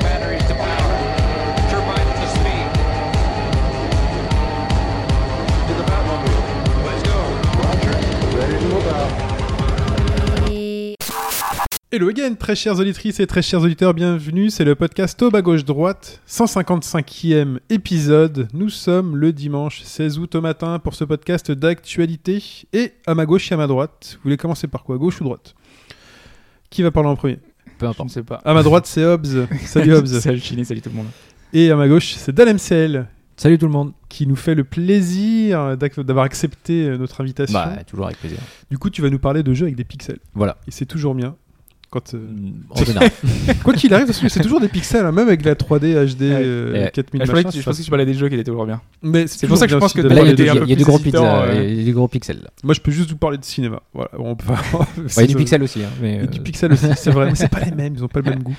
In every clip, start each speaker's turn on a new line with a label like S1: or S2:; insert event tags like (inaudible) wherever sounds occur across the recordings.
S1: batteries to power. Turbines to speed. To the Batmobile. Let's go.
S2: Hello again, très chères auditrices et très chers auditeurs, bienvenue. C'est le podcast au bas gauche droite, 155e épisode. Nous sommes le dimanche 16 août au matin pour ce podcast d'actualité. Et à ma gauche et à ma droite, vous voulez commencer par quoi Gauche ou droite Qui va parler en premier
S3: Peu importe. Je sais pas.
S2: À ma droite, c'est
S3: (laughs)
S2: Hobbs. Ah, Salut Hobbs.
S3: salut Chini, salut tout le monde.
S2: Et à ma gauche, c'est Dan MCL
S4: Salut tout le monde.
S2: qui nous fait le plaisir d'ac- d'avoir accepté euh, notre invitation.
S4: Bah, toujours avec
S3: Ah,
S4: plaisir.
S2: Du coup, tu vas nous parler de jeux avec des pixels.
S4: Voilà.
S2: Et c'est toujours bien. Quand, euh,
S3: (laughs)
S4: En général.
S2: Quoi qu'il arrive, parce que c'est toujours des pixels, hein, même avec la 3D, HD, euh, 4000
S3: Ah,
S4: Ouais.
S3: je,
S2: machin,
S3: parlais- je
S2: ça-
S3: pensais que tu parlais des jeux qui étaient toujours bien.
S2: Mais
S3: c'est pour ça que je
S2: toujours
S3: pense
S2: bien
S3: que
S2: aussi
S4: là,
S2: de
S4: il y a
S2: parler
S3: des
S4: du, il y
S2: des
S3: un
S4: a-
S3: peu
S4: il
S3: plus
S4: y a du gros pixel.
S3: hésitants,
S4: euh,
S3: euh.
S4: il y a du gros pixel.
S2: Moi, je peux juste vous parler de cinéma. Voilà, bon, on peut pas- (laughs)
S4: Il y a
S2: c'est-
S4: du pixel aussi. hein, mais,
S2: Il y a du
S4: euh,
S2: pixel aussi, c'est vrai. Mais c'est pas les mêmes, ils ont pas le même goût.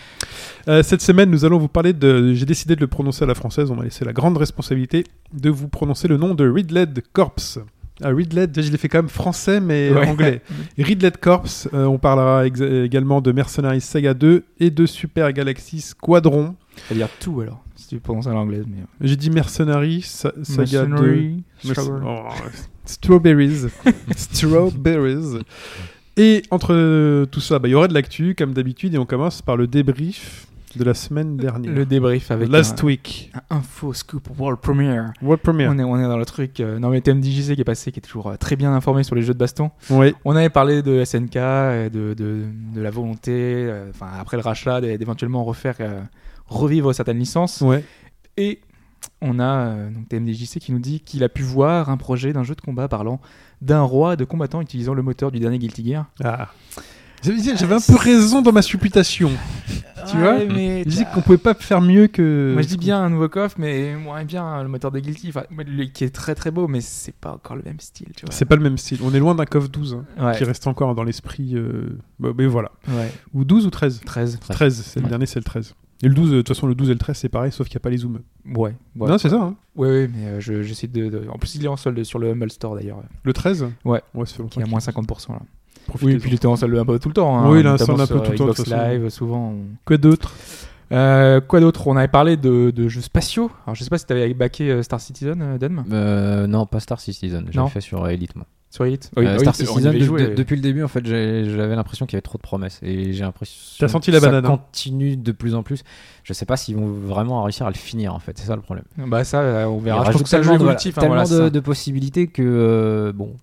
S2: Euh, cette semaine, nous allons vous parler de. J'ai décidé de le prononcer à la française. On m'a laissé la grande responsabilité de vous prononcer le nom de Ridled Corpse. Ah, Ridled, je l'ai fait quand même français mais
S3: Ouais.
S2: anglais. Ridled Corpse, euh, on parlera ex- également de Mercenaries Saga 2 et de Super Galaxy Squadron.
S3: (laughs) C'est-à-dire tout alors, si tu prononces à l'anglais. Mais... euh,
S2: J'ai dit Mercenaries Sa- Saga 2.
S3: Mercenary, Struggle.
S2: Oh, (laughs) strawberries. strawberries. Et entre euh, tout ça, bah, il y aura de l'actu, comme d'habitude, et on commence par le débrief de la semaine dernière.
S3: Le débrief avec
S2: Last
S3: un,
S2: week.
S3: un info scoop world premiere.
S2: World premiere.
S3: On est, on est dans le truc. euh, non mais TMDJC qui est passé, qui est toujours euh, très bien informé sur les jeux de baston.
S2: Ouais.
S3: On avait parlé de SNK, et euh, de, de, de la volonté, euh, enfin après le rachat, d'é- d'éventuellement refaire, euh, revivre certaines licences.
S2: Ouais.
S3: Et on a euh, donc TMDJC qui nous dit qu'il a pu voir un projet d'un jeu de combat parlant d'un roi de combattants utilisant le moteur du dernier Guilty Gear.
S2: Ah. J'avais dit- j'avais un peu raison dans ma supputation. Tu vois
S3: mais
S2: Je disais qu'on pouvait pas faire mieux que.
S3: Moi je dis bien un nouveau coffre, mais moi j'aime bien hein, le moteur de Guilty, enfin, lui, qui est très très beau, mais c'est pas encore le même style, tu vois.
S2: C'est pas le même style. On est loin d'un CoF 12 hein,
S3: Ouais,
S2: qui reste encore dans l'esprit. euh, bah, mais voilà.
S3: ouais,
S2: Ou 12 ou 13
S3: 13.
S2: 13, c'est le
S4: Ouais.
S2: dernier, c'est le 13. Et le 12, euh, de toute façon, le 12 et le 13, c'est pareil, sauf qu'il n'y a pas les zooms.
S3: Ouais, ouais.
S2: non, c'est ça, hein.
S3: Ouais, ouais, mais euh, je- j'essaie de, de- En plus, il est en solde sur le Humble Store d'ailleurs, euh,
S2: Le 13
S3: Ouais.
S2: Ouais, ça fait longtemps.
S3: qui est à moins 50% là. Oui,
S2: Profitez-en.
S3: et puis il était en solde un peu tout le temps. hein,
S2: Oui, il est en
S3: notamment
S2: solde un peu
S3: sur,
S2: tout le
S3: euh,
S2: temps, de
S3: Xbox
S2: toute façon.
S3: Live, souvent. on-
S2: Quoi d'autre
S3: Euh, quoi d'autre On avait parlé de, de jeux spatiaux. Alors, je sais pas si t'avais backé euh, Star Citizen, euh, Dan,
S4: euh, non, pas Star Citizen.
S3: Non. Ah
S4: J'avais fait sur Elite. Moi.
S3: sur Elite.
S4: Euh, Star Citizen, de-
S3: joué, euh.
S4: de- depuis le début, en fait, j'ai- j'avais l'impression qu'il y avait trop de promesses. Et j'ai l'impression
S2: T'as senti la
S4: que ça
S2: banane, hein.
S4: continue de plus en plus. Je sais pas s'ils vont vraiment réussir à le finir, en fait. C'est ça le problème.
S3: Bah, ça, euh, on verra.
S4: Ils
S3: Je pense
S4: rajoutent
S3: que c'est un jeu
S4: tellement de-
S3: évolutif. hein,
S4: tellement
S3: voilà,
S4: de,
S3: c'est ça.
S4: de possibilités que, euh, bon,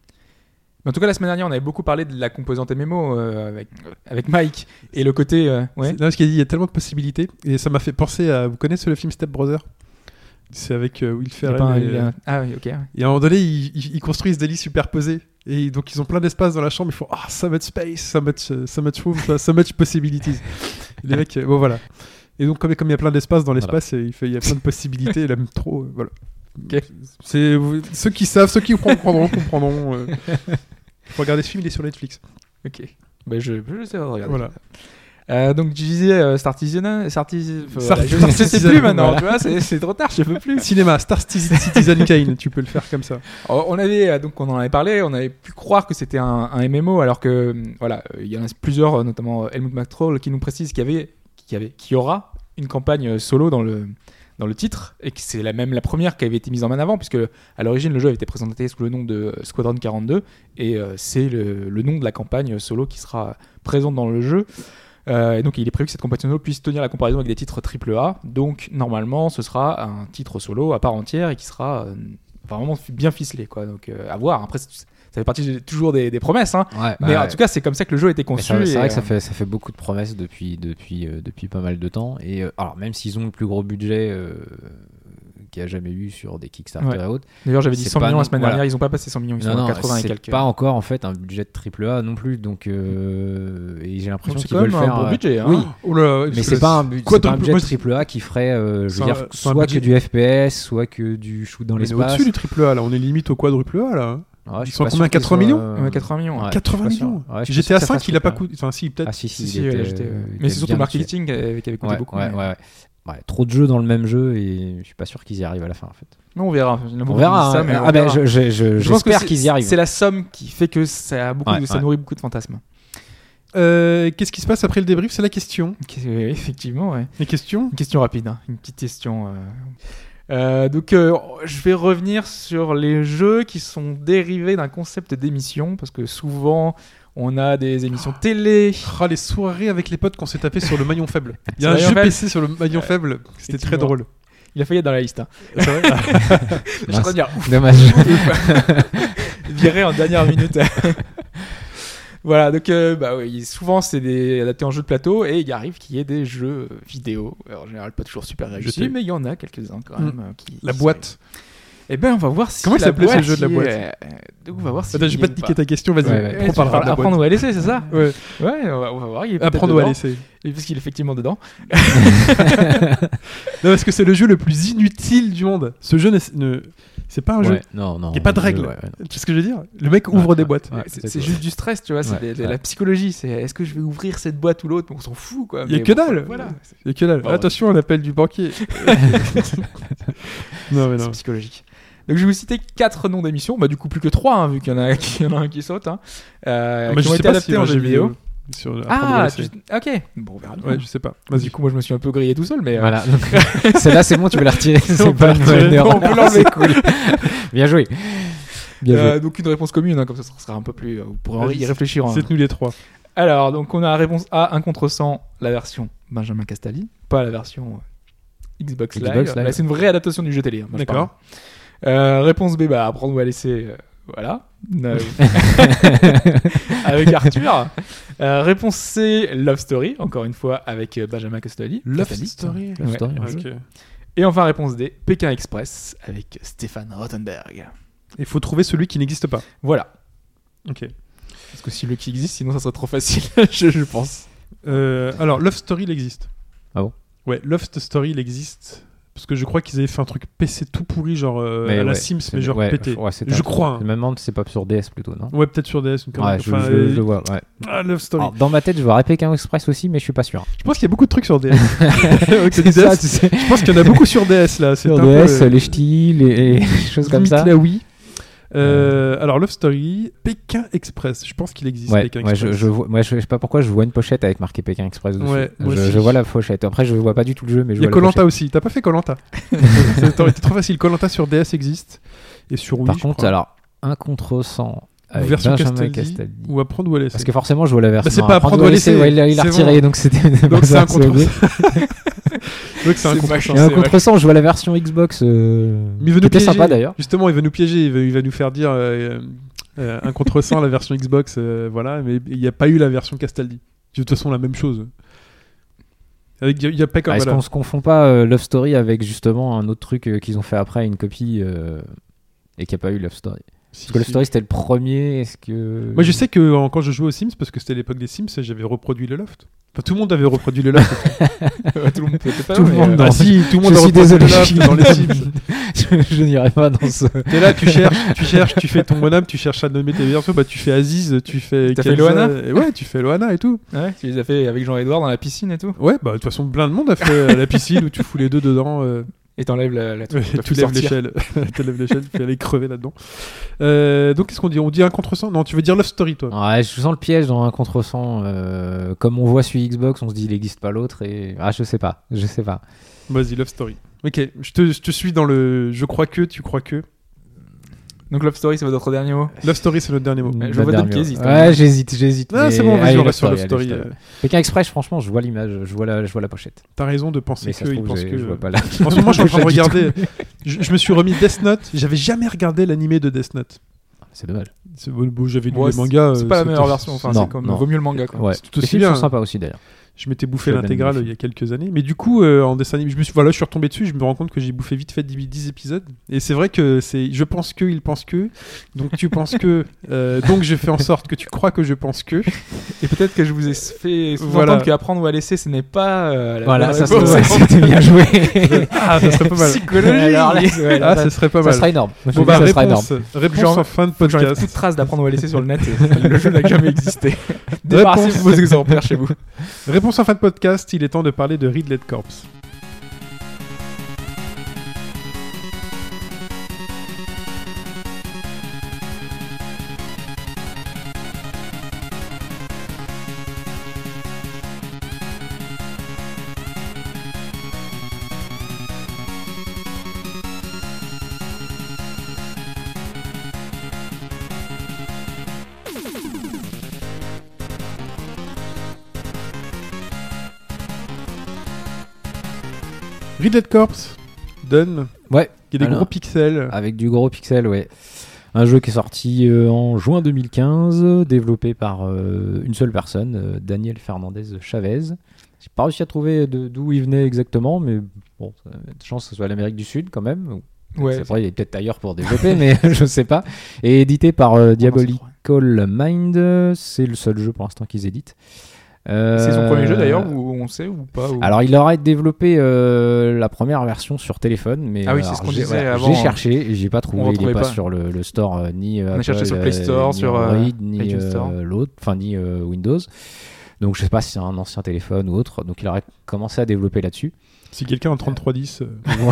S3: Mais En tout cas, la semaine dernière, on avait beaucoup parlé de la composante MMO euh, avec, avec Mike et le côté. euh, ouais.
S2: C'est- Non, ce qu'il a dit, il y a tellement de possibilités. Et ça m'a fait penser à. Vous connaissez le film Step Brother C'est avec euh, Will
S3: Il y a
S2: Ferrell.
S3: pas un-
S2: et,
S3: il y a un- Ah oui, ok.
S2: et à un moment donné, ils, ils- ils construisent des lits superposés. Et donc, ils ont plein d'espace dans la chambre. Ils font Ah, so much space, so much, euh, so much room, so- so much
S3: (laughs)
S2: possibilities. Et les mecs, euh, bon, voilà. Et donc, comme, comme il y a plein d'espace dans l'espace, et il, fait, il y a plein de possibilités. il aime trop. euh, voilà.
S3: Ok.
S2: C'est, vous- ceux qui savent, ceux qui comprendront, comprendront.
S3: (laughs)
S2: euh. Faut regarder ce film, il est sur Netflix.
S3: Ok. Bah, je, je sais pas regarder.
S2: Voilà.
S3: Euh, donc, tu disais euh, Star Citizen. Star Citizen. enfin,
S2: Star
S3: voilà, je ne sais
S2: Citizen,
S3: plus maintenant,
S2: voilà.
S3: tu vois, c'est- c'est trop tard, je peux plus.
S2: Cinéma, Star Citizen Kane, tu peux le faire comme ça.
S3: Alors, On avait euh, donc on en avait parlé, on avait pu croire que c'était un, un MMO alors que euh, voilà, euh, il y en a plusieurs euh, notamment euh, Helmut McTroll qui nous précise qu'il y avait qu'il y avait qu'il y aura une campagne euh, solo dans le dans le titre et que c'est la même la première qui avait été mise en avant puisque à l'origine le jeu avait été présenté sous le nom de euh, Squadron 42 et euh, c'est le, le nom de la campagne euh, solo qui sera présente dans le jeu. Euh, et donc il est prévu que cette campagne solo puisse tenir la comparaison avec des titres AAA. Donc normalement ce sera un titre solo à part entière et qui sera euh, enfin, vraiment fi- bien ficelé quoi. Donc euh, à voir. Après c'est- ça fait partie de- toujours des, des promesses. hein.
S4: ouais, bah,
S3: Mais en tout cas c'est comme ça que le jeu a été
S4: Mais
S3: conçu.
S4: ça- C'est
S3: et,
S4: vrai que ça
S3: euh,
S4: fait, ça fait beaucoup de promesses depuis, depuis, euh, depuis pas mal de temps. Et euh, alors, même s'ils ont le plus gros budget euh, qu'il y a jamais eu sur des Kickstarter
S3: Ouais.
S4: et autres,
S3: D'ailleurs j'avais dit
S4: c'est
S3: 100
S4: pas
S3: millions
S4: non-
S3: la semaine
S4: voilà.
S3: dernière. Ils ont pas passé 100 millions. Ils
S4: non,
S3: sont à
S4: non,
S3: 80 et
S4: c'est
S3: quelques.
S4: pas encore en fait un budget de triple A non plus. Donc, euh, et j'ai
S3: Donc,
S4: l'impression
S3: c'est
S4: qu'ils
S3: quand
S4: veulent
S3: même un
S4: faire.
S3: bon
S4: euh,
S3: budget. hein.
S4: oui.
S2: Oh là,
S4: Mais c'est pas un, bu- c'est pas un budget de triple A qui ferait, euh, je
S2: C'est
S4: veux
S2: un-
S4: dire,
S2: c'est un
S4: soit que
S2: budget-
S4: du FPS, soit que du shoot dans
S2: On est
S4: l'espace.
S2: au-dessus du triple A là, on est limite au quadruple A là.
S4: Ouais, je
S2: Ils
S4: suis
S2: sont
S4: pas
S2: combien,
S4: sûr qu'ils
S2: 80
S4: soient,
S2: millions
S4: euh,
S3: Ouais, 80 millions.
S4: ouais,
S2: 80
S4: je suis pas
S2: millions.
S4: sûr. Ouais, je suis pas
S2: J'étais à
S4: sûr que ça
S2: 5,
S4: fasse
S2: il a pas
S4: triple A.
S2: coûté. Enfin, si, peut-être.
S4: Ah si, si,
S3: Si, si,
S4: il
S3: ouais,
S4: était-
S3: j'étais-
S4: il
S3: mais c'est
S4: était
S3: surtout
S4: bien
S3: le
S4: budget.
S3: marketing euh, qui avait qui avait coûté
S4: Ouais,
S3: beaucoup.
S4: ouais,
S3: mais-
S4: ouais, ouais. ouais, trop de jeux dans le même jeu et je suis pas sûr qu'ils y arrivent à la fin en fait.
S3: Non, on verra. J'ai
S4: On
S3: beaucoup
S4: verra.
S3: dit bah, ça,
S4: hein.
S3: mais on
S4: ah ben,
S3: verra.
S4: je- je- je-
S3: Je pense que
S4: j'espère
S3: c'est-
S4: qu'ils y arrivent.
S3: C'est la somme qui fait que ça, a beaucoup
S4: Ouais,
S3: de- ça
S4: ouais.
S3: nourrit beaucoup de fantasmes. (laughs)
S2: Euh, Qu'est-ce qui se passe après le débrief C'est la question.
S3: Ok, oui, Effectivement, ouais.
S2: Les questions
S3: Une question rapide, hein, une petite question. euh. Euh, donc, euh, je vais revenir sur les jeux qui sont dérivés d'un concept d'émission, parce que souvent, on a des émissions télé.
S2: Ah, les soirées avec les potes qu'on s'est tapé sur le maillon
S4: (laughs)
S2: faible. Il y a un
S3: Maillon
S2: jeu
S3: faible.
S2: PC sur le maillon faible. C'était très
S3: effectivement.
S2: drôle. Ah,
S3: Il a failli être dans la liste. hein.
S2: C'est vrai
S3: Je suis en train de dire,
S4: Dommage.
S3: (laughs) viré en dernière minute. (laughs) voilà, donc euh, bah oui, souvent c'est des adapté en jeu de plateau et il arrive qu'il y ait des jeux vidéo. Alors, en général, pas toujours super réussis,
S2: sais.
S3: mais il y en a quelques-uns quand
S2: Mm.
S3: même. euh, qui,
S2: La
S3: qui
S2: boîte.
S3: sont- Eh ben, on va voir si.
S2: Comment il
S3: la
S2: s'appelait ce
S3: boîte
S2: jeu de la
S3: y
S2: boîte
S3: est- euh, donc, on va voir si.
S2: Attends, j'ai
S3: il
S2: pas
S3: y est
S2: piqué ta question, vas-y.
S4: Ouais, ouais.
S3: Eh,
S2: On
S3: tu parles
S2: parlera de la boîte.
S3: apprendre ou à laisser, c'est ça
S2: Ouais.
S3: Ouais, on va, on va voir. Il est peut-être
S2: Apprendre ou à
S3: dedans.
S2: laisser.
S3: Et Parce qu'il est effectivement dedans.
S2: Non, parce que c'est le jeu le plus inutile du monde. Ce jeu, n'est- ne... c'est pas un jeu.
S4: Ouais, Non, non.
S2: Il y a pas de
S4: je-
S2: règles.
S4: ouais, ouais, non.
S2: Tu sais ce que je veux dire Le mec ouvre
S4: Ouais,
S2: des
S4: ouais,
S2: boîtes.
S4: ouais,
S3: c'est
S4: peut-être,
S3: c'est
S4: ouais.
S3: juste du stress, tu vois. C'est
S4: Ouais,
S3: des- des-
S4: ouais.
S3: la psychologie. C'est est-ce que je vais ouvrir cette boîte ou l'autre On s'en fout, quoi.
S2: Il y a
S3: mais
S2: que
S3: bon,
S2: dalle.
S3: Voilà.
S2: Et que dalle.
S3: Bon,
S2: Attention, on appelle du banquier. non, mais non.
S3: C'est psychologique. Donc je vais vous citer quatre noms d'émissions, bah du coup plus que trois hein, vu qu'il y en a (laughs) qu'il y en a un qui saute. Hein, euh,
S2: Ah, Mais
S3: qui ont été adaptés en jeu vidéo.
S2: Sur apprendre ou à
S3: Ah,
S2: laisser.
S3: tu- ok. Bon, on verra. bien.
S2: Ouais, je sais pas. Vas-y.
S3: Du coup, moi je me suis un peu grillé tout seul, mais euh,
S4: Voilà. donc, Celle-là, c'est bon, tu peux la retirer.
S2: On
S4: C'est
S2: peut
S4: pas
S2: la
S4: une
S2: retirer.
S4: bonne erreur.
S3: on peut l'enlever.
S4: (laughs) C'est cool. (laughs) Bien joué. Bien joué.
S3: euh, donc une réponse commune, hein, comme ça, ça sera un peu plus. euh, Vous pourrez en-
S2: Vas-y,
S3: y réfléchir. hein.
S2: C'est tenu les trois.
S3: Alors, donc on a réponse A, 1 contre 100, la version Benjamin Castaldi, pas la version euh, Xbox Live.
S4: Xbox Live.
S3: Là, c'est une vraie adaptation du jeu télé. hein, moi, je
S2: D'accord.
S3: parle. Euh, réponse B, bah, à prendre ou à laisser. euh,
S2: (laughs)
S3: voilà. Euh, (laughs) avec Arthur. Euh, réponse C, Love Story, encore une fois avec euh, Benjamin Castaldi. Castaldi.
S2: Story.
S4: Love
S3: ouais.
S4: Story, bien joué.
S2: Ok.
S3: Et enfin, réponse D, Pékin Express avec Stéphane Rottenberg.
S2: Il faut trouver celui qui n'existe pas.
S3: Voilà.
S2: Ok.
S3: Parce que si le qui existe, sinon ça serait trop facile, (laughs) je, je pense.
S2: Euh, alors, Love Story, il existe.
S4: Ah bon
S2: Ouais, Love Story, il existe. Parce que je crois qu'ils avaient fait un truc PC tout pourri, genre euh,
S4: Mais
S2: à la
S4: ouais,
S2: Sims,
S4: c'est-
S2: mais genre
S4: ouais,
S2: pété.
S4: ouais, c'est
S2: Je
S4: un-
S2: crois, hein.
S4: Je me demande si c'est pas sur DS plutôt, non
S2: Ouais, peut-être sur DS, une
S4: Ouais,
S2: connerie.
S4: je,
S2: Enfin,
S4: je-
S2: euh,
S4: je le vois. ouais.
S2: Ah, Love Story.
S4: Alors, dans ma tête, je vois Pékin Express aussi, mais je suis pas sûr.
S2: Je pense qu'il y a beaucoup de trucs sur (laughs)
S4: (laughs)
S2: DS. Avec le
S4: C'est (laughs) ça,
S2: DS,
S4: tu sais.
S2: Je pense qu'il y en a beaucoup sur DS là. C'est
S4: Sur
S2: un
S4: DS,
S2: peu, euh,
S4: les ch'tis, les, les choses comme
S2: limite
S4: ça.
S2: la Wii. Euh, alors Love Story, Pékin Express. Je pense qu'il existe.
S4: Ouais,
S2: Pékin
S4: ouais,
S2: Express.
S4: je, je vois, moi, je, je sais pas pourquoi je vois une pochette avec marqué Pékin Express dessus.
S2: Ouais, moi
S4: je,
S2: aussi.
S4: je vois la pochette. Après, je vois pas du tout le jeu, mais je
S2: Il y a
S4: vois la
S2: Colanta aussi. T'as pas fait
S4: (laughs)
S2: Colanta Ça aurait été trop facile. Colanta sur DS existe et sur Wii.
S4: Par
S2: je
S4: contre,
S2: crois.
S4: alors, 1 contre 100 avec
S2: version
S4: Benjamin
S2: Castaldi,
S4: Castaldi.
S2: ou apprendre ou à laisser.
S4: Parce que forcément, je vois la version.
S2: c'est pas à prendre ou à laisser,
S4: ouais, il l'a il l'a
S2: c'est
S4: retiré, donc c'était.
S2: (laughs) Donc c'est un contre.
S4: deux.
S2: Donc c'est un contre.
S4: Et un contre 100, je vois la version Xbox. Euh...
S2: Mais il veut
S4: qui
S2: nous
S4: était
S2: piéger.
S4: sympa d'ailleurs.
S2: Justement, il va nous piéger. Il va, il va nous faire dire euh, euh, un contre 100 la version Xbox. euh, voilà, mais il n'y a pas eu la version Castaldi. De toute façon, la même chose. Avec, il n'y a, pas comme
S4: Ah, Est-ce
S2: voilà.
S4: qu'on se confond pas euh, Love Story avec justement un autre truc euh, qu'ils ont fait après, une copie euh, et qui a pas eu Love Story
S2: Si,
S4: Parce que Love
S2: si.
S4: Story c'était le premier, est-ce que.
S2: Moi, je sais que euh, quand je jouais aux Sims, parce que c'était l'époque des Sims, j'avais reproduit le loft. Enfin, tout le monde avait reproduit le
S3: (laughs)
S2: loft.
S3: tout le monde, peut-être pas,
S4: Tout le
S3: mais,
S4: monde
S3: euh,
S4: dans-
S2: ah si, tout le monde
S4: je
S2: a
S4: suis
S2: reproduit
S4: désolé,
S2: le
S4: je,
S2: loft
S4: suis-
S2: dans les Sims.
S4: (laughs)
S3: (laughs)
S4: je, je n'irai pas dans ce.
S2: T'es là, tu cherches, tu cherches, tu fais ton bonhomme, tu cherches à nommer tes persos, bah tu fais Aziz, tu fais.
S3: T'as
S2: Kenza,
S3: fait Loana
S2: et Ouais, tu fais Loana et tout.
S3: Ouais, tu les as fait avec Jean-Edouard dans la piscine et tout.
S2: Ouais, bah de toute façon, plein de monde a fait euh, la piscine où tu fous les deux dedans. euh,
S3: Et t'enlèves la, la
S2: Ouais,
S3: tu dois
S2: tu
S3: plus
S2: lèves
S3: sortir.
S2: l'échelle. (laughs) tu lèves l'échelle, tu fais aller crever là-dedans. Euh, donc, qu'est-ce qu'on dit On dit un contre 100 Non, tu veux dire Love Story,
S3: Ah.
S2: toi
S4: Ouais, je sens le piège dans un contre 100. euh, comme on voit sur Xbox, on se dit il n'existe pas l'autre et. Ah, je sais pas, je sais pas.
S2: Vas-y, Love Story. Ok, je te, je te suis dans le je crois que, tu crois que.
S3: Donc Love Story, c'est votre dernier mot
S2: Love Story, c'est notre dernier mot.
S3: je
S4: Bah,
S3: vois d'autres
S4: dernier,
S3: qui
S4: ouais.
S3: hésitent, hein.
S4: Ouais, j'hésite, j'hésite.
S2: Non,
S4: mais ah,
S2: c'est bon, vas-y,
S4: allez,
S2: on reste sur Love
S4: allez,
S2: Story. euh,
S4: Pékin Express, franchement, je vois l'image, je vois la, je vois la pochette.
S2: T'as raison de penser
S4: Mais
S2: que
S4: ça se
S2: il
S4: trouve,
S2: pense
S4: j'ai-
S2: que.
S4: je vois
S2: (laughs)
S4: pas la.
S2: En ce moment,
S4: (laughs)
S2: je suis en train de
S4: Pas du tout.
S2: regarder. Je, je me suis remis Death Note. J'avais jamais regardé l'animé de Death Note.
S4: C'est dommage.
S2: C'est- bon, bon, J'avais lu
S3: Ouais,
S2: les mangas.
S3: C'est
S2: euh,
S3: pas la
S2: c'était-
S3: meilleure version. Enfin,
S4: Non,
S3: c'est comme
S4: non.
S3: vaut mieux le manga. Quoi.
S4: Ouais.
S2: c'est tout
S4: Les
S2: aussi
S4: films
S2: bien.
S4: sont sympas aussi d'ailleurs.
S2: Je m'étais bouffé
S4: Je l'avais
S2: l'intégrale
S4: bien
S2: il y a quelques années. Mais du coup, euh, en dessin animé, je me suis, voilà, je suis retombé dessus. Je me rends compte que j'ai bouffé vite fait 10 10 épisodes. Et c'est vrai que c'est je pense que, il pense que. Donc tu penses
S4: (laughs)
S2: que. euh, donc je fais en sorte que tu crois que je pense que.
S3: Et peut-être que je vous ai fait sous-entendre
S2: Voilà.
S3: qu'apprendre ou à laisser, ce n'est pas euh, la
S4: Voilà,
S3: bonne
S4: ça se
S3: réponse.
S4: trouve, ouais,
S3: (laughs)
S4: c'était (laughs) bien joué.
S2: Ah, ça serait pas (laughs) mal.
S3: Psychologie.
S4: Alors là, ouais,
S2: Ah,
S4: là,
S2: ça
S4: ça,
S2: serait pas
S4: ça
S2: mal.
S4: sera énorme. Je
S2: Bon,
S4: dis,
S2: bah,
S4: ça sera
S2: réponse, réponse
S3: Genre-
S2: en fin de
S3: J'enlève
S2: podcast.
S3: toute trace d'apprendre ou à laisser sur le net.
S4: (laughs)
S3: et le jeu n'a jamais existé. Débarrassez-vous de vos exemplaires chez vous.
S2: Réponse en fin de podcast. Il est temps de parler de Ridley Corpse. Ridley Corpse donne.
S4: Ouais.
S2: Il y a des
S4: Alors. Ah.
S2: gros pixels.
S4: Avec du gros pixel, ouais. Un jeu qui est sorti euh, en juin 2015, euh, développé par euh, une seule personne, euh, Daniel Fernandez Chavez. J'ai pas réussi à trouver de- d'où il venait exactement, mais bon, ça a de chance que ce soit l'Amérique du Sud quand même. ou-
S3: Ouais.
S4: c'est vrai, il est peut-être ailleurs pour développer, (laughs) mais je sais pas. Et édité par euh, Diabolical Mind, euh, c'est le seul jeu pour l'instant qu'ils éditent. Euh,
S3: C'est son premier jeu d'ailleurs, ou on sait ou pas ou-
S4: Alors, il aurait développé euh, la première version sur téléphone, mais
S3: Ah oui, c'est
S4: alors,
S3: ce qu'on
S4: j'ai-
S3: disait
S4: voilà,
S3: avant.
S4: J'ai cherché, et j'ai pas trouvé. Il
S3: retrouvait
S4: est pas,
S3: pas.
S4: sur le, le store euh, ni.
S3: a cherché sur Play Store, sur, euh,
S4: ni
S3: iTunes
S4: euh,
S3: Store.
S4: l'autre, enfin ni euh, Windows. Donc, je sais pas si c'est un ancien téléphone ou autre. Donc, il aurait commencé à
S3: (laughs)
S4: développer là-dessus.
S2: Si quelqu'un en 3310. euh,
S4: (laughs) Bon,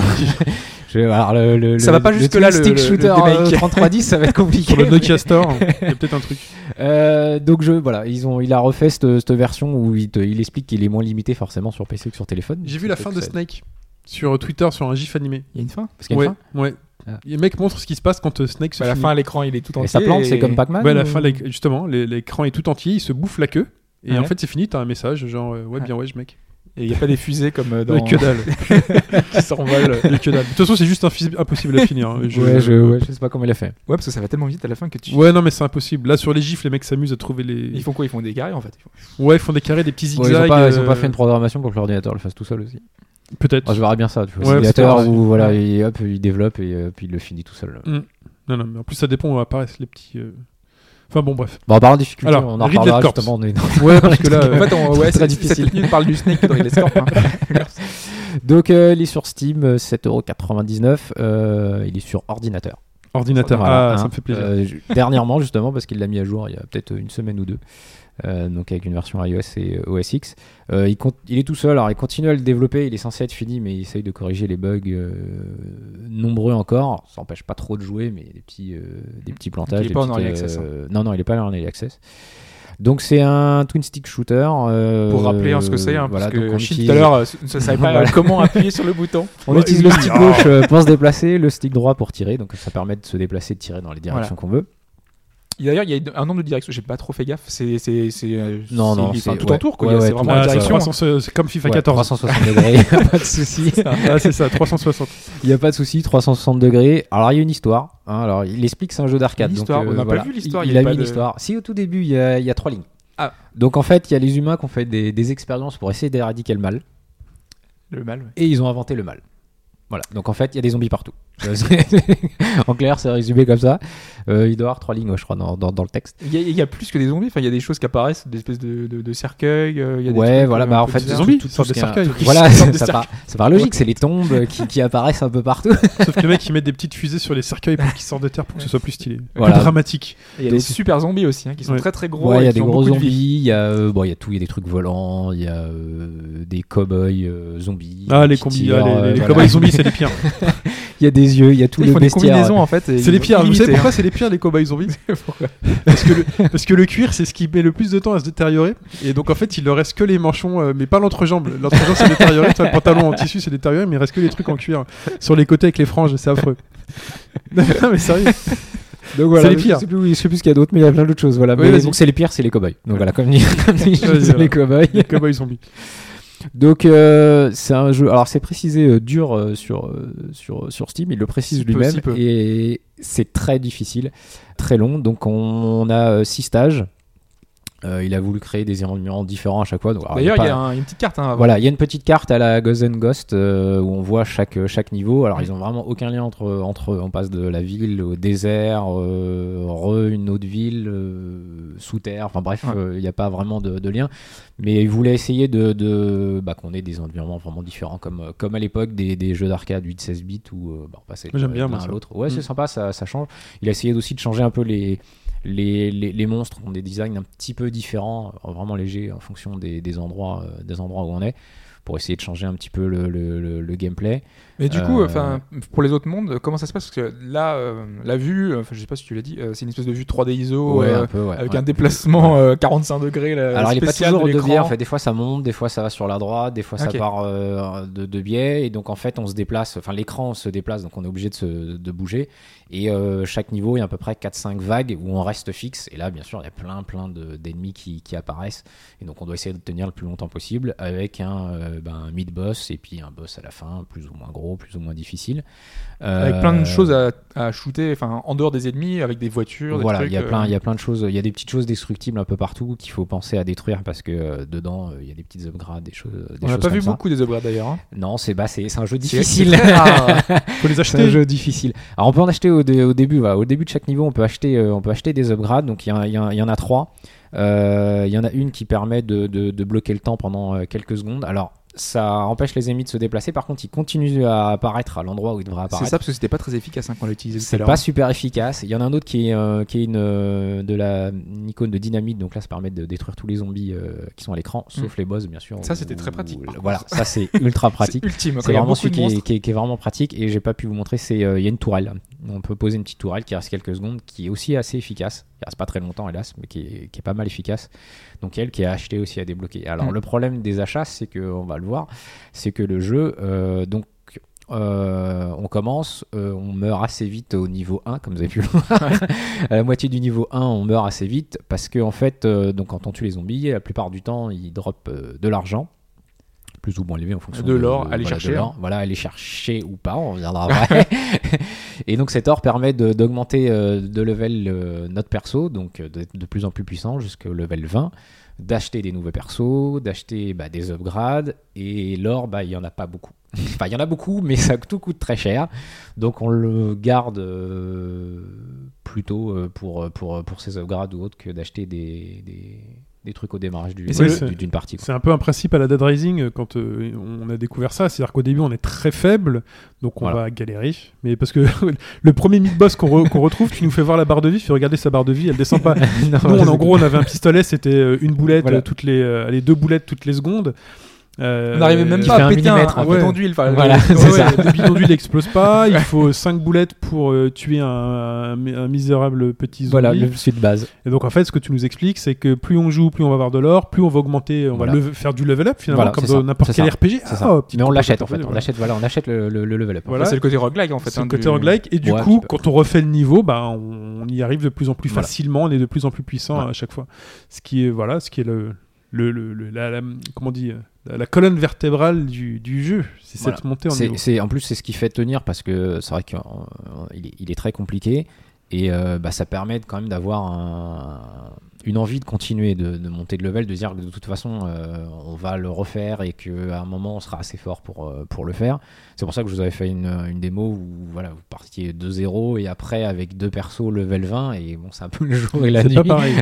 S4: je- alors, le, le-
S3: Ça va pas
S4: le
S3: jusque-là,
S4: twin
S3: le-
S4: stick
S3: le- le
S4: shooter
S3: démake.
S4: euh, 3310, ça va
S3: (laughs)
S4: être compliqué.
S2: sur le Nokia
S4: (laughs)
S2: Store, il y a peut-être un truc.
S4: Euh, donc je voilà, ils ont il a refait cette, cette version où il, te- il explique qu'il est moins limité forcément sur PC que sur téléphone.
S2: J'ai vu la fin de
S4: Snake
S2: Snake sur Twitter sur un GIF animé.
S3: Il y a une fin
S4: Parce qu'il y a
S2: ouais,
S4: une fin.
S2: ouais.
S4: Ah.
S2: Les mecs montrent ce qui se passe quand euh, Snake se
S3: Bah, La
S2: finit.
S3: fin, l'écran, il est tout entier.
S4: Et ça plante, c'est comme Pac-Man.
S2: Ouais, à la
S4: ou-
S2: fin, les- justement, les- l'écran est tout entier, il se bouffe la queue. Et en
S3: Ouais.
S2: fait, c'est fini, t'as un message genre euh,
S4: Ah.
S2: ouais, bien ouais, je mec. (laughs)
S3: Et il n'y a pas des fusées comme euh, dans.
S4: (laughs)
S2: Ouais, que dalle.
S3: (laughs) qui s'envolent.
S2: Il y a que dalle. De toute façon, c'est juste infi- impossible à finir. hein. Je-
S4: Ouais, je, ouais, je sais pas comment il a fait.
S3: Ouais, parce que ça va tellement vite à la fin que tu.
S2: Ouais, non, mais c'est impossible. Là, sur les gifs, les mecs s'amusent à trouver les.
S3: Ils font quoi Ils font des carrés en fait. Ils font-
S2: Ouais, ils font des carrés, des petits
S4: Bon,
S2: zigzags.
S4: ils, ont pas, ils ont
S2: euh,
S4: pas fait une programmation pour que l'ordinateur le fasse tout seul aussi.
S2: Peut-être.
S4: Moi, Ah, je verrais bien ça, tu vois.
S2: Ouais,
S4: l'ordinateur
S2: peut-être,
S4: où
S2: ouais.
S4: voilà, il, hop, il développe et euh, puis il le finit tout seul.
S2: Non, non, mais en plus, ça dépend où apparaissent les petits. euh, Enfin, bon, bref.
S4: Bon, en parlant de difficulté,
S2: Alors,
S4: on en
S2: Ridley
S4: reparlera
S2: Corps.
S4: justement. (laughs) on est dans-
S2: Ouais, parce que là.
S4: En
S2: euh,
S3: En fait, on,
S4: C'est
S3: ouais, (laughs)
S4: très
S3: c'est
S4: difficile.
S3: difficile. Cette minute parle du Snake que dans les hein. Scorp.
S4: Donc, euh, il est sur Steam, euh, 7,99€. euh, il est sur ordinateur.
S2: Ordinateur.
S4: Voilà,
S2: ah, ça
S4: hein.
S2: me fait plaisir.
S4: Euh, je- dernièrement, justement, parce qu'il l'a mis à jour il y a peut-être une semaine ou deux, Euh, donc avec une version iOS et euh, OS X. Euh, il, con- il est tout seul, alors il continue à le développer, il est censé être fini, mais il essaye de corriger les bugs euh, nombreux encore. Ça n'empêche pas trop de jouer, mais il y a des petits, euh, des petits plantages.
S3: il est
S4: des
S3: pas en
S4: petites,
S3: early access, hein.
S4: euh, Non, non, il n'est pas en early access. Donc c'est un twin stick shooter. euh,
S3: Pour rappeler hein, ce que c'est, hein,
S4: voilà,
S3: parce que
S4: donc on
S3: Chine,
S4: utilise-
S3: tout à l'heure euh, ne savait pas
S4: Voilà.
S3: euh,
S4: (laughs)
S3: comment appuyer sur le bouton.
S4: On
S3: Ouais,
S4: utilise
S3: oui.
S4: le stick
S3: Ah.
S4: gauche euh, pour se déplacer, le stick droit pour tirer, donc ça permet de se déplacer, de tirer dans les directions qu'on veut.
S3: D'ailleurs, il y a un nombre de directions. J'ai pas trop fait gaffe. C'est c'est c'est euh,
S4: Non,
S3: c'est-
S4: non,
S3: enfin,
S4: c'est-
S3: tout
S4: ouais.
S3: en tour quoi.
S4: Ouais,
S3: Il y a-
S4: ouais,
S3: c'est
S4: tout
S3: vraiment
S4: en
S3: la
S4: tour.
S3: direction. hein.
S2: 300, euh, Ah, c'est comme FIFA
S4: Ouais,
S2: 14.
S4: 360
S3: (laughs)
S4: degrés, y a pas de souci.
S2: Ah, c'est ça, 360.
S4: Il n'y a pas de souci, 360 degrés. Alors, il y a une histoire. hein. Alors, il explique que c'est un jeu d'arcade.
S3: Une
S4: donc, euh,
S3: histoire. On n'a pas
S4: voilà.
S3: vu l'histoire,
S4: Il,
S3: il
S4: il
S3: y a
S4: a
S3: pas
S4: mis
S3: de-
S4: l'histoire. Si au tout début, il y, a, il y a trois lignes.
S3: Ah.
S4: Donc, en fait, il y a les humains qui ont fait des, des expériences pour essayer d'éradiquer le mal.
S3: Le mal. ouais.
S4: Et ils ont inventé le mal. Voilà. Donc, en fait, il y a des
S3: (laughs)
S4: zombies partout. Euh, c'est- en clair, c'est résumé comme ça. Euh, il doit y avoir trois lignes, ouais, je crois, dans, dans- dans le texte.
S3: Il y, a- il y a plus que des zombies. Enfin, il y a des choses qui apparaissent, des espèces de, de, de cercueils. euh, il y a des
S4: Ouais,
S3: trucs,
S4: voilà.
S3: euh,
S4: Bah,
S3: un
S4: en
S3: peu
S4: fait,
S3: bizarres.
S2: tout- zombies,
S4: tout-
S2: sortent
S4: tout
S2: des
S4: ce qui est un-
S2: cercueils.
S3: (laughs)
S4: Voilà,
S3: Ils sortent des
S4: ça part, ça part logique. C'est les tombes qui, qui apparaissent un peu partout.
S2: Sauf que le mec, il met des petites fusées sur les cercueils pour qu'ils sortent de terre pour que ce soit plus stylé.
S4: Voilà.
S2: Plus dramatique.
S3: Et Il y a des super zombies aussi, hein, qui sont
S2: Ouais.
S3: très très gros.
S4: Ouais, il y
S3: et
S4: a
S3: qui
S4: des
S3: ont
S4: gros
S3: beaucoup de
S4: zombies,
S3: vie.
S4: il y, a, euh, bon, il y a tout, il y a des trucs volants, il y a euh, des cow-boys euh, zombies.
S2: Ah, les
S4: qui
S2: combis,
S4: tirent,
S2: ah, les,
S4: euh,
S2: les- les
S4: voilà.
S2: cow-boys zombies, c'est les pires.
S4: (laughs) Il y a des yeux, il y a tout
S3: Ils
S4: le
S3: font des
S4: bestiaire.
S3: combinaisons hein. en fait. et
S2: C'est les pires.
S3: ils- hein.
S2: Vous savez
S3: illimitées,
S2: pourquoi c'est les pires, les cow-boys zombies
S3: hein. Pourquoi
S2: parce que, le, parce que le cuir, c'est ce qui met le plus de temps à se détériorer. Et donc, en fait, il leur reste que les manchons, euh, mais pas l'entrejambe. L'entrejambe, c'est détérioré. Toi, le pantalon en tissu, c'est détérioré, mais il reste que les trucs en cuir. Sur les côtés avec les franges, c'est affreux. (laughs) Non, mais sérieux.
S4: Donc
S2: voilà,
S4: voilà,
S2: C'est les pires.
S4: Je sais plus, où- je sais plus ce qu'il y a d'autre, mais il y a plein d'autres choses. Voilà.
S2: Oui,
S4: Mais
S2: vas-y.
S4: donc c'est les pires, c'est les cow-boys. Donc voilà, comme dit, comme dit,
S2: Vas-y,
S4: c'est les
S2: Les
S4: cow-boys.
S2: cow-boys zombies.
S4: Donc euh, c'est un jeu. Alors c'est précisé euh, dur euh, sur euh, sur sur Steam. Il le précise
S3: Peu,
S4: lui-même
S3: si peu.
S4: et c'est très difficile, très long. Donc on, on a euh, six stages. Euh, il a voulu créer des environnements différents à chaque fois. Donc, alors,
S3: D'ailleurs, il y
S4: pas-
S3: a un- une petite carte. hein, avant.
S4: Voilà, il y a une petite carte à la Ghost and Ghost euh, où on voit chaque, chaque niveau. Alors, ils ont vraiment aucun lien entre, entre eux. On passe de la ville au désert, euh, re une autre ville, euh, sous terre. Enfin bref,
S3: Ouais.
S4: euh, il n'y a pas vraiment de, de lien. Mais ils voulaient essayer de, de- bah, qu'on ait des environnements vraiment différents, comme, euh, comme à l'époque des, des jeux d'arcade 8-16 bits où euh, bah, on passait
S2: Moi, j'aime
S4: de
S2: bien,
S4: l'un
S2: moi,
S4: à
S2: ça.
S4: l'autre. Ouais,
S2: Mm.
S4: c'est sympa, ça, ça change. Il a essayé aussi de changer un peu les, les, les, les monstres ont des designs un petit peu différents, euh, vraiment légers en fonction des, des endroits, euh, des endroits où on est, pour essayer de changer un petit peu le, le- le- le gameplay.
S3: Mais du coup,
S4: Euh,
S3: enfin, pour les autres mondes, comment ça se passe Parce que là, euh, la vue, enfin, je sais pas si tu l'as dit, euh, c'est une espèce de vue 3D ISO euh,
S4: un peu, ouais,
S3: avec
S4: ouais.
S3: un déplacement euh, 45 degrés. là,
S4: Alors il est pas
S3: spécial
S4: toujours
S3: de
S4: de biais,
S3: l'écran.
S4: en fait. des fois ça monte, des fois ça va sur la droite, des fois
S3: Ok.
S4: ça part euh, de, de biais, et donc en fait on se déplace, enfin l'écran se déplace, donc on est obligé de, se, de bouger, et euh, chaque niveau il y a à peu près 4-5 vagues où on reste fixe, et là bien sûr il y a plein plein de- d'ennemis qui, qui apparaissent, et donc on doit essayer de tenir le plus longtemps possible avec un, euh, euh, ben, un mid-boss et puis un boss à la fin, plus ou moins gros, plus ou moins difficile.
S3: Avec
S4: Euh,
S3: plein de choses à, à shooter, enfin en dehors des ennemis, avec des voitures,
S4: Voilà,
S3: des
S4: il
S3: trucs.
S4: y a
S3: euh,
S4: plein, il y a plein de choses, il y a des petites choses destructibles un peu partout qu'il faut penser à détruire parce que euh, dedans euh, il y a des petites upgrades, des choses. Des
S3: on n'a
S4: choses
S3: pas vu
S4: comme ça.
S3: beaucoup des upgrades d'ailleurs. hein.
S4: Non, c'est bah, c'est c'est un jeu
S3: C'est-
S4: difficile.
S3: c'est très rare.
S2: Faut les
S4: (laughs) C'est un
S2: acheter.
S4: jeu difficile. Alors on peut en acheter au, dé- au début. voilà. Au début de chaque niveau, on peut acheter, euh, on peut acheter des upgrades. Donc il y, en a- il y en a- il y en a trois. Euh, Il y en a une qui permet de, de- de bloquer le temps pendant euh, quelques secondes. Alors ça empêche les ennemis de se déplacer. Par contre, ils continuent à apparaître à l'endroit où ils devraient
S3: c'est
S4: apparaître.
S3: ça parce que c'était pas très efficace hein, quand on l'a utilisé tout à
S4: C'est
S3: l'heure.
S4: pas super efficace. Il y en a un autre qui est, euh, qui est une, euh, de la, une icône de dynamite, donc là ça permet de détruire tous les zombies euh, qui sont à l'écran, sauf les boss bien sûr.
S3: Ça,
S4: ou-
S3: c'était très pratique, par
S4: Voilà, ça c'est
S3: (laughs)
S4: ultra pratique.
S3: C'est ultime. quand
S4: C'est
S3: il y a
S4: vraiment
S3: beaucoup
S4: celui
S3: de
S4: qui est,
S3: monstres.
S4: qui est- qui est vraiment pratique et j'ai pas pu vous montrer, c'est euh, il y a une tourelle. On peut poser une petite tourelle qui reste quelques secondes, qui est aussi assez efficace. Qui reste pas très longtemps hélas, mais qui est, qui est pas mal efficace. Donc elle qui est achetée aussi à débloquer. Alors
S3: Mm.
S4: le problème des achats, c'est que on va le voir, c'est que le jeu, euh, donc euh, on commence, euh, on meurt assez vite au niveau 1, comme vous avez pu le voir. (laughs) à la moitié du niveau 1, on meurt assez vite parce que en fait, euh, donc quand on tue les zombies, la plupart du temps, ils droppent euh, de l'argent, plus ou moins élevé en fonction
S3: De l'or, aller
S4: voilà, de
S3: chercher, hein.
S4: l'or. Voilà, aller chercher ou pas, on reviendra
S3: (laughs)
S4: après. Et donc cet or permet de- d'augmenter euh, de level euh, notre perso, donc euh, d'être de plus en plus puissant jusqu'au level 20 d'acheter des nouveaux persos, d'acheter bah, des upgrades, et l'or, bah, il n'y en a pas beaucoup. Enfin, il y en a beaucoup, mais ça tout coûte très cher. Donc on le garde euh, plutôt euh, pour, pour, pour ces upgrades ou autres que d'acheter des, des, des trucs au démarrage du-
S3: Et c'est
S2: le-
S4: du- d'une partie. quoi.
S2: C'est un peu un principe à la Dead Rising euh, quand euh, on a découvert ça. C'est-à-dire qu'au début, on est très faible, donc on
S4: Voilà.
S2: va galérer. Mais parce que (laughs) le premier mid-boss qu'on re- qu'on retrouve, tu nous fais voir la barre de vie, tu fais regarder sa barre de vie, elle descend pas.
S4: (laughs) Non,
S2: Nous, on-
S4: c'est-
S2: en gros, on avait un pistolet, c'était euh, une boulette,
S3: Voilà.
S2: euh, toutes les, euh, allez, deux boulettes toutes les secondes. Euh,
S3: On n'arrivait même
S4: qui
S3: pas
S4: fait
S3: à
S4: un
S3: péter un,
S4: millimètre,
S3: un
S2: ouais.
S3: bidon d'huile. enfin,
S4: Voilà,
S3: le-
S4: c'est
S3: ouais,
S4: ça.
S3: ouais.
S2: le bidon d'huile n'explose pas, il faut 5 boulettes pour euh, tuer un, un misérable petit zombie.
S4: Voilà, le suite base.
S2: Et donc en fait, ce que tu nous expliques, c'est que plus on joue, plus on va avoir de l'or, plus on va augmenter, on
S4: Voilà.
S2: va leve- faire du level up finalement,
S4: Voilà,
S2: comme
S4: c'est
S2: dans
S4: ça,
S2: n'importe
S4: c'est
S2: quel
S4: ça,
S2: RPG.
S4: C'est
S2: Ah,
S4: ça.
S2: petite
S4: Mais on
S2: compétence,
S4: l'achète en fait, on
S2: voilà.
S4: achète, voilà, on achète le, le- le level up.
S2: Voilà.
S3: C'est le côté roguelike en fait.
S2: C'est
S3: hein,
S2: le côté
S3: du-
S2: roguelike. Et du
S4: Ouais, un
S2: coup,
S4: petit peu.
S2: quand on refait le niveau, bah, on y arrive de plus en plus
S4: Voilà.
S2: facilement, on est de plus en plus puissant
S4: Ouais.
S2: à chaque fois. Ce qui est, voilà, ce qui est le, le, le- le- la, la- comment on dit, euh, la, la colonne vertébrale du, du jeu. C'est
S4: Voilà.
S2: cette montée en
S4: C'est-
S2: niveau.
S4: c'est- en plus, c'est ce qui fait tenir parce que c'est vrai qu'il est, il est très compliqué et euh, bah, ça permet de- quand même d'avoir un- une envie de continuer, de, de monter de level, de dire que de toute façon euh, on va le refaire et qu'à un moment on sera assez fort pour, euh, pour le faire. C'est pour ça que je vous avais fait une, une démo où voilà, vous partiez de zéro et après avec deux persos level 20 et bon, c'est un peu le jour et la
S2: C'est
S4: nuit,
S2: pas
S4: (laughs)
S2: pareil.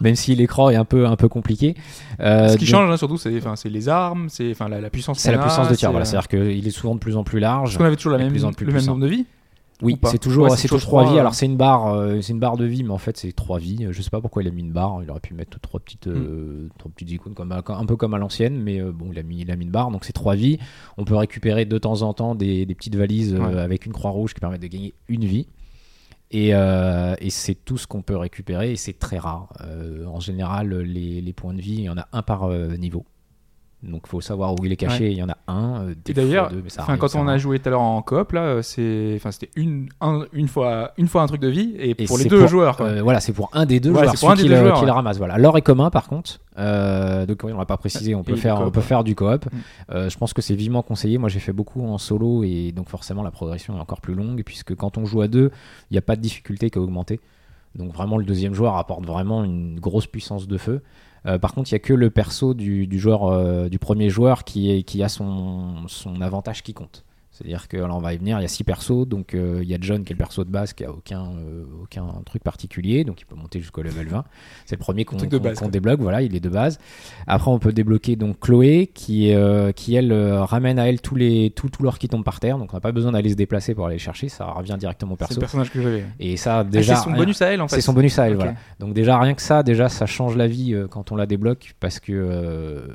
S4: même si l'écran est un peu, un peu compliqué. Euh,
S3: Ce qui
S4: donc-
S3: change hein, surtout, c'est enfin, c'est les armes, c'est enfin, la, la puissance.
S4: c'est la
S3: qu'on a,
S4: puissance de tir,
S3: c'est- euh,
S4: voilà. c'est-à-dire qu'il est souvent de plus en plus large.
S3: Est-ce qu'on avait toujours la
S4: de
S3: même,
S4: plus en plus
S3: le même
S4: puissant.
S3: nombre de vies
S4: Oui,
S3: ou pas
S4: c'est toujours,
S3: Ouais, c'est
S4: c'est toujours
S3: toujours
S4: trois
S3: trois,
S4: vies.
S3: euh.
S4: Alors c'est une barre, euh, c'est une barre de vie, mais en fait c'est trois vies. Je sais pas pourquoi il a mis une barre. Il aurait pu mettre trois petites,
S3: Hmm.
S4: euh, trois petites icônes comme à- un peu comme à l'ancienne, mais euh, bon, il a mis, il a mis une barre. Donc c'est trois vies. On peut récupérer de temps en temps des, des petites valises euh,
S3: Ouais.
S4: avec une croix rouge qui permettent de gagner une vie. Et, euh, et c'est tout ce qu'on peut récupérer et c'est très rare. Euh, en général, les, les points de vie, il y en a un par euh, niveau. Donc faut savoir où il est caché. Il y en a un. euh, des
S3: Et d'ailleurs,
S4: fois deux, mais ça
S3: enfin,
S4: arrive,
S3: quand
S4: ça
S3: on a
S4: arrive.
S3: joué tout à l'heure en coop, là, euh, c'est, enfin, c'était une, un- une fois, une fois un truc de vie et,
S4: Et
S3: pour les
S4: c'est
S3: deux
S4: pour-
S3: joueurs. quoi.
S4: Euh, voilà, c'est pour un des deux
S3: Voilà,
S4: joueurs,
S3: c'est pour un des
S4: celui
S3: deux
S4: qui, le,
S3: joueurs,
S4: qui
S3: ouais.
S4: le ramasse. Voilà, l'or est commun par contre. Euh, donc oui, on l'a pas précisé, on peut
S3: Et du
S4: faire, on
S3: coop.
S4: peut faire du coop.
S3: Mm.
S4: Euh, je pense que c'est vivement conseillé. Moi, j'ai fait beaucoup en solo et donc forcément la progression est encore plus longue puisque quand on joue à deux, il n'y a pas de difficulté qu'à augmenter. Donc vraiment, le deuxième joueur apporte vraiment une grosse puissance de feu. Euh, par contre, il y a que le perso du, du joueur, euh, du premier joueur qui, est, qui a son, son avantage qui compte. C'est-à-dire que, alors on va y venir, il y a six persos, donc euh, il y a John qui est le perso de base qui a aucun, euh, aucun truc particulier, donc il peut monter jusqu'au level 20. C'est le premier qu'on
S3: truc de
S4: qu'on-
S3: base,
S4: qu'on
S3: quoi.
S4: débloque, voilà, il est de base. Après, on peut débloquer donc Chloé qui, euh, qui elle, euh, ramène à elle tous les, tout, tout l'or qui tombe par terre, donc on n'a pas besoin d'aller se déplacer pour aller le chercher, ça revient directement au
S3: c'est
S4: perso.
S3: le personnage que j'avais.
S4: Et ça,
S3: Ah,
S4: déjà.
S3: c'est son
S4: rien-
S3: bonus à elle en fait.
S4: c'est son bonus à elle,
S3: Ok.
S4: voilà. Donc déjà rien que ça, déjà ça change la vie euh, quand on la débloque parce que euh,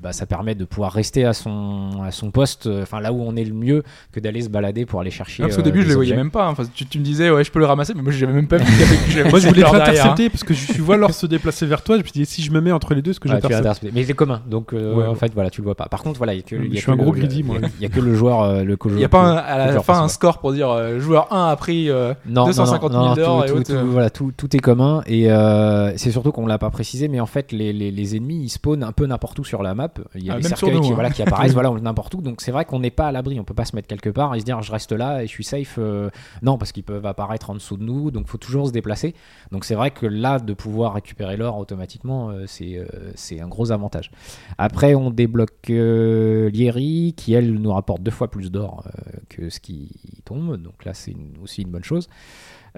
S4: bah, ça permet de pouvoir rester à son à son poste, euh, enfin là où on est le mieux que d'aller se balader pour aller chercher.
S3: Ah, parce qu'au
S4: euh,
S3: début, je
S4: des
S3: les voyais
S4: objets.
S3: même pas. hein. Enfin, tu, tu me disais, ouais, je peux le ramasser, mais moi, j'avais même pas vu qu'il y avait- que
S4: (laughs)
S3: j'avais
S2: Moi, je voulais te
S3: peur derrière, hein.
S2: intercepter parce que je, tu vois l'or se déplacer vers toi. Je me dis, si je me mets entre les deux, est-ce que
S4: Ouais, Ah, tu l'as
S2: j'intercepte
S4: intercepté. Mais c'est commun, donc euh,
S2: Ouais,
S4: en
S2: ouais.
S4: fait, voilà, tu le vois pas. Par contre, voilà, il y a que, il y a
S2: Je suis
S4: que
S2: un
S4: le-
S2: gros
S4: le-
S2: greedy,
S4: il y a-
S2: moi.
S4: (laughs) Il y a que le joueur, euh, le co-
S3: Il n'y a pas un-
S4: le
S3: à la
S4: joueur
S3: fin un
S4: principal.
S3: score pour dire euh, joueur 1 a pris euh,
S4: Non, non,
S3: 250
S4: non,
S3: 000
S4: non,
S3: d'or
S4: tout,
S3: et
S4: tout,
S3: autres,
S4: tout,
S3: euh.
S4: voilà, tout, tout est commun et euh, c'est surtout qu'on l'a pas précisé, mais en fait les, les, les ennemis ils spawnent un peu n'importe où sur la map. Il y a
S3: Ah,
S4: des
S3: même sur
S4: cercueils
S3: nous,
S4: qui,
S3: hein.
S4: voilà,
S3: (laughs)
S4: qui apparaissent, voilà, n'importe où. Donc c'est vrai qu'on n'est pas à l'abri, on peut pas se mettre quelque part et se dire je reste là et je suis safe. euh, non, parce qu'ils peuvent apparaître en dessous de nous, donc faut toujours se déplacer. Donc c'est vrai que là de pouvoir récupérer l'or automatiquement, euh, c'est euh, c'est un gros avantage. Après on débloque euh, Lieri qui elle nous rapporte deux fois plus d'or euh, que ce qui tombe, donc là c'est une- aussi une bonne chose.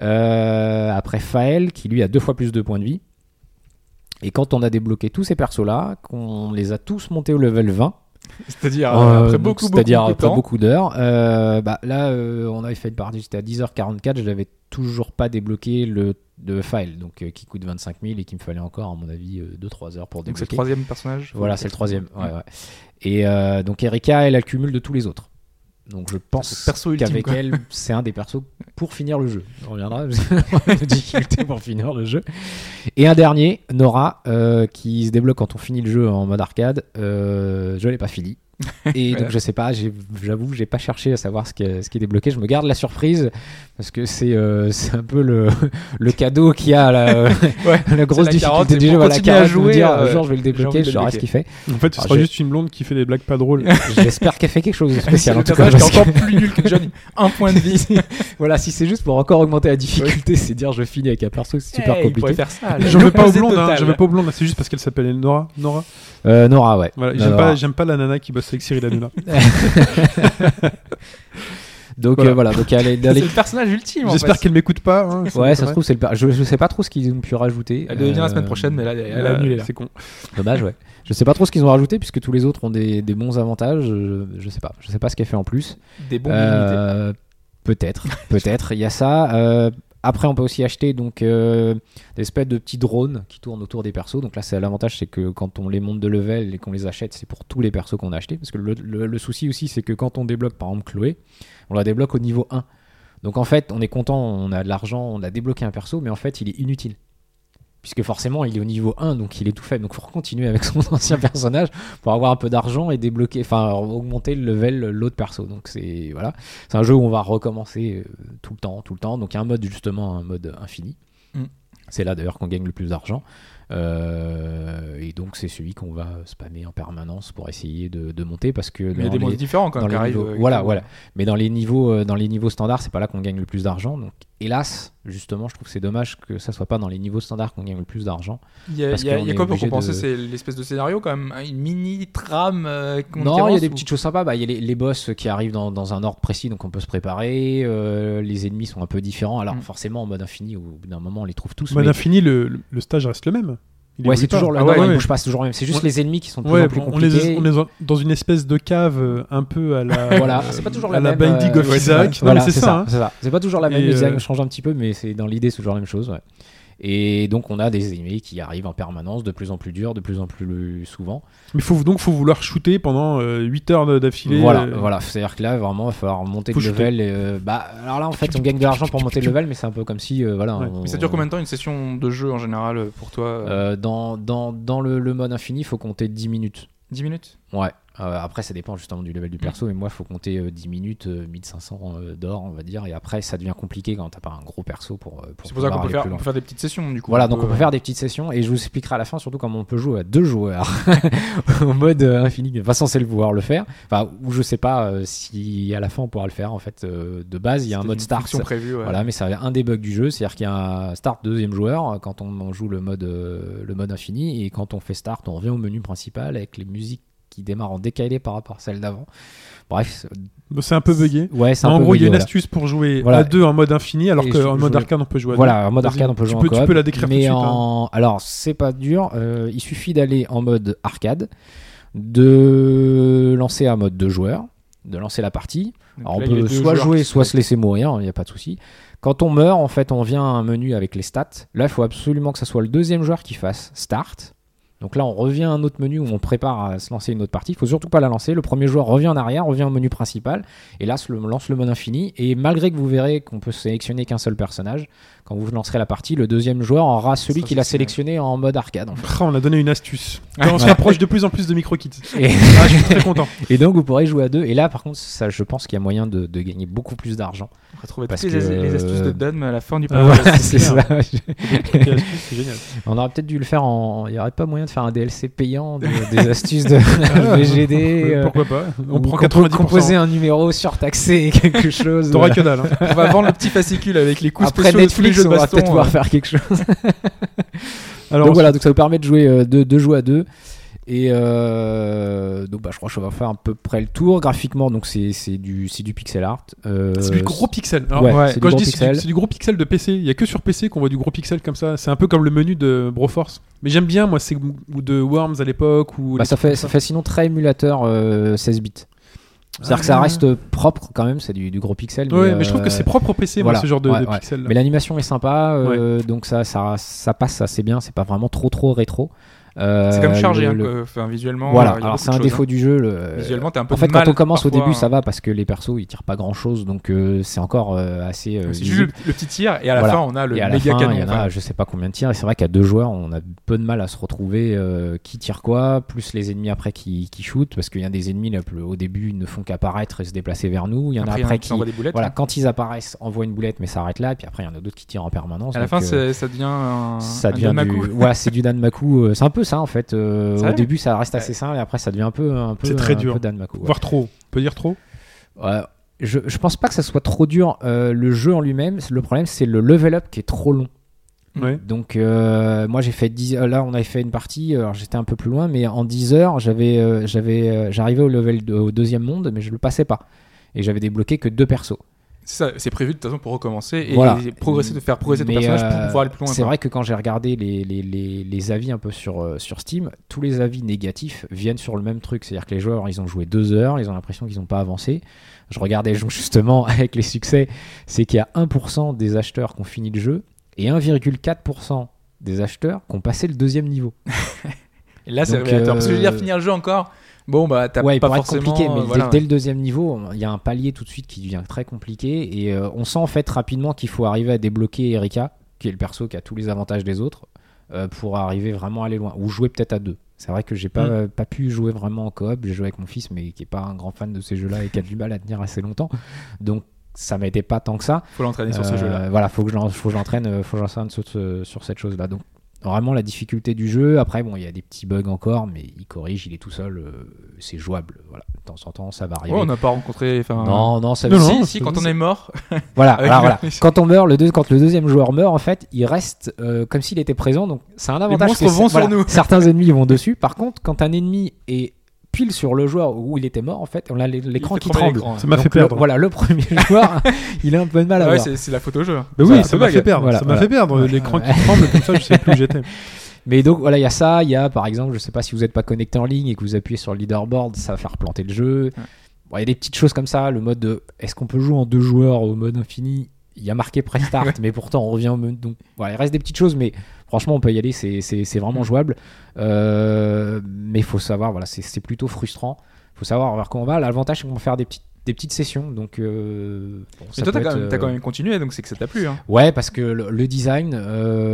S4: Euh, après Fael, qui lui a deux fois plus de points de vie. Et quand on a débloqué tous ces persos-là, qu'on les a tous montés au level 20,
S3: C'est-à-dire
S4: euh,
S3: euh, après
S4: donc,
S3: beaucoup, beaucoup,
S4: c'est-à-dire
S3: de
S4: après
S3: temps.
S4: beaucoup d'heures, euh, bah, là euh, on avait fait une partie, c'était à 10h44, je n'avais toujours pas débloqué le de Fael, donc, euh, qui coûte 25 000 et qu'il me fallait encore, à mon avis, 2-3 heures pour
S3: Donc c'est le
S4: débloquer.
S3: troisième personnage.
S4: voilà, c'est le troisième. ouais, ouais. Et euh, donc Erika, elle accumule de tous les autres. Donc je pense
S3: Perso ultime,
S4: qu'avec
S3: quoi. (laughs)
S4: elle, c'est un des persos pour finir le jeu. On reviendra (laughs) parce que la difficulté pour finir le jeu. Et un dernier, Nora, euh, qui se débloque quand on finit le jeu en mode arcade. Euh, je l'ai
S3: (laughs)
S4: pas fini. Et donc
S3: Voilà.
S4: je sais pas, j'ai- j'avoue, j'ai pas cherché à savoir ce qui, est, ce qui est débloqué. Je me garde la surprise parce que c'est euh, c'est un peu le, (laughs) le cadeau qu'il y a (laughs) à la,
S3: (laughs) Ouais,
S4: la grosse
S3: la carotte,
S4: difficulté
S3: c'est
S4: du
S3: pour
S4: jeu. Voilà, la
S3: continuer à
S4: carotte de
S3: jouer,
S4: me dire,
S3: euh,
S4: genre je vais le
S3: envie
S4: débloquer,
S3: de
S4: je saurai ce
S3: débloquer.
S4: qu'il
S3: (laughs)
S4: fait.
S2: En fait, ce
S4: Ah,
S2: sera
S4: j'ai-
S2: juste une blonde qui fait des blagues pas drôles.
S4: J'espère qu'elle fait quelque chose de
S3: Ah C'est
S4: spécial.
S3: le
S4: en tout cas,
S3: personnage qui
S4: parce
S3: est encore plus nul que Johnny. Un point de vie.
S4: que- (laughs) voilà, si c'est juste pour encore augmenter la difficulté, c'est dire je finis avec un perso super
S3: Hey, Il pourrait
S4: compliqué.
S3: faire ça.
S2: J'en veux pas aux
S3: L'opposé
S2: blondes, hein,
S3: total.
S2: j'en veux pas aux blondes, c'est juste parce qu'elle s'appelle Nora. Nora.
S4: Euh, Nora, ouais.
S2: Voilà,
S4: Nora.
S2: j'aime pas, j'aime pas la nana qui bosse avec Cyril Hanouna.
S4: Donc
S2: Voilà.
S4: euh, voilà, donc
S3: (laughs)
S4: elle est dans
S3: C'est
S4: les-
S3: le personnage ultime. en
S2: J'espère
S3: fait.
S2: qu'elle m'écoute pas. hein,
S4: Ouais, ça se
S2: m'étonnerait.
S4: trouve, c'est le per- je, je sais pas trop ce qu'ils ont pu rajouter.
S3: Elle devait venir la
S4: Euh,
S3: semaine prochaine, mais là, elle a
S2: Euh,
S3: annulé. là.
S2: C'est con.
S4: Dommage, ouais. Je sais pas trop ce qu'ils ont rajouté puisque tous les autres ont des, des bons avantages. Je, je sais pas. Je sais pas ce qu'elle fait en plus.
S3: Des bons illimités.
S4: Euh, peut-être, (laughs) peut-être. Il y a ça. Euh, après, on peut aussi acheter donc euh, des espèces de petits drones qui tournent autour des persos. Donc là, c'est l'avantage, c'est que quand on les monte de level et qu'on les achète, c'est pour tous les persos qu'on a achetés. Parce que le, le- le souci aussi, c'est que quand on débloque, par exemple Chloé, on la débloque au niveau 1. Donc en fait, on est content, on a de l'argent, on a débloqué un perso, mais en fait, il est inutile. Puisque forcément, il est au niveau 1, donc il est tout faible. Donc faut continuer avec son (laughs) ancien personnage pour avoir un peu d'argent et débloquer, enfin augmenter le level de l'autre perso. Donc c'est voilà, c'est un jeu où on va recommencer euh, tout le temps, tout le temps. Donc il y a un mode justement, un mode infini.
S3: Mm.
S4: C'est là d'ailleurs qu'on gagne le plus d'argent. Euh, et donc c'est celui qu'on va spammer en permanence pour essayer de, de monter parce que
S3: Mais il y a
S4: dans
S3: des
S4: les-
S3: monstres différents quand
S4: dans
S3: même. qui
S4: les
S3: arrivent,
S4: niveaux-
S3: euh,
S4: voilà,
S3: qui-
S4: voilà. Mais dans les niveaux, euh, dans les niveaux standards, c'est pas là qu'on gagne le plus d'argent. Donc, hélas, justement, je trouve que c'est dommage que ça soit pas dans les niveaux standards qu'on gagne le plus d'argent.
S3: Il y a,
S4: Parce
S3: il y a-
S4: qu'on
S3: il y a
S4: est
S3: quoi pour
S4: obligé
S3: compenser
S4: de-
S3: C'est l'espèce de scénario quand même, hein, une mini trame. euh, qu'on
S4: Non, il y a
S3: avance
S4: des
S3: ou-
S4: petites choses sympas. Bah, Il y a les, les boss qui arrivent dans, dans un ordre précis, donc on peut se préparer. Euh, les ennemis sont un peu différents. Alors,
S3: Mm.
S4: forcément, en mode infini, au bout d'un moment, on les trouve tous.
S2: Mode
S4: mais-
S2: infini, le, le- le stage reste le même. Il
S4: Ouais,
S2: évolue
S4: c'est
S2: pas.
S4: toujours le.
S2: Ah
S4: non,
S2: ouais,
S4: non, ils
S2: ouais.
S4: bougent pas. C'est toujours le même. C'est juste
S2: Ouais.
S4: les ennemis qui sont de plus
S2: Ouais,
S4: en plus
S2: on, les
S4: compliqués.
S2: est, on les a dans une espèce de cave euh, un peu à la.
S4: (laughs)
S2: euh,
S4: Voilà, c'est pas toujours
S2: à
S4: la même.
S2: Binding
S4: euh,
S2: of
S4: ouais,
S2: Isaac.
S4: voilà,
S2: Non, mais c'est ça. hein.
S4: c'est ça. C'est pas toujours la même,
S2: Et,
S4: le design
S2: euh,
S4: change un petit peu, mais c'est dans l'idée, c'est toujours la même chose. ouais. Et donc, on a des ennemis qui arrivent en permanence, de plus en plus durs, de plus en plus souvent.
S2: Mais faut, donc, faut vouloir shooter pendant 8 heures de- d'affilée.
S4: voilà,
S2: euh,
S4: voilà. C'est-à-dire que là, vraiment, il va falloir monter
S2: Faut
S4: de level. et, euh, bah, alors là, en fait, on gagne de l'argent pour monter de level, mais c'est un peu comme si, euh, voilà.
S2: Ouais.
S4: on-
S3: Mais ça dure combien de temps une session de jeu en général euh, pour toi euh,
S4: Euh, Dans, dans, dans le, le mode infini, il faut compter 10 minutes.
S3: 10 minutes
S4: Ouais. Euh, après, ça dépend justement du level du perso. Mais moi, il faut compter euh, 10 minutes, euh, 1500 euh, d'or, on va dire. Et après, ça devient compliqué quand t'as pas un gros perso pour. euh,
S3: C'est pour ça
S4: pouvoir
S3: qu'on peut,
S4: aller
S3: faire-
S4: plus
S3: on
S4: loin.
S3: peut faire des petites sessions du coup.
S4: Voilà, donc on peut faire des petites sessions et je vous expliquerai à la fin surtout comment on peut jouer à deux joueurs (laughs) en mode euh, infini. Enfin, censé le pouvoir le faire. Enfin, ou je sais pas euh, si à la fin on pourra le faire. En fait, euh, de base, il y a un mode start.
S3: prévu. ouais.
S4: Voilà, mais c'est un des bugs du jeu, c'est-à-dire qu'il y a un start deuxième joueur euh, quand on en joue le mode, euh, le mode infini, et quand on fait start, on revient au menu principal avec les musiques qui démarrent en décalé par rapport à celles d'avant. Bref, c'est-
S2: C'est un peu bugué.
S4: ouais, c'est un
S2: en
S4: peu
S2: gros, il y a
S4: bugué,
S2: une
S4: voilà.
S2: astuce pour jouer
S4: Voilà.
S2: à deux en mode infini, alors
S4: Et je-
S2: qu'en
S4: je
S2: mode
S4: voulais-
S2: arcade, on peut jouer à deux.
S4: Voilà, en mode
S2: Vas-y.
S4: arcade, on peut jouer
S2: tu
S4: en
S2: peux,
S4: coop.
S2: Tu peux la décrire
S4: mais
S2: tout de suite. hein.
S4: en... Alors, c'est pas dur. euh, il suffit d'aller en mode arcade, de lancer un mode deux joueurs, de lancer la partie.
S3: Donc
S4: Alors,
S3: là,
S4: on
S3: il y a
S4: peut
S3: deux
S4: soit
S3: joueurs
S4: jouer,
S3: qui
S4: soit
S3: se-
S4: se laisser mourir, il n'y a pas de souci. Quand on meurt, en fait, on vient à un menu avec les stats. Là, il faut absolument que ça soit le deuxième joueur qui fasse start. Donc là, on revient à un autre menu où on prépare à se lancer une autre partie. Il faut surtout pas la lancer. Le premier joueur revient en arrière, revient au menu principal, et là, se le- lance le mode infini. Et malgré que vous verrez qu'on peut sélectionner qu'un seul personnage, quand vous lancerez la partie, le deuxième joueur aura celui
S3: Ça,
S4: qu'il a
S3: c'est génial.
S4: sélectionné en mode arcade. en fait.
S2: Ah, on a donné une astuce. on se
S4: ouais.
S2: rapproche de plus en plus de
S4: (laughs)
S2: micro-kits.
S3: (laughs)
S4: Et-
S2: Ah, je suis très content.
S4: (laughs) Et donc vous pourrez jouer à deux. Et là, par contre, ça, je pense qu'il y a moyen de, de gagner beaucoup plus d'argent.
S3: On va trouver
S4: Parce
S3: toutes les,
S4: que-
S3: les astuces de Dunm à la fin du
S2: Ah ouais,
S3: podcast.
S4: (laughs) c'est ça.
S2: Ok, astuce, c'est génial.
S4: On aurait peut-être dû le faire en. Il n'y aurait pas moyen de faire un DLC payant
S2: (laughs)
S4: de- des astuces de VGD. euh,
S2: Ah, Pourquoi pas On
S4: ou
S2: prend
S4: compo-
S2: 90%.
S4: Composer un numéro surtaxé, (laughs) quelque chose.
S2: T'auras
S4: euh,
S2: que dalle. hein.
S3: On va vendre le petit fascicule avec les coups
S4: Après
S3: spéciaux de tous les
S4: Netflix,
S3: jeux de
S4: on va
S3: baston.
S4: peut-être pouvoir
S3: euh.
S4: faire quelque chose.
S2: hein. Alors,
S4: donc voilà, donc ça vous permet de jouer euh, deux, deux joueurs à deux. Et euh, donc bah, je crois que je vais faire à peu près le tour. Graphiquement, donc c'est c'est du, c'est du pixel art. Euh,
S2: c'est du gros pixel. Alors,
S4: ouais,
S3: ouais,
S4: c'est du
S2: Quand je
S4: gros
S2: dis c'est
S4: pixel.
S2: du- c'est du gros pixel de PC, il y a que sur PC qu'on voit du gros pixel comme ça. C'est un peu comme le menu de Broforce. Mais j'aime bien, moi, c'est ou de Worms à l'époque ou.
S4: Bah,
S2: les-
S4: ça, fait, ça fait sinon très émulateur euh, 16 bits. C'est-à-dire que ça
S2: Ah.
S4: reste propre quand même, c'est du, du gros pixel.
S2: Ouais, mais,
S4: euh,
S2: je trouve que c'est propre au PC, moi,
S4: voilà,
S2: ce genre de,
S4: ouais,
S2: de
S4: ouais.
S2: pixel.
S4: Mais l'animation est sympa, euh, donc ça, ça, ça passe assez bien, c'est pas vraiment trop trop rétro. Euh,
S3: C'est comme chargé,
S4: le-
S3: hein,
S4: le-
S3: que- enfin, visuellement.
S4: Voilà,
S3: euh, il y a
S4: alors
S3: beaucoup de
S4: c'est un
S3: choses,
S4: défaut
S3: hein.
S4: du jeu. le-
S3: Visuellement, t'es un peu
S4: en fait,
S3: de
S4: quand
S3: mal
S4: on commence au
S3: parfois,
S4: début,
S3: hein.
S4: ça va parce que les persos ils tirent pas grand chose, donc euh, c'est encore euh, assez. euh,
S3: Donc, C'est juste
S4: visible.
S3: le, le petit tir, et à la
S4: Voilà.
S3: fin, on a le
S4: et à la
S3: méga
S4: fin,
S3: canon.
S4: il y en
S3: enfin.
S4: a je sais pas combien de tirs. Et c'est vrai qu'à deux joueurs, on a peu de mal à se retrouver euh, qui tire quoi, plus les ennemis après qui, qui shootent. Parce qu'il y a des ennemis, là, au début, ils ne font qu'apparaître et se déplacer vers nous. Il y en a
S3: Après,
S4: après
S3: qui
S4: qui.
S3: s'envoie des boulettes.
S4: Voilà, quand ils apparaissent, envoient une boulette, mais ça arrête là. Et puis après, il y en a d'autres qui tirent en permanence.
S3: À la
S4: donc,
S3: fin,
S4: euh,
S3: c'est- ça devient un.
S4: ça
S3: un
S4: devient
S3: Danmaku.
S4: du... ouais, c'est du Danmaku. euh, C'est un peu ça en fait. euh,
S3: C'est
S4: au
S3: vrai
S4: début, ça reste assez simple et après, ça devient un peu un peu
S2: C'est très
S4: un
S2: dur.
S4: peu Danmaku. ouais.
S2: Voire trop. On peut dire trop
S4: Ouais, je, je pense pas que ça soit trop dur. euh, le jeu en lui-même, le problème, c'est le level up qui est trop long. Mm.
S2: Ouais.
S4: Donc euh, moi j'ai fait 10 euh, là on avait fait une partie alors j'étais un peu plus loin mais en 10 heures j'avais euh, j'avais euh, j'arrivais au level de- au deuxième monde mais je le passais pas et j'avais débloqué que deux persos.
S3: C'est ça, c'est prévu de toute façon pour recommencer et
S4: Voilà.
S3: progresser, de faire progresser ton
S4: Mais,
S3: personnage pour
S4: euh,
S3: pouvoir aller plus loin.
S4: C'est
S3: quoi.
S4: vrai que quand j'ai regardé les, les, les, les avis un peu sur, euh, sur Steam, tous les avis négatifs viennent sur le même truc. C'est-à-dire que les joueurs, ils ont joué deux heures, ils ont l'impression qu'ils n'ont pas avancé. Je regardais (laughs) donc, justement avec les succès, c'est qu'il y a 1% des acheteurs qui ont fini le jeu et 1,4% des acheteurs qui ont passé le deuxième niveau.
S3: Et là, c'est
S4: Donc,
S3: révélateur. Parce que je veux
S4: euh,
S3: dire, finir le jeu encore, bon, bah, t'as
S4: Ouais, il
S3: pas
S4: pourrait être
S3: forcément.
S4: compliqué, mais
S3: euh,
S4: dès-
S3: voilà.
S4: dès, le deuxième niveau, il y a un palier tout de suite qui devient très compliqué et euh, on sent en fait rapidement qu'il faut arriver à débloquer Erika, qui est le perso qui a tous les avantages des autres, euh, pour arriver vraiment à aller loin ou jouer peut-être à deux. C'est vrai que j'ai pas,
S2: Mm.
S4: euh, pas pu jouer vraiment en coop, j'ai joué avec mon fils, mais qui est pas un grand fan de ces jeux-là et qui a du mal à tenir assez longtemps, donc ça m'aidait pas tant que ça.
S3: faut l'entraîner sur ce
S4: Euh,
S3: jeu-là.
S4: Voilà, faut que je l'en- faut que je l'entraîne, euh, faut que j'entraîne sur, ce- sur cette chose-là. Donc vraiment la difficulté du jeu. Après bon, il y a des petits bugs encore, mais il corrige, il est tout seul, euh, c'est jouable. Voilà, de temps en temps ça va arriver.
S3: Ouais, on n'a pas rencontré. enfin, euh,
S4: Non, non, ça
S2: Non,
S4: si,
S2: non.
S3: Si, si, quand on est mort,
S4: Voilà,
S3: Avec
S4: voilà,
S3: le-
S4: voilà. Quand on meurt, le deux, quand le deuxième joueur meurt, en fait, il reste euh, comme s'il était présent. Donc, c'est un avantage.
S3: monstres
S4: que c'est-
S3: vont sur nous. (laughs)
S4: Certains ennemis vont dessus. Par contre, quand un ennemi est pile sur le joueur où il était mort, en fait, on a l'é- (laughs)
S3: il
S4: l'écran
S3: fait
S4: qui
S3: trembler
S4: tremble.
S3: l'écran.
S2: Ça m'a
S4: Donc,
S2: fait
S4: le-
S2: perdre.
S4: voilà, le premier (laughs) joueur, il a un peu de mal à
S3: Ouais,
S4: voir.
S3: c'est c'est la photo au jeu.
S2: Bah
S3: C'est un
S2: oui,
S3: peu
S2: ça m'a
S3: vague.
S2: fait perdre.
S4: Voilà,
S2: ça m'a
S4: voilà.
S2: fait perdre. L'écran
S4: Ouais.
S2: qui tremble, comme ça, je sais
S4: (laughs)
S2: plus où j'étais.
S4: Mais donc voilà, il y a ça, il y a par exemple, je sais pas si vous n'êtes pas connecté en ligne et que vous appuyez sur le leaderboard, ça va faire planter le jeu. Bon,
S3: Ouais.
S4: Il y a des petites choses comme ça, le mode de, est-ce qu'on peut jouer en deux joueurs au mode infini Il y a marqué
S3: (laughs)
S4: prestart, mais pourtant on revient au mode. Donc voilà, il reste des petites choses, mais franchement on peut y aller, c'est, c'est, c'est vraiment jouable. Euh, mais il faut savoir, voilà, c'est, c'est plutôt frustrant. Il faut savoir vers quoi on va. L'avantage c'est qu'on peut faire des petites, des petites sessions. Donc, euh, bon, ça
S3: Mais toi,
S4: peut
S3: t'as quand,
S4: être,
S3: même- t'as
S4: euh,
S3: quand même continué, donc c'est que ça t'a plu. hein.
S4: Ouais, parce que le, le design,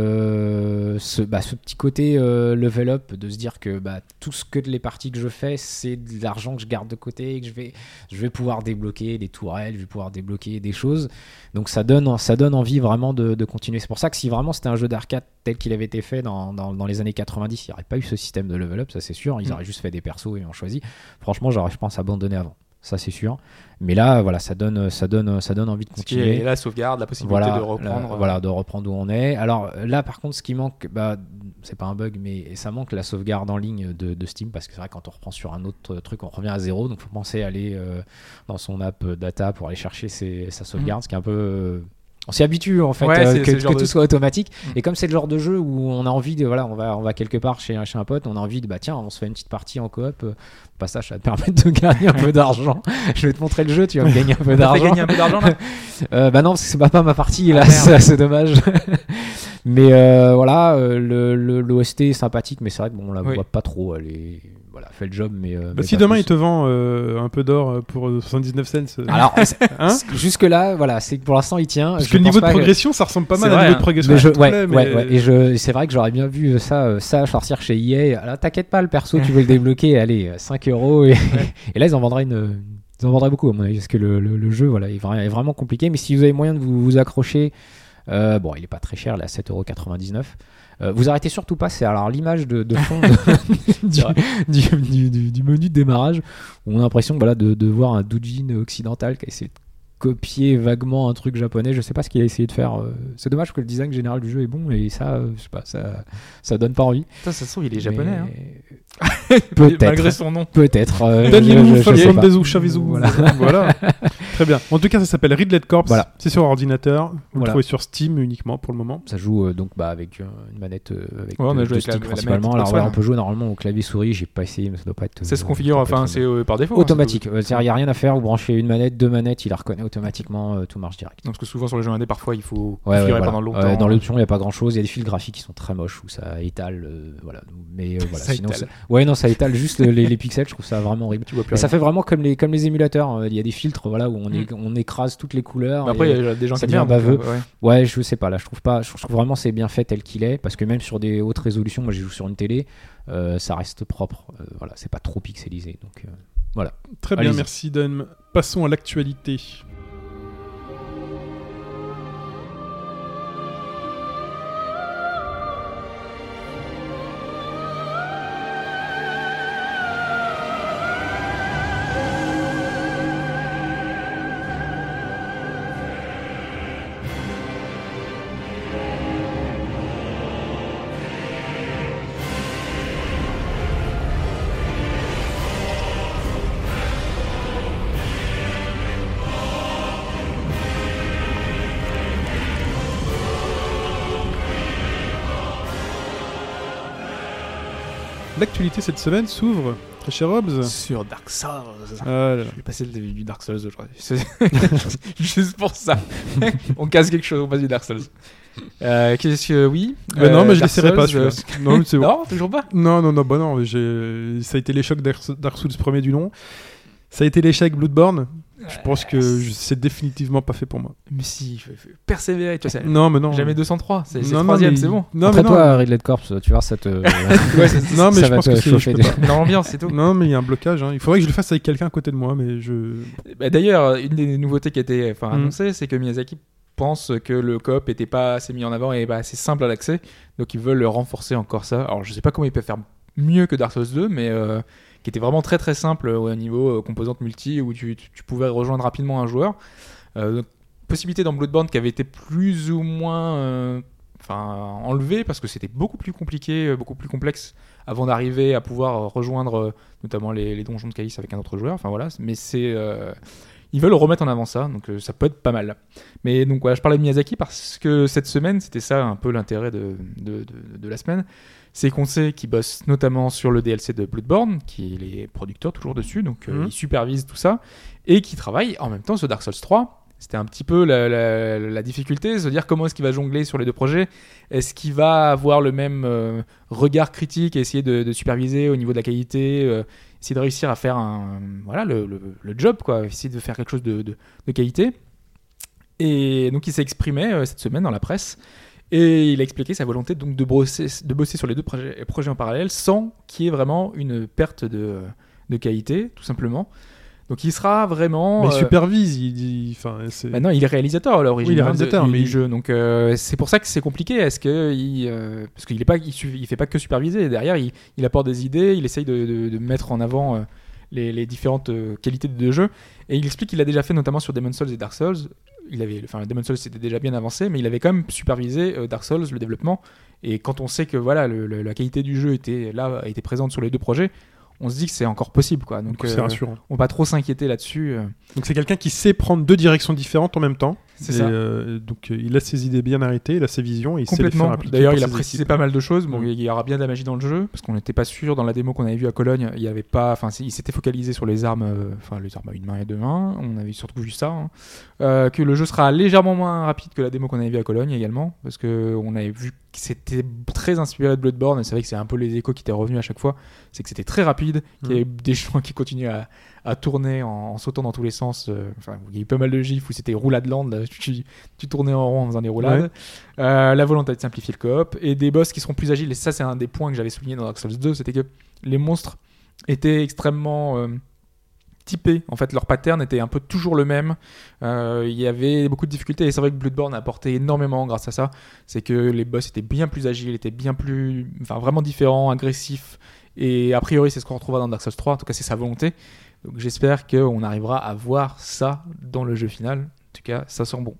S4: euh, ce, bah, ce petit côté euh, level up, de se dire que bah, tout ce que les parties que je fais, c'est de l'argent que je garde de côté, et que je vais, je vais pouvoir débloquer des tourelles, je vais pouvoir débloquer des choses. Donc ça donne, ça donne envie vraiment de, de continuer. C'est pour ça que si vraiment c'était un jeu d'arcade tel qu'il avait été fait dans, dans- dans les années 90, il n'y aurait pas eu ce système de level up, ça c'est sûr. Ils
S3: Mm.
S4: auraient juste fait des persos et on choisit. Franchement, j'aurais, je pense, abandonné avant. Ça c'est sûr. Mais là, voilà, ça donne, ça donne, ça donne envie de
S3: Ce qui est
S4: continuer
S3: la sauvegarde, la possibilité
S4: voilà,
S3: de reprendre. euh,
S4: la- voilà, de reprendre où on est. Alors là, par contre, ce qui manque, bah, c'est pas un bug, mais ça manque la sauvegarde en ligne de, de Steam parce que c'est vrai quand on reprend sur un autre truc, on revient à zéro. Donc, faut penser à aller euh, dans son app euh, data pour aller chercher ses- sa sauvegarde, ce qui est un peu euh, on s'y habitue en fait
S3: Mm. Ouais,
S4: euh,
S3: c'est-
S4: que,
S3: c'est le
S4: que
S3: genre
S4: tout
S3: de-
S4: soit automatique.
S3: Mm.
S4: Et comme c'est le genre de jeu où on a envie de voilà, on va on va quelque part chez, un- chez un pote, on a envie de bah tiens, on se fait une petite partie en coop. euh, au passage, ça va te (laughs) permettre de gagner un peu d'argent. Je vais te montrer le jeu, tu vas gagner
S3: (laughs)
S4: un
S3: T'as
S4: peu
S3: fait
S4: d'argent. (laughs)
S3: gagner un peu d'argent là
S4: Euh, bah non, parce que c'est pas, pas ma partie, là,
S3: merde.
S4: c'est c'est dommage. (laughs) Mais euh, voilà, euh, le- le- l'OST est sympathique, mais c'est vrai qu'on la
S3: Oui.
S4: voit pas trop. Elle est... voilà, fait le job, mais. euh,
S2: Bah,
S4: mais
S2: si
S4: pas
S2: demain
S4: plus.
S2: il te vend euh, un peu d'or euh, pour euh, 79 cents, euh, (laughs)
S4: Alors,
S2: hein
S4: jusque là, voilà, c'est que pour l'instant, il tient.
S2: parce
S4: Ah, Je
S2: que le
S4: pense
S2: niveau de
S4: pas que-
S2: progression, ça ressemble pas
S3: C'est
S2: mal à
S3: vrai,
S2: niveau de
S3: hein.
S2: progression.
S4: Mais je-
S2: à
S4: ouais,
S2: Chipotle,
S4: ouais,
S2: mais-
S4: ouais. Et je, c'est vrai que j'aurais bien vu euh, ça, euh, ça sortir chez EA. Alors, t'inquiète pas, le perso, tu veux le débloquer, (laughs) allez, euh, 5 euros. Et, (laughs) et là, ils en vendraient une. Ils en vendraient beaucoup, à mon avis, parce que le, le- le jeu voilà, est, vra- est vraiment compliqué. Mais si vous avez moyen de vous, vous accrocher, euh, bon, il est pas très cher, là, 7,99€. Euh, vous arrêtez surtout pas, c'est alors l'image de, de fond de- du, du- du- du- du menu de démarrage où on a l'impression voilà, de, de voir un doujin occidental qui a essayé de copier vaguement un truc japonais. Je sais pas ce qu'il a essayé de faire. euh, C'est dommage que le design général du jeu est bon et ça, euh, je sais pas, ça, ça donne pas envie.
S3: Putain, ça se trouve, il est
S4: Mais-
S3: japonais. hein.
S4: (laughs) Peut-être.
S3: Malgré son nom.
S4: Peut-être. euh, je- je-
S2: Donnez-nous
S4: je sais pas.
S2: 72 chavisou. Voilà.
S4: Voilà.
S2: (laughs) voilà. Très bien. En tout cas, ça s'appelle Ridley Corps.
S4: Voilà.
S2: C'est sur ordinateur. Vous le
S4: Voilà.
S2: trouvez sur Steam uniquement pour le moment.
S4: Ça joue euh, donc bah, avec euh, une manette euh, avec
S3: Ouais, on a joué
S4: deux- deux
S3: avec la-
S4: sticks
S3: la
S4: principalement.
S3: manette
S4: Alors
S3: Xbox
S4: voilà,
S3: One.
S4: on peut jouer normalement au clavier souris. J'ai pas essayé, mais ça doit pas être.
S3: Ça se
S4: euh,
S3: configure,
S4: ça doit pas
S3: enfin,
S4: être
S3: c'est euh, par défaut. hein,
S4: automatique.
S3: ça doit-
S4: Euh, C'est-à-dire, il n'y a rien à faire. Vous branchez une manette, deux manettes, il la reconnaît automatiquement, euh, tout marche direct.
S3: Non, parce que souvent sur les jeux indés, parfois, il faut
S4: Ouais, ouais,
S3: configurer
S4: voilà.
S3: pendant longtemps.
S4: Ouais, dans l'option, il n'y a pas grand-chose. Il y a des fils graphiques qui sont très moches où ça étale. euh, voilà. Mais euh, voilà.
S3: Ça
S4: sinon,
S3: étale.
S4: ça- Ouais, non, ça étale juste euh, les, les pixels. Je trouve ça vraiment horrible.
S3: tu vois plus
S4: Et ça
S3: rien.
S4: fait vraiment comme les, comme les émulateurs. euh, Il y a des filtres voilà, où on,
S2: Hmm.
S4: é- on écrase toutes les couleurs.
S3: Mais Après,
S4: et-
S3: il y a des gens
S4: ça
S3: qui aiment
S4: devient
S3: bien. donc,
S4: baveux.
S3: euh, ouais.
S4: Ouais, je sais pas. Là, je trouve pas. Je trouve vraiment c'est bien fait tel qu'il est, parce que même sur des hautes résolutions, moi, j'ai joué sur une télé, euh, ça reste propre. Euh, voilà, c'est pas trop pixelisé. Donc, euh,
S2: Très bien,
S4: Allez-y.
S2: merci Dan. Passons à l'actualité. L'actualité cette semaine s'ouvre, très cher Hobbs.
S3: Sur Dark Souls.
S2: Ah là là.
S3: Je vais passer le début du Dark Souls aujourd'hui. (laughs) C'est- Juste pour ça. (laughs) on casse quelque chose, on passe du Dark Souls. Euh, Qu'est-ce que. Oui.
S2: Euh, non, mais je
S3: Dark
S2: l'essaierai pas.
S3: Souls, euh,
S2: celui-là. Non, mais c'est bon.
S3: Non, toujours pas.
S2: Non, non, non, bah non, j'ai- ça a été l'échec Dark Dark Souls premier du nom. Ça a été l'échec Bloodborne. Je pense que je- c'est définitivement pas fait pour moi.
S3: Mais si, il faut- il faut persévérer, tu vois. ça-
S2: Non, mais non.
S3: Jamais 203, c'est c'est
S2: Non, non,
S3: troisième,
S2: mais-
S3: c'est bon.
S2: Non,
S4: après
S2: mais
S4: toi, Ridley Corpse, tu vois,
S2: (laughs)
S4: ça te.
S2: non.
S4: (laughs)
S2: non, mais
S4: ça
S2: je
S4: va
S2: pense
S4: te
S2: que c'est. je
S4: chauffer
S2: peux
S4: déjà.
S2: pas.
S3: Dans l'ambiance, c'est tout.
S2: Non, mais il y a un blocage. hein. Il faudrait que je le fasse avec quelqu'un à côté de moi, mais je.
S3: Bah, D'ailleurs, une des nouveautés qui a été enfin,
S2: Mm.
S3: annoncée, c'est que Miyazaki pense que le coop n'était pas assez mis en avant et pas assez simple à l'accès. Donc ils veulent renforcer encore ça. Alors je sais pas comment ils peuvent faire mieux que Dark Souls 2, mais euh, qui était vraiment très très simple au niveau euh, composante multi où tu, tu- tu pouvais rejoindre rapidement un joueur. Euh, donc, possibilité dans Bloodborne qui avait été plus ou moins euh, enfin, enlevée parce que c'était beaucoup plus compliqué, euh, beaucoup plus complexe avant d'arriver à pouvoir euh, rejoindre euh, notamment les, les donjons de Calice avec un autre joueur. Enfin voilà, mais c'est euh, ils veulent remettre en avant ça, donc euh, ça peut être pas mal. Mais donc voilà, je parlais de Miyazaki parce que cette semaine, c'était ça un peu l'intérêt de, de, de- de la semaine, c'est qu'on sait qu'il bosse notamment sur le DLC de Bloodborne, qu'il est producteur toujours dessus, donc euh,
S2: Mhm.
S3: il supervise tout ça, et qui travaille en même temps sur Dark Souls 3. C'était un petit peu la, la- la difficulté, se dire comment est-ce qu'il va jongler sur les deux projets, est-ce qu'il va avoir le même euh, regard critique, et essayer de, de superviser au niveau de la qualité, euh, essayer de réussir à faire un, euh, voilà, le, le- le job, quoi, essayer de faire quelque chose de, de- de qualité. Et donc il s'est exprimé euh, cette semaine dans la presse et il a expliqué sa volonté donc de bosser, de bosser sur les deux projets, projets en parallèle sans qu'il y ait vraiment une perte de, euh, de qualité, tout simplement. Donc il sera vraiment...
S2: mais il
S3: euh,
S2: supervise. Il dit. Enfin, c'est.
S3: bah non, il est réalisateur à l'origine
S2: Oui, il est
S3: hein, de-
S2: réalisateur,
S3: du,
S2: mais
S3: du
S2: il-
S3: jeu. Donc euh, c'est pour ça que c'est compliqué. Est-ce que il, euh, parce qu'il est pas, il, su- il fait pas que superviser. Derrière, il, il apporte des idées, il essaye de, de- de mettre en avant euh, les, les différentes euh, qualités de jeu. Et il explique qu'il l'a déjà fait notamment sur Demon's Souls et Dark Souls. Il avait, enfin, Demon's Souls c'était déjà bien avancé, mais il avait quand même supervisé euh, Dark Souls le développement. Et quand on sait que voilà, le- le- la qualité du jeu était là, était présente sur les deux projets, on se dit que c'est encore possible, quoi.
S2: Donc
S3: Donc
S2: c'est
S3: euh,
S2: rassurant.
S3: on va pas trop s'inquiéter là-dessus. euh.
S2: Donc c'est quelqu'un qui sait prendre deux directions différentes en même temps.
S3: C'est
S2: Et,
S3: ça.
S2: euh, donc euh, il a ses idées bien arrêtées, il a ses visions, et il sait les faire
S3: Complètement.
S2: appliquer.
S3: D'ailleurs,
S2: pour
S3: il a
S2: ses
S3: précisé
S2: équipes.
S3: pas mal de choses. Bon,
S2: Mm.
S3: il y aura bien de la magie dans le jeu parce qu'on n'était pas sûr dans la démo qu'on avait vue à Cologne. Il y avait pas. Enfin, c'est- il s'était focalisé sur les armes, euh, enfin les armes à une main et deux mains. On avait surtout vu ça. hein. Euh, que le jeu sera légèrement moins rapide que la démo qu'on avait vue à Cologne également parce que on avait vu que c'était très inspiré de Bloodborne. et C'est vrai que c'est un peu les échos qui étaient revenus à chaque fois. C'est que c'était très rapide. Qu'il y avait des gens qui continuaient à, à tourner en, en sautant dans tous les sens. euh, Enfin, il y a eu pas mal de gifs où c'était roulade land. là, tu, tu tournais en rond en faisant des roulades. Euh, la volonté de simplifier le coop et des boss qui seront plus agiles. Et ça, c'est un des points que j'avais souligné dans Dark Souls 2, c'était que les monstres étaient extrêmement euh, typés. En fait, leur pattern était un peu toujours le même. Euh, Il y avait beaucoup de difficultés et c'est vrai que Bloodborne a apporté énormément grâce à ça. C'est que les boss étaient bien plus agiles, étaient bien plus, enfin, vraiment différents, agressifs. Et a priori, c'est ce qu'on retrouvera dans Dark Souls 3. En tout cas, c'est sa volonté. Donc, j'espère qu'on arrivera à voir ça dans le jeu final. En tout cas, ça sent bon.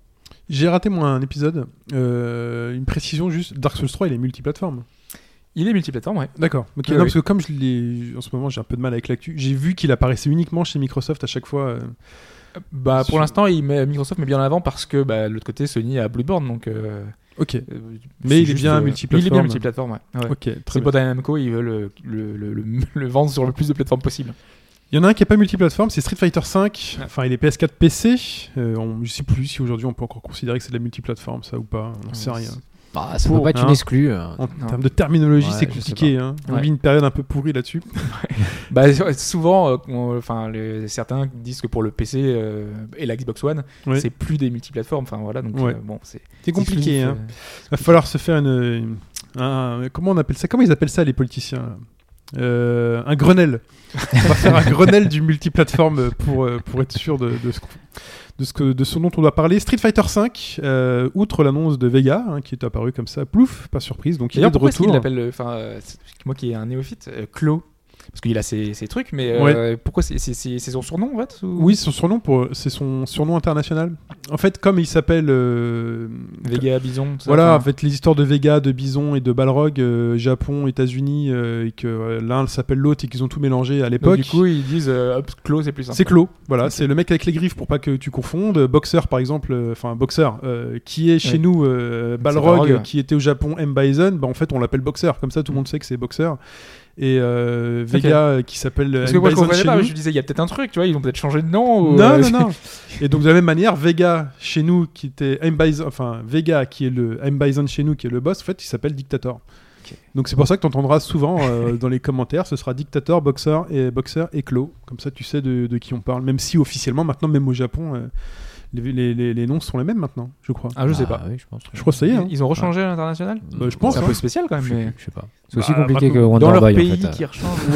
S2: J'ai raté moi un épisode. Euh, une précision juste Dark Souls 3, il est multiplateforme.
S3: Il est multiplateforme, ouais.
S2: D'accord. Ok,
S3: Oui,
S2: non,
S3: oui.
S2: Parce que comme je l'ai, en ce moment, j'ai un peu de mal avec l'actu. J'ai vu qu'il apparaissait uniquement chez Microsoft à chaque fois. euh.
S3: Bah,
S2: Sur-
S3: pour l'instant, il met- Microsoft met bien en avant parce que bah, de l'autre côté, Sony a Bloodborne. Donc, euh,
S2: Ok.
S3: euh,
S2: Mais
S3: c'est
S2: il est
S3: juste,
S2: bien
S3: euh,
S2: multiplateforme.
S3: Il est bien multiplateforme, ouais. ouais.
S2: Ok. Très
S3: C'est
S2: bien.
S3: pour Namco, ils veulent euh, le, le, le- (laughs) le vendre sur le plus de plateformes possible.
S2: Il y en a un qui est pas multiplateforme, c'est Street Fighter 5.
S3: Ouais.
S2: Enfin, il est PS4, PC. Euh, on, je sais plus si aujourd'hui on peut encore considérer que c'est de la multiplateforme, ça ou pas. On n'en sait rien.
S4: (laughs) Bah, ça
S2: Pour-
S4: peut pas être
S2: hein.
S4: une exclue. hein.
S2: En
S3: Non.
S2: termes de terminologie,
S4: Ouais,
S2: c'est
S4: je sais
S2: compliqué. hein. On
S3: Ouais.
S2: vit une période un peu pourrie là-dessus.
S3: Bah, ouais, souvent, euh, on- enfin, les- certains disent que pour le PC euh, et la Xbox One,
S2: Ouais.
S3: c'est plus des multiplateformes. Enfin voilà, donc
S2: Ouais.
S3: euh, bon, c'est euh,
S2: C'est compliqué.
S3: Sony,
S2: Hein. Va falloir se faire une, une- un- comment on appelle ça Comment ils appellent ça les politiciens là Euh, Un Grenelle. on va faire un Grenelle du multiplateforme pour euh, pour être sûr de, de ce qu'on- de ce que de ce dont on doit parler. Street Fighter 5. outre l'annonce de Vega hein, qui est apparue comme ça, plouf, pas surprise. Donc il est
S3: D'ailleurs,
S2: de
S3: pourquoi est-ce
S2: retour.
S3: qu'il l'appelle, euh, enfin, euh, c'est- moi qui est un néophyte, euh, Clo Parce qu'il a ses, ses trucs, mais euh, pourquoi c'est c'est- c'est- c'est son surnom en fait ou-
S2: Oui, son surnom pour c'est son surnom international. En fait, comme il s'appelle euh,
S3: Vega, Bison, tout ça,
S2: Voilà, en
S3: enfin,
S2: fait, les histoires de Vega, de Bison et de Balrog, euh, Japon, États-Unis, euh, et que euh, l'un s'appelle l'autre et qu'ils ont tout mélangé à
S3: donc,
S2: l'époque.
S3: du coup, ils disent euh, hop, Clo, c'est plus simple.
S2: C'est clos, voilà, c'est le mec avec les griffes pour pas que tu confondes. Boxer par exemple, euh, enfin boxeur, euh, qui est chez
S3: Ouais.
S2: nous euh, Balrog,
S3: Balrog, Mm. ouais.
S2: qui était au Japon M Bison, bah, en fait on l'appelle boxeur, comme ça tout le monde sait que c'est boxeur. Et euh, Vega euh, qui s'appelle euh,
S3: Parce
S2: M
S3: que moi je
S2: Bison
S3: comprenais
S2: chez
S3: pas,
S2: nous.
S3: je disais il y a peut-être un truc, tu vois, ils ont peut-être changé de nom. Ou,
S2: Non,
S3: euh,
S2: non, non. (laughs) Et donc de la même manière, Vega chez nous qui était M Bison, enfin Vega qui est le M Bison chez nous qui est le boss, en fait il s'appelle Dictator.
S3: Ok.
S2: Donc c'est pour ça que tu entendras souvent euh, dans les commentaires, ce sera Dictator, Boxer et Boxer et Clos. Comme ça tu sais de, de qui on parle. Même si officiellement maintenant, même au Japon, euh, les, les- les- les noms sont les mêmes maintenant, je crois.
S3: (laughs) Ah, je sais
S4: Ah,
S3: pas.
S4: oui, je pense.
S2: Je crois que Bah, ça y est. hein.
S3: Ils ils ont rechangé à l'international
S2: Bah, je pense,
S3: C'est un
S2: hein.
S3: peu spécial quand
S4: Je
S3: même,
S4: sais
S3: mais
S4: plus, je sais pas. C'est aussi
S2: Bah,
S4: compliqué que
S2: maintenant,
S4: Wonder
S3: dans leur
S4: Boy, en
S3: pays
S4: fait, euh.
S3: qui rechangent.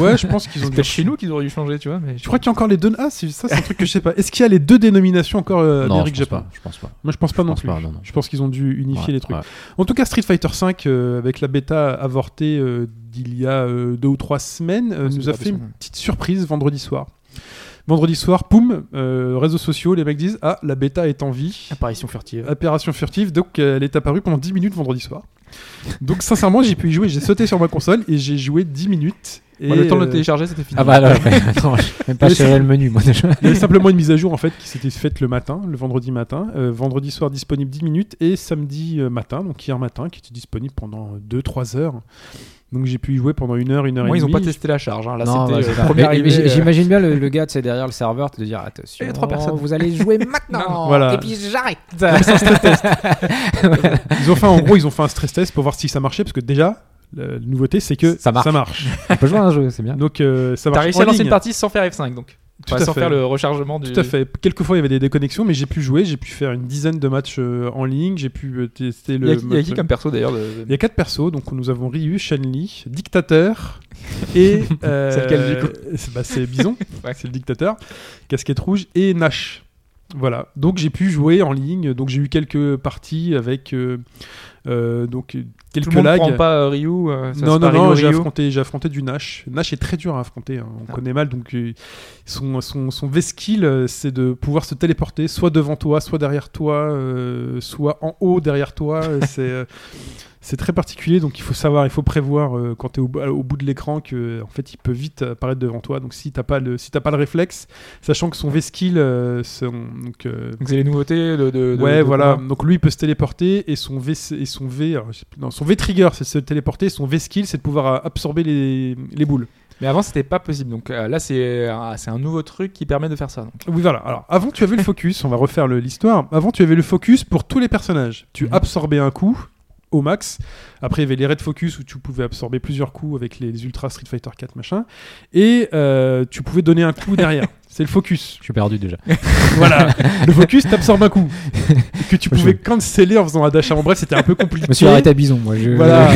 S2: (laughs) Ouais, je
S3: (laughs)
S2: pense qu'ils ont
S3: C'est
S2: dû.
S3: peut-être chez nous qu'ils auraient dû changer, tu vois. Mais
S2: Je crois qu'il y a encore les deux. Ah, c'est- ça c'est un truc que je sais pas. Est-ce qu'il y a les deux dénominations encore euh,
S4: Non,
S2: d'Eric
S4: je pense
S2: Japon
S4: pas. Je pense pas.
S2: Moi je pense pas
S4: Je
S2: non
S4: pense
S2: plus.
S4: pas, non, non.
S2: Je pense qu'ils ont dû unifier
S4: Ouais,
S2: les trucs.
S4: ouais.
S3: Ah,
S2: En tout cas, Street Fighter V, euh, avec la bêta avortée euh, d'il y a euh, deux ou trois semaines, euh,
S3: Ouais, c'est
S2: nous a
S3: pas
S2: fait une
S3: possible.
S2: petite surprise vendredi soir. Vendredi soir, poum, euh, réseaux sociaux, les mecs disent Ah, la bêta est en vie.
S3: Apparition furtive.
S2: Opération furtive, donc euh, elle est apparue pendant 10 minutes vendredi soir. Donc sincèrement, j'ai pu y jouer, j'ai sauté sur ma console et j'ai joué 10 minutes. Et,
S3: Moi, Bah, le temps de
S2: euh,
S3: le télécharger, c'était fini.
S4: Ah bah là, ouais. attends, j'ai même pas
S2: Mais
S4: serré
S3: euh,
S4: le menu, moi déjà.
S2: Il y avait simplement une mise à jour en fait qui s'était faite le matin, le vendredi matin, Euh, vendredi soir disponible 10 minutes et samedi euh, matin, donc hier matin, qui était disponible pendant 2-3 heures. Donc j'ai pu y jouer pendant une heure, une heure
S3: Moi,
S2: et
S3: ils ont
S2: demie.
S3: pas testé la charge. hein. Là,
S4: Non, bah,
S3: c'était
S4: c'est
S3: euh,
S4: pas-
S3: première
S4: mais- mais
S3: arrivée,
S4: j'ai-
S3: euh,
S4: J'imagine bien le, le gars, c'est derrière le serveur, te dire attention,
S3: Et les trois personnes.
S4: vous allez
S3: (laughs)
S4: jouer maintenant.
S2: Voilà.
S4: Et puis j'arrête.
S2: Ils ont fait en gros, ils ont fait un stress test pour voir si ça marchait parce que déjà la nouveauté c'est que
S4: Ça marche.
S3: (laughs)
S4: On peut jouer à un jeu, c'est bien.
S2: Donc euh, ça
S3: T'as
S2: marche.
S3: réussi
S2: en
S3: à lancer
S2: ligne.
S3: une partie sans faire F5, donc.
S2: Tout
S3: Enfin,
S2: à
S3: sans
S2: fait.
S3: faire le rechargement du.
S2: Tout à fait. Quelquefois il y avait des déconnexions, mais j'ai pu jouer, j'ai pu faire une dizaine de matchs euh, en ligne, j'ai pu euh, tester
S3: Il
S2: le.
S3: y a qui- il y a qui
S2: mode-
S3: comme perso d'ailleurs de-
S2: Il y a quatre persos, donc nous avons Ryu, Chun-Li, Dictateur
S3: (laughs)
S2: et. (laughs) euh,
S3: C'est lequel, du
S2: c'est- bah, C'est
S3: (laughs)
S2: Bison,
S3: Ouais.
S2: c'est le Dictateur, Casquette Rouge et Nash. Voilà, donc j'ai pu jouer en ligne, donc j'ai eu quelques parties avec euh, Euh, donc quelques
S3: Tout le monde
S2: lags.
S3: prend pas euh, Ryu. euh, ça
S2: non,
S3: se
S2: non,
S3: parie
S2: non,
S3: au
S2: j'ai
S3: Ryu.
S2: affronté, j'ai affronté du Nash. Nash est très dur à affronter, hein, on
S3: Ah.
S2: connaît mal. Donc, euh, son, son, son V-skill, euh, c'est de pouvoir se téléporter soit devant toi, soit derrière toi, euh, soit en haut derrière toi.
S3: (laughs)
S2: euh, c'est. euh, C'est très particulier, donc il faut savoir, il faut prévoir euh, quand tu es au, au bout de l'écran que en fait il peut vite apparaître devant toi. Donc si t'as pas le si t'as pas le réflexe, sachant que son V-skill, euh, son- donc, euh,
S3: Donc c'est les nouveautés de. de- de-
S2: ouais,
S3: de-
S2: voilà. Donc lui, il peut se téléporter et son V, et son V, alors, je sais plus- non, son V trigger, c'est de se téléporter. Son V skill, c'est de pouvoir euh, absorber les, les boules.
S3: Mais avant c'était pas possible. Donc euh, là c'est ah, c'est un nouveau truc qui permet de faire ça. donc.
S2: Oui, voilà. Alors, avant, tu avais le focus. On va refaire le- l'histoire. Avant, tu avais le focus pour tous les personnages. Tu
S3: Mhm.
S2: absorbais un coup au max. Après, il y avait les raids focus où tu pouvais absorber plusieurs coups avec les, les Ultra Street Fighter 4 machin. Et euh, tu pouvais donner un coup
S4: (laughs)
S2: derrière. C'est le focus.
S4: Je suis perdu déjà.
S2: Voilà. le focus t'absorbe un
S4: (laughs)
S2: coup. Que tu
S4: Moi, je-
S2: pouvais canceller en faisant un dash. avant. Bref, c'était un peu compliqué.
S4: Je me suis arrêté à Bison, moi. Je... (laughs)
S2: Voilà.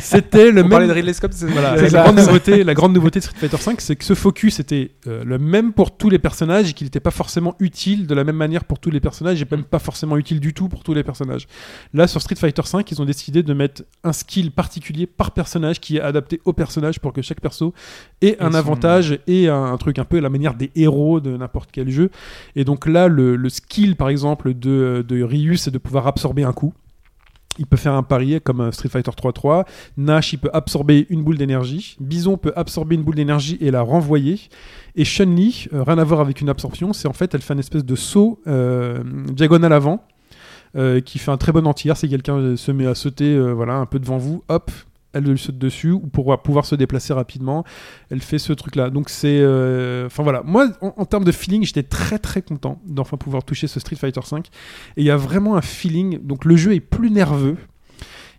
S2: C'était le
S3: On
S2: Euh, même.
S3: parlait de Ridley Scott. c'est-
S2: Voilà,
S3: c'est
S2: la,
S3: ça.
S2: grande nouveauté, la grande nouveauté de Street Fighter V, c'est que ce focus était euh, le même pour tous les personnages et qu'il n'était pas forcément utile de la même manière pour tous les personnages et même pas forcément utile du tout pour tous les personnages. Là, sur Street Fighter V, ils ont décidé de mettre un skill particulier par personnage qui est adapté au personnage pour que chaque perso ait un
S3: son-
S2: avantage et un, un truc un peu à la manière des héros de n'importe quel jeu. Et donc là, le, le skill, par exemple, de, de Ryu, c'est de pouvoir absorber un coup. Il peut faire un pari comme euh, Street Fighter 3-3. Nash, il peut absorber une boule d'énergie. Bison peut absorber une boule d'énergie et la renvoyer. Et Chun-Li, euh, rien à voir avec une absorption, c'est en fait, elle fait un espèce de saut euh, diagonal avant. euh, qui fait un très bon anti-air si quelqu'un euh, se met à sauter euh, voilà un peu devant vous hop elle le saute dessus ou pour pouvoir se déplacer rapidement elle fait ce truc là donc c'est euh, enfin voilà moi en, en termes de feeling j'étais très très content d'enfin pouvoir toucher ce Street Fighter 5 et il y a vraiment un feeling donc le jeu est plus nerveux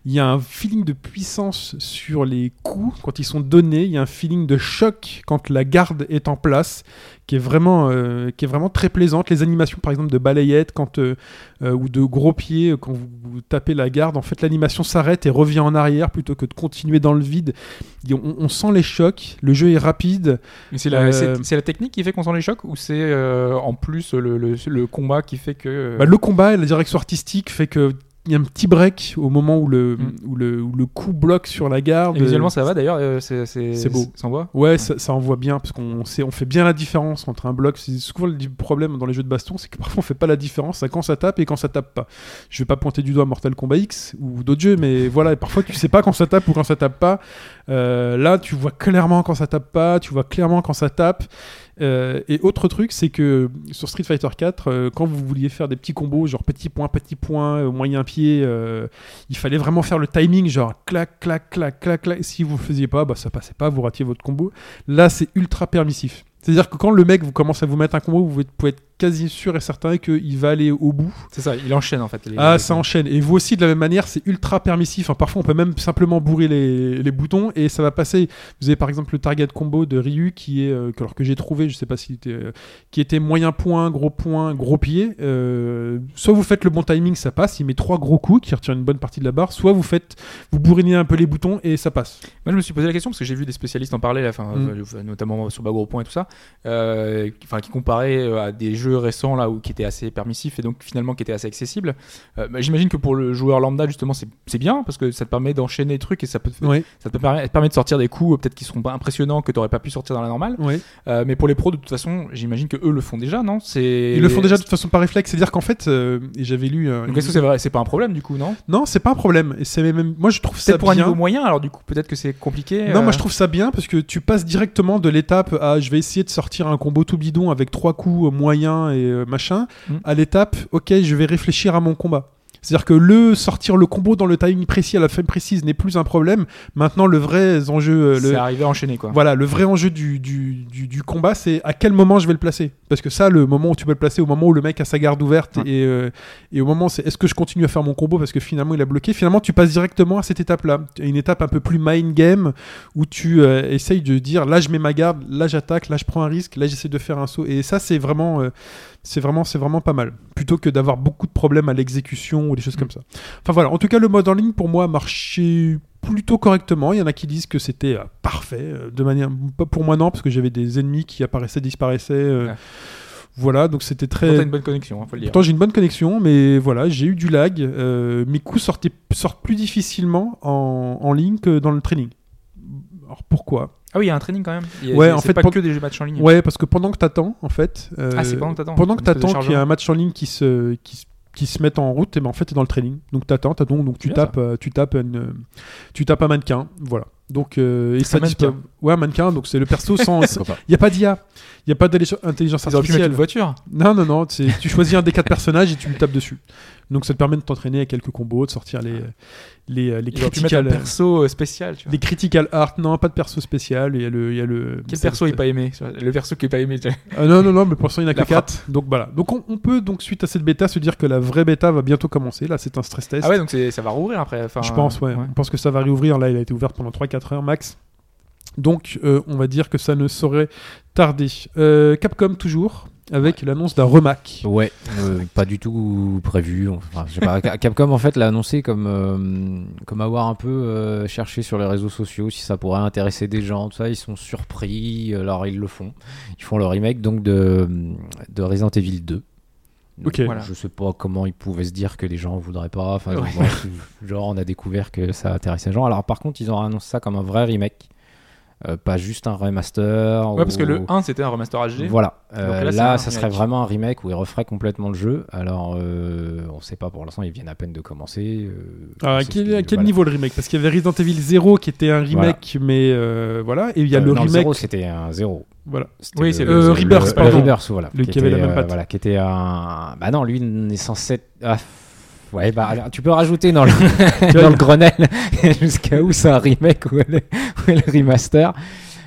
S2: il y a un feeling de puissance sur les coups quand ils sont donnés. Il y a un feeling de choc quand la garde est en place, qui est vraiment, euh, qui est vraiment très plaisante. Les animations, par exemple, de balayette quand, euh, euh, ou de gros pieds euh, quand vous, vous tapez la garde, en fait, l'animation s'arrête et revient en arrière plutôt que de continuer dans le vide. Et on- on sent les chocs. Le jeu est rapide.
S3: Mais c'est la,
S2: Euh,
S3: c'est- c'est la technique qui fait qu'on sent les chocs ou c'est euh, en plus le, le- le combat qui fait que. euh,
S2: Bah, le combat et la direction artistique fait que il y a un petit break au moment où le,
S3: Mm.
S2: où le, où le coup bloque sur la
S3: et
S2: garde.
S3: visuellement ça va d'ailleurs. euh, c'est
S2: C'est beau.
S3: Ça envoie.
S2: Ouais, ça, ça envoie bien parce qu'on sait, on fait bien la différence entre un bloc. C'est souvent le problème dans les jeux de baston, c'est que (laughs) parfois on fait pas la différence à quand ça tape et quand ça tape pas. Je vais pas pointer du doigt Mortal Kombat X ou d'autres jeux, mais (laughs) voilà, et parfois tu sais pas quand ça tape ou quand ça tape pas. Euh, là, tu vois clairement quand ça tape pas, tu vois clairement quand ça tape. Euh, et autre truc, c'est que sur Street Fighter 4, quand vous vouliez faire des petits combos, genre petit point, petit point, euh, moyen pied, euh, il fallait vraiment faire le timing, genre clac, clac, clac, clac, clac. Si vous le faisiez pas, bah ça passait pas, vous ratiez votre combo. Là, c'est ultra permissif. C'est-à-dire que quand le mec vous commence à vous mettre un combo, vous pouvez être quasi sûr et certain qu'il va aller au bout.
S3: C'est ça. Il enchaîne en fait. les-
S2: Ah,
S3: les-
S2: ça enchaîne. Et vous aussi, de la même manière, c'est ultra permissif. Enfin, parfois, on peut même simplement bourrer les, les boutons et ça va passer. Vous avez par exemple le target combo de Ryu qui est, euh, que- alors que j'ai trouvé, je sais pas s'il était, euh, qui était moyen point, gros point, gros pied. Euh, soit vous faites le bon timing, ça passe. Il met trois gros coups qui retirent une bonne partie de la barre. Soit vous faites, vous bourrinez un peu les boutons et ça passe.
S3: Moi, je me suis posé la question parce que j'ai vu des spécialistes en parler, là, enfin,
S2: Mm.
S3: euh, euh, notamment sur Bagro Point et tout ça, euh, qui- enfin, qui comparaient euh, à des jeux récents là où qui étaient assez permissifs et donc finalement qui étaient assez accessibles. Euh, bah, J'imagine que pour le joueur lambda, justement, c'est c'est bien parce que ça te permet d'enchaîner des trucs et ça peut te,
S2: Ouais,
S3: ça te permet, te permet de sortir des coups euh, peut-être qui seront pas impressionnants que t'aurais pas pu sortir dans la normale.
S2: ouais.
S3: Euh, mais pour les pros, de toute façon, j'imagine que eux le font déjà, non C'est
S2: Ils le font déjà de toute façon par réflexe, c'est-à-dire qu'en fait, euh, et j'avais lu. euh,
S3: Donc est-ce que c'est vrai C'est pas un problème du coup, non
S2: Non, c'est pas un problème. Et c'est même, moi je trouve ça
S3: Peut-être pour un
S2: bien.
S3: niveau moyen, alors du coup, peut-être que c'est compliqué.
S2: Non,
S3: euh,
S2: moi je trouve ça bien parce que tu passes directement de l'étape à je vais essayer de sortir un combo tout bidon avec trois coups euh, moyens et euh, machin
S3: Mm.
S2: à l'étape ok je vais réfléchir à mon combat. C'est-à-dire que le sortir le combo dans le timing précis à la fin précise n'est plus un problème. Maintenant le vrai enjeu, euh,
S3: c'est
S2: le,
S3: arrivé à enchaîner quoi.
S2: voilà, le vrai enjeu du, du, du, du combat, c'est à quel moment je vais le placer. Parce que ça, le moment où tu peux le placer, au moment où le mec a sa garde ouverte,
S3: Ouais.
S2: et, euh, et au moment, c'est est-ce que je continue à faire mon combo parce que finalement il a bloqué. Finalement, tu passes directement à cette étape-là. Tu as Une étape un peu plus mind game où tu euh, essayes de dire là, je mets ma garde, là, j'attaque, là, je prends un risque, là, j'essaie de faire un saut. Et ça, c'est vraiment, euh, c'est vraiment, c'est vraiment pas mal. Plutôt que d'avoir beaucoup de problèmes à l'exécution ou des choses comme ça. Enfin voilà, en tout cas, le mode en ligne pour moi marchait plutôt correctement. Il y en a qui disent que c'était euh, parfait, euh, de manière. pas Pour moi, non, parce que j'avais des ennemis qui apparaissaient, disparaissaient. euh,
S3: Ouais.
S2: Voilà, donc c'était
S3: Pourtant, T'as
S2: très.
S3: une bonne connexion, hein, faut le dire.
S2: Pourtant, j'ai une bonne connexion, mais voilà, j'ai eu du lag. euh, mes coups sortaient, sortent plus difficilement en, en ligne que dans le training. Alors pourquoi
S3: Ah oui, il y a un training quand même. Il y a-
S2: Ouais,
S3: c'est-
S2: en
S3: c'est
S2: fait,
S3: pas
S2: pour-
S3: que des jeux matchs en ligne.
S2: Ouais, parce que pendant que t'attends, en fait. euh,
S3: Mm. Ah, c'est pendant que t'attends.
S2: pendant que
S3: Une espèce
S2: t'attends
S3: de
S2: qu'il y a
S3: chargeur.
S2: un match en ligne qui se, qui, se- qui se mette en route, et ben en fait t'es dans le training. Donc t'attends, t'attends, donc tu
S3: C'est bien,
S2: tapes, euh, tu tapes, une, euh, tu tapes un mannequin, voilà. Donc euh, et ça
S3: Un mannequin.
S2: disparaît. ouais un mannequin, donc c'est le perso
S3: (laughs)
S2: sans,
S5: Pourquoi pas.
S2: il y a pas d'IA, il y a pas d'intelligence
S3: Ils auraient pu mettre une
S2: artificielle.
S3: voiture.
S2: Non non non, c'est- tu choisis un des quatre personnages et tu lui tapes dessus. Donc ça te permet de t'entraîner à quelques combos, de sortir les les les
S3: Ils auraient pu mettre un
S2: critical,
S3: perso euh, spécial. Tu vois.
S2: les critical art, non pas de perso spécial, il y a le il y a le
S3: Quel perso est pas aimé sur- Le perso qui est pas aimé. tu vois.
S2: ah non, non, non, mais pour l'instant, il n'y en a
S3: La
S2: que 4. Donc voilà. Donc on, on peut, donc, suite à cette bêta, se dire que la vraie bêta va bientôt commencer. Là, c'est un stress test.
S3: Ah ouais, donc c'est- ça va rouvrir après. enfin,
S4: bah,
S2: Je pense, ouais. On pense que ça va réouvrir. Là, elle a été ouverte pendant 3-4 heures max. Donc, euh, on va dire que ça ne saurait tarder. Euh, Capcom, toujours, avec l'annonce d'un remac.
S4: Ouais, euh, pas du tout prévu. Enfin, je sais pas. Ca- Capcom en fait l'a annoncé comme euh, comme avoir un peu euh, cherché sur les réseaux sociaux si ça pourrait intéresser des gens. Tout ça, ils sont surpris, alors ils le font. Ils font le remake donc de de Resident Evil 2. Donc,
S2: Ok.
S3: Voilà.
S4: Je sais pas comment ils pouvaient se dire que les gens voudraient pas. Enfin,
S3: Ouais.
S4: genre, genre, on a découvert que ça intéressait les gens. Alors par contre, ils ont annoncé ça comme un vrai remake, Euh, pas juste un remaster.
S3: Ouais, parce que
S4: ou-
S3: le 1 c'était un remaster HD.
S4: voilà.
S3: là,
S4: Euh, là,
S3: c'est un
S4: ça serait
S3: remake.
S4: vraiment un remake où ils referaient complètement le jeu. Alors, euh, on sait pas pour l'instant, ils viennent à peine de commencer. euh,
S2: Alors, à
S4: c'est
S2: Ah, quel,
S4: ce qui-
S2: à quel
S4: voilà.
S2: niveau le remake Parce qu'il y avait Resident Evil 0 qui était un remake, mais euh, voilà. Et il y a
S4: Euh,
S2: le
S4: non,
S2: remake.
S4: zéro, c'était un zéro.
S2: voilà.
S4: C'était
S3: Oui,
S4: le-
S3: c'est
S2: le-
S4: le-
S2: Rebirth,
S4: le-
S2: pardon.
S4: le Rebirth, voilà.
S2: Lui
S4: qui
S2: qui avait
S4: était,
S2: la même
S4: euh,
S2: patte.
S4: voilà, qui était un. Bah non, lui il est censé. être- ah, ouais, bah alors, tu peux
S2: (laughs)
S4: rajouter dans le, (laughs) dans le Grenelle jusqu'à où c'est un remake ou le, (laughs) ou le remaster.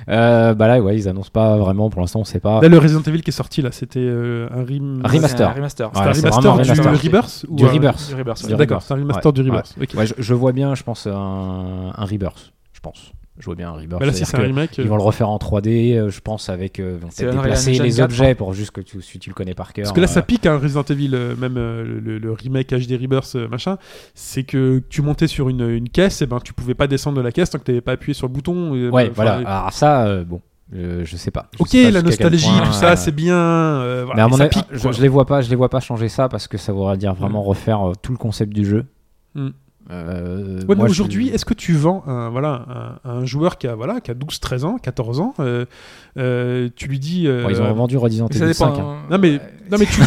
S4: Euh, bah là, ouais, ils annoncent pas vraiment. Pour l'instant, on sait pas.
S2: Là, le Resident Evil qui est sorti, là, c'était euh, un rem...
S4: Un
S3: C'est
S4: remaster.
S3: Un remaster.
S2: C'était un
S4: Ouais, c'est vraiment
S2: remaster,
S4: un
S2: du
S4: remaster.
S2: Rebirth ou
S4: Du
S2: un-
S4: Rebirth.
S3: Du Rebirth. ouais.
S4: Du
S2: D'accord,
S4: Rebirth.
S2: c'est un remaster
S4: Ouais,
S2: du Rebirth. Ok.
S4: Ouais, je, je vois bien, je pense, un, un rebirth, je pense. Je vois bien un rebirth.
S2: Bah là, si
S4: c'est-à-dire
S2: c'est un
S4: que
S2: remake.
S4: ils vont le refaire en 3D, euh, je pense, avec euh, ils vont
S3: C'est
S4: peut-être
S3: Unreal
S4: déplacer
S3: Engine hein.
S4: les
S3: 4,
S4: objets pour juste que tu, si tu le connais par cœur.
S2: Parce que là,
S4: euh,
S2: ça pique, hein, Resident Evil, euh, même euh, le, le remake HD Rebirth, euh, machin. C'est que tu montais sur une, une caisse, et ben tu pouvais pas descendre de la caisse tant que t'avais pas appuyé sur le bouton. euh,
S4: Ouais,
S2: enfin,
S4: voilà.
S2: euh,
S4: Alors ça, euh, bon, euh, je sais pas. Je
S2: Ok,
S4: sais pas
S2: la
S4: jusqu'à quel
S2: nostalgie,
S4: point,
S2: tout ça,
S4: euh,
S2: c'est bien. euh, voilà,
S4: Mais à
S2: mais
S4: mon
S2: ça
S4: avis,
S2: pique,
S4: je,
S2: quoi.
S4: je les vois pas, je les vois pas changer ça parce que ça voudrait dire vraiment refaire euh, tout le concept du jeu.
S2: Mm.
S4: Euh,
S2: Ouais, mais
S4: moi, je-
S2: aujourd'hui, est-ce que tu vends un, voilà, un, un joueur qui a, voilà, qui a 12, 13 ans, 14 ans, euh, euh, tu lui dis. euh,
S4: Bon, ils ont vendu Resident
S3: Mais ça
S4: Evil 5. hein.
S3: dépend.
S2: Non, mais- Non mais tu lui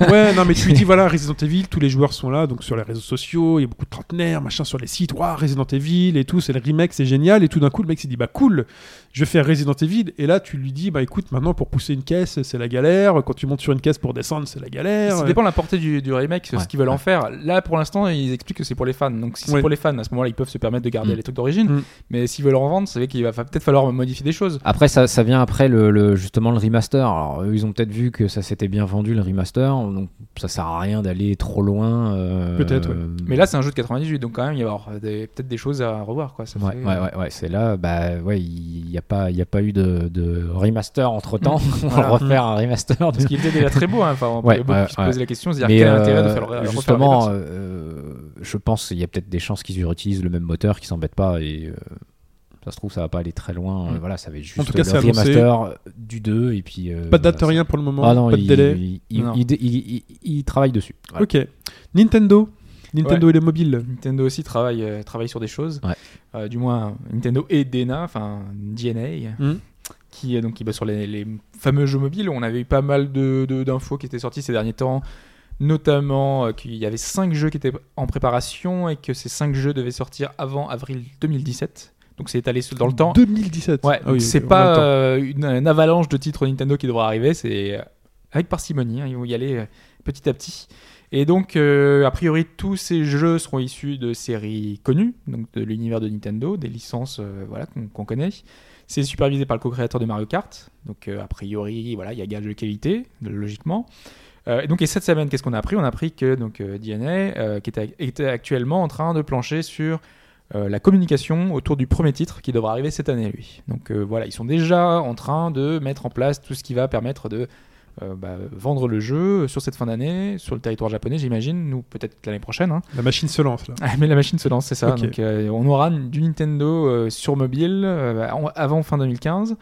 S4: (laughs)
S2: dis, ouais, non mais tu lui dis voilà Resident Evil, tous les joueurs sont là, donc sur les réseaux sociaux, il y a beaucoup de trentenaires, machin sur les sites, waouh Resident Evil et tout, c'est le remake, c'est génial et tout d'un coup le mec s'est dit bah cool, je vais faire Resident Evil et là tu lui dis bah écoute maintenant pour pousser une caisse c'est la galère, quand tu montes sur une caisse pour descendre c'est la galère.
S3: Ça dépend de la portée du, du remake,
S4: Ouais.
S3: ce qu'ils veulent en
S4: Ouais.
S3: faire. Là, pour l'instant, ils expliquent que c'est pour les fans. Donc, si c'est
S2: Ouais.
S3: pour les fans, à ce moment-là, ils peuvent se permettre de garder
S4: Mm.
S3: les trucs d'origine.
S2: Mm.
S3: Mais s'ils veulent en vendre, c'est vrai qu'il va fa- peut-être falloir modifier des choses.
S4: Après, ça, ça vient après le, le- justement le remaster. Alors, eux, ils ont peut-être vu que ça s'était bien vendu le remaster, donc ça sert à rien d'aller trop loin. euh,
S2: Peut-être, ouais.
S3: Mais là, c'est un jeu de 98, donc quand même, il va y avoir des- peut-être des choses à revoir. Quoi. Ça
S4: Ouais,
S3: fait- euh,
S4: ouais, ouais, ouais, c'est là, bah ouais, il n'y a, pas- il y a pas eu de, de remaster entre temps. (laughs) On va
S3: Mm. Voilà.
S4: refaire un remaster.
S3: Parce qu'il était déjà très beau. hein. Enfin, on
S4: Ouais,
S3: peut beaucoup
S4: ouais,
S3: se
S4: ouais.
S3: poser la question, se dire
S4: Mais
S3: quel est
S4: euh,
S3: l'intérêt de faire le- refaire le
S4: justement,
S3: reverse.
S4: euh, je pense qu'il y a peut-être des chances qu'ils utilisent le même moteur, qu'ils s'embêtent pas et euh, ça se trouve, ça va pas aller très loin.
S3: Mm.
S4: Euh, Voilà, ça va être juste
S2: En tout cas,
S4: le
S2: c'est annoncé.
S4: remaster du 2 et puis. euh,
S2: Pas de date
S4: voilà,
S2: rien pour le moment,
S4: Ah non,
S2: pas de
S4: il,
S2: délai.
S4: Il, il-
S3: Non.
S4: il- il- il- il travaille dessus. Voilà.
S2: Ok, Nintendo, Nintendo et les mobiles.
S3: Nintendo aussi travaille, euh, travaille sur des choses.
S4: Ouais.
S3: Euh, du moins, Nintendo et DNA, enfin DNA,
S2: Mhm.
S3: qui, euh, donc, qui bosse sur les, les fameux jeux mobiles. On avait eu pas mal d'infos de, d'infos qui étaient sorties ces derniers temps, notamment euh, qu'il y avait 5 jeux qui étaient en préparation et que ces 5 jeux devaient sortir avant avril 2017. Donc c'est étalé dans le temps.
S2: 2017.
S3: Ouais,
S2: Ah
S3: donc
S2: oui,
S3: c'est
S2: on a le
S3: pas
S2: temps.
S3: euh, une, une avalanche de titres Nintendo qui devra arriver, c'est euh, avec parcimonie, hein, ils vont y aller euh, petit à petit. Et donc, euh, a priori, tous ces jeux seront issus de séries connues, donc de l'univers de Nintendo, des licences euh, voilà, qu'on qu'on connaît. C'est supervisé par le co-créateur de Mario Kart, donc euh, a priori, voilà, il y a gage de qualité, logiquement. Euh, et donc, et cette semaine, qu'est-ce qu'on a appris On a appris que donc, euh, DNA, euh, qui était, était actuellement en train de plancher sur euh, la communication autour du premier titre qui devra arriver cette année, lui. Donc euh, voilà, ils sont déjà en train de mettre en place tout ce qui va permettre de euh, bah, vendre le jeu sur cette fin d'année, sur le territoire japonais, j'imagine, ou peut-être l'année prochaine. hein. (laughs)
S2: La machine se lance là.
S3: Ah, Mais la machine se lance, c'est ça.
S2: Ok.
S3: Donc, euh, on aura du Nintendo euh, sur mobile euh, en- avant fin 2015.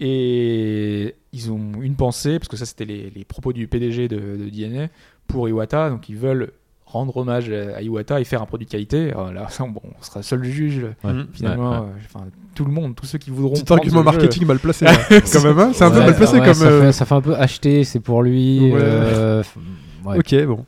S3: Et ils ont une pensée, parce que ça c'était les, les propos du PDG de, de DNA, pour Iwata, donc ils veulent rendre hommage à Iwata et faire un produit de qualité. Alors là, (laughs) ça, bon, on sera seul juge,
S2: Mhm.
S3: finalement,
S4: ouais.
S3: euh, enfin, tout le monde, tous ceux qui voudront...
S2: Petit
S3: prendre
S2: argument
S3: ce jeu.
S2: marketing mal placé,
S3: (laughs)
S2: là. quand même. hein. c'est un peu
S4: Ouais,
S2: mal placé
S4: ouais,
S2: comme.
S4: ça,
S2: euh,
S4: fait, ça fait un peu acheté, c'est pour lui.
S2: Ouais.
S4: euh, f- ouais.
S2: Ok, bon.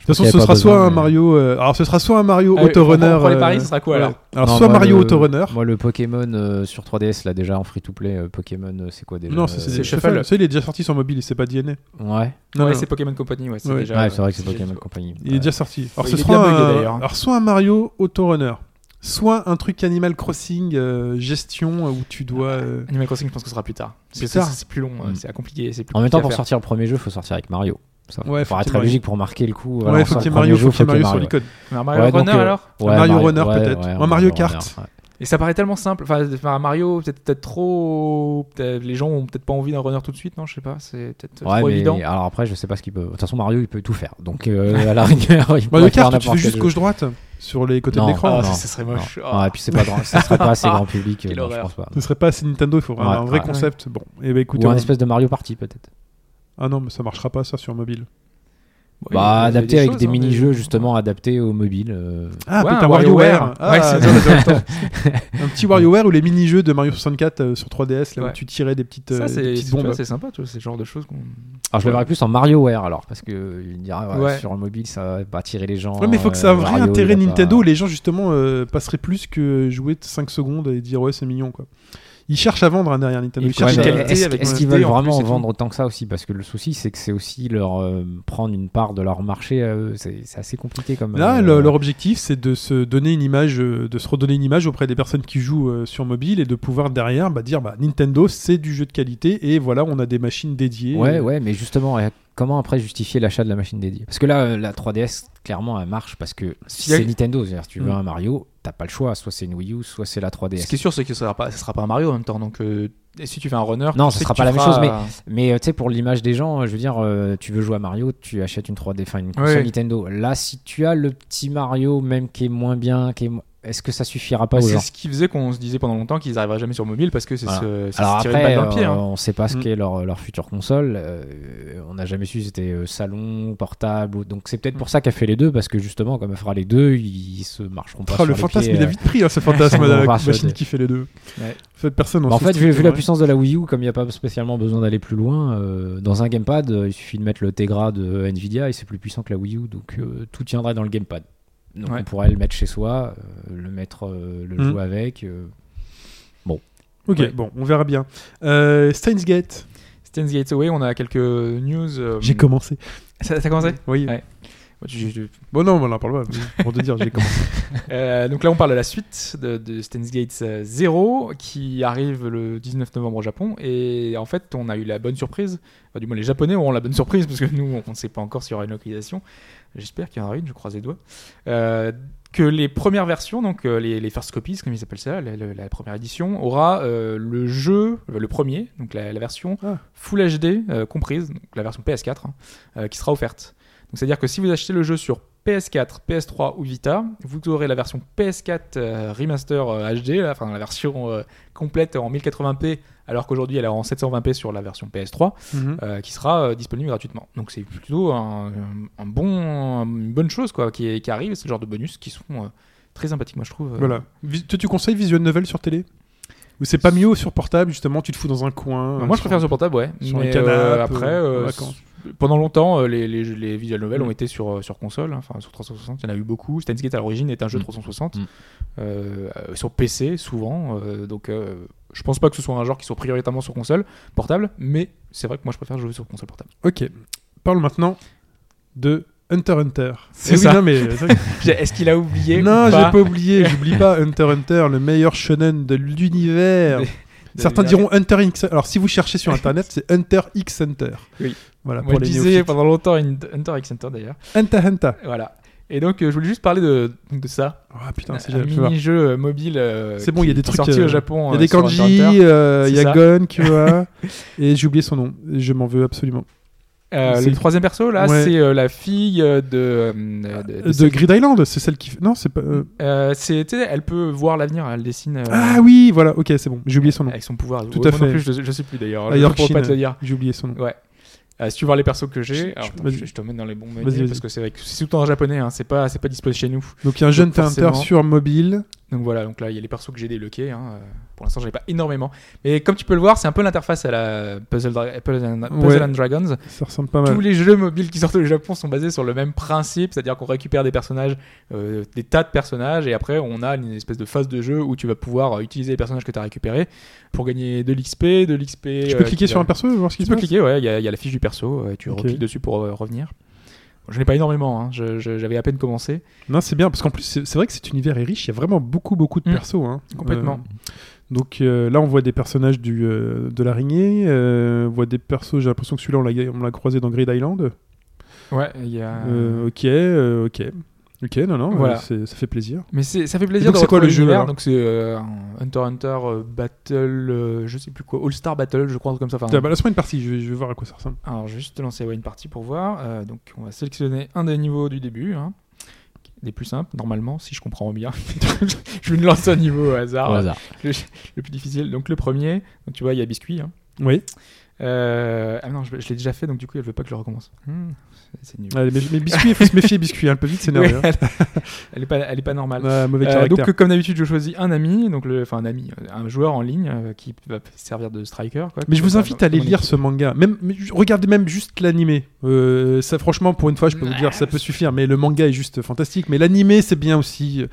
S2: De toute façon,
S4: qu'il y
S2: ce
S4: avait
S2: sera
S4: pas
S2: soit
S4: besoin,
S2: un
S4: mais-
S2: Mario. euh, Alors, ce sera soit un Mario
S3: Ah oui,
S2: Autorunner.
S3: pour- pour les paris,
S2: euh,
S3: ce sera quoi, alors
S2: Alors,
S4: Non,
S2: soit
S4: moi,
S2: Mario
S4: le-
S2: Autorunner.
S4: Moi, le Pokémon euh, sur 3DS, là, déjà en free-to-play, euh, Pokémon, euh, c'est quoi déjà
S2: Non, ça, c'est
S4: euh,
S2: des
S3: c'est
S2: Shuffle.
S3: Shuffle.
S2: Ça, il est déjà sorti sur mobile, c'est pas DNA.
S4: Ouais,
S2: Non,
S3: Ouais,
S2: non.
S3: c'est Pokémon Company, ouais, c'est
S2: Ouais.
S3: déjà...
S4: ouais c'est vrai que c'est
S3: déjà-
S4: Pokémon Company.
S2: Il est déjà sorti. Alors,
S3: Ouais,
S2: ce
S3: il est
S2: sera
S3: bien bugué,
S2: un-
S3: d'ailleurs.
S2: Alors, soit un Mario Autorunner, soit un truc Animal Crossing euh, gestion euh, où tu dois. euh,
S3: Animal Crossing, je pense que ce sera plus tard.
S2: Plus
S3: C'est c'est-
S2: tard.
S3: c'est plus long, euh,
S4: Mm.
S3: c'est compliqué. c'est plus
S4: En même
S3: compliqué
S4: temps,
S3: à
S4: pour
S3: faire.
S4: sortir le premier jeu, faut sortir avec Mario. Ça
S2: Ouais, faut
S4: paraît
S2: qu'il y ait
S4: très
S2: Mario.
S4: logique pour marquer le coup.
S2: ouais, faut qu'il y ait Mario, faut qu'il y ait Mario sur l'icône.
S3: Alors, Mario
S4: Ouais, donc,
S3: Runner,
S4: euh,
S3: alors
S2: Mario Runner, peut-être. Ou un Mario Kart.
S3: Et ça paraît tellement simple. Enfin, enfin, Mario, peut-être peut trop. peut-être- les gens ont peut-être pas envie d'un runner tout de suite, non Je sais pas. C'est peut-être
S4: Ouais,
S3: trop
S4: mais
S3: évident.
S4: alors après, je sais pas ce qu'il peut. De toute façon, Mario, il peut tout faire. Donc, euh, (laughs) à la rigueur, il peut
S2: Mario
S4: faire
S2: Kart, tu fais
S4: n'importe
S2: juste
S4: quel jeu.
S2: gauche-droite sur les côtés
S4: Non.
S2: de
S3: Ah,
S2: l'écran.
S4: non.
S3: ça, ça serait moche.
S4: Non.
S3: Ah.
S4: Ouais, et puis c'est pas grand, ça serait pas assez
S3: (laughs)
S4: grand public. euh,
S3: Quelle
S4: non, je
S3: horreur.
S4: pense pas.
S2: Ce serait pas assez Nintendo, il faut vraiment
S4: Ouais,
S2: un vrai
S3: Ah,
S4: ouais.
S2: concept. Bon, et ben écoutez.
S4: Ou un
S2: on-
S4: espèce de Mario Party, peut-être.
S2: Ah non, mais ça marchera pas ça sur mobile.
S3: Ouais,
S4: Bah,
S3: il y a
S4: adapté avec
S3: choses,
S4: des
S3: hein,
S4: mini-jeux, justement, adaptés au mobile.
S3: (laughs)
S4: euh,
S2: Ah,
S3: Ouais,
S2: peut-être un
S3: un WarioWare.
S2: WarioWare. Ah,
S3: Ouais, c'est-
S2: attends, attends, attends. (laughs) un petit WarioWare ou les mini-jeux de Mario 64 euh, sur 3DS, là où
S3: Ouais.
S2: tu tirais des petites, euh,
S3: Ça,
S2: des
S3: c'est
S2: petites
S3: tu vois,
S2: bombes.
S3: c'est sympa, tu vois, c'est le genre de choses qu'on.
S4: (laughs) Alors je le
S3: Ouais.
S4: verrais plus en MarioWare alors parce que euh, il me dira ouais,
S3: Ouais.
S4: sur un mobile ça va pas attirer les gens.
S2: Ouais, mais faut que ça ait
S4: euh,
S2: un vrai
S4: Mario, il
S2: intérêt
S4: a pas-
S2: Nintendo où les gens justement euh, passeraient plus que jouer 5 secondes et dire ouais c'est mignon quoi. Ils cherchent à vendre hein, derrière Nintendo.
S4: Et
S2: Ils cherchent
S4: ouais,
S3: une
S4: mais
S2: à-
S3: qualité
S4: Est-ce
S3: avec
S4: est-ce
S3: une
S4: qu'ils
S3: qualité
S4: veulent
S3: en plus
S4: vraiment
S3: et tout.
S4: vendre autant que ça aussi Parce que le souci c'est que c'est aussi leur euh, prendre une part de leur marché. euh, c'est c'est assez compliqué comme.
S2: Là,
S4: euh,
S2: le- leur objectif, c'est de se donner une image, euh, de se redonner une image auprès des personnes qui jouent euh, sur mobile et de pouvoir derrière bah, dire bah, Nintendo, c'est du jeu de qualité et voilà, on a des machines dédiées.
S4: Ouais ouais mais justement euh, comment après justifier l'achat de la machine dédiée Parce que là euh, la 3DS clairement elle marche parce que
S3: y a-
S4: c'est Nintendo. C'est-à-dire si tu veux
S2: Mm.
S4: un Mario t'as pas le choix soit c'est une Wii U soit c'est la
S3: Ce
S4: 3DS.
S3: qui est sûr, c'est que ce sera pas, ce sera pas un Mario en même temps. Donc, euh, et si tu fais un runner,
S4: Non,
S3: tu
S4: ce
S3: sais
S4: sera
S3: que
S4: pas
S3: tu
S4: la même
S3: feras-
S4: chose, Mais euh, tu sais, pour l'image des gens, euh, je veux dire, euh, tu veux jouer à Mario, tu achètes une 3D, enfin une console
S3: Ouais.
S4: Nintendo. Là, si tu as le petit Mario, même qui est moins bien, qui est mo- est-ce que ça suffira pas aux
S3: Bah, C'est
S4: gens
S3: ce qui faisait qu'on se disait pendant longtemps qu'ils arriveraient jamais sur mobile parce que c'est
S4: Voilà.
S3: ce, c'est
S4: Alors
S3: se tirer une
S4: après,
S3: balle dans le pied.
S4: euh,
S3: hein.
S4: on sait pas ce
S2: Mm.
S4: qu'est leur, leur future console. euh, on n'a jamais su si c'était euh, salon, portable. ou- Donc c'est peut-être
S3: Mm.
S4: pour ça qu'elle fait les deux, parce que justement, comme elle fera les deux, ils se marcheront pas
S3: Oh,
S2: Ah,
S4: sur
S2: le
S4: les
S2: fantasme,
S4: pieds,
S2: il a
S4: euh.
S2: vite pris hein, ce fantasme
S4: On
S2: de la
S4: va sur
S2: machine
S4: des-
S2: qui fait les deux.
S3: Ouais.
S2: Fait, personne
S4: Bah, en fait,
S2: se
S4: vu,
S2: style,
S4: vu la
S2: ouais.
S4: puissance de la Wii U, comme il n'y a pas spécialement besoin d'aller plus loin, euh, dans un gamepad, euh, il suffit de mettre le Tegra de Nvidia et c'est plus puissant que la Wii U, donc euh, tout tiendrait dans le gamepad. Donc
S3: Ouais. Mm.
S4: on pourrait le mettre chez soi, euh, le mettre, euh, le
S2: Mhm.
S4: jouer avec. euh.
S2: Ok,
S3: Ouais.
S2: bon, on verra bien. Euh, Steins Gate,
S3: Steins Gate Away, on a quelques news. euh,
S2: j'ai commencé.
S3: Ça, ça a commencé
S2: Oui.
S3: Ouais. Ouais, tu- tu-
S2: Bon, non, on n'en parle pas. mais Pour te dire, j'ai commencé.
S3: Euh, donc là, on parle de la suite de, de Steins Gate euh, 0 qui arrive le 19 novembre au Japon. Et en fait, on a eu la bonne surprise. Enfin, du moins, les Japonais auront la bonne surprise parce que nous, on ne sait pas encore s'il y aura une localisation. J'espère qu'il y en aura une, je croise les doigts. Euh, que les premières versions, donc euh, les, les first copies, comme ils appellent ça, la, la- la première édition, aura euh, le jeu, euh, le premier, donc la, la version
S2: Ah.
S3: Full HD euh, comprise, donc la version PS4, hein, euh, qui sera offerte. Donc c'est-à-dire que si vous achetez le jeu sur PS4, PS3 ou Vita, vous aurez la version PS4 euh, remaster euh, HD, là, enfin la version euh, complète en 1080p, alors qu'aujourd'hui elle est en 720p sur la version PS3,
S2: Mhm.
S3: euh, qui sera euh, disponible gratuitement. Donc c'est plutôt un, un bon, une bonne chose quoi, qui, est- qui arrive, c'est le genre de bonus qui sont euh, très sympathiques, moi je trouve. euh.
S2: Voilà. Vis- Toi, tu conseilles Visual Novel sur télé Ou c'est pas mieux sur portable, justement, tu te fous dans un coin
S3: Bah,
S2: euh,
S3: moi
S2: sur-
S3: je préfère sur portable, ouais.
S2: sur un
S3: Mais,
S2: canapé,
S3: euh, après,
S2: euh, en
S3: euh,
S2: vacances.
S3: s- pendant longtemps, euh, les, les, jeux- les visual novels
S2: Mm.
S3: ont été sur, euh, sur console, hein, enfin sur 360, il y en a eu beaucoup. Steins Gate à l'origine est un jeu
S4: Mm.
S3: 360,
S4: Mm.
S3: euh, euh, sur PC souvent, euh, donc euh, je pense pas que ce soit un genre qui soit prioritairement sur console portable, mais c'est vrai que moi je préfère jouer sur
S2: (laughs)
S3: console portable.
S2: Ok. Parle maintenant de Hunter x Hunter.
S3: C'est
S2: Eh oui,
S3: ça.
S2: non, mais, euh, c'est vrai que-
S3: J'ai- Est-ce qu'il a (laughs) oublié
S2: non,
S3: ou
S2: j'ai
S3: pas
S2: pas oublié. J'oublie pas Hunter x Hunter, le meilleur shonen de l'univers.
S3: (laughs) Des-
S2: Certains
S3: des-
S2: diront Hunter x. Alors, si vous cherchez
S3: (laughs)
S2: sur internet, c'est Hunter x Hunter.
S3: Oui.
S2: Voilà,
S3: Moi,
S2: pour
S3: je
S2: les
S3: disais
S2: néophytes.
S3: pendant longtemps une- Hunter x Hunter d'ailleurs.
S2: Hunter x Hunter.
S3: Voilà. Et donc, euh, je voulais juste parler de, de ça.
S2: Ah putain, c'est
S3: un
S2: génial, je veux voir.
S3: mini-jeu euh, mobile. euh,
S2: C'est bon, il y a
S3: qui
S2: des
S3: est
S2: trucs,
S3: sorti
S2: euh,
S3: au
S2: Il
S3: Japon.
S2: y a
S3: euh,
S2: des
S3: sur Hunter x
S2: kanji, euh, il y
S3: C'est
S2: a
S3: ça. (laughs)
S2: Gon, tu vois. et j'ai oublié son nom. Je m'en veux absolument.
S3: Euh,
S2: C'est-
S3: le troisième perso, là,
S2: Ouais.
S3: c'est euh, la fille euh, de. euh, de- de-
S2: De Grid Island, c'est celle qui. Non, c'est pas. euh,
S3: Euh, c'est- tu sais, elle peut voir l'avenir, elle dessine. euh,
S2: Ah oui, voilà, ok, c'est bon. J'ai oublié son nom.
S3: Avec son pouvoir.
S2: Tout
S3: Ouais,
S2: à
S3: moi
S2: fait.
S3: Non plus, je, je sais plus d'ailleurs.
S2: La
S3: Je ne pourrais
S2: Yorkshire.
S3: pas te le dire.
S2: J'ai oublié son nom.
S3: Ouais. Euh, si tu vois les persos que j'ai,
S2: Chut,
S3: alors,
S2: chut,
S3: attends,
S2: vas-y.
S3: je, je te mets dans les bons
S2: Vas-y,
S3: menus
S2: vas-y.
S3: parce que c'est vrai que c'est tout en japonais, hein, c'est pas, c'est pas disponible chez nous.
S2: Donc il y a un jeune
S3: forcément.
S2: Tinter sur mobile.
S3: Donc voilà, donc là il y a les persos que j'ai débloqués. Hein, euh, pour l'instant j'en ai pas énormément, mais comme tu peux le voir, c'est un peu l'interface à la Puzzle, Dra- Puzzle and, Puzzle
S2: Ouais.
S3: and Dragons.
S2: Ça ressemble pas
S3: Tous
S2: mal.
S3: les jeux mobiles qui sortent au Japon sont basés sur le même principe, c'est-à-dire qu'on récupère des personnages, euh, des tas de personnages, et après on a une espèce de phase de jeu où tu vas pouvoir euh, utiliser les personnages que tu as récupérés pour gagner de l'XP, de l'XP.
S2: Je peux cliquer sur un perso et voir ce qui
S3: euh, Tu
S2: se
S3: peux
S2: passe.
S3: cliquer, ouais, il y, a- il y a la fiche du perso, euh, tu
S2: Ok.
S3: recliques dessus pour euh, revenir. Je n'ai pas énormément, hein, je- je- j'avais à peine commencé.
S2: Non, c'est bien parce qu'en plus, c'est c'est vrai que cet univers est riche. Il y a vraiment beaucoup, beaucoup de
S3: Mm.
S2: persos. hein.
S3: Complètement.
S2: Euh, donc euh, là, on voit des personnages du, euh, de l'araignée. euh, on voit des persos. J'ai l'impression que celui-là, on l'a- on l'a croisé dans Grid Island.
S3: Ouais, il y a.
S2: Euh, ok, euh, ok. Ok, non, non, euh,
S3: Voilà.
S2: c'est- ça fait plaisir.
S3: Mais c'est- ça fait plaisir
S2: Et donc,
S3: de
S2: c'est quoi
S3: retrouver
S2: le jeu,
S3: l'univers.
S2: alors
S3: Donc c'est euh, un Hunter x Hunter euh, Battle, euh, je sais plus quoi, All Star Battle, je crois, un truc comme ça. Enfin,
S2: Tiens, bah, Lance-moi une partie, je vais, je vais voir à quoi ça ressemble.
S3: Alors, je vais juste te lancer ouais, une partie pour voir. Euh, donc, on va sélectionner un des niveaux du début, hein, des plus simples, normalement, si je comprends bien. (laughs) je vais me lancer un niveau au hasard,
S4: Au hasard.
S3: Le, le plus difficile. Donc, le premier, donc, tu vois, il y a Biscuit. hein.
S2: Oui.
S3: Euh, ah non, je, je l'ai déjà fait, donc du coup, elle veut pas que je le recommence. Hmm, c'est- c'est nul.
S2: Allez, mais, mais biscuit, (laughs) il faut se méfier, biscuit, un peu vite, c'est nerveux.
S3: Ouais,
S2: hein.
S3: elle, (laughs) elle est pas, elle est pas normale.
S2: Ah, mauvais
S3: Euh,
S2: caractère.
S3: donc, euh, comme d'habitude, je choisis un ami, donc le, enfin un ami, euh, un joueur en ligne euh, qui va servir de striker. quoi.
S2: Mais je vous
S3: Enfin,
S2: invite à aller
S3: dans mon
S2: lire
S3: équipe.
S2: ce manga. Même, mais ju- regardez même juste l'animé. Euh, ça, franchement, pour une fois, je peux vous dire, ça peut suffire. Mais le manga est juste fantastique. Mais l'animé, c'est bien aussi.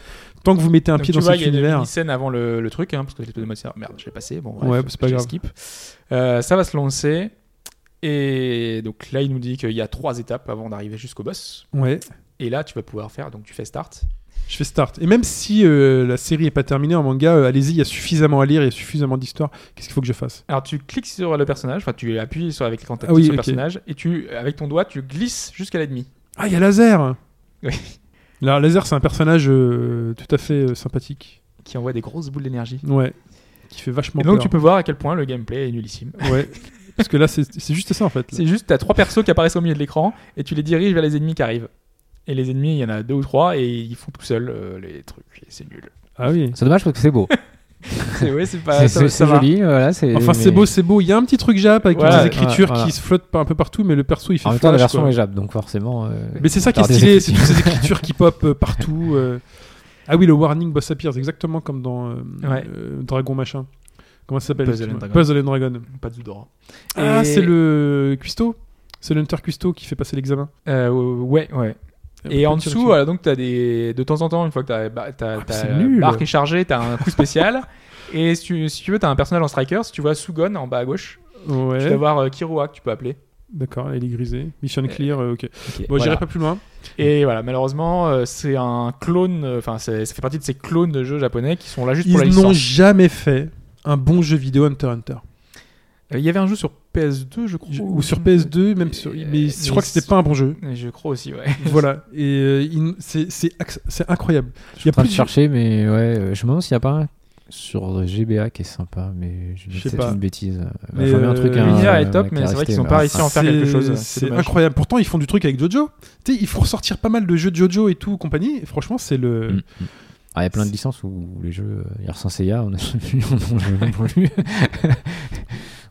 S2: Tant que vous mettez un
S3: Donc,
S2: pied
S3: tu
S2: dans
S3: vois,
S2: cet
S3: il y a
S2: univers.
S3: une scène avant le, le truc, hein, parce que l'espèce de mode serveur, merde, je l'ai passé, bon, bref,
S2: Ouais, c'est pas
S3: je
S2: grave.
S3: skip. Euh, ça va se lancer, et donc là, il nous dit qu'il y a trois étapes avant d'arriver jusqu'au boss.
S2: Ouais.
S3: Et là, tu vas pouvoir faire, donc tu fais start.
S2: Je fais start. Et même si euh, la série est pas terminée en manga, euh, allez-y, il y a suffisamment à lire, il y a suffisamment d'histoires. Qu'est-ce qu'il faut que je fasse
S3: Alors, tu cliques sur le personnage, enfin, tu appuies sur, avec quand tu
S2: Ah oui,
S3: sur le
S2: ok.
S3: personnage, et tu, avec ton doigt, tu glisses jusqu'à l'ennemi.
S2: Ah, il y a Laser
S3: Oui.
S2: Alors, Laser, c'est un personnage euh, tout à fait euh, sympathique.
S3: Qui envoie des grosses boules d'énergie.
S2: Ouais. Qui fait vachement
S3: Et donc,
S2: peur.
S3: tu peux voir à quel point le gameplay est nullissime.
S2: Ouais. Parce que là, c'est c'est juste ça, en fait. là.
S3: (laughs) C'est juste, t'as trois persos qui apparaissent au milieu de l'écran et tu les diriges vers les ennemis qui arrivent. Et les ennemis, il y en a deux ou trois et ils font tout seuls euh, les trucs. Et c'est nul.
S2: Ah oui.
S4: C'est dommage parce que c'est beau.
S3: (laughs) C'est ouais, c'est pas.
S4: C'est-
S3: Bah, ça-
S4: c'est
S3: ça
S4: c'est
S3: va.
S4: joli. Voilà,
S2: Enfin, c'est
S4: mais-
S2: beau, c'est beau. Il y a un petit truc Jap avec
S3: Voilà,
S2: des écritures
S4: voilà, voilà.
S2: qui se flottent un peu partout, mais le perso il fait
S4: En même temps, la
S2: flash,
S4: version
S2: quoi.
S4: est jap, donc forcément. euh,
S2: Mais c'est ça qui est
S4: Alors,
S2: stylé,
S4: des
S2: c'est
S3: (laughs)
S4: écritures.
S2: toutes ces écritures qui pop euh, partout. euh. Ah oui, le warning boss appears, exactement comme dans euh,
S3: Ouais.
S2: euh, Dragon machin. Comment ça s'appelle
S3: Puzzle and
S2: excuse-moi
S3: Dragon.
S2: Puzzle and Dragon.
S3: Pas de Zoudora.
S2: Ah,
S3: Et-
S2: c'est le Cuisto C'est l'Hunter Cuisto qui fait passer l'examen.
S3: Euh, ouais, ouais. Et en dessous, voilà, donc t'as des. De temps en temps, une fois que t'as bah, t'as-
S2: Ah,
S3: t'as
S2: c'est
S3: la
S2: nul.
S3: barre qui est chargée, t'as un coup (laughs) spécial. et si tu, si tu veux, t'as un personnage en striker. Si tu vois Sugon en bas à gauche, tu vas
S2: Ouais,
S3: voir euh, Kirua que tu peux appeler.
S2: d'accord, elle est grisée. Mission clear, euh, ok. Bon,
S3: Voilà.
S2: j'irai pas plus loin.
S3: Et voilà, malheureusement, euh, c'est un clone. euh, Enfin, c'est- ça fait partie de ces clones de jeux japonais qui sont là juste pour la
S2: Ils n'ont
S3: licence.
S2: jamais fait un bon jeu vidéo Hunter x Hunter.
S3: Euh, Il y avait un jeu sur PS2, je crois.
S2: Ou sur PS2, même sur.
S3: Euh,
S2: Mais je crois que c'était pas un bon jeu.
S3: Mais Euh, Je crois aussi, ouais. (laughs)
S2: voilà. Et euh, il- c'est- c'est ac- c'est incroyable. Il y
S4: en
S2: a
S4: train de
S2: plus
S4: chercher, mais ouais, euh, je me demande s'il n'y a pas un sur GBA qui est sympa, mais je
S2: Je
S4: dis
S2: sais
S4: peut-être
S2: pas.
S4: une bêtise. Enfin,
S2: Mais,
S4: mais un truc,
S2: euh,
S4: hein,
S3: L'univers est
S4: euh,
S3: top,
S4: qui
S3: mais c'est vrai
S4: resté,
S3: qu'ils sont
S4: mais-
S3: pas réussi à en faire
S2: C'est-
S3: quelque chose. C'est
S2: C'est
S3: dommage.
S2: incroyable. Pourtant, ils font du truc avec JoJo. Tu sais, ils font ressortir pas mal de jeux de JoJo et tout, compagnie. Et franchement, c'est le.
S4: Mm. Ah, Il y a plein de licences où les jeux, euh, hier sans Seiya, on a (laughs) on l'a même pas vu. (laughs)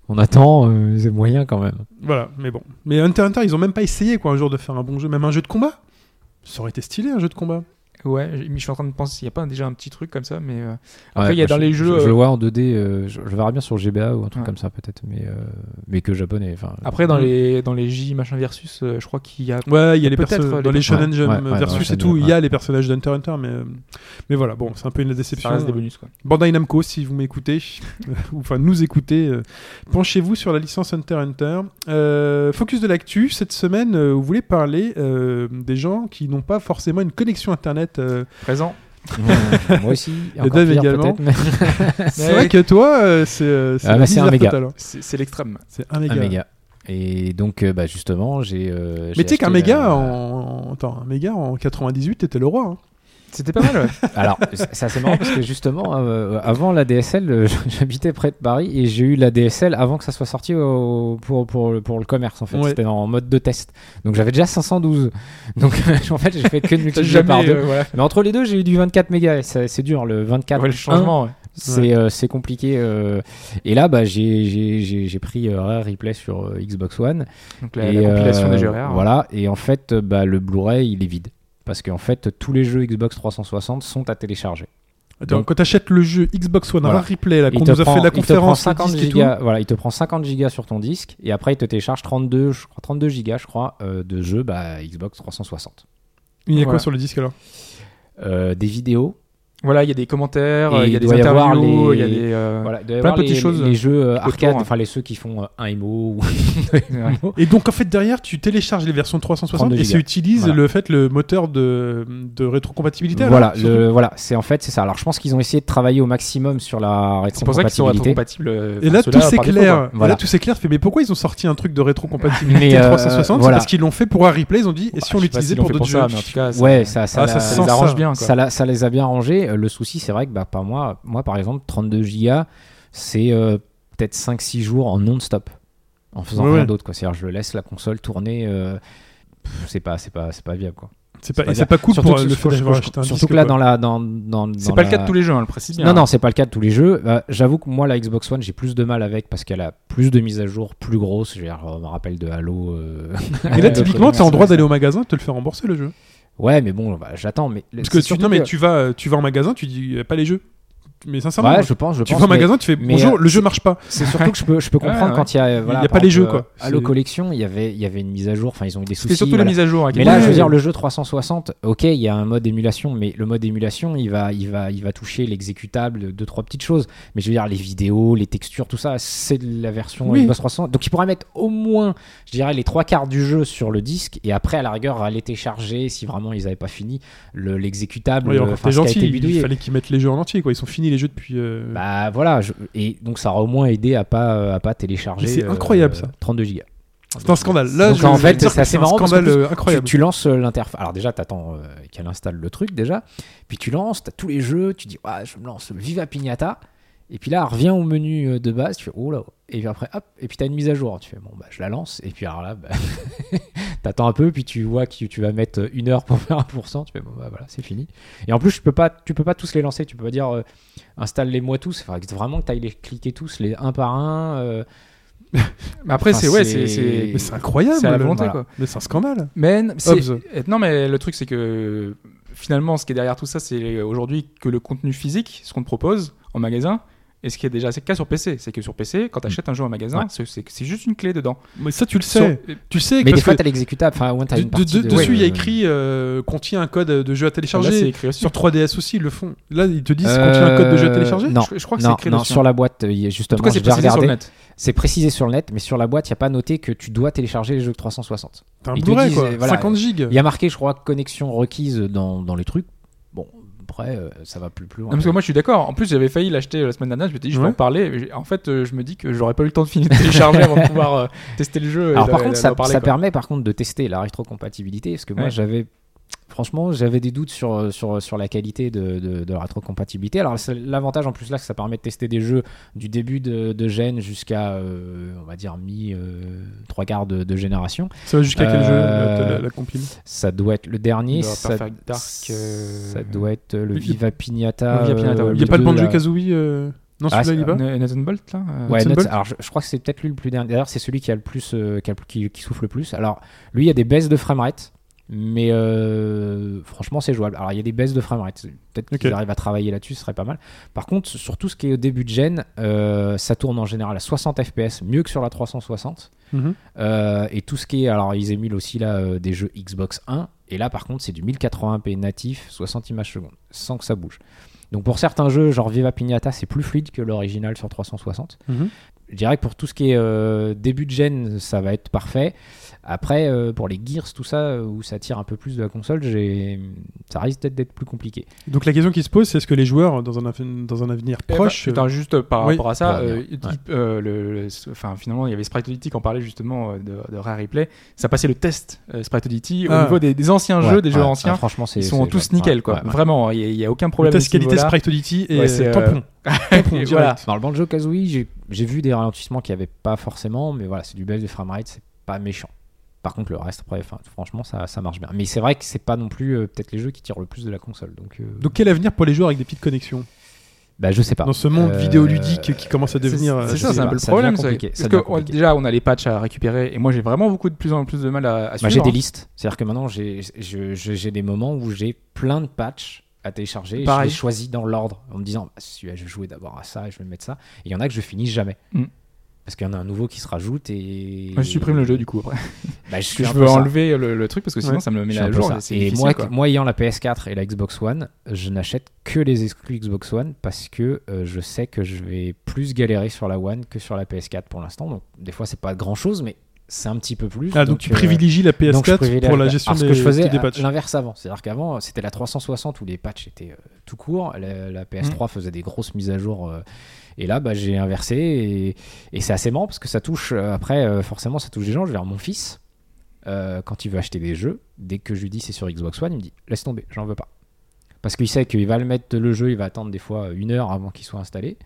S4: On attend, euh, c'est moyen quand même.
S2: Voilà, mais bon. Mais Hunter x Hunter, ils ont même pas essayé, quoi, un jour de faire un bon jeu. Même un jeu de combat. Ça aurait été stylé, un jeu de combat.
S3: Ouais, mais je suis en train de penser s'il n'y a pas déjà un petit truc comme ça, mais. euh,
S4: Ouais,
S3: Après, il y a dans
S4: moi, je-
S3: les
S4: je-
S3: jeux.
S4: Je,
S3: euh,
S4: le vois en 2D, euh, je, je verrai bien sur GBA ou un truc
S3: Ouais.
S4: comme ça peut-être, mais, euh, mais que japonais. enfin.
S3: Après, dans les, dans les J machin versus, euh, je crois qu'il y a.
S2: Ouais, il y a les
S3: Peut-être
S2: personnages.
S3: les
S2: Dans les Shonen
S4: Ouais,
S2: Jump
S4: ouais, ouais,
S2: versus et
S4: Shonen
S2: tout,
S4: Jump,
S2: il y a les personnages d'Hunter x Hunter. Mais, euh, mais voilà, bon, c'est un peu une déception. euh,
S3: Ça reste des bonus, quoi.
S2: Bandai Namco, si vous m'écoutez, (laughs) ou enfin nous écoutez, euh, penchez-vous sur la licence Hunter x Hunter. Euh, focus de l'actu, cette semaine, euh, vous voulez parler euh, des gens qui n'ont pas forcément une connexion Internet.
S4: (laughs)
S2: euh.
S3: (laughs) Présent.
S4: Ouais,
S3: (laughs)
S4: moi aussi, et encore
S2: dev
S4: pire,
S2: également.
S4: peut-être, mais-
S2: C'est vrai que toi, euh, c'est euh, c'est
S4: Ah,
S2: le
S4: bah, c'est un
S2: bizarre
S4: méga.
S2: total, hein.
S3: C'est c'est l'extrême.
S2: C'est un méga.
S4: Un méga. Et donc, euh, bah, justement, j'ai. euh, j'ai
S2: Mais tu sais qu'un
S4: acheté
S2: méga,
S4: la-
S2: en... en- Attends, un méga en 98, t'étais le roi. hein.
S3: C'était pas (laughs) mal, ouais.
S4: (laughs) Alors, ça c'est assez marrant parce que justement, euh, avant la DSL, euh, (laughs) j'habitais près de Paris et j'ai eu la DSL avant que ça soit sorti au- pour, pour, pour le commerce en fait.
S2: Ouais.
S4: C'était en mode de test. Donc j'avais déjà 512. (laughs) Donc euh, en fait, j'ai fait que de
S3: T'as
S4: multiplier
S3: jamais,
S4: par deux.
S3: euh, voilà.
S4: Mais entre les deux, j'ai eu du 24 mégas. et ça- C'est dur, le 24.
S3: Ouais, le changement, ouais.
S4: C'est euh, c'est compliqué. euh. et là, bah, j'ai- j'ai j'ai- j'ai pris euh, Rare Replay sur euh, Xbox One.
S3: Donc la,
S4: Et,
S3: la compilation
S4: euh,
S3: des jeux rares.
S4: Voilà, et en fait, euh, bah, le Blu-ray, il est vide. Parce qu'en fait, tous les jeux Xbox 360 sont à télécharger.
S2: Attends,
S4: Donc-
S2: quand t'achètes le jeu Xbox One,
S4: Voilà.
S2: un replay, là,
S4: Il
S2: qu'on
S4: te
S2: nous a
S4: prend-
S2: fait la
S4: il te prend
S2: conférence, le
S4: 50
S2: disque et tout.
S4: gigas, voilà, il te prend 50 gigas sur ton disque, et après, il te télécharge 32, je crois, 32 gigas, je crois, euh, de jeux bah, Xbox 360.
S2: Il y a quoi
S3: Voilà.
S2: sur le disque alors
S4: Euh, des vidéos,
S3: Voilà, il y a des commentaires,
S4: Et
S3: euh, il y
S4: il
S3: a des
S4: doit y avoir
S3: interviews, il y a
S4: les-
S3: des.
S4: (laughs)
S3: euh,
S4: voilà, il doit y
S3: plein de
S4: avoir les,
S3: petites choses
S4: les jeux euh,
S3: autour,
S4: arcade,
S3: hein.
S4: enfin les ceux qui font euh, un MO ou
S2: Et donc en fait derrière tu télécharges les versions 360
S4: 32
S2: et ça
S4: gigas.
S2: utilise
S4: Voilà.
S2: le fait le moteur de, de rétrocompatibilité. alors,
S4: voilà,
S2: hein, surtout.
S4: le- voilà, c'est en fait c'est ça. Alors je pense qu'ils ont essayé de travailler au maximum sur la
S3: C'est pour ça qu'ils sont rétrocompatibles.
S4: rétrocompatibilité.
S3: euh,
S2: Et
S3: enfin,
S2: là,
S3: ceux-là,
S2: tout
S3: par défaut,
S2: s'éclaire.
S3: quoi.
S2: Et
S4: Voilà.
S2: Là, tout s'éclaire. Fait, mais pourquoi ils ont sorti un truc de rétrocompatibilité
S4: Mais, euh,
S2: 360
S4: voilà. Bah,
S2: C'est parce qu'ils l'ont fait pour un replay. Ils ont dit, et si on
S3: Je sais pas
S2: l'utilisait
S3: s'ils l'ont
S2: pour
S3: fait
S2: d'autres jeux
S3: ça, mais en tout cas,
S4: Ouais, ça, ça,
S2: Ah, ça
S4: la-
S2: se
S3: ça
S2: sent
S3: les arrange bien. quoi.
S4: ça, la- ça les a bien rangés. Euh, Le souci, c'est vrai que bah, par moi, moi, par exemple, 32 gigas, c'est euh, peut-être 5-6 jours en non-stop, en faisant
S2: Ouais,
S4: rien
S2: ouais.
S4: d'autre. quoi. C'est-à-dire, je laisse la console tourner. euh, pff, c'est pas, c'est pas, c'est pas viable. Quoi.
S2: C'est pas,
S4: c'est
S2: et c'est
S4: bien.
S2: pas cool
S4: surtout
S2: pour euh,
S4: que,
S2: le fait
S4: surtout-
S2: d'avoir
S4: surtout
S2: acheté un
S4: que
S2: disque,
S4: là,
S2: quoi.
S4: dans la, dans, dans,
S3: C'est pas le cas de tous les jeux, on le précise bien.
S4: non,
S3: hein.
S4: non, c'est pas le cas de tous les jeux. Euh, J'avoue que moi, la Xbox One, j'ai plus de mal avec parce qu'elle a plus de mises à jour, plus grosses. Je veux dire, on me rappelle de (laughs) Halo. euh,
S2: Et là,
S4: de-
S2: typiquement, t'es en droit d'aller au magasin et de te le faire rembourser le jeu.
S4: Ouais, mais bon, bah, j'attends. Mais
S2: Parce que
S4: c'est
S2: tu,
S4: surtout
S2: non, mais
S4: que-
S2: tu vas, tu vas en magasin, tu dis euh, pas les jeux. Mais sincèrement,
S4: Ouais,
S2: moi,
S4: je pense, je
S2: tu
S4: pense,
S2: vas en
S4: mais-
S2: magasin, tu fais
S4: mais,
S2: bonjour,
S4: euh,
S2: le jeu marche pas.
S4: C'est surtout que je peux, je peux comprendre
S3: Ouais, ouais.
S4: quand il y a, voilà,
S2: y a
S4: par
S2: pas les jeux,
S4: exemple,
S2: quoi.
S4: euh, Halo
S2: C'est-
S4: Collection, il y avait, il y avait une mise à jour. Enfin, ils ont eu des soucis.
S3: C'était surtout
S4: voilà.
S3: les mises à jour. hein, avec
S4: Mais
S3: les
S4: là,
S3: jeux.
S4: je veux dire, le jeu 360, ok, il y a un mode émulation, mais le mode émulation, il va, il va, il va toucher l'exécutable, deux trois petites choses. Mais je veux dire, les vidéos, les textures, tout ça, c'est de la version
S2: Oui.
S4: Xbox 360. Donc, il pourrait mettre au moins, je dirais, les trois quarts du jeu sur le disque, et après, à la rigueur, aller télécharger si vraiment ils n'avaient pas fini le- l'exécutable.
S2: Ouais,
S4: euh,
S2: encore,
S4: enfin,
S2: T'es
S4: ce qui a
S2: gentil,
S4: été
S2: il
S4: bidouillé.
S2: fallait qu'ils mettent les jeux en entier. quoi. Ils sont finis les jeux depuis. euh,
S4: Bah voilà, je- et donc ça aura au moins aidé à pas euh, à pas télécharger.
S2: Mais c'est incroyable, ça.
S4: 32 gigas.
S2: C'est un scandale. Là,
S4: Donc,
S2: je-
S4: en
S2: je
S4: fait,
S2: veux dire
S4: c'est
S2: que
S4: assez
S2: un
S4: marrant parce
S2: scandale
S4: qu'en plus,
S2: euh,
S4: Tu,
S2: incroyable.
S4: tu lances euh, l'interface. Alors déjà, t'attends euh, qu'elle installe le truc déjà, puis tu lances, t'as tous les jeux, tu dis ouais, je me lance le Viva Pignata, et puis là, elle revient au menu euh, de base, tu fais oh là, et puis après hop, et puis t'as une mise à jour, tu fais bon bah je la lance, et puis alors là, bah, (laughs) t'attends un peu, puis tu vois que tu vas mettre euh, une heure pour faire 1%, tu fais bon bah voilà, c'est fini. Et en plus, tu peux pas, tu peux pas tous les lancer, tu peux pas dire euh, installe-les-moi tous, enfin, vraiment que t'ailles les cliquer tous, les un par un. euh,
S3: Mais Après,
S4: Enfin,
S3: c'est ouais, c'est
S4: c'est-
S3: c'est-
S2: Mais c'est incroyable.
S3: c'est à la
S2: le-
S3: volonté
S4: voilà.
S3: quoi.
S2: Mais c'est un scandale.
S3: Mais n- c'est-
S2: Hobbes.
S3: euh, non, mais le truc c'est que finalement, ce qui est derrière tout ça, c'est aujourd'hui que le contenu physique, ce qu'on te propose en magasin, et ce qui est déjà assez le cas sur PC, c'est que sur PC, quand tu achètes un jeu en magasin,
S4: Ouais.
S3: c'est- c'est c'est juste une clé dedans.
S2: Mais ça, tu le
S3: Sur- eh,
S2: sais. Tu sais
S4: Mais
S2: parce
S4: des fois,
S2: que
S4: t'as l'exécutable. Enfin, au moins, t'as
S2: de-
S4: une partie
S2: de-
S4: de-
S2: dessus, il y a
S4: euh,
S2: écrit euh, contient un code de jeu à
S3: Là, c'est
S2: télécharger.
S3: écrit aussi.
S2: Sur 3DS aussi, ils le font. Là, ils te disent
S4: euh,
S2: contient un code de jeu à télécharger.
S4: Non,
S3: Je- je crois que c'est
S4: non,
S3: écrit
S4: non,
S3: dessus,
S4: sur
S3: hein.
S4: la boîte, il y a
S3: En
S4: justement,
S3: tout cas,
S4: j'ai
S3: c'est
S4: déjà
S3: précisé sur le
S4: regardé.
S3: net.
S4: C'est précisé sur le net, mais sur la boîte, il n'y a pas noté que tu dois télécharger les jeux de 360.
S2: T'as un
S4: ils te
S2: Blu-ray,
S4: disent,
S2: quoi.
S4: euh, voilà,
S2: 50 gigas.
S4: Il y a marqué, je crois, connexion requise dans, dans les trucs. Bon, après, euh, ça va plus plus
S3: Non,
S4: loin.
S3: parce que moi, je suis d'accord. En plus, j'avais failli l'acheter euh, la semaine dernière. Je me suis dit, je vais
S2: Ouais.
S3: en parler. mais j'ai- En fait, euh, je me dis que j'aurais pas eu le temps de finir de télécharger avant de pouvoir euh, tester le jeu. et
S4: Alors,
S3: de-
S4: par
S3: d'en
S4: contre, ça,
S3: parler,
S4: ça
S3: quoi.
S4: permet par contre de tester la rétrocompatibilité, parce que moi,
S3: Ouais.
S4: j'avais. Franchement, j'avais des doutes sur, euh, sur, sur la qualité de, de, de la rétrocompatibilité. Alors, c'est l'avantage en plus là, c'est que ça permet de tester des jeux du début de, de gêne jusqu'à, euh, on va dire, mi, euh, trois quarts de, de génération.
S2: Ça va jusqu'à quel
S4: Euh,
S2: jeu la, la- la compile
S4: Ça doit être le
S3: Il
S4: dernier.
S3: doit
S4: Ça,
S3: pas faire Dark, euh,
S4: ça doit être le
S2: Le-
S4: Viva Pignata.
S3: le Viva Pignata, ouais.
S4: le
S2: Il n'y a pas
S4: deux,
S2: de Banjo
S4: là.
S2: Kazooie euh, Non,
S4: Ah,
S2: celui-là, il y
S4: c'est-
S2: va
S3: Na- Nathan Bolt, là euh,
S4: Ouais,
S2: Hudson
S4: Nuts-
S2: Bolt
S4: alors je, je crois que c'est peut-être lui le plus dernier. D'ailleurs, c'est celui qui a le plus, euh, qui, a le plus- qui- qui souffle le plus. Alors, lui, il y a des baisses de framerate, mais euh, franchement, c'est jouable. Alors, il y a des baisses de framerate. Peut-être qu'ils
S2: Ok.
S4: arrivent à travailler là-dessus, ce serait pas mal. Par contre, sur tout ce qui est au début de gêne, euh, ça tourne en général à 60 FPS, mieux que sur la 360.
S2: Mhm.
S4: Euh, et tout ce qui est, alors ils émulent aussi là euh, des jeux Xbox 1. Et là, par contre, c'est du 1080p natif, 60 images secondes, sans que ça bouge. Donc pour certains jeux, genre Viva Pignata, c'est plus fluide que l'original sur 360.
S2: Mhm.
S4: Je dirais que pour tout ce qui est euh, début de gêne, ça va être parfait. Après, euh, pour les Gears, tout ça, euh, où ça tire un peu plus de la console, j'ai- ça risque peut-être d'être plus compliqué.
S2: Donc la question qui se pose, c'est est-ce que les joueurs, dans un, aven- dans un avenir
S3: Eh ben,
S2: proche,
S3: putain, juste euh, par
S2: oui.
S3: rapport à ça,
S4: Pour
S3: euh,
S4: revenir,
S3: il-
S4: ouais.
S3: il- euh, le, le- ce- enfin, finalement, il y avait Sprite Oddity qui en parlait justement euh, de, de Rare Replay. Ça passait le test euh, Sprite Oddity
S2: Ah.
S3: au niveau des, des anciens
S4: Ouais,
S3: jeux, des jeux
S4: ouais.
S3: anciens.
S4: Ah, franchement, c'est-
S3: ils sont
S4: c'est-
S3: tous
S4: ouais,
S3: nickel, quoi.
S4: ouais, ouais.
S3: Vraiment, il n'y a, aucun
S2: Le
S3: problème. à
S2: test
S3: ce niveau-là.
S2: qualité Sprite Oddity et
S3: Ouais, c'est,
S2: euh,
S3: euh, (laughs)
S2: tampon. Tampon,
S3: Et
S2: direct.
S3: voilà.
S4: Dans le Banjo Kazooie, j'ai- j'ai vu des ralentissements qu'il n'y avait pas forcément, mais voilà, c'est du bel des framerate, c'est pas méchant. Par contre, le reste, après, enfin, franchement, ça, ça marche bien. Mais c'est vrai que c'est pas non plus euh, peut-être les jeux qui tirent le plus de la console. Donc, euh,
S2: Donc quel avenir pour les joueurs avec des petites connexions
S4: bah, je sais pas.
S2: dans ce monde
S4: Euh,
S2: vidéoludique qui commence à devenir
S3: C'est
S2: euh,
S3: ça,
S4: sais
S3: c'est un
S4: pas,
S3: peu le
S4: hein, ça
S3: problème.
S4: devient
S3: ça.
S4: compliqué,
S3: Parce
S4: ça
S3: que
S4: devient
S3: on-
S4: compliqué.
S3: déjà, on a les patchs à récupérer, et moi j'ai vraiment beaucoup de plus en plus de mal à, à
S4: Bah,
S3: suivre.
S4: j'ai des
S3: hein.
S4: listes. C'est-à-dire que maintenant, j'ai je- je- j'ai des moments où j'ai plein de patchs à télécharger. et Je
S3: Pareil.
S4: les choisis dans l'ordre en me disant bah, celui-là, je vais jouer d'abord à ça et je vais mettre ça. Et il y en a que je finis jamais.
S3: Mm.
S4: Parce qu'il y en a un nouveau qui se rajoute et.
S3: Moi, je supprime le jeu du coup après.
S4: Bah, euh, je
S3: Parce que
S4: suis
S3: je
S4: un peu
S3: veux
S4: ça.
S3: enlever le, le truc parce que sinon
S2: Ouais.
S3: ça me le
S4: Je
S3: met
S4: suis un
S3: à
S4: peu
S3: jour.
S4: ça.
S3: et c'est
S4: Et
S3: difficile,
S4: moi,
S3: quoi.
S4: moi ayant la PS4 et la Xbox One, je n'achète que les exclus Xbox One parce que euh, je sais que je vais plus galérer sur la One que sur la PS4 pour l'instant. Donc des fois c'est pas grand chose, mais c'est un petit peu plus.
S2: Ah donc tu
S4: euh,
S2: privilégies la
S4: donc, je
S2: PS4
S4: privilégie
S2: pour la
S4: P-
S2: gestion
S4: Alors,
S2: des
S4: ce que je faisais
S2: des
S4: à-
S2: patchs.
S4: l'inverse avant. C'est-à-dire qu'avant c'était la 360 où les patchs étaient euh, tout court, la, la PS3 faisait des grosses mises à jour. euh, et là, bah, j'ai inversé et, et c'est assez marrant parce que ça touche, euh, après, euh, forcément, ça touche des gens. Je vais dire, mon fils, euh, quand il veut acheter des jeux, dès que je lui dis c'est sur Xbox One, il me dit laisse tomber, j'en veux pas. Parce qu'il sait qu'il va le mettre le jeu, il va attendre des fois euh, une heure avant qu'il soit installé.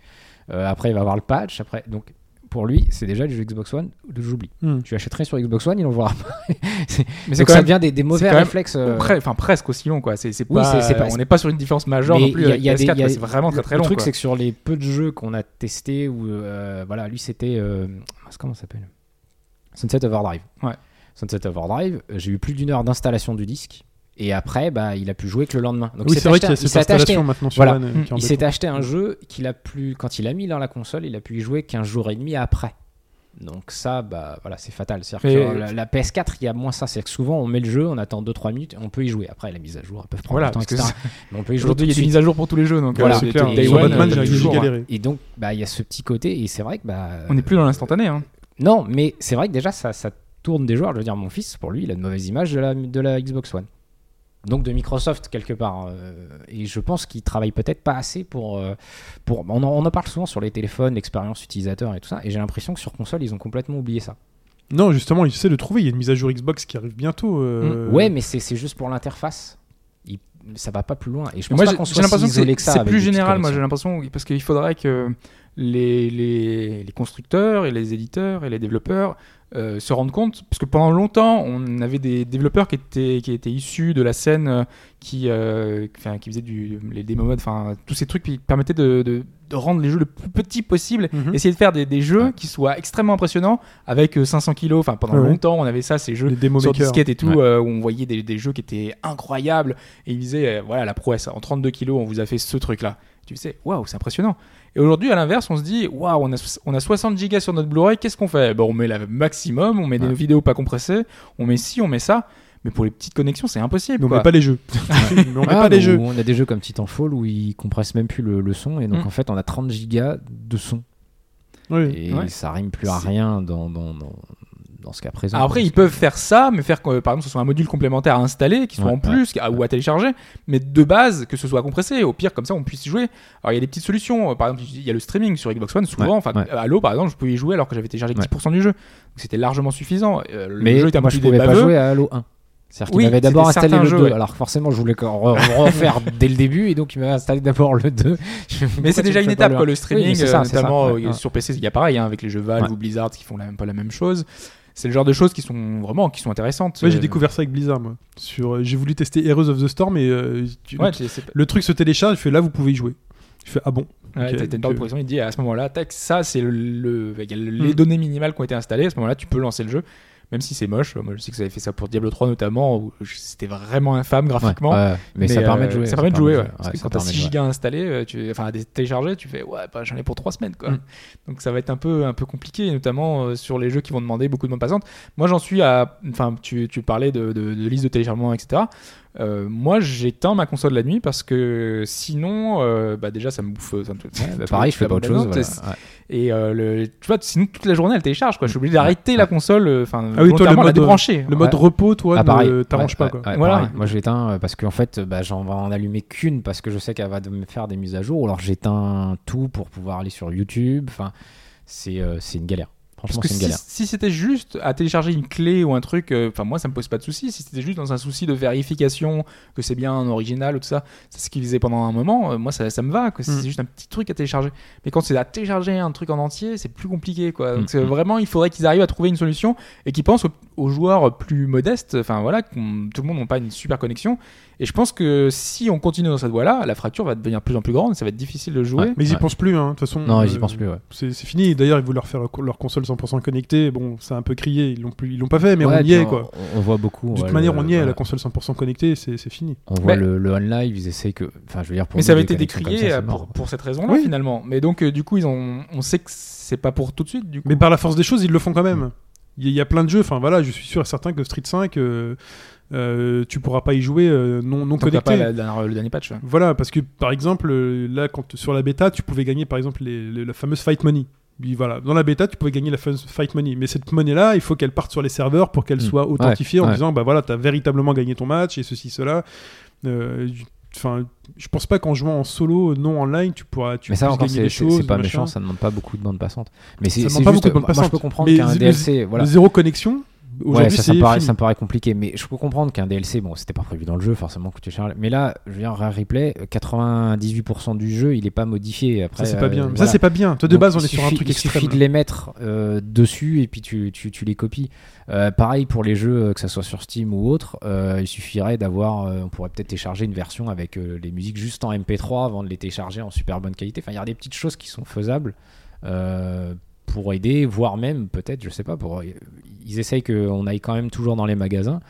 S4: Euh, après, il va avoir le patch. Après, donc pour lui, c'est déjà du jeu Xbox One, j'oublie.
S2: Hmm.
S4: Je lui achèterai sur Xbox One, il en verra pas.
S3: Mais c'est
S4: Donc
S3: quand
S4: ça
S3: même
S4: devient des, des mauvais
S3: quand même
S4: réflexes. euh,
S3: près- enfin presque aussi long quoi. C'est c'est
S4: Oui,
S3: pas,
S4: c'est- c'est pas-
S3: on n'est pas sur une différence majeure
S4: mais
S3: non plus.
S4: il y a-
S3: avec
S4: il y a des-
S3: PS4,
S4: il y a-
S3: c'est vraiment très très
S4: le
S3: long.
S4: truc,
S3: quoi.
S4: c'est que sur les peu de jeux qu'on a testés, où euh, voilà, lui c'était. euh, mince, comment ça s'appelle Sunset Overdrive.
S3: Ouais.
S4: Sunset Overdrive, euh, j'ai eu plus d'une heure d'installation du disque. Et après, bah, il a pu jouer que le lendemain. Donc, il
S2: Oui,
S4: s'est
S2: c'est vrai qu'il
S4: acheté
S2: y
S4: un-
S2: a
S4: il
S2: cette
S4: s'est acheté,
S2: installation maintenant sur
S4: voilà.
S2: LAN, euh,
S3: Mm.
S2: qui est
S4: il
S2: embêtante.
S4: s'est acheté un jeu qu'il a plus. Quand il a mis dans la console, il a pu y jouer qu'un jour et demi après. Donc ça, bah voilà, c'est fatal. C'est-à-dire
S3: Mais-
S4: que euh, la, la PS4, il y a moins ça. C'est que souvent, on met le jeu, on attend 2-3 minutes, et on peut y jouer. Après, la mise à jour, elles peuvent prendre
S3: Voilà,
S4: le temps,
S3: parce que
S4: etc. Mais on peut y jouer
S3: Aujourd'hui, il y a des
S4: tout de suite.
S3: mises à jour pour tous les jeux, donc
S2: Voilà,
S3: euh,
S2: c'est
S3: le
S2: clair.
S3: Day
S4: Et
S2: Sur
S3: One,
S2: Batman,
S3: euh,
S2: j'ai- j'ai
S3: toujours, hein.
S2: galéré.
S4: Et donc, bah, il y a ce petit côté, et c'est vrai que. Bah,
S3: On n'est plus dans l'instantané. hein.
S4: Non, mais c'est vrai que déjà, ça, ça tourne des joueurs. Je veux dire, mon fils, pour lui, il a une mauvaise image de la, de la Xbox One. Donc de Microsoft, quelque part. euh, et je pense qu'ils travaillent peut-être pas assez pour. euh, pour on, en, on en parle souvent sur les téléphones, l'expérience utilisateur et tout ça. Et j'ai l'impression que sur console, ils ont complètement oublié ça.
S2: Non, justement, il essaie de trouver. Il y a une mise à jour Xbox qui arrive bientôt. euh,
S4: Hmm. Ouais, mais c'est c'est juste pour l'interface. Ils- Ça va pas plus loin. Et je pense
S3: Moi,
S4: pas
S3: j'ai
S4: qu'on
S3: j'ai
S4: soit si
S3: l'impression que
S4: isolé
S3: c'est-
S4: que ça.
S3: c'est
S4: avec
S3: plus
S4: des petites
S3: général. Moi, j'ai
S4: connexions.
S3: l'impression parce qu'il faudrait que les, les, les constructeurs et les éditeurs et les développeurs euh, se rendent compte, parce que pendant longtemps, on avait des développeurs qui étaient qui étaient issus de la scène euh, qui euh, enfin, qui faisaient du les démo modes, enfin tous ces trucs qui permettaient de, de- de rendre les jeux le plus petit possible
S2: Mhm.
S3: essayer de faire des, des jeux qui soient extrêmement impressionnants avec euh, 500 kilos. Enfin, pendant
S2: Ouais, ouais.
S3: longtemps, on avait ça, ces jeux
S2: Les démo
S3: sur
S2: makers.
S3: disquette et tout,
S4: Ouais.
S3: euh, où on voyait des, des jeux qui étaient incroyables. Et ils disaient, euh, voilà, la prouesse, en 32 kilos, on vous a fait ce truc-là. Tu sais, waouh, c'est impressionnant. Et aujourd'hui, à l'inverse, on se dit, waouh, on a, so- on a 60 gigas sur notre Blu-ray, qu'est-ce qu'on fait Bah, On met le maximum, on met des
S4: Ouais.
S3: vidéos pas compressées, on met ci, on met ça. Mais pour les petites connexions, c'est impossible.
S2: Mais on
S3: quoi.
S2: met pas les jeux. (laughs) Mais on met
S4: Ah,
S2: pas les
S4: mais
S2: jeux.
S4: où On a des jeux comme Titanfall où ils compressent même plus le, le son et donc
S3: Mm.
S4: en fait on a 30 gigas de son
S2: Oui.
S4: et
S3: Ouais.
S4: ça rime plus à
S3: C'est-
S4: rien dans, dans, dans, dans ce cas présent.
S3: Alors après, ils peuvent faire ça, mais faire que, euh, par exemple, ce soit un module complémentaire à installer, qui soit
S4: Ouais,
S3: en plus, à- ou à télécharger, mais de base, que ce soit compressé. Au pire, comme ça, on puisse y jouer. Alors, il y a des petites solutions. Euh, Par exemple, il y a le streaming sur Xbox One, souvent.
S4: Ouais,
S3: Enfin,
S4: ouais.
S3: euh, Halo, par exemple, je pouvais y jouer alors que j'avais téléchargé
S4: Ouais.
S3: 10% du jeu. Donc, c'était largement suffisant. Euh, le
S4: mais
S3: jeu était un
S4: moi
S3: peu
S4: je
S3: plus
S4: pouvais pas
S3: baveux.
S4: jouer à Halo 1. C'est-à-dire qu'il
S3: Oui,
S4: m'avait d'abord
S3: c'était
S4: installé le
S3: certains
S4: 2.
S3: jeux, ouais.
S4: Alors forcément, je voulais qu'on re-
S3: (laughs)
S4: refaire dès le début et donc il m'avait installé d'abord le 2. Je-
S3: Mais
S4: pourquoi
S3: c'est
S4: tu
S3: déjà
S4: me
S3: une
S4: fais pas
S3: étape, quoi,
S4: un
S3: le
S4: Oui,
S3: streaming,
S4: c'est
S3: euh,
S4: ça, c'est ça,
S3: notamment
S4: ouais,
S3: euh,
S4: ouais.
S3: sur PC, il y a pareil, hein, avec les jeux Valve
S4: Ouais.
S3: ou Blizzard qui font la- pas la même chose. C'est le genre de choses qui sont vraiment qui sont intéressantes.
S2: Ouais, j'ai
S3: Euh,
S2: découvert ça avec Blizzard, moi. Sur, euh, j'ai voulu tester Heroes of the Storm et euh, tu-
S3: Ouais,
S2: le,
S3: c'est- c'est-
S2: le truc se télécharge. Je fais là, vous pouvez y jouer. Je fais ah bon.
S3: Ouais,
S2: Ok,
S3: t'as- t'as une
S2: donc,
S3: barre de progression, il te dit à ce moment-là, tac, ça c'est le, le- il y a le- les
S2: Hmm.
S3: données minimales qui ont été installées, à ce moment-là tu peux lancer le jeu, même si c'est moche. Moi je sais que ça avait fait ça pour Diablo 3 notamment, où je- c'était vraiment infâme
S4: Ouais,
S3: graphiquement.
S4: ouais, mais, ça
S3: euh,
S4: permet de jouer.
S3: Ça, permet de jouer, ouais.
S4: ouais,
S3: Parce que
S4: ça
S3: quand t'as
S4: permet de
S3: 6
S4: jouer.
S3: gigas installés, euh, tu, enfin, à dé- télécharger, tu fais, ouais, bah, j'en ai pour 3 semaines, quoi.
S2: Mm.
S3: Donc ça va être un peu, un peu compliqué, et notamment euh, sur les jeux qui vont demander beaucoup de bande passante. Moi, j'en suis à, enfin, tu, tu parlais de, de, de liste de téléchargement, etc. Euh, moi, j'éteins ma console la nuit parce que sinon, euh, bah, déjà, ça me bouffe. ça me-
S4: Ouais, bah, pareil, je fais pas autre chose.
S3: C'est-
S4: voilà. Ouais.
S3: Et euh, le, tu vois, sinon toute la journée elle télécharge quoi. Je suis obligé d'arrêter la
S4: Ouais.
S3: console, euh, enfin,
S2: Ah oui, toi, le
S3: volontairement, la
S2: mode-
S3: débrancher.
S2: Le mode
S3: Ouais.
S2: repos, toi,
S4: Ah, pareil.
S2: ne euh, t'arranges
S4: Ouais,
S2: pas.
S4: ouais,
S2: quoi.
S4: ouais,
S3: Voilà.
S4: pareil. Moi, j'éteins euh, parce qu'en fait, euh, bah, j'en vais en allumer qu'une parce que je sais qu'elle va de- me faire des mises à jour. Ou alors, j'éteins tout pour pouvoir aller sur YouTube. Enfin, c'est euh, c'est une galère.
S3: Parce
S4: Franchement,
S3: que
S4: c'est une
S3: si,
S4: galère.
S3: si c'était juste à télécharger une clé ou un truc, euh, enfin moi ça me pose pas de souci. Si c'était juste dans un souci de vérification que c'est bien un original ou tout ça, c'est ce qu'ils faisaient pendant un moment. euh, moi ça, ça me va, que
S2: Mm.
S3: c'est juste un petit truc à télécharger. Mais quand c'est à télécharger un truc en entier, c'est plus compliqué quoi. Donc
S4: Mm.
S3: c'est vraiment il faudrait qu'ils arrivent à trouver une solution et qu'ils pensent aux, aux joueurs plus modestes. Enfin voilà, qu'on- tout le monde n'a pas une super connexion. Et je pense que si on continue dans cette voie-là, la fracture va devenir de plus en plus grande. Ça va être difficile de jouer.
S4: Ouais.
S2: Mais ils y pensent plus, hein, de toute façon.
S4: Non, ils
S2: euh,
S4: y pensent plus, ouais.
S2: C'est c'est fini. D'ailleurs, ils voulaient refaire leur, co- leur console 100% connectée. Bon, c'est un peu crié, ils l'ont plus- ils l'ont pas fait, mais
S4: Ouais,
S2: on y
S4: puis
S2: est, quoi.
S4: On, on voit beaucoup.
S2: De
S4: ouais,
S2: toute manière,
S4: le-
S2: on y est,
S4: voilà.
S2: la console 100% connectée, c'est c'est fini.
S4: On voit
S3: Mais-
S4: le, le on-live, ils essayent que. Enfin, je veux dire, pour
S3: Mais
S4: nous,
S3: ça avait
S4: des
S3: été
S4: connexions comme
S3: décrié
S4: ça,
S3: euh,
S4: c'est
S3: pour,
S4: mort.
S3: pour cette raison-là
S2: Oui.
S3: finalement. Mais donc euh, du coup, ils ont, on sait que c'est pas pour tout de suite. Du coup.
S2: Mais par la force des choses, ils le font quand même. Il y- il y a plein de jeux, enfin voilà, je suis sûr et certain que Street 5, euh, euh, tu pourras pas y jouer euh, non, non
S3: Tant qu'il y a
S2: connecté.
S3: pas la dernière- le dernier patch.
S2: Voilà, parce que par exemple, euh, là, quand, sur la bêta, tu pouvais gagner par exemple les- les- la fameuse Fight Money. Puis voilà, dans la bêta, tu pouvais gagner la fameuse Fight Money. Mais cette monnaie-là, il faut qu'elle parte sur les serveurs pour qu'elle
S4: Mm.
S2: soit authentifiée en
S4: ouais.
S2: disant, bah voilà, t'as véritablement gagné ton match et ceci, cela. Euh, j- Enfin, je pense pas qu'en jouant en solo, non online, tu pourras tu
S4: mais ça,
S2: puisses
S4: encore,
S2: gagner
S4: c'est
S2: des
S4: c'est-
S2: choses.
S4: c'est pas
S2: machin.
S4: méchant, ça demande pas beaucoup de bande passante. Mais c'est
S2: demande
S4: c'est
S2: pas
S4: juste.
S2: beaucoup de bande
S4: moi, je peux
S2: passante.
S4: comprendre
S2: Mais
S4: qu'un
S2: le-
S4: DLC. Voilà.
S2: Le zéro connexion,
S4: Ouais,
S2: aujourd'hui,
S4: ça, ça
S2: c'est
S4: me paraît,
S2: fini.
S4: ça me paraît compliqué, mais je peux comprendre qu'un DLC, bon, c'était pas prévu dans le jeu, forcément, que tu charles. Mais là, je viens Rare Replay, euh, 98% du jeu, il est pas modifié. Après,
S2: Ça, Ah, c'est pas
S4: euh,
S2: bien. Mais Ça,
S4: voilà.
S2: c'est pas bien. Toi, de
S4: Donc,
S2: base, on
S4: il
S2: est sur un
S4: suffit-
S2: truc
S4: Il
S2: extrême.
S4: suffit de les mettre euh, dessus et puis tu, tu, tu les copies. Euh, pareil pour les jeux, euh, que ça soit sur Steam ou autre, euh, il suffirait d'avoir. euh, on pourrait peut-être télécharger une version avec euh, les musiques juste en MP3 avant de les télécharger en super bonne qualité. Enfin, il y a des petites choses qui sont faisables euh, pour aider, voire même peut-être, je sais pas, pour. Ils essayent qu'on aille quand même toujours dans les magasins.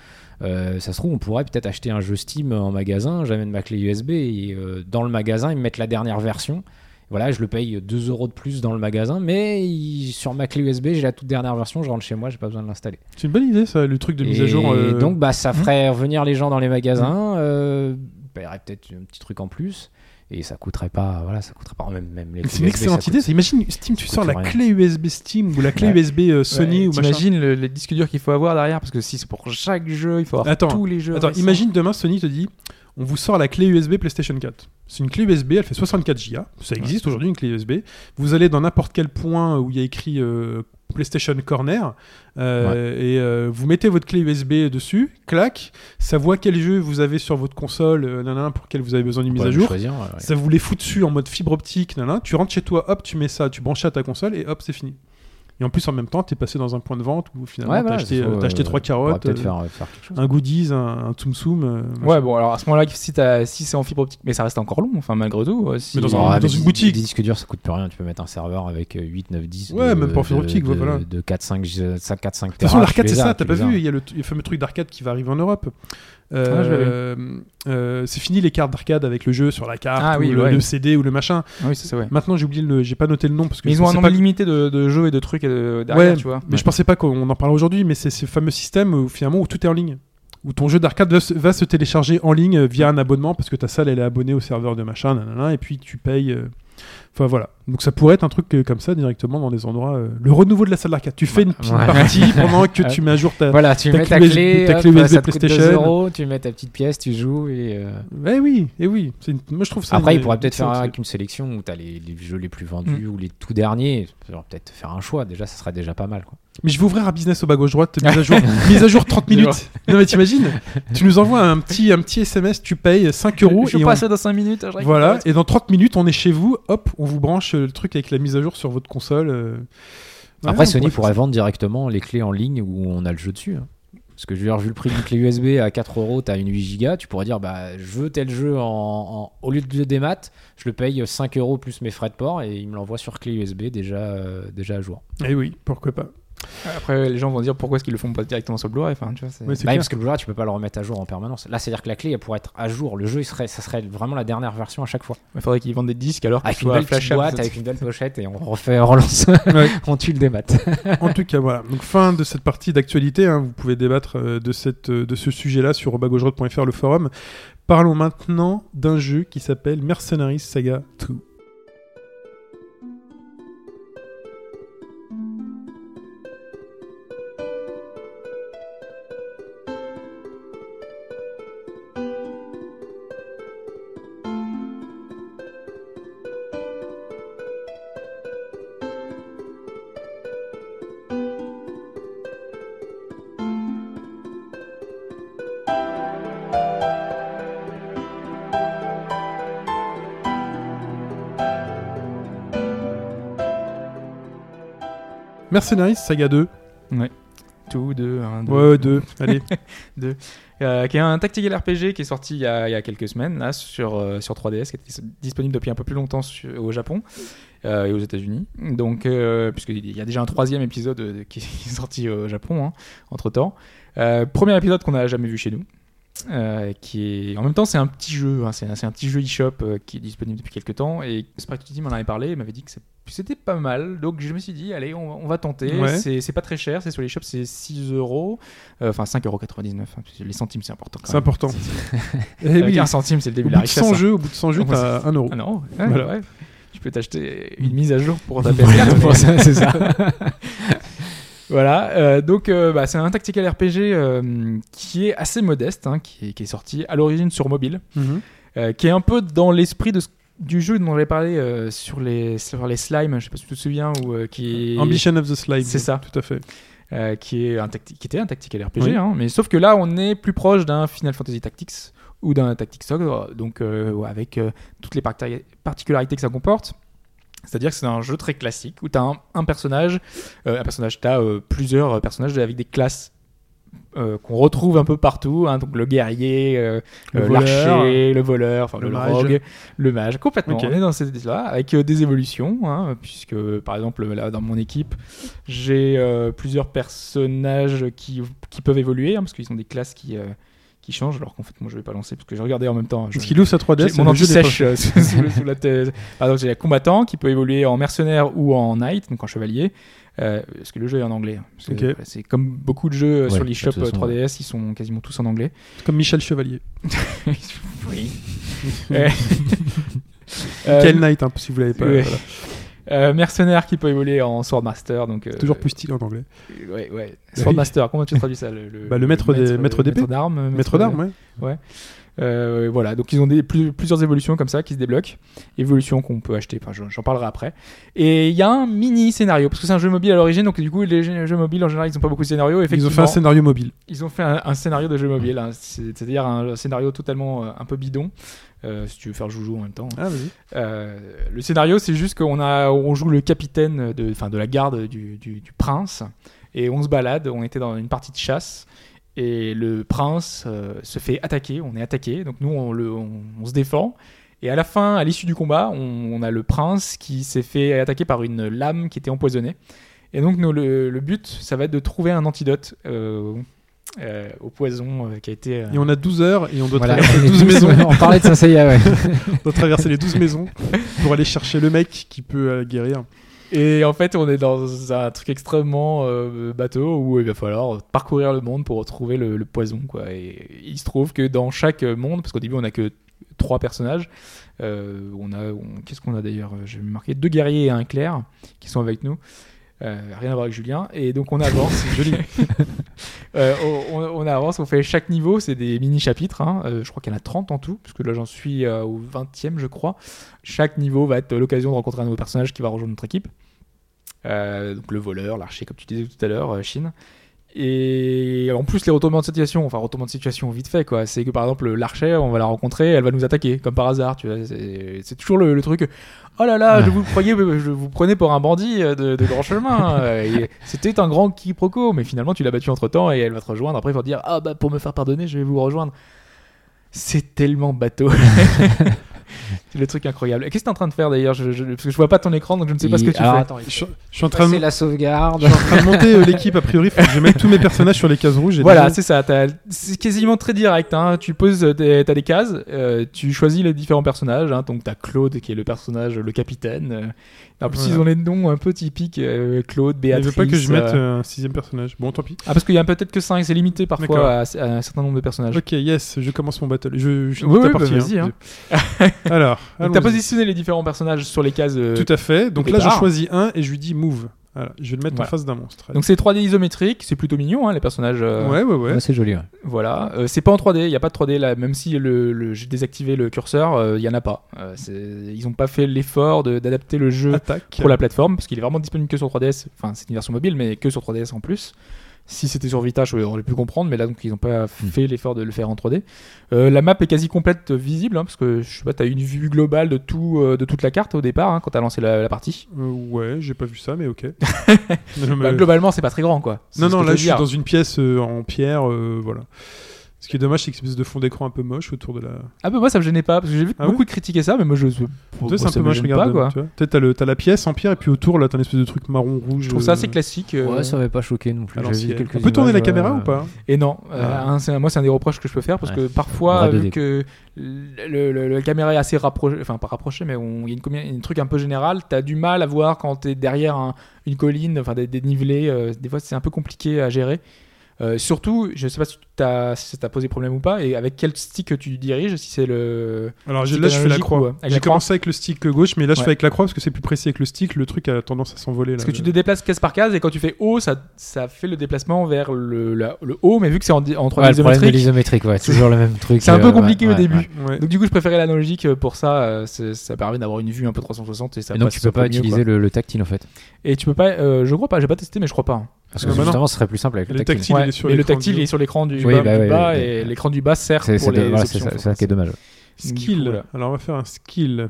S4: Euh, ça se trouve, on pourrait peut-être acheter un jeu Steam en magasin, j'amène ma clé USB et euh, dans le magasin, ils me mettent la dernière version. Voilà, je le paye 2 euros de plus dans le magasin, mais il- sur ma clé USB, j'ai la toute dernière version, je rentre chez moi, j'ai pas besoin de l'installer.
S2: C'est une bonne idée, ça, le truc de mise à
S4: Et
S2: jour. euh, Hein
S4: donc, bah, ça ferait revenir les gens dans les magasins, euh, paierait peut-être un petit truc en plus, et ça coûterait pas, voilà, ça coûterait pas Oh, même, même les clés
S2: C'est une
S4: USB, ça
S2: excellente
S4: coûte-
S2: idée. ça. Imagine Steam, tu
S4: coûte
S2: sors la
S4: rien.
S2: clé USB Steam ou la clé
S4: Ouais.
S2: USB euh, Sony ou machin.
S3: J'imagine les disques durs qu'il faut avoir derrière parce que si c'est pour chaque jeu, il faut avoir
S2: Attends,
S3: tous les
S4: euh,
S3: jeux.
S2: Attends,
S3: récents.
S2: imagine demain Sony te dit on vous sort la clé USB PlayStation 4. C'est une clé USB, elle fait 64 Go. Ça existe aujourd'hui une clé USB. Vous allez dans n'importe quel point où il y a écrit euh, PlayStation Corner euh, et euh, vous mettez votre clé USB dessus, clac, ça voit quel jeu vous avez sur votre console, euh, nanana, pour lequel vous avez besoin d'une
S4: On
S2: mise
S4: pourrait
S2: à jour.
S4: choisir, ouais, ouais.
S2: Ça vous les fout dessus en mode fibre optique, nanana. Tu rentres chez toi, hop, tu mets ça, tu branches ça à ta console et hop, c'est fini. Et en plus, en même temps, t'es passé dans un point de vente où finalement
S4: Ouais,
S2: t'as
S3: bah,
S4: voilà,
S2: acheté,
S4: ça faut,
S2: euh, t'as acheté
S4: euh,
S2: trois
S4: on pourrait
S2: carottes,
S4: peut-être
S2: euh,
S4: faire, faire quelque chose.
S2: un goodies, un, un tsum tsum. euh, machin.
S3: Ouais, bon, alors à ce moment-là, si, t'as- si c'est en fibre optique, mais ça reste encore long, enfin malgré tout. euh, si-
S2: Mais dans un-
S4: Ouais, mais
S2: une
S4: des-
S2: boutique.
S4: Des disques durs, ça coûte plus rien. Tu peux mettre un serveur avec euh, 8, 9, 10.
S2: Ouais,
S4: de-
S2: même pas en fibre
S4: de-
S2: optique,
S4: de,
S2: voilà.
S4: De 4, 5, 4, 5
S2: De toute façon, l'arcade, c'est ça, t'as pas vu, il y a le, t- le fameux truc d'arcade qui va arriver en Europe.
S3: Ah, je l'avais
S2: Euh, euh, c'est fini les cartes d'arcade avec le jeu sur la carte,
S3: Ah
S2: ou
S3: oui,
S2: le,
S3: ouais.
S2: le CD ou le machin.
S3: Ah oui, ça, c'est vrai.
S2: Maintenant, j'ai oublié le, j'ai pas noté le nom parce que
S3: Mais
S2: je
S3: ils ont un
S2: pensais
S3: nombre
S2: pas-
S3: limité de, de jeux et de trucs euh, derrière,
S2: Ouais,
S3: tu vois.
S2: Mais je pensais pas qu'on en parle aujourd'hui, mais c'est ce fameux système où finalement où tout est en ligne. Où ton jeu d'arcade va, se- va se télécharger en ligne euh, via un abonnement parce que ta salle elle est abonnée au serveur de machin, nanana, et puis tu payes. euh, Enfin voilà. Donc ça pourrait être un truc euh, comme ça directement dans des endroits. euh, Le renouveau de la salle d'arcade. Tu fais une, petite
S4: Ouais.
S2: partie pendant que tu mets à jour ta.
S4: Voilà, tu
S2: Ta
S4: mets ta
S2: clé USB,
S4: clé,
S2: ta
S4: hop,
S2: clé USB
S4: ça te coûte 2
S2: PlayStation.
S4: euros, tu mets ta petite pièce, tu joues et. euh,
S2: Eh oui, eh oui. C'est une- Moi je trouve ça. Mm.
S4: Après,
S2: une-
S4: il pourrait peut-être faire
S2: une-
S4: avec une sélection où t'as les, les jeux les plus vendus ou les tout derniers. Il faudrait Peut-être faire un choix. Déjà, ça serait déjà pas mal. Quoi.
S2: Mais je vais ouvrir un business au bas gauche droite, mise à jour, mise à jour 30 minutes. Non mais t'imagines Tu nous envoies un petit, un petit SMS, tu payes 5 euros
S3: Je
S2: et on-
S3: passe dans 5 minutes. je
S2: Voilà,
S3: récupère
S2: et dans 30 minutes, on est chez vous, hop, on vous branche euh, le truc avec la mise à jour sur votre console. euh. Ouais,
S4: Après,
S2: on
S4: Sony
S2: pourrait faire
S4: pourrait
S2: ça.
S4: vendre directement les clés en ligne où on a le jeu dessus. hein. Parce que je veux dire, vu le prix d'une clé USB à 4 euros, t'as une 8 Go, tu pourrais dire, bah, je veux tel jeu en, en- au lieu de des maths, je le paye 5 euros plus mes frais de port et il me l'envoie sur clé USB déjà, euh, déjà à jour.
S2: Eh oui, pourquoi pas. (laughs)
S3: ça. Après, les gens vont dire pourquoi est-ce qu'ils le font pas directement sur le Blu-ray. Enfin, tu vois, c'est-
S2: Ouais, c'est
S4: Bah,
S2: clair.
S4: parce que le Blu-ray, tu peux pas le remettre à jour en permanence. Là, c'est-à-dire que la clé, elle pourrait être à jour. Le jeu, il serait, ça serait vraiment la dernière version à chaque fois.
S3: Il faudrait qu'ils vendent des disques alors qu'ils
S4: Avec une
S3: soient
S4: belle petite
S3: flashables.
S4: boîte, avec une belle pochette et on refait, on relance,
S2: Ouais.
S4: on tue le démat.
S2: en tout cas, voilà. Donc, fin de cette partie d'actualité. hein. Vous pouvez débattre euh, de, cette, euh, de ce sujet-là sur robagaugedroite.fr, le forum. Parlons maintenant d'un jeu qui s'appelle Mercenaries Saga 2. Mercenaries Saga 2.
S3: Tout, deux, un, deux.
S2: Ouais, 2.
S3: (laughs)
S2: Allez.
S3: Euh, qui est un tactical RPG qui est sorti il y a, il y a quelques semaines là, sur, euh, sur 3DS, qui est dis- disponible depuis un peu plus longtemps su- au Japon euh, et aux États-Unis. Donc, euh, puisqu'il y a déjà un troisième épisode euh, qui (laughs) est sorti au Japon entre temps. premier épisode qu'on n'a jamais vu chez nous. euh, qui est en même temps c'est un petit jeu hein, c'est un, c'est un petit jeu eShop euh, qui est disponible depuis quelques temps et Sprite Team en avait parlé il m'avait dit que c'est- c'était pas mal donc je me suis dit allez on, va- on va tenter
S2: Ouais.
S3: c'est c'est pas très cher c'est sur l'eShop c'est 6 euros euh, enfin 5,99€, hein, parce que les centimes c'est important. quand
S2: C'est
S3: même.
S2: important. Eh
S3: Avec
S2: oui,
S3: un centime c'est le
S2: au
S3: début de
S2: bout
S3: la
S2: de
S3: richesse. hein.
S2: 100 jeux, au bout de 100 jeux,
S3: Comment
S2: t'as 1 euro.
S3: Ah non, ouais,
S2: Voilà. Mm.
S3: ouais. tu peux t'acheter une mise à jour
S2: (laughs)
S3: pour ta PS4 pour ça.
S4: c'est ça.
S3: (laughs) Voilà, euh, donc euh, bah, c'est un tactical RPG euh, qui est assez modeste, hein, qui, est, qui est sorti à l'origine sur mobile,
S2: Mhm.
S3: euh, qui est un peu dans l'esprit de ce- du jeu dont j'avais parlé euh, sur les sur les slimes, je sais pas si tu te souviens ou euh, qui est-
S2: Ambition of the Slime.
S3: C'est ça.
S2: Tout à fait.
S3: euh, qui, est un tacti- qui était un tactical RPG,
S2: Oui.
S3: hein, mais sauf que là on est plus proche d'un Final Fantasy Tactics ou d'un Tactics Ogre, donc euh, ouais, avec euh, toutes les parti- particularités que ça comporte. C'est-à-dire que c'est un jeu très classique où tu as un, un personnage, euh, un personnage, tu as plusieurs personnages avec des classes euh, qu'on retrouve un peu partout, hein, donc le guerrier, euh,
S2: Le
S3: euh,
S2: voleur.
S3: l'archer, le voleur, enfin le,
S2: Le mage.
S3: rogue, le mage, complètement.
S2: Ok.
S3: On est dans cette là avec euh, des évolutions, hein, puisque par exemple là dans mon équipe, j'ai euh, plusieurs personnages qui, qui peuvent évoluer, hein, parce qu'ils ont des classes qui, euh, qui changent, alors qu'en fait moi je vais pas lancer, parce que j'ai regardé en même temps. hein, je-
S2: Ce qui loue sa 3DS,
S3: j'ai
S2: c'est
S3: mon
S2: le jeu
S3: anti
S2: des
S3: sèche euh, (laughs) sous, sous le- sous la thèse. Par exemple, j'ai la combattant qui peut évoluer en mercenaire ou en knight, donc en chevalier. Euh, parce que le jeu est en anglais. hein. Parce que,
S2: Ok.
S3: voilà, C'est comme beaucoup de jeux euh,
S4: Ouais,
S3: sur
S4: de toute
S3: l'eShop euh,
S4: façon,
S3: 3DS, ils sont quasiment tous en anglais.
S2: poches. Comme Michel Chevalier.
S3: (laughs) oui. Euh,
S2: Quel Knight, hein, si vous l'avez pas.
S3: ouais.
S2: voilà.
S3: mercenaire Euh, qui peut évoluer en swordmaster. Donc, euh,
S2: Toujours plus stylé en anglais.
S3: Ouais, ouais. Swordmaster, comment tu traduis ça Le,
S2: Bah, le maître des- maître d'épée.
S3: d'armes. euh,
S2: Maître d'armes, ouais.
S3: Euh, voilà, donc ils ont des, plus- plusieurs évolutions comme ça qui se débloquent. Évolutions qu'on peut acheter, enfin, je- j'en parlerai après. Et il y a un mini scénario, parce que c'est un jeu mobile à l'origine, donc du coup, les jeux jeux mobiles en général, ils n'ont pas beaucoup de scénarios.
S2: Ils
S3: Effectivement,
S2: ont fait un scénario mobile.
S3: ils ont fait un, un scénario de jeu mobile, hein. C'est- c'est-à-dire un scénario totalement euh, un peu bidon. Euh, si tu veux faire joujou en même temps.
S2: Ah, vas-y.
S3: Euh, le scénario, c'est juste qu'on a, on joue le capitaine de, enfin, de la garde du, du- du prince et on se balade. On était dans une partie de chasse et le prince euh, se fait attaquer. On est attaqué, donc nous on, le, on, on se défend. Et à la fin, à l'issue du combat, on, on a le prince qui s'est fait attaquer par une lame qui était empoisonnée. Et donc nous, le, le but, ça va être de trouver un antidote euh, euh, au poison euh, qui a été. euh,
S2: Et on a 12 heures et on doit
S4: Voilà.
S2: traverser
S3: (laughs)
S2: 12 maisons.
S4: On parlait de Saint-Seiya, ouais.
S2: On doit traverser les 12 maisons pour aller chercher le mec qui peut euh, guérir.
S3: Et en fait, on est dans un truc extrêmement euh, bateau où il va falloir parcourir le monde pour retrouver le, le poison. Quoi. Et il se trouve que dans chaque monde, parce qu'au début on a que trois personnages, euh, on a, on- qu'est-ce qu'on a d'ailleurs Euh, J'ai marqué deux guerriers et un clerc qui sont avec nous. Euh, rien à voir avec Julien. Et donc on avance. joli. Euh, on, on- on avance, on fait chaque niveau, c'est des mini-chapitres. hein. Euh, je crois qu'il y en a 30 en tout, parce que là j'en suis euh, au 20e, je crois. Chaque niveau va être l'occasion de rencontrer un nouveau personnage qui va rejoindre notre équipe. Euh, donc le voleur, l'archer, comme tu disais tout à l'heure, euh, Chine. Et en plus, les retournements de situation, enfin, retournements de situation vite fait, quoi. C'est que par exemple, l'archer, on va la rencontrer, elle va nous attaquer, comme par hasard, tu vois. C'est c'est toujours le, le truc, oh là là, je vous, croyais, je vous prenais pour un bandit euh, de, de grand chemin. Euh, et C'était un grand quiproquo, mais finalement, tu l'as battue entre temps et elle va te rejoindre. Après, il va te dire, ah bah, pour me faire pardonner, je vais vous rejoindre. C'est tellement bateau. c'est le truc incroyable. Et Qu'est-ce que t'es en train de faire d'ailleurs je, je- Parce que je vois pas ton écran, donc je ne sais pas ce que tu
S4: Alors,
S3: fais.
S4: attends,
S2: Je,
S4: il
S2: suis-
S4: faut
S2: je suis en train de,
S4: passer la sauvegarde.
S2: je suis en train de monter euh, l'équipe, a priori. Faut que je mette tous mes personnages sur les cases rouges. et
S3: Voilà,
S2: déjà-
S3: c'est ça. t'as- C'est quasiment très direct. hein. Tu poses, des- t'as des cases, euh, tu choisis les différents personnages. hein. Donc t'as Claude qui est le personnage, le capitaine. euh. En plus
S2: Voilà.
S3: ils ont les noms un peu typiques. euh, Claude,
S2: Il
S3: Béatrice.
S2: veut pas que je
S3: euh,
S2: mette euh, un sixième personnage. Bon, tant pis.
S3: Ah parce qu'il y en a peut-être que 5 c'est limité
S2: D'accord.
S3: parfois à, à un certain nombre de personnages.
S2: Ok, yes, je commence mon battle. Je, je suis
S3: Ah, Oui,
S2: tout à
S3: oui, bah,
S2: partie,
S3: vas-y, hein.
S2: (laughs) Alors,
S3: (laughs) Donc t'as
S2: allons-y.
S3: positionné les différents personnages sur les cases. euh,
S2: Tout à fait. Donc
S3: au
S2: là, je
S3: départ.
S2: choisis un et je lui dis move. Voilà, je vais le mettre en
S3: Voilà.
S2: face d'un monstre.
S3: donc c'est 3D isométrique, c'est plutôt mignon hein, les personnages. euh,
S2: ouais, ouais, ouais.
S4: Ouais, c'est joli, ouais.
S3: Voilà, Euh, c'est pas en 3D, il n'y a pas de 3D là, même si le, le- j'ai désactivé le curseur, il y en a pas. Euh, c'est- ils ont pas fait l'effort de- d'adapter le jeu
S2: Attaque.
S3: pour la plateforme, parce qu'il est vraiment disponible que sur 3DS, enfin c'est une version mobile, mais que sur 3DS en plus. Si c'était sur Vita, je- j'aurais pu comprendre, mais là, donc, ils n'ont
S2: Hmm.
S3: pas fait l'effort de le faire en 3D. Euh, la map est quasi complète euh, visible, hein, parce que je sais pas, tu as une vue globale de, tout, euh, de toute la carte au départ hein, quand tu as lancé la, la partie.
S2: Euh, ouais, j'ai pas vu ça, mais
S3: (laughs)
S2: ok. non, mais-
S3: Bah, globalement, c'est pas très grand, quoi. C'est
S2: non,
S3: ce
S2: non,
S3: que hein.
S2: là
S3: veux
S2: je suis
S3: dire.
S2: dans une pièce euh, en pierre, euh, voilà. Ce qui est dommage, c'est que c'est une espèce de fond d'écran un peu moche autour de la.
S3: Ah, bah, moi, ça me gênait pas, parce que j'ai vu
S2: Ah ouais
S3: beaucoup de critiquer ça, mais moi, je. Toi,
S2: Tu sais, c'est un peu moche, regarde.
S3: pas, quoi.
S2: tu vois. Peut-être t'as le- t'as la pièce en pierre et puis autour là t'as une espèce de truc marron rouge.
S3: Je trouve ça assez classique. euh,
S4: Ouais, ça m'avait pas choqué non plus.
S2: à
S4: J'ai vu
S2: l'ancienne.
S4: quelques
S2: On peut tourner la
S4: images,
S2: caméra ou
S4: euh,
S2: pas
S3: Et non, euh,
S4: Ah.
S3: un- c'est- moi c'est un des reproches que je peux faire parce
S4: Ouais.
S3: que parfois,
S4: Vraie
S3: vu
S4: BD.
S3: que le- le- la caméra est assez rapprochée, enfin pas rapprochée, mais on- il y a une combi- un truc un peu général, t'as du mal à voir quand t'es derrière un- une colline, enfin des dénivelés, euh, des fois c'est un peu compliqué à gérer. Euh, surtout, je sais pas si, t'as- si ça t'a posé problème ou pas, et avec quel stick tu diriges, si c'est le.
S2: Alors j'ai-
S3: stick
S2: là je fais la
S3: analogique ou, euh,
S2: croix.
S3: avec la
S2: J'ai
S3: croix.
S2: commencé avec le stick gauche, mais là je
S3: Ouais.
S2: fais avec la croix parce que c'est plus précis avec le stick. Le truc a tendance à s'envoler là.
S3: Parce que tu te déplaces case par case, et quand tu fais haut, ça, ça fait le déplacement vers le, la- le haut, mais vu que c'est en, di- en 3
S4: Ouais, le problème de l'isométrique, ouais, toujours le même truc.
S3: C'est un
S4: euh,
S3: peu
S4: ouais,
S3: compliqué au
S4: ouais,
S3: début.
S4: ouais.
S2: Ouais.
S3: (laughs) Donc du coup, je préférais l'analogique euh, pour ça. euh, c'est- Ça permet d'avoir une vue un peu 360 et ça.
S4: Et donc
S3: passe
S4: tu peux
S3: un peu
S4: pas
S3: mieux, quoi.
S4: utiliser le, le tactile en fait.
S3: Et tu peux pas. euh, je crois pas. J'ai pas testé, mais je crois pas. hein.
S4: Parce
S2: Ah
S4: que
S2: bah non.
S4: justement, ce serait plus simple avec le
S2: Le
S4: tactile.
S2: tactile, il est sur
S3: mais le
S2: l'écran
S3: tactile
S2: du haut.
S3: est sur l'écran du,
S4: Oui,
S3: bas,
S4: bah
S3: du
S4: ouais,
S3: bas
S4: ouais,
S3: et
S4: ouais.
S3: l'écran du bas sert
S4: C'est
S3: pour
S4: c'est de-
S3: les
S4: voilà, c'est
S3: options.
S4: ça, c'est ça qui est dommage.
S2: Skill.
S3: Voilà.
S2: Alors on va faire un skill.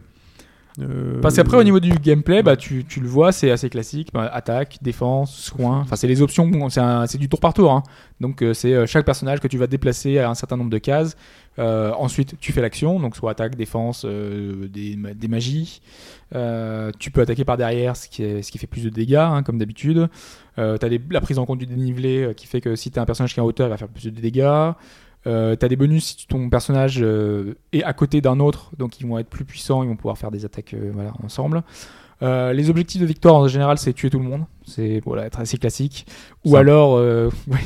S2: Euh,
S3: Parce qu'après, au niveau du gameplay, bah, tu, tu le vois, c'est assez classique. Bah, attaque, défense, soin. Enfin, c'est les options. bon, c'est un- c'est du tour par tour. hein. Donc, euh, c'est euh, chaque personnage que tu vas déplacer à un certain nombre de cases. Euh, ensuite, tu fais l'action. Donc, soit attaque, défense, euh, des, ma- des magies. Euh, tu peux attaquer par derrière, ce qui, est- ce qui fait plus de dégâts, hein, comme d'habitude. Euh, t'as des- la prise en compte du dénivelé euh, qui fait que si t'as un personnage qui est en hauteur, il va faire plus de dégâts. Euh, t'as des bonus si tu- ton personnage euh, est à côté d'un autre, donc ils vont être plus puissants, ils vont pouvoir faire des attaques euh, voilà, ensemble. Euh, les objectifs de victoire en général, c'est tuer tout le monde, c'est voilà, être assez classique. Ou
S4: Simple.
S3: alors, euh, (laughs) ouais,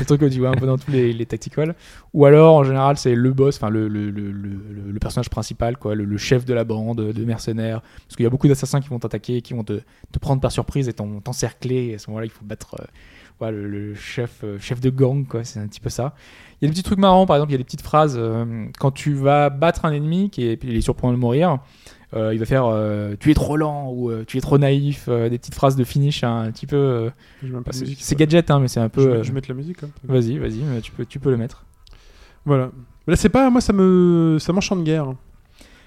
S3: le truc que tu vois un peu dans tous les, les tacticals. Ou alors, en général, c'est le boss, enfin le, le, le, le- le personnage principal, quoi, le, le chef de la bande, de mercenaires. Parce qu'il y a beaucoup d'assassins qui vont t'attaquer, qui vont te, te prendre par surprise et t'en- t'encercler. Et à ce moment-là, il faut battre euh, voilà, le, le chef, euh, chef de gang, quoi. C'est un petit peu ça. Il y a des petits trucs marrants, par exemple, il y a des petites phrases. euh, quand tu vas battre un ennemi qui est, il est sur le point de mourir, euh, il va faire euh, tu es trop lent ou euh, tu es trop naïf, euh, des petites phrases de finish hein, un petit peu. euh,
S2: Je mets un peu de
S3: c'est
S2: musique, ça.
S3: c'est gadget, hein, mais c'est un
S2: Je
S3: peu.
S2: mets-
S3: euh,
S2: je vais mettre la musique. hein.
S3: Vas-y, vas-y, mais tu peux, tu peux le mettre.
S2: Voilà. Mais Là, c'est pas. Moi, ça me. Ça m'enchante guère.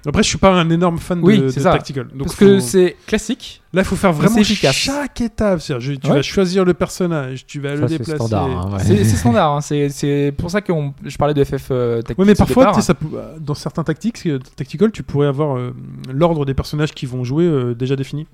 S2: Après, je suis pas un énorme fan
S3: Oui,
S2: de,
S3: c'est
S2: de
S3: ça.
S2: tactical. Donc,
S3: Parce que
S2: faut-
S3: c'est classique.
S2: là, il faut faire
S3: mais
S2: vraiment
S3: c'est efficace.
S2: chaque étape. C'est-à-dire, je- tu
S3: Ouais.
S2: vas choisir le personnage, tu vas le
S4: Ça, c'est
S2: déplacer.
S4: standard. hein, ouais.
S3: C'est c'est standard. hein, C'est c'est pour ça que je parlais de FF euh, Tactics
S2: Ouais, mais
S3: au
S2: parfois,
S3: départ.
S2: tu sais, ça pou- dans certains tactics, euh, tactical, tu pourrais avoir euh, l'ordre des personnages qui vont jouer euh, déjà défini.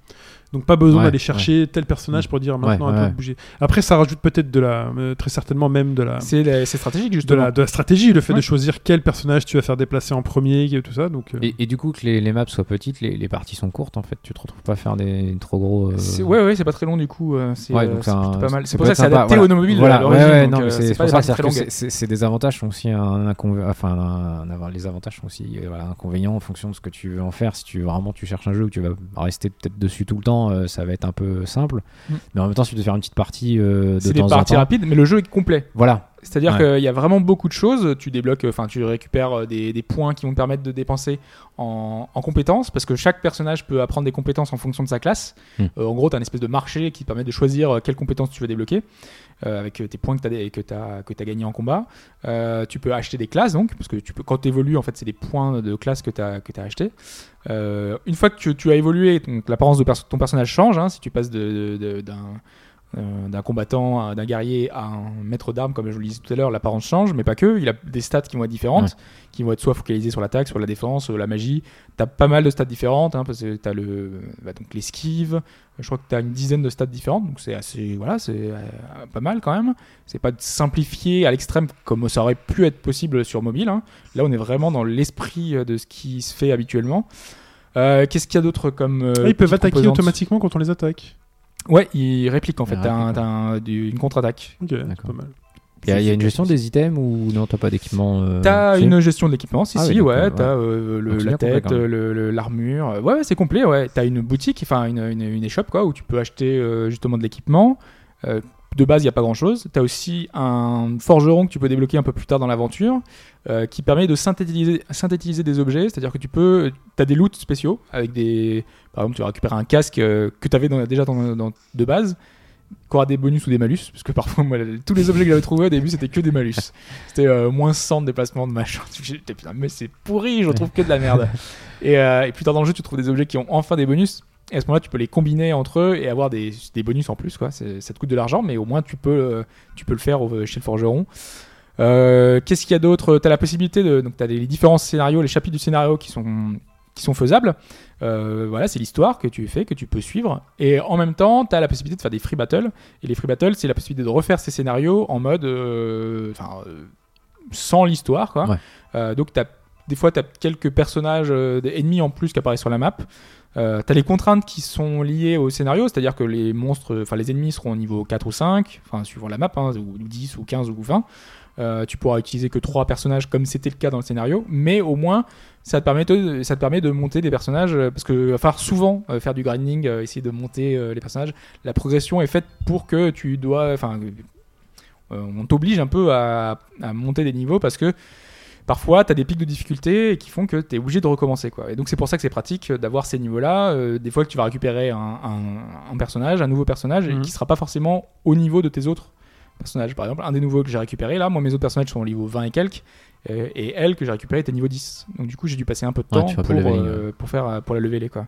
S2: Donc, pas besoin
S4: Ouais, Mm.
S2: d'aller chercher tel personnage pour dire maintenant
S4: Ouais,
S2: un
S4: ouais,
S2: peu
S4: ouais.
S2: bouger. Après, ça rajoute peut-être de la, euh, très certainement même de la,
S3: C'est la- c'est stratégique,
S2: de
S3: justement.
S2: la, de la stratégie, le fait
S3: Ouais.
S2: de choisir quel personnage tu vas faire déplacer en premier et tout ça. Donc, euh,
S4: Et, et du coup, que les, les maps soient petites, les, les parties sont courtes en fait. Tu te retrouves pas à faire des trop gros. euh,
S3: C'est- Ouais, ouais, c'est pas très long du coup. euh, C'est
S4: Ouais,
S3: euh,
S4: donc
S3: c'est
S4: ça-
S3: plutôt pas mal.
S4: ça
S3: C'est pour
S4: peut
S3: ça que c'est
S4: être sympa,
S3: adapté
S4: voilà.
S3: aux mobiles
S4: Voilà,
S3: à l'origine.
S4: ouais, ouais,
S3: donc,
S4: non,
S3: euh,
S4: mais c'est
S3: c'est
S4: c'est
S3: pas
S4: pour
S3: des
S4: ça
S3: parties
S4: c'est-à-dire
S3: très
S4: que
S3: longues.
S4: c'est- c'est c'est des avantages sont aussi un, inconvénient. Enfin, un- un- les avantages sont aussi euh, voilà, inconvénients en fonction de ce que tu veux en faire. Si tu vraiment tu cherches un jeu où tu vas rester peut-être dessus tout le temps, euh, ça va être un peu simple.
S3: Mm.
S4: Mais en même temps, si tu veux faire une petite partie euh, de
S3: C'est des
S4: temps en
S3: parties
S4: temps,
S3: rapides, mais le jeu est complet.
S4: voilà.
S3: C'est-à-dire
S4: Ouais.
S3: qu'il y a vraiment beaucoup de choses. Tu débloques, enfin, tu récupères euh, des, des points qui vont te permettre de dépenser en, en compétences, parce que chaque personnage peut apprendre des compétences en fonction de sa classe.
S4: Hmm.
S3: Euh, en gros, tu as un espèce de marché qui te permet de choisir euh, quelles compétences tu veux débloquer, euh, avec euh, tes points que tu as, que t'as- que t'as gagnés en combat. Euh, tu peux acheter des classes, donc, parce que tu peux, quand tu évolues, en fait, c'est des points de classe que tu as, que as acheté. Euh, une fois que tu, tu as évolué, donc l'apparence de perso- ton personnage change. hein, si tu passes de- de- de- d'un euh, d'un combattant, à- d'un guerrier à un maître d'armes, comme je vous le disais tout à l'heure, l'apparence change, mais pas que. Il a des stats qui vont être différentes, qui vont être soit focalisées sur l'attaque, sur la défense, sur la magie. T'as pas mal de stats différentes, hein, parce que t'as le, bah, donc l'esquive. Je crois que t'as une dizaine de stats différentes, donc c'est assez, voilà, c'est euh, pas mal quand même. C'est pas simplifié à l'extrême comme ça aurait pu être possible sur mobile. hein. Là, on est vraiment dans l'esprit euh, de ce qui se fait habituellement. Euh, Qu'est-ce qu'il y a d'autre comme euh,
S2: ah, ils peuvent
S3: petite
S2: attaquer
S3: composante
S2: automatiquement quand on les attaque.
S3: Ouais, il réplique en fait.
S4: Il
S3: T'as un-
S4: réplique,
S3: t'as un- du- une contre-attaque.
S2: Ok, c'est
S4: D'accord.
S2: pas mal.
S4: Il y, a- il y a une gestion des items ou non, t'as pas d'équipement. euh,
S3: T'as
S4: si
S3: une gestion de l'équipement, si,
S4: Ah
S3: si,
S4: oui, donc,
S3: ouais.
S4: euh,
S3: T'as euh, le-
S4: Donc, c'est
S3: la
S4: bien complet,
S3: tête,
S4: quand même.
S3: le- le- l'armure. euh, Ouais, ouais, c'est complet, ouais. T'as une boutique, enfin une, une, une échoppe, quoi, où tu peux acheter euh, justement de l'équipement. Euh, de base, il n'y a pas grand chose. T'as aussi un forgeron que tu peux débloquer un peu plus tard dans l'aventure, euh, qui permet de synthétiser, synthétiser des objets. C'est-à-dire que tu peux. T'as des loots spéciaux avec des. Par exemple, tu vas récupérer un casque euh, que t'avais dans- déjà dans- dans- de base. qu'aura des bonus ou des malus, parce que parfois, moi, tous les objets que j'avais trouvés au début, c'était que des malus. C'était euh, moins 100 de déplacement de machin. (laughs) J'étais putain, mais c'est pourri, je trouve que de la merde. et, euh, et plus tard dans le jeu, tu trouves des objets qui ont enfin des bonus. Et à ce moment-là, tu peux les combiner entre eux et avoir des, des bonus en plus. Quoi. C'est- Ça te coûte de l'argent, mais au moins, tu peux, euh, tu peux le faire au- chez le forgeron. Euh, Qu'est-ce qu'il y a d'autre T'as la possibilité de. Donc, t'as les différents scénarios, les chapitres du scénario qui sont, qui sont faisables. Euh, voilà, c'est l'histoire que tu fais, que tu peux suivre. Et en même temps, tu as la possibilité de faire des free battles. Et les free battles, c'est la possibilité de refaire ces scénarios en mode. euh, Enfin, euh, sans l'histoire, quoi.
S4: Ouais.
S3: Euh, donc, t'as- des fois, tu as quelques personnages euh, des ennemis en plus qui apparaissent sur la map. Euh, t'as les contraintes qui sont liées au scénario, c'est-à-dire que les monstres, enfin les ennemis seront au niveau 4 ou 5, enfin suivant la map, hein, ou 10 ou 15 ou 20. Euh, tu pourras utiliser que 3 personnages comme c'était le cas dans le scénario, mais au moins ça te permet de, ça te permet de monter des personnages, euh, parce que va falloir souvent euh, faire du grinding, euh, essayer de monter euh, les personnages. La progression est faite pour que tu dois... Enfin, euh, on t'oblige un peu à, à monter des niveaux parce que parfois tu as des pics de difficulté qui font que tu es obligé de recommencer quoi. Et donc c'est pour ça que c'est pratique euh, d'avoir ces niveaux-là. Euh, des fois que tu vas récupérer un, un- un personnage, un nouveau personnage et
S2: Mhm.
S3: qui sera pas forcément au niveau de tes autres personnages. Par exemple, un des nouveaux que j'ai récupéré là, moi mes autres personnages sont au niveau 20 et quelques euh, et elle que j'ai récupéré était niveau 10. Donc du coup, j'ai dû passer un peu de
S4: Ouais,
S3: temps
S4: tu fais un
S3: pour,
S4: peu leveling,
S3: euh, pour faire euh, pour la leveler quoi.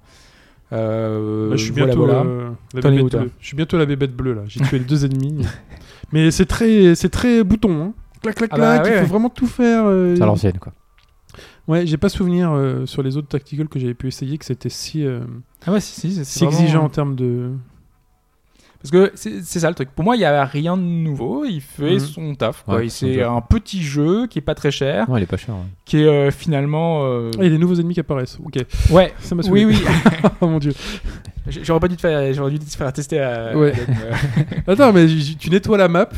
S3: Euh,
S2: Bah, je suis
S3: voilà,
S2: bientôt
S3: voilà.
S2: euh, la
S3: Tony
S2: bébête
S3: Hawk,
S2: bleue. Je suis bientôt la bébête bleue là. J'ai tué les deux
S3: (laughs)
S2: ennemis. Mais c'est très, c'est très bouton. Hein. Clac clac
S3: Ah bah
S2: clac. il
S3: ouais,
S2: faut
S3: ouais.
S2: vraiment tout faire. euh,
S4: C'est à l'ancienne, quoi.
S2: Ouais, j'ai pas souvenir euh, sur les autres tacticals que j'avais pu essayer que c'était si, euh,
S3: Ah ouais, si, si, c'est
S2: si
S3: vraiment-
S2: exigeant en termes de.
S3: Parce que c'est c'est ça le truc. Pour moi, il n'y a rien de nouveau. Il fait
S2: Mhm.
S3: son taf. quoi.
S4: Ouais,
S3: Et
S4: son
S3: c'est
S4: taf.
S3: un petit jeu qui est pas très cher,
S4: Non, il est pas hein. cher. ouais.
S3: qui est euh, finalement. euh,
S2: Ah, il y a des nouveaux ennemis qui apparaissent. Ok,
S3: Ouais.
S2: ça m'a
S3: Oui, (laughs)
S2: saoulé.
S3: oui.
S2: (laughs) oh mon dieu.
S3: J- J'aurais pas dû te faire, j'aurais dû te faire tester. À...
S2: Ouais. (laughs) Attends, mais j- j- tu nettoies la map.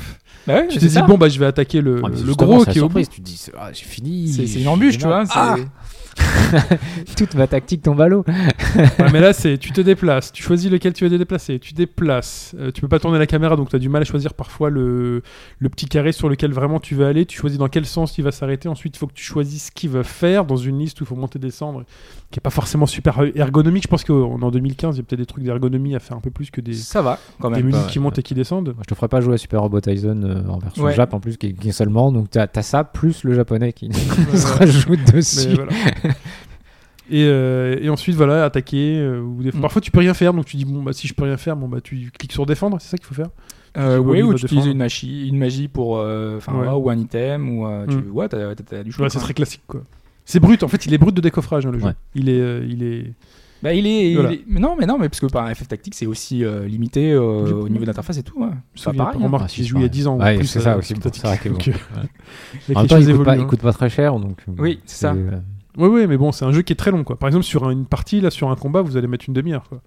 S3: Bah ouais,
S2: Tu
S3: c'est
S2: te dis
S3: ça.
S2: bon bah je vais attaquer le,
S4: Ah, mais
S2: le
S4: justement,
S2: gros
S4: c'est la
S2: qui est au bout.
S4: surprise. Tu te dis, ah, j'ai fini.
S3: C'est c'est une
S4: j'ai
S3: embûche, tu
S4: fini là.
S3: vois.
S2: Ah
S3: c'est-
S4: Ah, Toute ma tactique tombe à l'eau.
S2: Ouais, mais là, c'est tu te déplaces, tu choisis lequel tu vas te déplacer, tu déplaces, euh, tu peux pas tourner la caméra donc tu as du mal à choisir parfois le, le petit carré sur lequel vraiment tu vas aller, tu choisis dans quel sens il va s'arrêter, ensuite il faut que tu choisisses ce qu'il va faire dans une liste où il faut monter descendre qui est pas forcément super ergonomique. Je pense qu'en en 2015, il y a peut-être des trucs d'ergonomie à faire un peu plus que des,
S3: Ça va quand
S2: des
S3: même.
S2: musiques
S4: ouais,
S2: qui montent et qui descendent.
S4: Moi, je te ferai pas jouer à Super Robot Tyson euh, en version
S3: Ouais.
S4: Jap en plus, qui est, qui est seulement. Donc, t'as as ça plus le japonais qui (laughs) se rajoute
S2: Mais
S3: (laughs)
S4: dessus.
S2: voilà. Et, euh, et ensuite voilà attaquer euh, ou défendre.
S3: Mm.
S2: parfois tu peux rien faire donc tu dis bon bah si je peux rien faire bon bah tu cliques sur défendre c'est ça qu'il faut faire
S3: Euh,
S2: Tu
S3: oui,
S2: vois,
S3: ou
S2: il
S3: tu
S2: va
S3: utilises
S2: défendre.
S3: une magie, une magie pour. euh, Enfin,
S2: Ouais.
S3: voilà, ou un item, ou. euh, tu...
S2: Mhm.
S3: Ouais, t'as t'as- t'as du choix.
S2: Ouais, c'est très classique quoi. C'est brut, en fait, il est brut de décoffrage hein, le
S4: Ouais.
S2: jeu. Il est, euh, il est.
S3: Bah, il est, il
S2: Voilà.
S3: est- mais non, mais non, mais parce que par FF tactique, c'est aussi euh, limité euh,
S2: Du coup,
S3: au niveau d'interface et tout.
S2: Je
S3: hein.
S2: me
S3: C'est
S2: souviens
S3: pas
S2: pas,
S3: pareil. hein.
S2: remarque,
S4: Ah, si,
S2: j'ai
S4: c'est
S2: joué il y a
S4: pareil.
S2: 10 ans. en
S4: Ouais,
S2: plus,
S4: c'est ça
S2: euh,
S4: aussi.
S2: putain,
S4: C'est vrai que bon,
S2: donc,
S4: ouais.
S2: euh, (laughs) les
S4: En
S2: choses
S4: même temps, il coûte,
S2: évoluent,
S4: pas,
S2: hein.
S4: il coûte pas très cher. Donc, euh,
S3: Oui, c'est ça.
S4: euh,
S2: Ouais, ouais, mais bon, c'est un jeu qui est très long quoi. Par exemple, sur un- une partie, là, sur un combat, vous allez mettre une demi-heure quoi.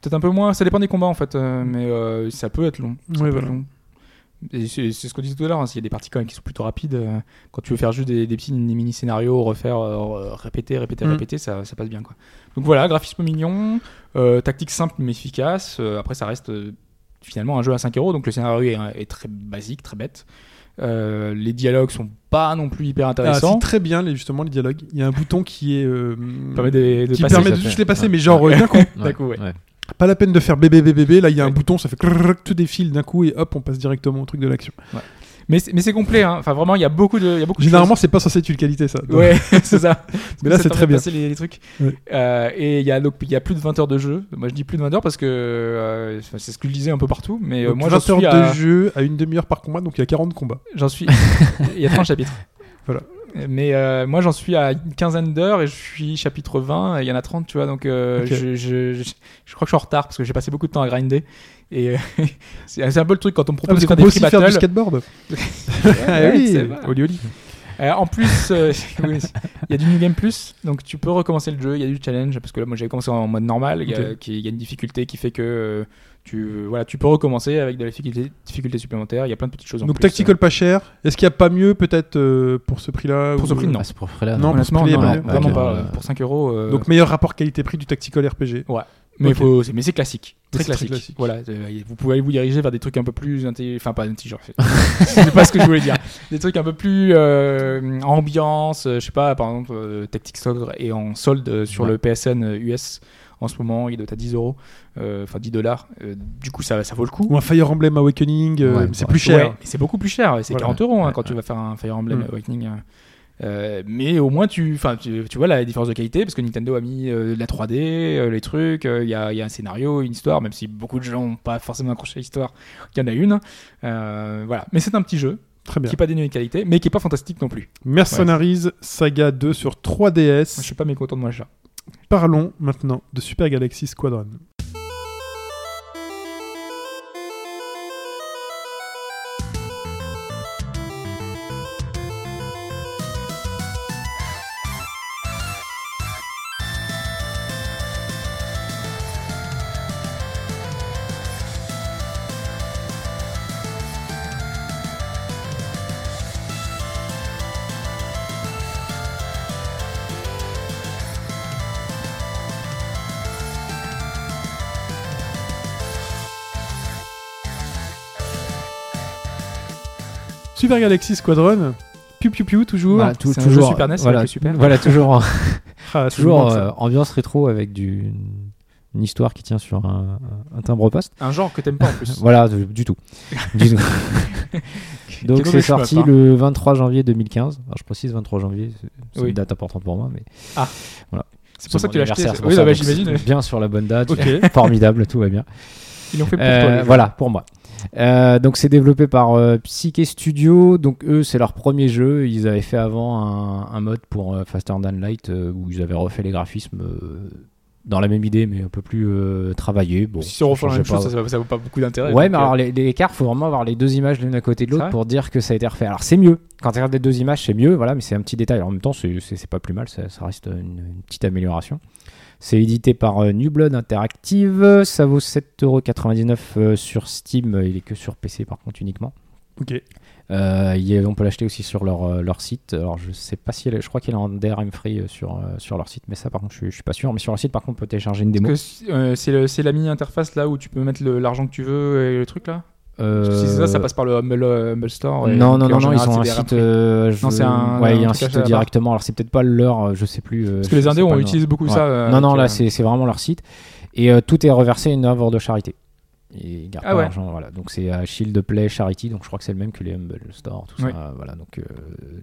S3: Peut-être un peu moins, ça dépend des combats en fait, euh, mais euh, ça peut être long. Ça
S2: Ouais,
S3: peut
S2: Mm. voilà.
S3: être long. Et c'est c'est ce qu'on disait tout à l'heure, hein, s'il y a des parties quand même qui sont plutôt rapides, euh, quand tu veux faire juste des, des petits mini- mini-scénarios, refaire, euh, re- répéter, répéter,
S2: Mm.
S3: répéter, ça, ça passe bien quoi. Donc voilà, graphisme mignon, euh, tactique simple mais efficace, euh, après ça reste euh, finalement un jeu à 5 euros, donc le scénario est, est très basique, très bête. Euh, les dialogues sont pas non plus hyper
S2: Ah,
S3: intéressants.
S2: c'est très bien les, justement les dialogues. Il y a un bouton qui est euh,
S3: permet de, de
S2: qui
S3: passer.
S2: permet
S4: ça
S2: de juste
S4: fait.
S2: les passer,
S4: Ouais.
S2: mais genre
S4: (laughs)
S2: euh, d'un coup,
S4: ouais,
S3: d'un coup, ouais.
S2: pas la peine de faire bébé bébé bébé. Là, il y a un
S3: Ouais.
S2: bouton, ça fait crrrr, tout défile d'un coup et hop, on passe directement au truc de l'action.
S3: Mais c'est mais c'est complet, hein. enfin vraiment, il y a beaucoup de, il y a beaucoup de choses.
S2: Généralement, c'est pas censé être une qualité ça. Donc,
S3: Ouais, c'est ça.
S2: Mais là, (laughs)
S3: Ça
S2: c'est
S3: permet
S2: très
S3: de
S2: bien.
S3: passer les, les trucs.
S2: Ouais.
S3: Euh, et il y, a donc- il y a plus de 20 heures de jeu. Moi, je dis plus de 20 heures parce que euh, c'est ce que je disais un peu partout. Mais euh,
S2: Donc,
S3: moi, j'en
S2: 20 heures
S3: suis,
S2: de
S3: à-
S2: jeu à une demi-heure par combat, donc il y a 40 combats. (laughs)
S3: j'en suis. Il y a 30 chapitres.
S2: Voilà.
S3: Mais euh, moi, j'en suis à une quinzaine d'heures et je suis chapitre 20. et Il y en a 30, tu vois. Donc, euh,
S2: Ok.
S3: je, je- je- je crois que je suis en retard parce que j'ai passé beaucoup de temps à grinder. Et euh, (laughs) c'est c'est un peu le truc quand on me
S2: Ah,
S3: propose
S2: parce
S3: de
S2: qu'on
S3: faire
S2: peut
S3: des
S2: aussi
S3: free
S2: faire du
S3: battles. (laughs)
S2: skateboard. Ah
S3: Ouais,
S2: oui,
S3: c'est vrai.
S2: oli oli.
S3: Euh, en plus, euh, (laughs) oui, il y a du New Game Plus, donc tu peux recommencer le jeu, il y a du challenge, parce que là, moi j'avais commencé en mode normal, il y a-
S2: Ok.
S3: qui- il y a une difficulté qui fait que euh, tu, voilà, tu peux recommencer avec de la difficulté, difficulté supplémentaire, il y a plein de petites choses en
S2: Donc
S3: plus.
S2: tactical pas cher. Est-ce qu'il n'y a pas mieux peut-être euh, pour ce prix-là
S3: Pour ce
S2: ou-
S3: prix, non.
S4: Ah, c'est pour Frela,
S2: Non,
S3: Euh, Honnêtement,
S2: parce que
S3: non,
S2: les-
S3: non,
S4: ouais,
S3: vraiment
S4: ok.
S3: pas.
S4: Euh,
S3: Pour 5 euros. euh,
S2: Donc meilleur rapport qualité-prix du tactical RPG.
S3: Ouais. Mais,
S2: Ok.
S3: faut- c'est- mais c'est classique.
S2: Mais
S3: Très
S2: c'est très classique.
S3: classique. Voilà, euh, vous pouvez aller vous diriger vers des trucs un peu plus intelligents. Enfin, pas intelligents. c'est-
S2: (laughs)
S3: c'est pas ce que je voulais dire. Des trucs un peu plus euh, ambiance. euh, je sais pas, par exemple, euh, Tactics Ogre est en solde euh, sur
S4: Ouais.
S3: le PSN US en ce moment. Il doit être à 10 euros. euh, Enfin, 10 dollars. Euh, du coup, ça, ça vaut le coup.
S2: Ou un Fire Emblem Awakening, euh,
S4: Ouais,
S2: mais c'est
S4: ouais.
S2: plus cher.
S3: Ouais, mais c'est beaucoup plus cher, c'est
S2: Voilà.
S3: 40 euros hein,
S4: Ouais,
S3: quand tu vas faire un Fire Emblem
S2: Mm.
S3: Awakening. hein. Euh, mais au moins tu, enfin, tu, tu vois la différence de qualité parce que Nintendo a mis euh, de la 3D, euh, les trucs, euh, il y, a, il y a un scénario, une histoire, même si beaucoup de gens n'ont pas forcément accroché à l'histoire, il y en a une. Euh, voilà, mais c'est un petit jeu
S2: Très bien.
S3: qui n'est pas dénué de qualité, mais qui n'est pas fantastique non plus.
S2: Mercenaries Saga 2 sur 3DS.
S3: Je suis pas mécontent de moi ça.
S2: Parlons maintenant de Super Galaxy Squadron. Super Galaxy Squadron, piu piu piu toujours.
S4: Voilà,
S3: c'est un jeu Super NES
S4: voilà,
S3: avec le Super.
S4: Voilà, toujours, en-
S2: Ah, tout le
S4: toujours
S2: monde, ça.
S4: euh, ambiance rétro avec du, une histoire qui tient sur un, un timbre-poste.
S3: Un genre que t'aimes pas en
S4: (laughs)
S3: plus.
S4: Voilà, du du
S3: (laughs)
S4: tout. Du tout. Donc
S3: Quel
S4: c'est
S3: mauvais chemin,
S4: sorti
S3: ça.
S4: le 23 janvier 2015. Alors, je précise 23 janvier, c'est- c'est
S3: Oui.
S4: une date importante pour moi, mais
S3: C'est pour ça
S4: mon
S3: que tu l'as acheté.
S4: anniversaire, c'est
S3: c'est-
S4: pour
S3: Oui,
S4: ça,
S3: bah,
S4: donc
S3: j'imagine.
S4: c'est Bien sur la bonne date,
S2: Ok.
S4: (laughs) formidable, tout va bien.
S3: Ils l'ont fait pour
S4: Euh,
S3: toi. les gens.
S4: voilà, pour moi. Euh, donc c'est développé par euh, Psyche Studio. Donc eux, c'est leur premier jeu. Ils avaient fait avant un, un mode pour euh, Faster Than Light euh, où ils avaient refait les graphismes euh, dans la même idée, mais un peu plus euh, travaillé. Bon,
S3: Si on refait
S4: ça
S3: la même
S4: changeait pas
S3: chose, ça, ça vaut pas beaucoup d'intérêt.
S4: Ouais,
S3: donc,
S4: mais
S3: euh,
S4: alors les, les écarts, faut vraiment avoir les deux images l'une à côté de
S3: C'est
S4: l'autre
S3: vrai
S4: pour dire que ça a été refait. Alors c'est mieux. Quand tu regardes les deux images, c'est mieux. Voilà, mais c'est un petit détail. Alors, en même temps, c'est- c'est c'est pas plus mal. Ça, ça reste une, une petite amélioration. C'est édité par euh, New Blood Interactive. Ça vaut 7,99€ euh, sur Steam. Il est que sur PC par contre uniquement.
S2: Ok.
S4: Euh, il est- on peut l'acheter aussi sur leur, euh, leur site. Alors je sais pas si elle est- je crois qu'elle est en DRM free euh, sur, euh, sur leur site, mais ça par contre je, suis- je suis pas sûr. Mais sur leur site par contre on peut télécharger une démo.
S3: Que c- euh, c'est le- c'est la mini interface là où tu peux mettre le- l'argent que tu veux et le truc là Parce que Si c'est ça, ça passe par le Humble, euh, Humble Store. et
S4: non,
S3: donc,
S4: non,
S3: en
S4: non, non,
S3: général,
S4: ils ont
S3: c'est
S4: un
S3: des
S4: site.
S3: rares prix.
S4: euh, je-
S3: Non, c'est un-
S4: Ouais, il y a
S3: un
S4: un
S3: truc à
S4: site
S3: faire là-bas.
S4: directement. Alors, c'est peut-être pas leur, euh, je sais plus.
S3: Parce que les Indés, on utilise beaucoup ça. euh,
S4: non, non,
S3: avec,
S4: là,
S3: euh,
S4: c'est c'est vraiment leur site. Et euh, tout est reversé à une œuvre de charité. Et ils gardent
S3: Ah
S4: pas
S3: ouais.
S4: l'argent, voilà. Donc, c'est euh, Shield Play Charity. Donc, je crois que c'est le même que les Humble Store, tout
S3: Oui.
S4: ça. Voilà. Donc, euh,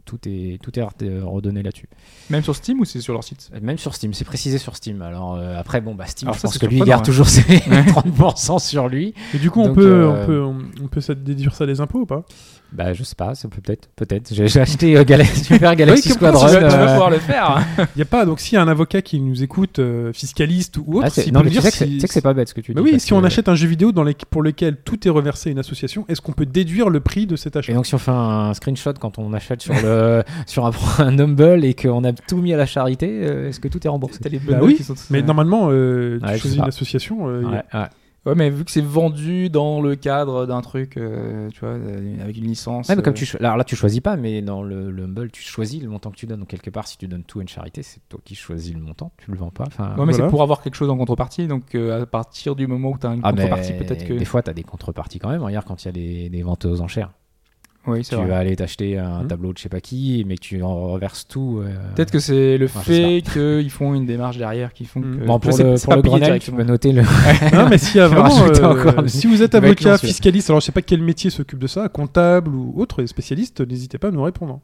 S4: tout est, tout est re- redonné là-dessus.
S3: Même sur Steam ou c'est sur leur site
S4: Même sur Steam, c'est précisé sur Steam. Alors, euh, après, bon, bah, Steam,
S3: Alors
S4: je
S3: ça,
S4: pense
S3: c'est
S4: que lui, il
S3: surprenant, hein.
S4: garde
S3: ouais.
S4: toujours ses (laughs) 30% sur lui.
S2: Et du coup, on
S4: Donc,
S2: peut,
S4: euh,
S2: on peut, on, on peut ça- déduire ça des impôts ou pas
S4: Bah, je sais pas, ça peut peut-être, peut-être. J'ai j'ai acheté euh, Gal- (laughs) Super Galaxy
S3: Oui, comme quoi,
S4: Squadron.
S3: Tu vas tu vas
S4: euh,
S3: pouvoir le
S4: (laughs)
S3: faire
S2: Il y a pas. Donc, s'il y a un avocat qui nous écoute, euh, fiscaliste ou autre,
S4: Ah, c'est-
S2: s'il
S4: non,
S2: peut
S4: mais
S2: nous
S4: tu
S2: dire
S4: sais que c'est-
S2: si-
S4: tu sais que c'est pas bête ce que tu dis.
S2: Bah oui,
S4: parce
S2: si on
S4: que-
S2: achète un jeu vidéo dans les- pour lequel tout est reversé à une association, est-ce qu'on peut déduire le prix de cet
S4: Et
S2: achat
S4: donc, si on fait un screenshot quand on achète sur, le, (laughs) sur un, un Humble et qu'on a tout mis à la charité, euh, est-ce que tout est remboursé
S3: T'as les
S2: Bah
S3: bundles
S2: oui,
S3: qui sont-
S2: Mais normalement, euh,
S4: Ouais,
S2: tu
S4: je
S2: choisis
S4: sais pas.
S2: une association. euh, il y a-
S4: Ouais, ouais.
S3: Ouais, mais vu que c'est vendu dans le cadre d'un truc, euh, tu vois, euh, avec une licence.
S4: Ouais, mais comme
S3: euh,
S4: tu cho- alors là, tu choisis pas, mais dans le, le Humble, tu choisis le montant que tu donnes. Donc, quelque part, si tu donnes tout à une charité, c'est toi qui choisis le montant, tu le vends pas. Enfin,
S3: Ouais, mais
S2: Voilà.
S3: c'est pour avoir quelque chose en contrepartie. Donc euh, à partir du moment où t'as une
S4: ah, mais
S3: contrepartie, peut-être que.
S4: Des fois, tu as des contreparties quand même. Regarde, quand il y a des, des ventes aux enchères,
S3: Oui,
S4: tu
S3: c'est vrai. Mmh.
S4: vas aller t'acheter un
S2: Mhm.
S4: tableau de je sais pas qui, mais que tu en reverses tout. euh,
S3: Peut-être que c'est le
S4: Ah,
S3: fait qu'ils font une démarche derrière qui font
S2: Mm.
S3: que.
S4: Bon,
S3: Je
S4: pour
S3: sais-
S4: le,
S3: c'est
S4: pour
S3: pas
S4: le
S3: payé
S4: Grenelle, tu
S3: directement.
S4: peux noter le.
S2: Non, mais
S4: (laughs)
S2: s'il y a
S4: Je vais
S2: vraiment,
S4: rajouter
S2: euh,
S4: encore, mais-
S2: si vous êtes
S4: il va être long,
S2: avocat,
S4: celui-là.
S2: fiscaliste, alors je sais pas quel métier s'occupe de ça, comptable ou autre spécialiste, n'hésitez pas à nous répondre.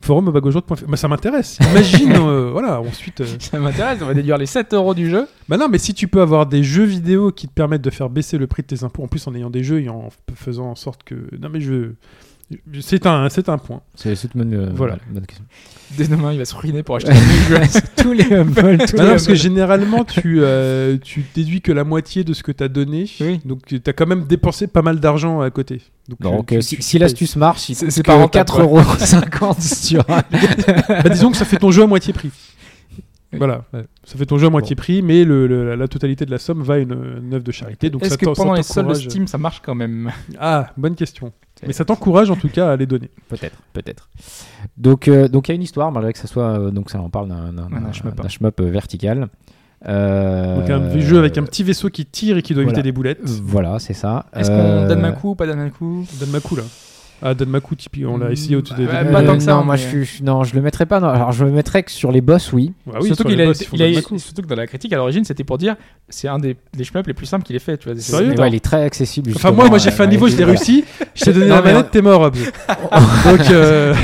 S2: Forum bah, ça m'intéresse. Imagine,
S4: (laughs)
S2: euh, voilà, ensuite. euh,
S3: Ça m'intéresse, on va déduire les 7 euros du jeu.
S2: Bah non, mais si tu peux avoir des jeux vidéo qui te permettent de faire baisser le prix de tes impôts, en plus en ayant des jeux et en f- faisant en sorte que. Non, mais je. je- C'est un, c'est un point.
S4: C'est c'est une bonne, euh,
S2: Voilà.
S4: bonne question.
S3: Dès demain, il va se ruiner pour acheter un
S2: (laughs)
S3: jeu.
S4: tous les Humble, tous
S2: Bah
S4: les
S2: non, parce que
S4: Humble.
S2: généralement,
S3: (laughs)
S2: tu, euh, tu déduis que la moitié de ce que tu as donné.
S3: Oui.
S2: Donc, tu as quand même dépensé pas mal d'argent à côté. Donc,
S4: Donc,
S2: euh,
S4: euh,
S2: tu-
S4: si,
S2: tu-
S4: si l'astuce marche, il
S3: C'est-
S4: coûte
S3: c'est
S4: que
S3: pas rentable,
S2: (laughs)
S4: 4,50€ si tu auras-
S2: Bah, disons que ça fait ton jeu à moitié
S4: (laughs)
S2: prix. Voilà, ouais. ça fait ton jeu à moitié prix, mais le, le- la, la totalité de la somme va à une, une œuvre de charité. Donc
S3: Est-ce
S2: ça
S3: que
S2: t'en- ça
S3: pendant les soldes
S2: t'encourage-
S3: Steam, ça marche quand même
S2: Ah, bonne question. Mais ça t'encourage en tout cas à les donner.
S4: Peut-être, peut-être. Donc, euh, donc il y a une histoire, malgré que ça soit. euh, donc, ça en parle d'un- d'un
S3: Un
S4: d'un-
S3: shmup.
S4: d'un shmup euh, vertical. Euh,
S2: Donc un jeu avec un petit vaisseau qui tire et qui doit
S4: voilà. Euh.
S2: éviter des boulettes.
S4: Voilà, c'est ça.
S3: Est-ce
S4: Euh,
S3: qu'on donne un coup, pas donne un coup
S2: Danmaku là. Ah Danmaku typiquement on l'a essayé au-dessus des.
S3: Bah,
S2: des-
S3: pas tant que ça,
S4: Euh, Non, moi
S3: mais-
S4: je, suis- je- non, je le mettrais pas. dans- Alors je le mettrais que sur les boss, oui.
S2: Ah oui,
S3: surtout,
S2: sur
S3: qu'il
S2: les
S3: a-
S2: boss, ils font
S3: il a-
S2: Danmaku.
S3: surtout que dans la critique à l'origine, c'était pour dire c'est un des, des shmups les plus simples qu'il ait fait. Tu vois, c'est-
S2: Sérieux
S4: Mais ouais, il est très accessible.
S2: Enfin
S4: justement,
S2: moi, moi j'ai
S4: euh,
S2: fait un
S4: ouais,
S2: niveau, je l'ai
S4: voilà.
S2: réussi. Je t'ai donné
S4: Non,
S2: la
S4: mais
S2: manette, t'es mort, (laughs) Hobbs. Donc (laughs) euh,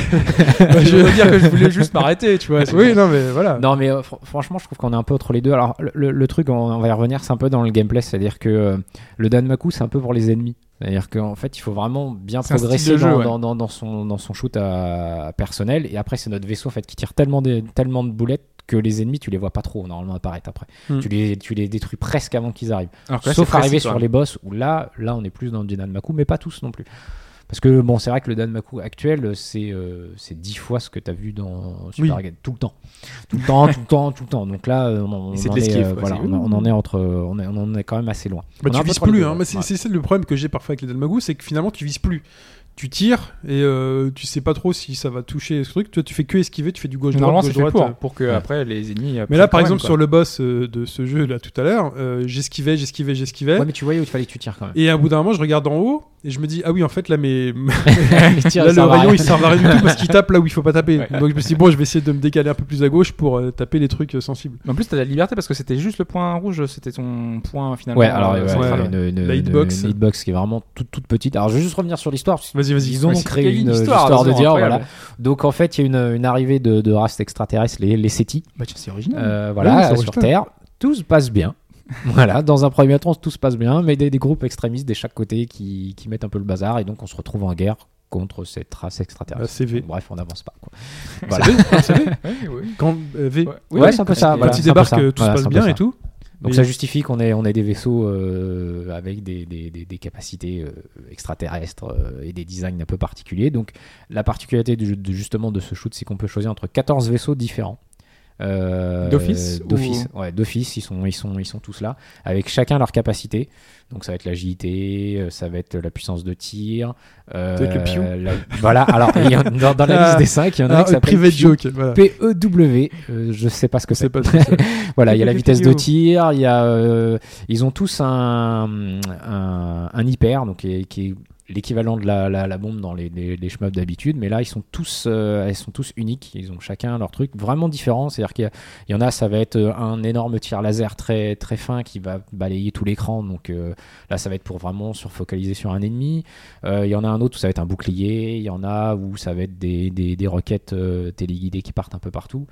S3: (laughs) je veux dire que je voulais juste m'arrêter, tu vois.
S2: (laughs)
S3: c'est-
S2: oui, non mais voilà. Bah,
S4: Non, mais euh, fr- franchement, je trouve qu'on est un peu entre les deux. Alors, le, le- le truc, on, on va y revenir, c'est un peu dans le gameplay, c'est-à-dire que euh, le Danmaku, c'est un peu pour les ennemis. C'est-à-dire qu'en fait, il faut vraiment bien
S3: C'est un style
S4: progresser
S3: de jeu,
S4: dans,
S3: ouais.
S4: dans- dans- dans son, dans son shoot à, à personnel. Et après, c'est notre vaisseau en fait, qui tire tellement de, tellement de boulettes que les ennemis, tu les vois pas trop normalement apparaître après.
S2: Hmm.
S4: Tu, les, tu les détruis presque avant qu'ils arrivent.
S3: Alors que là,
S4: Sauf
S3: c'est
S4: arriver
S3: précis,
S4: sur
S3: quoi.
S4: les boss où là, là, on est plus dans du Danmaku, mais pas tous non plus. Parce que bon, c'est vrai que le Danmaku actuel, c'est euh, c'est 10 fois ce que tu as vu dans Super
S2: Oui.
S4: Arcade, tout le temps. Tout le temps, tout le temps, tout le temps. Donc là, euh, on,
S3: Et
S4: en- on
S3: c'est de
S4: en est,
S3: l'esquive,
S4: euh,
S3: quoi,
S4: voilà,
S3: c'est-
S4: on, en- on en est entre, euh, on, est- on en est quand même assez loin.
S2: Bah,
S4: On est un
S2: tu
S4: peu
S2: vises
S4: entre les
S2: plus,
S4: deux,
S2: hein.
S4: ouais.
S2: Bah, c'est
S4: Ouais.
S2: c'est ça le problème que j'ai parfois avec les Dalmagu, c'est que finalement tu vises plus. Tu tires et euh, tu sais pas trop si ça va toucher ce truc. Toi, tu fais que esquiver, tu fais du gauche
S3: Normalement,
S2: droite,
S3: c'est
S2: gauche
S3: fait
S2: droite.
S3: pour, pour que après les ennemis. euh,
S2: Mais là, par exemple, sur le boss euh, de ce jeu là tout à l'heure, euh, j'esquivais, j'esquivais, j'esquivais.
S4: Ouais, mais tu voyais où il fallait que tu tires quand même. (laughs)
S2: Et à un bout d'un moment, je regarde en haut et je me dis ah oui en fait là mes (laughs)
S4: Les tirs,
S2: là
S4: ça
S2: le
S4: va
S2: rayon
S4: rien.
S2: il sert à rien du tout parce qu'il tape là où il faut pas taper.
S3: Ouais.
S2: Donc je me suis dit bon je vais essayer de me décaler un peu plus à gauche pour euh, taper les trucs euh, sensibles.
S3: En plus, t'as la liberté parce que c'était juste le point rouge, c'était ton point finalement.
S4: Ouais, alors
S3: euh,
S4: ouais,
S3: central.
S4: ouais, une, une-
S2: La hitbox.
S4: une hitbox qui est vraiment toute, toute petite. Alors je vais juste revenir sur l'histoire. parce que
S2: Vas-y vas-y.
S4: Ils ont
S2: Vas-y.
S4: créé
S3: Il y a une
S4: une
S3: histoire,
S4: histoire de
S3: raison,
S4: dire
S3: incroyable.
S4: voilà. Donc en fait, il y a une, une arrivée de, de races extraterrestres, les, les SETI,
S3: Bah, tiens, c'est original.
S4: Euh,
S2: Ah, oui,
S4: voilà,
S2: c'est
S4: sur
S2: original.
S4: Terre, tout se passe bien. (laughs) voilà, dans un premier temps, tout se passe bien, mais des, des groupes extrémistes de chaque côté qui, qui mettent un peu le bazar, et donc on se retrouve en guerre contre cette race
S2: Ah,
S4: extraterrestre.
S2: CV.
S4: Donc, bref, on n'avance pas. Quoi.
S3: Ouais, ouais.
S2: Quand euh, V.
S3: Ouais,
S4: Ouais,
S3: ouais,
S4: c'est un peu ça.
S3: quand
S4: voilà,
S2: Quand
S4: c'est
S2: il
S4: un peu
S2: débarque,
S4: ça.
S2: euh, tout
S4: Voilà,
S2: se
S4: c'est
S2: passe
S4: un peu
S2: bien
S4: ça.
S2: et tout.
S4: Donc
S2: Et-
S4: ça justifie qu'on ait, on ait des vaisseaux euh, avec des, des- des- des capacités euh, extraterrestres euh, et des designs un peu particuliers. Donc la particularité du- de- justement de ce shoot, c'est qu'on peut choisir entre 14 vaisseaux différents. Euh,
S3: D'office
S4: D'office, ouais, d'office, ils sont, ils, sont, ils sont tous là, avec chacun leur capacité. Donc ça va être l'agilité, euh, ça va être la puissance de tir. euh,
S2: Ça va être le pion.
S4: la- voilà, alors il y en- dans, dans
S2: (laughs)
S4: la
S2: Ah.
S4: liste des 5, il y en a un
S2: Ah,
S4: qui s'appelle
S2: privé de
S4: pion.
S2: joke. Voilà.
S4: PEW, euh, je sais pas ce que c'est.
S2: C'est pas ce que c'est.
S4: Voilà, il y a la
S3: Piu, piu,
S4: vitesse
S3: piu.
S4: de tir, il y a, euh, ils ont tous un, un, un hyper, donc qui est, qui est l'équivalent de la, la- la bombe dans les, les, les shmups d'habitude, mais là ils sont tous, euh, elles sont tous uniques, ils ont chacun leur truc vraiment différent, c'est-à-dire qu'il y a- il y, en a, ça va être euh, un énorme tir laser très très fin qui va balayer tout l'écran, donc euh, là ça va être pour vraiment se focaliser sur un ennemi. Euh, Il y en a un autre où ça va être un bouclier, il y en a où ça va être des, des, des roquettes euh, téléguidées qui partent un peu partout.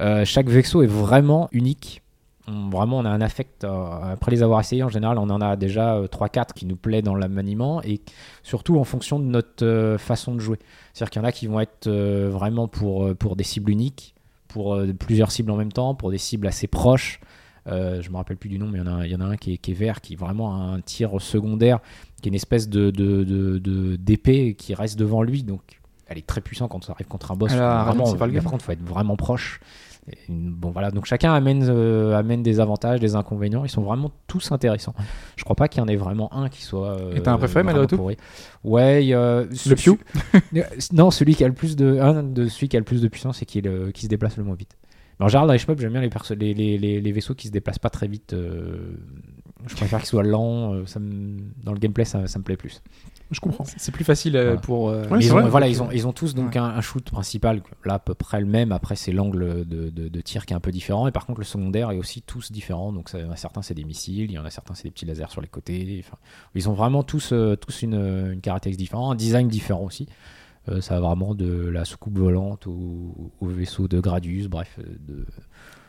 S4: Euh, chaque vaisseau est vraiment unique. On- vraiment, on a un affect. euh, après les avoir essayés, en général, on en a déjà 3-4 qui nous plaît dans le maniement et surtout en fonction de notre euh, façon de jouer. C'est-à-dire qu'il y en a qui vont être euh, vraiment pour, euh, pour des cibles uniques, pour euh, plusieurs cibles en même temps, pour des cibles assez proches. Euh, je me rappelle plus du nom, mais il y en a, un- il y en a un qui est, qui est vert, qui est vraiment un tir secondaire, qui est une espèce de de- de- de- d'épée qui reste devant lui. Donc, elle est très puissante quand ça arrive contre un boss.
S3: Elle a
S4: Faut vraiment,
S3: ralenti par le
S4: mais par contre, faut être vraiment proche. Et une- Bon voilà, donc chacun amène, euh, amène des avantages, des inconvénients. Ils sont vraiment tous intéressants. Je crois pas qu'il y en ait vraiment un qui soit. euh,
S3: Et t'as un préféré,
S4: vraiment
S3: malgré tout
S4: pourri. Ouais, il y a- ce-
S3: Piou
S4: ce- (laughs) Non, celui qui a le plus de un de celui qui a le plus de puissance et qui, est le- qui se déplace le moins vite. Mais en général, dans les shmups, j'aime bien les, perso- les, les, les- les vaisseaux qui se déplacent pas très vite. euh, je préfère qu'ils soient lents. euh, ça me- dans le gameplay, ça, ça me plaît plus.
S2: Je comprends.
S3: C'est plus facile euh,
S4: Voilà.
S3: pour. euh,
S2: Ouais,
S4: Mais
S2: c'est
S4: ils ont,
S2: vrai.
S4: voilà, ils ont, ils ont tous donc un, un shoot principal, là à peu près le même. Après, c'est l'angle de, de- de tir qui est un peu différent. Et par contre, le secondaire est aussi tous différent. Donc, ça- il y en a certains, c'est des missiles, il y en a certains, c'est des petits lasers sur les côtés. Enfin, ils ont vraiment tous, euh, tous une, euh, une caractéristique différente, un design différent aussi. Euh, ça va vraiment de la soucoupe volante au, au vaisseau de Gradius, bref. euh, De...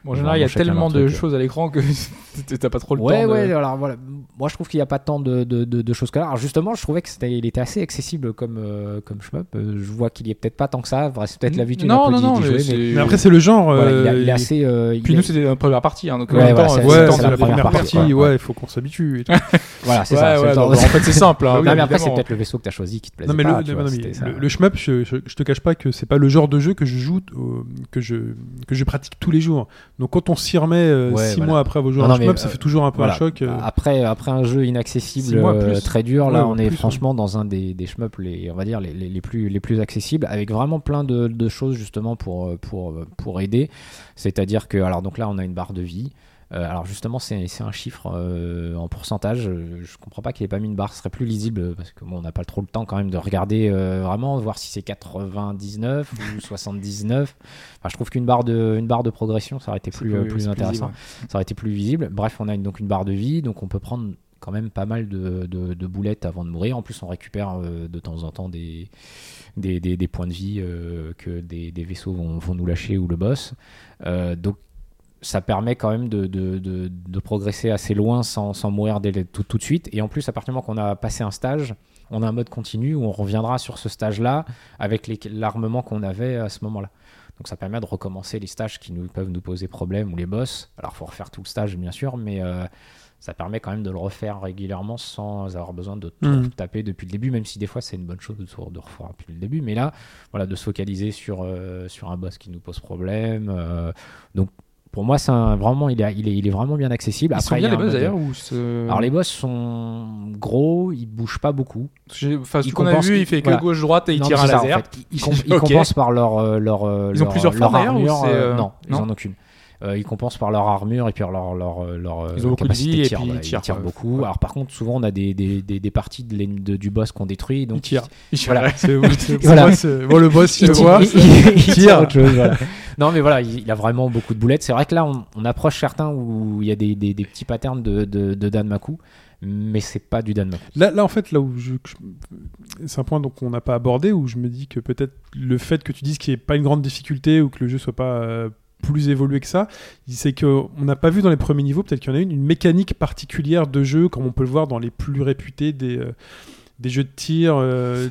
S3: Bon, en général, il y a
S4: Vraiment, chacun
S3: tellement
S4: leur
S3: de
S4: truc, euh.
S3: choses à l'écran que (laughs) t'as pas trop le
S4: Ouais,
S3: temps. de-
S4: ouais, alors voilà. Moi, je trouve qu'il n'y a pas tant de, de, de- de choses que là. Alors, justement, je trouvais que c'était, il était assez accessible comme, euh, comme shmup. Euh, je vois qu'il n'y est peut-être pas tant que ça. Bref, C'est peut-être l'habitude
S3: Non,
S4: un peu
S3: non,
S4: d'y-
S3: non,
S4: d'y
S3: mais
S4: jouer, mais-
S3: c'est-
S2: Mais après c'est le genre.
S4: Voilà, il, a,
S2: euh,
S4: il est assez. euh, il
S3: Puis
S4: est-
S3: nous, c'était la première partie. hein, donc, en
S4: Ouais,
S3: même
S4: voilà,
S3: temps,
S4: c'est-
S3: euh,
S4: c'est-
S3: le
S2: Ouais,
S3: temps
S4: c'est
S2: c'est
S3: de-
S2: la première partie.
S4: ouais, ouais.
S2: Ouais, il faut qu'on s'habitue. et tout.
S4: voilà, c'est
S3: Ouais,
S4: ça. c'est
S3: ouais,
S4: le temps
S3: non,
S4: de-
S3: mais en fait, c'est simple. hein,
S4: Non, mais après, c'est
S3: évidemment.
S4: peut-être le vaisseau que tu as choisi qui te plaisait
S2: Non mais,
S4: pas.
S2: le,
S4: tu
S2: non,
S4: vois,
S2: mais
S4: c'était ça.
S2: le, le shmup, je, je, je te cache pas que c'est pas le genre de jeu que je joue, euh, que je que je pratique tous les jours. Donc quand on s'y remet euh,
S4: Ouais,
S2: six
S4: voilà.
S2: mois après avoir joué à
S4: Non,
S2: un
S4: non,
S2: shmup,
S4: mais,
S2: ça
S4: euh,
S2: fait toujours un peu
S4: voilà. Ah,
S2: un choc. euh.
S4: Après, après un jeu
S3: Six
S4: inaccessible,
S3: mois
S4: euh,
S3: plus.
S4: très dur,
S2: Ouais,
S4: là,
S2: ou
S4: on est
S2: plus,
S4: franchement dans un des, des shmups, les, on va dire, les, les- les plus, les plus accessibles, avec vraiment plein de, de choses justement pour, euh, pour, euh, pour aider. C'est-à-dire que, alors donc là, on a une barre de vie. Euh, alors justement, c'est c'est un chiffre euh, en pourcentage. Euh, Je comprends pas qu'il ait pas mis une barre. Ce serait plus lisible euh, parce que bon, on n'a pas trop le temps quand même de regarder euh, vraiment, voir si c'est 99
S3: (laughs)
S4: ou 79. Enfin, je trouve qu'une barre de une barre de progression, ça aurait été
S3: C'est
S4: plus euh, plus
S3: c'est
S4: intéressant
S3: visible,
S4: ça aurait été plus visible. Bref, on a une- donc une barre de vie, donc on peut prendre quand même pas mal de, de- de boulettes avant de mourir. En plus, on récupère euh, de temps en temps des, des, des- des points de vie euh, que des, des vaisseaux vont, vont nous lâcher ou le boss. Euh, donc, ça permet quand même de, de- de- de progresser assez loin sans, sans mourir dès le- tout, tout de suite. Et en plus, à partir du moment qu'on a passé un stage, on a un mode continu où on reviendra sur ce stage-là avec les- l'armement qu'on avait à ce moment-là. Donc ça permet de recommencer les stages qui nous, peuvent nous poser problème ou les boss. Alors faut refaire tout le stage bien sûr, mais euh, ça permet quand même de le refaire régulièrement sans avoir besoin de tout
S2: Mhm.
S4: taper depuis le début, même si des fois c'est une bonne chose de, tout- de refaire depuis le début. Mais là, voilà, de se focaliser sur, euh, sur un boss qui nous pose problème. euh, donc pour moi, c'est un- vraiment, il, est- il est, il est vraiment bien accessible.
S3: Ils sont
S4: il y
S3: bien
S4: a
S3: les
S4: un
S3: boss
S4: mode-
S3: d'ailleurs ou euh, ce-
S4: Alors les boss sont gros, ils bougent pas beaucoup.
S3: Parce que j'ai- Enfin, ce
S4: ils
S3: qu'on a
S4: compensent-
S3: vu, il fait que
S4: voilà.
S3: gauche droite et il
S4: Non,
S3: tire
S4: mais
S3: un
S4: c'est ça, en
S3: laser.
S4: fait. Ils, com-
S3: (laughs)
S4: ils
S3: Ok.
S4: compensent par leur, euh, leur, euh,
S3: Ils ont
S4: leur-
S3: plusieurs
S4: leur
S3: formes, d'ailleurs, ou
S4: armure.
S3: c'est,
S4: euh,
S3: euh,
S4: Non, ils
S3: non
S4: en ont qu'une. Euh, ils compensent par leur armure et puis leur, leur, leur, leur euh,
S3: Ils ont beaucoup de
S4: capacité
S3: vie et
S4: tir,
S3: puis ils
S4: voilà,
S3: tirent, quoi.
S4: beaucoup.
S3: Ouais.
S4: Alors par contre, souvent on a des, des, des, des parties de, l'ennemi- de- du boss qu'on détruit. Donc
S3: Il tire. Il tire.
S4: Voilà. (laughs)
S2: C'est c'est- pour
S4: Voilà.
S2: moi, c'est- bon, le boss, il
S4: (laughs) il
S2: le
S4: tire-
S2: voit.
S4: il- il- il
S2: tire.
S4: tire autre chose, voilà. (laughs) Non, mais voilà, il, il a vraiment beaucoup de boulettes. C'est vrai que là, on, on approche certains où il y a des, des, des petits patterns de, de, de Danmaku, mais c'est pas du Danmaku.
S2: Là, là, en fait, là où je, que je- c'est un point donc qu'on n'a pas abordé, où je me dis que peut-être le fait que tu dises qu'il n'y ait pas une grande difficulté ou que le jeu soit pas euh, plus évolué que ça, c'est que on n'a pas vu dans les premiers niveaux, peut-être qu'il y en a une, une mécanique particulière de jeu, comme on peut le voir dans les plus réputés des, euh, des jeux de tir. euh,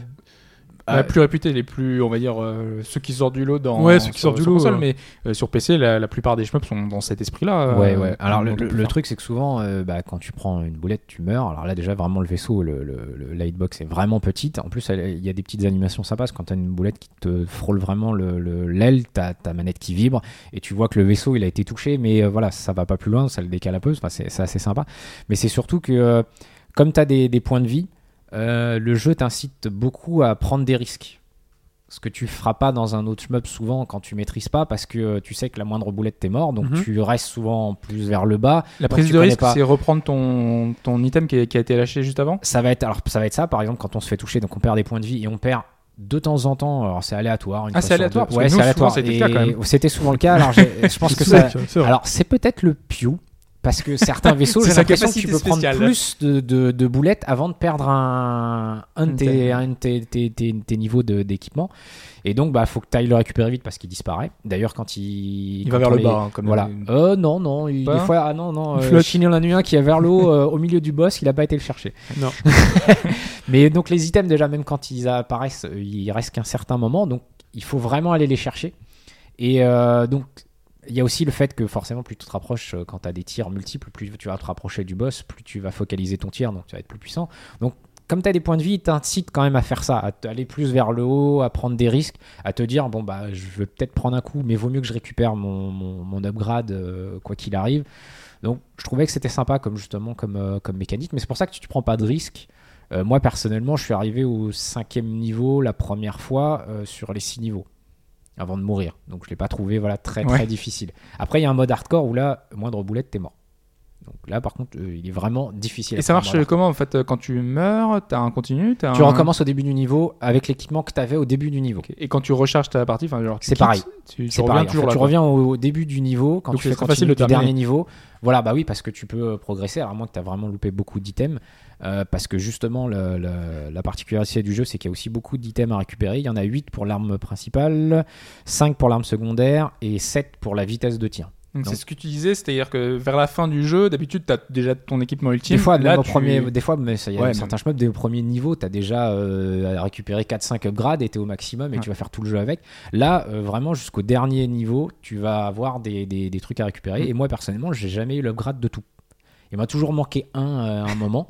S3: La
S2: Ouais.
S3: plus réputée, les plus, on va dire, euh, ceux qui sortent du lot dans.
S2: Ouais, ceux qui
S3: sur-
S2: sortent du
S3: sur
S2: lot,
S3: console,
S2: ouais.
S3: mais euh, sur PC, la, la plupart des shmups sont dans cet esprit-là. euh,
S4: Ouais, ouais. Alors, le,
S3: dont on
S4: le-
S3: peut
S4: le
S3: faire.
S4: truc, c'est que souvent, euh, bah, quand tu prends une boulette, tu meurs. Alors là, déjà, vraiment, le vaisseau, le, le- le lightbox est vraiment petite. En plus, elle- il y a des petites animations sympas. parce que Quand tu as une boulette qui te frôle vraiment le- le- l'aile, t'as ta manette qui vibre et tu vois que le vaisseau, il a été touché. Mais euh, voilà, ça va pas plus loin, ça le décale un peu. Enfin, c'est c'est assez sympa. Mais c'est surtout que, euh, comme tu as des, des points de vie, euh, le jeu t'incite beaucoup à prendre des risques. Ce que tu feras pas dans un autre shmup souvent quand tu maîtrises pas, parce que euh, tu sais que la moindre boulette t'es mort, donc
S2: Mhm.
S4: tu restes souvent plus vers le bas.
S3: La prise
S4: tu
S3: de
S4: connais
S3: risque,
S4: pas.
S3: c'est reprendre ton, ton item qui a, qui a été lâché juste avant.
S4: Ça va être alors ça va être ça par exemple quand on se fait toucher, donc on perd des points de vie et on perd de temps en temps. Alors c'est aléatoire. Une
S3: Ah,
S4: fois
S3: c'est
S4: sur
S3: aléatoire, parce
S4: deux.
S3: que
S4: Ouais,
S3: nous,
S4: c'est
S3: souvent,
S4: aléatoire.
S3: c'était le cas, quand
S4: Et
S3: même.
S4: C'était souvent le cas. Alors j'ai-
S3: (laughs)
S4: je pense que
S2: c'est
S4: ça.
S2: vrai, hein, c'est vrai.
S4: Alors, c'est peut-être le piou. Parce
S3: (laughs)
S4: que certains vaisseaux,
S3: C'est
S4: j'ai
S3: sa
S4: l'impression que tu
S3: capacité
S4: peux prendre
S3: spéciale.
S4: plus de, de- de boulettes avant de perdre un, un de
S3: Une
S4: tes,
S3: taille.
S4: un de tes- tes- tes- tes niveaux de- d'équipement. Et donc, bah, faut que tu ailles le récupérer vite parce qu'il disparaît. D'ailleurs, quand il.
S3: Il va
S4: quand
S3: vers
S4: on
S3: le
S4: les-
S3: bas, hein, comme
S4: Voilà.
S3: une-
S4: Euh, non, non. il-
S3: Pas
S4: des fois, ah non, non.
S2: Il
S4: Euh,
S2: flotte.
S4: Chignon en a eu un qui est vers
S3: (laughs)
S4: l'eau euh, au milieu du boss, il n'a pas été le chercher.
S2: Non.
S4: (laughs) Mais donc, les items, déjà, même quand ils apparaissent, euh, il reste qu'un certain moment. Donc, il faut vraiment aller les chercher. Et euh, donc, il y a aussi le fait que forcément, plus tu te rapproches, euh, quand tu as des tirs multiples, plus tu vas te rapprocher du boss, plus tu vas focaliser ton tir, donc tu vas être plus puissant. Donc, comme tu as des points de vie, il t'incite quand même à faire ça, à t- aller plus vers le haut, à prendre des risques, à te dire bon, bah, je vais peut-être prendre un coup, mais vaut mieux que je récupère mon, mon, mon upgrade, euh, quoi qu'il arrive. Donc, je trouvais que c'était sympa, comme justement, comme, euh, comme mécanique, mais c'est pour ça que tu ne prends pas de risques. Euh, moi, personnellement, je suis arrivé au cinquième niveau la première fois euh, sur les six niveaux avant de mourir. Donc, je l'ai pas trouvé voilà, très, très
S3: Ouais.
S4: difficile. Après, il y a un mode hardcore où là, moindre boulette, t'es mort. Donc là, par contre, euh, il est vraiment difficile.
S3: Et
S4: à
S3: ça
S4: prendre
S3: marche
S4: dans la-
S3: comment en fait euh, Quand tu meurs, t'as un continu t'as
S4: Tu
S3: un-
S4: recommences au début du niveau avec l'équipement que t'avais au début du niveau.
S3: Ok. Et quand tu recharges ta partie, enfin, genre, tu
S4: C'est
S3: quittes,
S4: pareil.
S3: Tu, tu
S4: C'est
S3: reviens
S4: pareil. En
S3: toujours
S4: fait,
S3: là.
S4: tu
S3: quoi.
S4: reviens au, au début du niveau quand
S3: Donc,
S4: tu
S3: c'est
S4: fais
S3: très
S4: continue
S3: facile de
S4: du
S3: terminer.
S4: dernier niveau. Voilà, bah oui, parce que tu peux euh, progresser, à moins que tu as vraiment loupé beaucoup d'items. euh, parce que justement, le- le- la particularité du jeu, c'est qu'il y a aussi beaucoup d'items à récupérer. Il y en a 8 pour l'arme principale, 5 pour l'arme secondaire et 7 pour la vitesse de tir.
S3: Donc
S4: Non.
S3: c'est ce que tu disais, c'est-à-dire que vers la fin du jeu, d'habitude, t'as déjà ton équipement ultime.
S4: Des fois,
S3: là,
S4: même au
S3: tu-
S4: premier, des fois, mais ça y est,
S3: Ouais,
S4: dans
S3: même.
S4: certains shmups, dès au premier niveau, t'as déjà euh, récupéré 4-5 upgrades et t'es au maximum et
S3: Ouais.
S4: tu vas faire tout le jeu avec. Là, euh, vraiment, jusqu'au dernier niveau, tu vas avoir des, des- des trucs à récupérer.
S3: Mm.
S4: Et moi, personnellement, j'ai jamais eu l'upgrade de tout. il m'a toujours manqué un euh, à un (laughs) moment.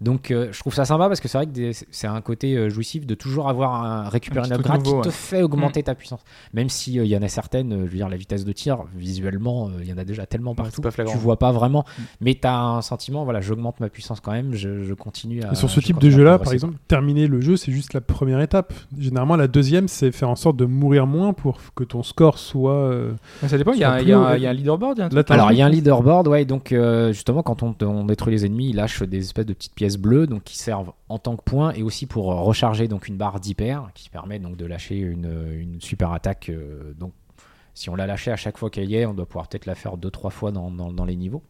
S4: Donc euh, je trouve ça sympa parce que c'est vrai que des- c'est un côté euh, jouissif de toujours avoir un,
S3: Un
S4: récupérer une
S3: petit truc
S4: upgrade
S3: nouveau,
S4: qui te
S3: ouais. Mm.
S4: fait augmenter ta puissance. Même si euh, il y en a certaines, euh, je veux dire la vitesse de tir, visuellement, euh, il y en a déjà tellement partout,
S3: c'est pas flagrant.
S4: tu vois pas vraiment. Mais t'as un sentiment, voilà, j'augmente ma puissance quand même, je, je continue à.
S2: Et sur ce
S4: euh, je
S2: type de
S4: continue à
S2: jeu-là, par
S4: progresser, quoi.
S2: exemple, terminer le jeu, c'est juste la première étape. Généralement, la deuxième, c'est faire en sorte de mourir moins pour que ton score soit. euh,
S3: Mais Ça dépend, il y,
S2: Sur
S3: a- il y a
S2: plus haut,
S3: un- il y a un leaderboard, il y a un truc.
S2: là, t'as-
S4: Alors, il y a un leaderboard, ouais. Donc, euh, justement, quand on, on détruit les ennemis, ils lâchent des espèces de petites pièces bleues, donc qui servent en tant que points et aussi pour euh, recharger donc une barre d'hyper qui permet donc de lâcher une, euh, une super attaque. euh, donc, si on l'a lâchée à chaque fois qu'elle y est, on doit pouvoir peut-être la faire deux trois fois dans, dans- dans les niveaux.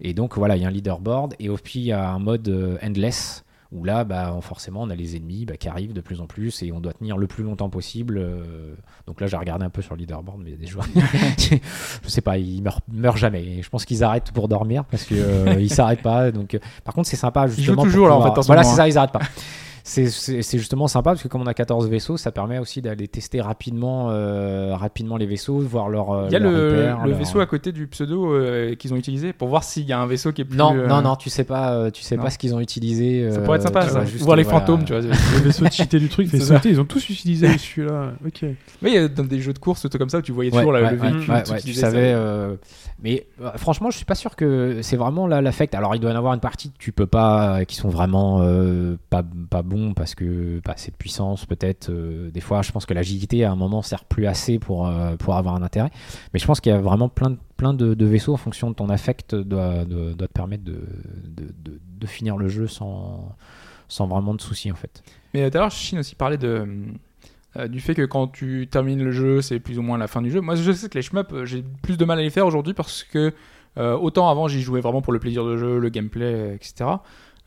S4: Et donc, voilà, il y a un leaderboard et au puis il y a un mode euh, endless où là, bah, on- forcément, on a les ennemis bah, qui arrivent de plus en plus et on doit tenir le plus longtemps possible. euh, donc là, j'ai regardé un peu sur le leaderboard, mais il y a des joueurs (laughs) je sais pas, ils meurent, meurent jamais. Et je pense qu'ils arrêtent pour dormir parce que euh, ils s'arrêtent pas. Donc, euh, par contre, c'est sympa justement. pour
S3: toujours, là, en
S4: pouvoir-
S3: fait, en ce
S4: voilà,
S3: moment,
S4: c'est
S3: hein.
S4: ça, ils arrêtent pas. C'est- C'est c'est justement sympa parce que comme on a 14 vaisseaux, ça permet aussi d'aller tester rapidement, euh, rapidement les vaisseaux, voir leur. euh,
S3: Il y a
S4: leur
S3: le,
S4: repère,
S3: le
S4: leur-
S3: vaisseau à côté du pseudo euh, qu'ils ont utilisé pour voir s'il y a un vaisseau qui est plus.
S4: Non,
S3: euh,
S4: non, non, tu sais pas, euh, tu sais
S3: non.
S4: pas ce qu'ils ont utilisé.
S3: Ça
S4: euh,
S3: pourrait être sympa,
S4: tu
S3: ça.
S4: vois, juste, euh,
S3: voir les
S4: voilà.
S3: fantômes, tu vois.
S2: Le vaisseau cheaté du truc, fait
S3: C'est ça.
S2: sauter. Ils ont tous
S4: (laughs)
S2: utilisé celui-là. Ok.
S3: Mais euh, dans des jeux de course, tout comme ça, tu voyais
S4: Ouais,
S3: toujours là,
S4: ouais,
S3: le
S4: ouais,
S3: véhicule.
S4: ouais,
S3: tout
S4: ouais,
S3: qui
S4: tu
S3: disait ça.
S4: savais. euh, mais euh, franchement, je suis pas sûr que c'est vraiment là l'affect. Alors, il doit y en avoir une partie que tu peux pas, qui sont vraiment euh, pas pas bons parce que pas assez de puissance peut-être. euh, des fois, je pense que l'agilité à un moment sert plus assez pour euh, pour avoir un intérêt. Mais je pense qu'il y a vraiment plein de plein de, de vaisseaux en fonction de ton affect doit doit, doit te permettre de de, de- de finir le jeu sans sans vraiment de soucis en fait.
S3: Mais euh, d'ailleurs, Chine aussi parlait de. euh, du fait que quand tu termines le jeu, c'est plus ou moins la fin du jeu. Moi, je sais que les shmups, euh, j'ai plus de mal à les faire aujourd'hui parce que euh, autant avant, j'y jouais vraiment pour le plaisir de jeu, le gameplay, euh, etc.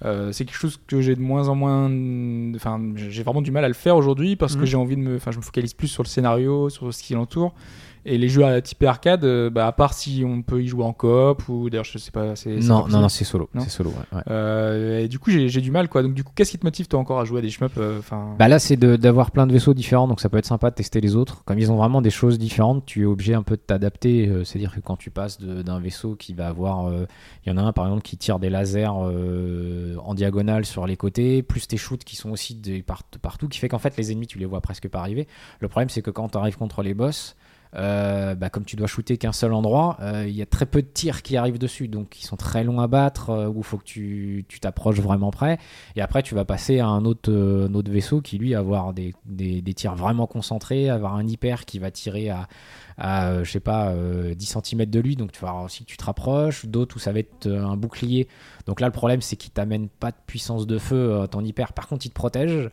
S3: Euh, c'est quelque chose que j'ai de moins en moins. Enfin, j'ai vraiment du mal à le faire aujourd'hui parce
S2: Mhm.
S3: que j'ai envie de me. Enfin, je me focalise plus sur le scénario, sur ce qui l'entoure. Et les jeux à type arcade, euh, bah, à part si on peut y jouer en coop ou d'ailleurs, je sais pas. c'est- c'est pas
S4: Non, non,
S3: possible.
S4: non, c'est solo,
S3: Non.
S4: c'est solo. ouais, ouais.
S3: Euh, et du coup, j'ai j'ai du mal, quoi. Donc, du coup, qu'est-ce qui te motive, toi, encore à jouer à des shmups euh, Enfin,
S4: Bah là, c'est de- d'avoir plein de vaisseaux différents, donc ça peut être sympa de tester les autres. Comme ils ont vraiment des choses différentes, tu es obligé un peu de t'adapter. euh, C'est-à-dire que quand tu passes de- d'un vaisseau qui va avoir, euh, il y en a un par exemple qui tire des lasers euh, en diagonale sur les côtés, plus tes shoots qui sont aussi des par- partout, qui fait qu'en fait les ennemis tu les vois presque pas arriver. Le problème c'est que quand tu arrives contre les boss. euh, bah, comme tu dois shooter qu'un seul endroit, euh, il y a très peu de tirs qui arrivent dessus, donc ils sont très longs à battre, euh, où il faut que tu tu t'approches vraiment près. Et après, tu vas passer à un autre, euh, un autre vaisseau qui, lui, va avoir des, des- des tirs vraiment concentrés, avoir un hyper qui va tirer à, à euh, je sais pas, euh, 10 cm de lui. Donc, tu vas voir aussi que tu te rapproches. D'autres où ça va être euh, un bouclier. Donc là, le problème, c'est qu'il t'amène pas de puissance de feu, euh, ton hyper. Par contre, il te protège.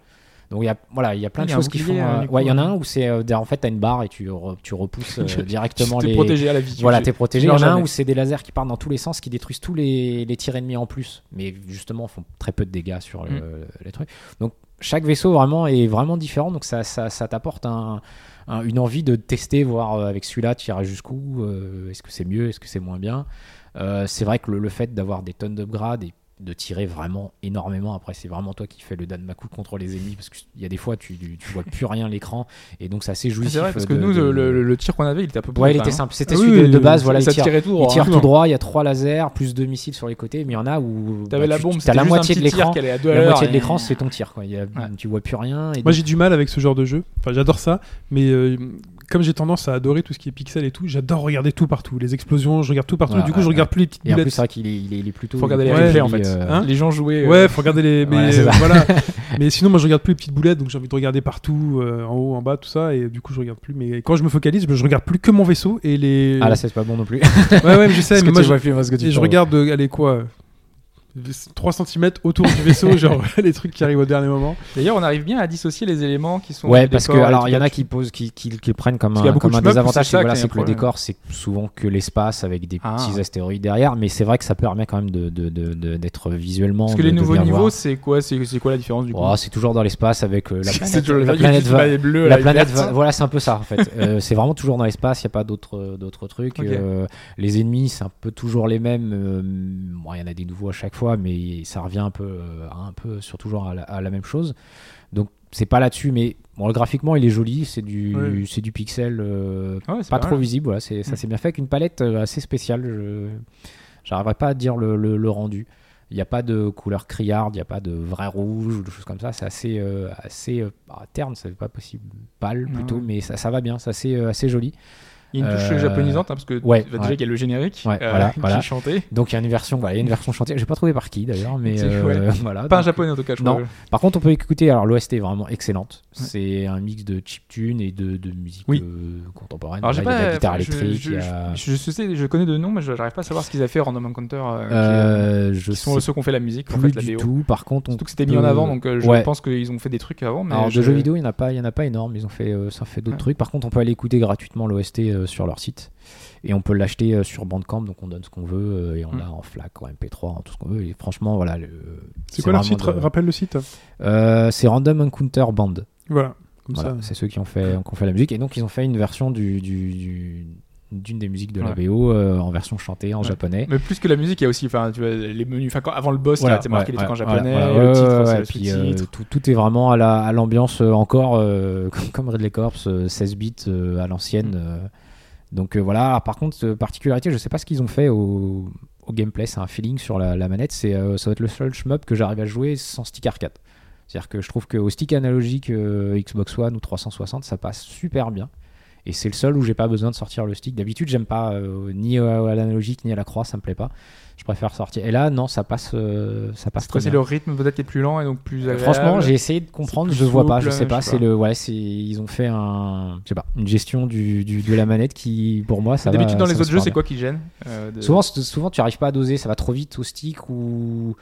S4: Donc, il y a, voilà, il y a plein
S3: Il
S4: de
S3: y a un
S4: choses qui font.
S3: bouclier, euh,
S4: euh,
S3: du
S4: ouais, il y en a
S3: coup,
S4: un où c'est, euh, en fait, t'as une barre et tu, re- tu
S3: (laughs)
S4: repousses euh, directement
S3: t'es
S4: les,
S3: protégé à la vie.
S4: voilà,
S3: J'ai-
S4: t'es protégé. Il y
S3: meurs
S4: en a un
S3: jamais.
S4: où c'est des lasers qui partent dans tous les sens, qui détruisent tous les, les tirs ennemis en plus, mais justement font très peu de dégâts sur le-
S3: Mm.
S4: les trucs. Donc chaque vaisseau vraiment est vraiment différent, donc ça, ça, ça t'apporte un, un- une envie de tester, voir euh, avec celui-là tu iras jusqu'où, euh, est-ce que c'est mieux, est-ce que c'est moins bien. Euh, c'est vrai que le, le fait d'avoir des tonnes d'upgrades et de tirer vraiment énormément. Après, c'est vraiment toi qui fais le Danmaku contre les ennemis parce qu'il y a des fois, tu, tu vois plus rien à l'écran et donc ça c'est
S3: Ah,
S4: jouissif.
S3: C'est vrai, parce que
S4: de-
S3: nous,
S4: de-
S3: le, le- le tir qu'on avait, il était un peu
S4: Ouais,
S3: pourri,
S4: il
S3: quand
S4: était
S3: même.
S4: simple. C'était
S2: Ah
S4: celui
S2: oui,
S4: de, de
S2: oui,
S4: base.
S2: oui,
S4: Voilà, il
S3: ça,
S4: tire,
S3: tirait tout.
S4: il tire
S3: hein.
S4: tout droit. Il y a trois lasers, plus deux missiles sur les côtés. Mais il y en a où
S3: T'avais
S4: bah,
S3: la
S4: tu-
S3: bombe,
S4: t'as
S3: c'était
S4: la
S3: juste
S4: moitié
S3: un
S4: de
S3: petit tir
S4: l'écran.
S3: qu'elle est à deux à
S4: La
S3: l'heure,
S4: moitié
S3: et-
S4: de l'écran, c'est ton tir. Quoi. Il y a-
S3: Ouais.
S4: Tu vois plus rien.
S2: Moi,
S4: Et donc-
S2: j'ai du mal avec ce genre de jeu. Enfin, j'adore ça, mais euh, comme j'ai tendance à adorer tout ce qui est pixel et tout, j'adore regarder tout partout. Les explosions, je regarde tout partout.
S4: Voilà,
S2: du coup, je
S4: ouais,
S2: regarde plus les petites
S4: et en
S2: boulettes.
S4: plus, c'est vrai qu'il est, il est, il est plutôt.
S3: Faut regarder les
S4: il est
S3: replays, en
S4: joli,
S3: fait.
S4: euh,
S2: Hein
S3: les gens jouaient. euh,
S2: Ouais, faut regarder les. Mais, euh,
S4: Voilà, c'est ça. (laughs)
S2: voilà. mais sinon, moi, je regarde plus les petites boulettes, donc j'ai envie de regarder partout, euh, en haut, en bas, tout ça, et du coup, je regarde plus. Mais quand je me focalise, je regarde plus que mon vaisseau et les.
S4: Ah là, ça, c'est pas bon non plus.
S2: (laughs) ouais, ouais, mais je sais,
S4: Parce que
S2: mais moi,
S4: tu
S2: je,
S4: vois plus moi, ce que tu
S2: et je
S4: fais.
S2: regarde, euh, allez, quoi euh, 3 cm autour du vaisseau, genre (laughs) les trucs qui arrivent au dernier moment.
S3: D'ailleurs, on arrive bien à dissocier les éléments qui sont.
S4: Ouais,
S3: du
S4: parce que
S3: décor et
S4: alors
S3: tout
S4: il y en a
S3: ça.
S4: qui posent, qui, qui, qui le prennent comme
S3: Parce qu'il y a
S4: un,
S3: beaucoup
S4: comme
S3: de
S4: un
S3: shmups,
S4: désavantage.
S3: c'est
S4: C'est
S3: ça
S4: que voilà,
S3: qui est
S4: c'est
S3: un
S4: que le
S3: problème.
S4: décor, c'est souvent que l'espace avec des
S3: Ah.
S4: petits astéroïdes derrière, mais c'est vrai que ça permet quand même de de- de- de- d'être visuellement.
S3: Parce que
S4: de-
S3: les
S4: de
S3: nouveaux
S4: bien voir.
S3: niveaux, c'est quoi C'est c'est quoi la différence du coup
S4: Oh, c'est toujours dans l'espace avec euh, la
S3: C'est
S4: planète,
S3: toujours
S4: la
S3: le-
S4: planète
S3: tu
S4: va-
S3: vas les bleus,
S4: la
S3: là,
S4: planète
S3: verte.
S4: va- voilà c'est un peu ça
S3: (laughs)
S4: en fait Euh, c'est vraiment toujours dans l'espace il n'y a pas d'autres euh, d'autres trucs
S3: Ok.
S4: Euh, les ennemis c'est un peu toujours les mêmes Euh, bon, il y en a des nouveaux à chaque fois mais ça revient un peu euh, un peu sur toujours à la, à la même chose donc c'est pas là-dessus mais bon, graphiquement il est joli c'est du
S2: Ouais.
S4: c'est du pixel euh,
S3: Ouais, c'est
S4: pas
S3: mal.
S4: trop visible voilà c'est ça
S3: Mm.
S4: c'est bien fait avec une palette euh, assez spéciale je- J'arriverai pas à dire le, le- le rendu. Il n'y a pas de couleur criarde, il n'y a pas de vrai rouge ou de choses comme ça. C'est assez, euh, assez euh, bah, terne, c'est pas possible. Pâle
S3: Ouais,
S4: plutôt,
S3: ouais.
S4: mais ça, ça va bien, c'est assez, euh, assez joli.
S3: Il y a une touche
S4: Euh,
S3: japonisante, hein, parce que
S4: ouais,
S3: bah, déjà
S4: ouais.
S3: il y a le générique
S4: Ouais,
S3: euh,
S4: voilà,
S3: qui
S4: voilà.
S3: est chanté.
S4: Donc il y a une version, voilà, il y a une version chantée. J'ai pas trouvé par qui d'ailleurs, mais
S3: C'est-
S4: euh,
S3: (laughs) ouais.
S4: voilà.
S3: Pas un
S4: donc,
S3: japonais en tout cas, je
S4: non.
S3: crois.
S4: Par contre, on peut écouter. Alors l'OST est vraiment excellente.
S3: Ouais.
S4: C'est un mix de chiptune et de, de musique
S3: Oui.
S4: euh, contemporaine.
S3: Alors j'ai
S4: Voilà, il y a de la
S3: pas.
S4: guitare
S3: enfin, je-
S4: électrique.
S3: Je,
S4: il y a-
S3: je- je sais, je connais de nom, mais je- j'arrive pas à savoir ce qu'ils avaient fait Random Encounter. euh, qui, euh,
S4: Euh, je
S3: qui sont
S4: sais
S3: ceux qui ont fait la musique, en
S4: plus
S3: fait, la
S4: du
S3: BO.
S4: tout. Par contre, on
S3: Surtout que c'était mis en
S4: peut-
S3: avant, donc euh, je
S4: Ouais.
S3: pense qu'ils ont fait des trucs avant. Mais
S4: Alors,
S3: je-
S4: de jeux vidéo, il n'y en, a pas- il y en a pas énorme. Ils ont fait, euh, ça fait d'autres
S3: Ouais.
S4: trucs. Par contre, on peut aller écouter gratuitement l'OST euh, sur leur site. Et on peut l'acheter euh, sur Bandcamp. Donc, on donne ce qu'on veut. euh, et on
S3: Mm.
S4: l'a en FLAC, en MP3, en tout ce qu'on veut. Et franchement, voilà. le-
S2: C'est quoi leur
S4: vraiment
S2: site
S4: de-
S2: Rappelle le site.
S4: Euh, C'est Random Encounter Band.
S2: Voilà. Comme
S4: Voilà,
S2: ça.
S4: c'est ceux qui ont, fait, qui ont fait la musique. Et donc, ils ont fait une version du. du- du- d'une des musiques de la
S3: Ouais.
S4: BO euh, en version chantée en
S3: Ouais.
S4: japonais.
S3: Mais plus que la musique, il y a aussi enfin, tu vois, les menus. Enfin, quand- avant le boss,
S4: Voilà,
S3: là, t'es marqué
S4: ouais,
S3: les trucs en
S4: ouais,
S3: japonais,
S4: voilà, ouais,
S3: le titre,
S4: ouais,
S3: c'est
S4: ouais,
S3: le
S4: puis, euh,
S3: sous-titre.
S4: tout, tout est vraiment à la- à l'ambiance euh, encore euh, (laughs) comme, comme Ridley Corps, euh, 16 bits euh, à l'ancienne.
S3: Mm.
S4: euh. donc euh, voilà, Alors, par contre, euh, particularité, je sais pas ce qu'ils ont fait au, au gameplay, c'est un feeling sur la, la manette, c'est euh, ça va être le seul shmup que j'arrive à jouer sans stick arcade. C'est-à-dire que je trouve qu'au stick analogique euh, Xbox One ou 360, ça passe super bien. Et c'est le seul où j'ai pas besoin de sortir le stick. D'habitude, j'aime pas euh, ni à, à l'analogique ni à la croix, ça me plaît pas. Je préfère sortir. Et là, non, ça passe, euh, ça passe
S3: Parce
S4: très
S3: que c'est
S4: bien.
S3: le rythme peut-être qui est plus lent et donc plus agréable.
S4: Euh, Franchement, j'ai essayé de comprendre,
S3: plus
S4: je vois pas, je
S3: souple,
S4: sais pas.
S3: je sais
S4: C'est
S3: pas.
S4: le, ouais, c'est ils ont fait un, je sais pas, une gestion du, du- de la manette qui, pour moi, ça. va-
S3: D'habitude, dans
S4: ça
S3: les
S4: va
S3: autres
S4: super
S3: jeux, c'est
S4: bien.
S3: quoi qui gêne euh, de-
S4: Souvent, c'est- souvent, tu arrives pas à doser, ça va trop vite au stick ou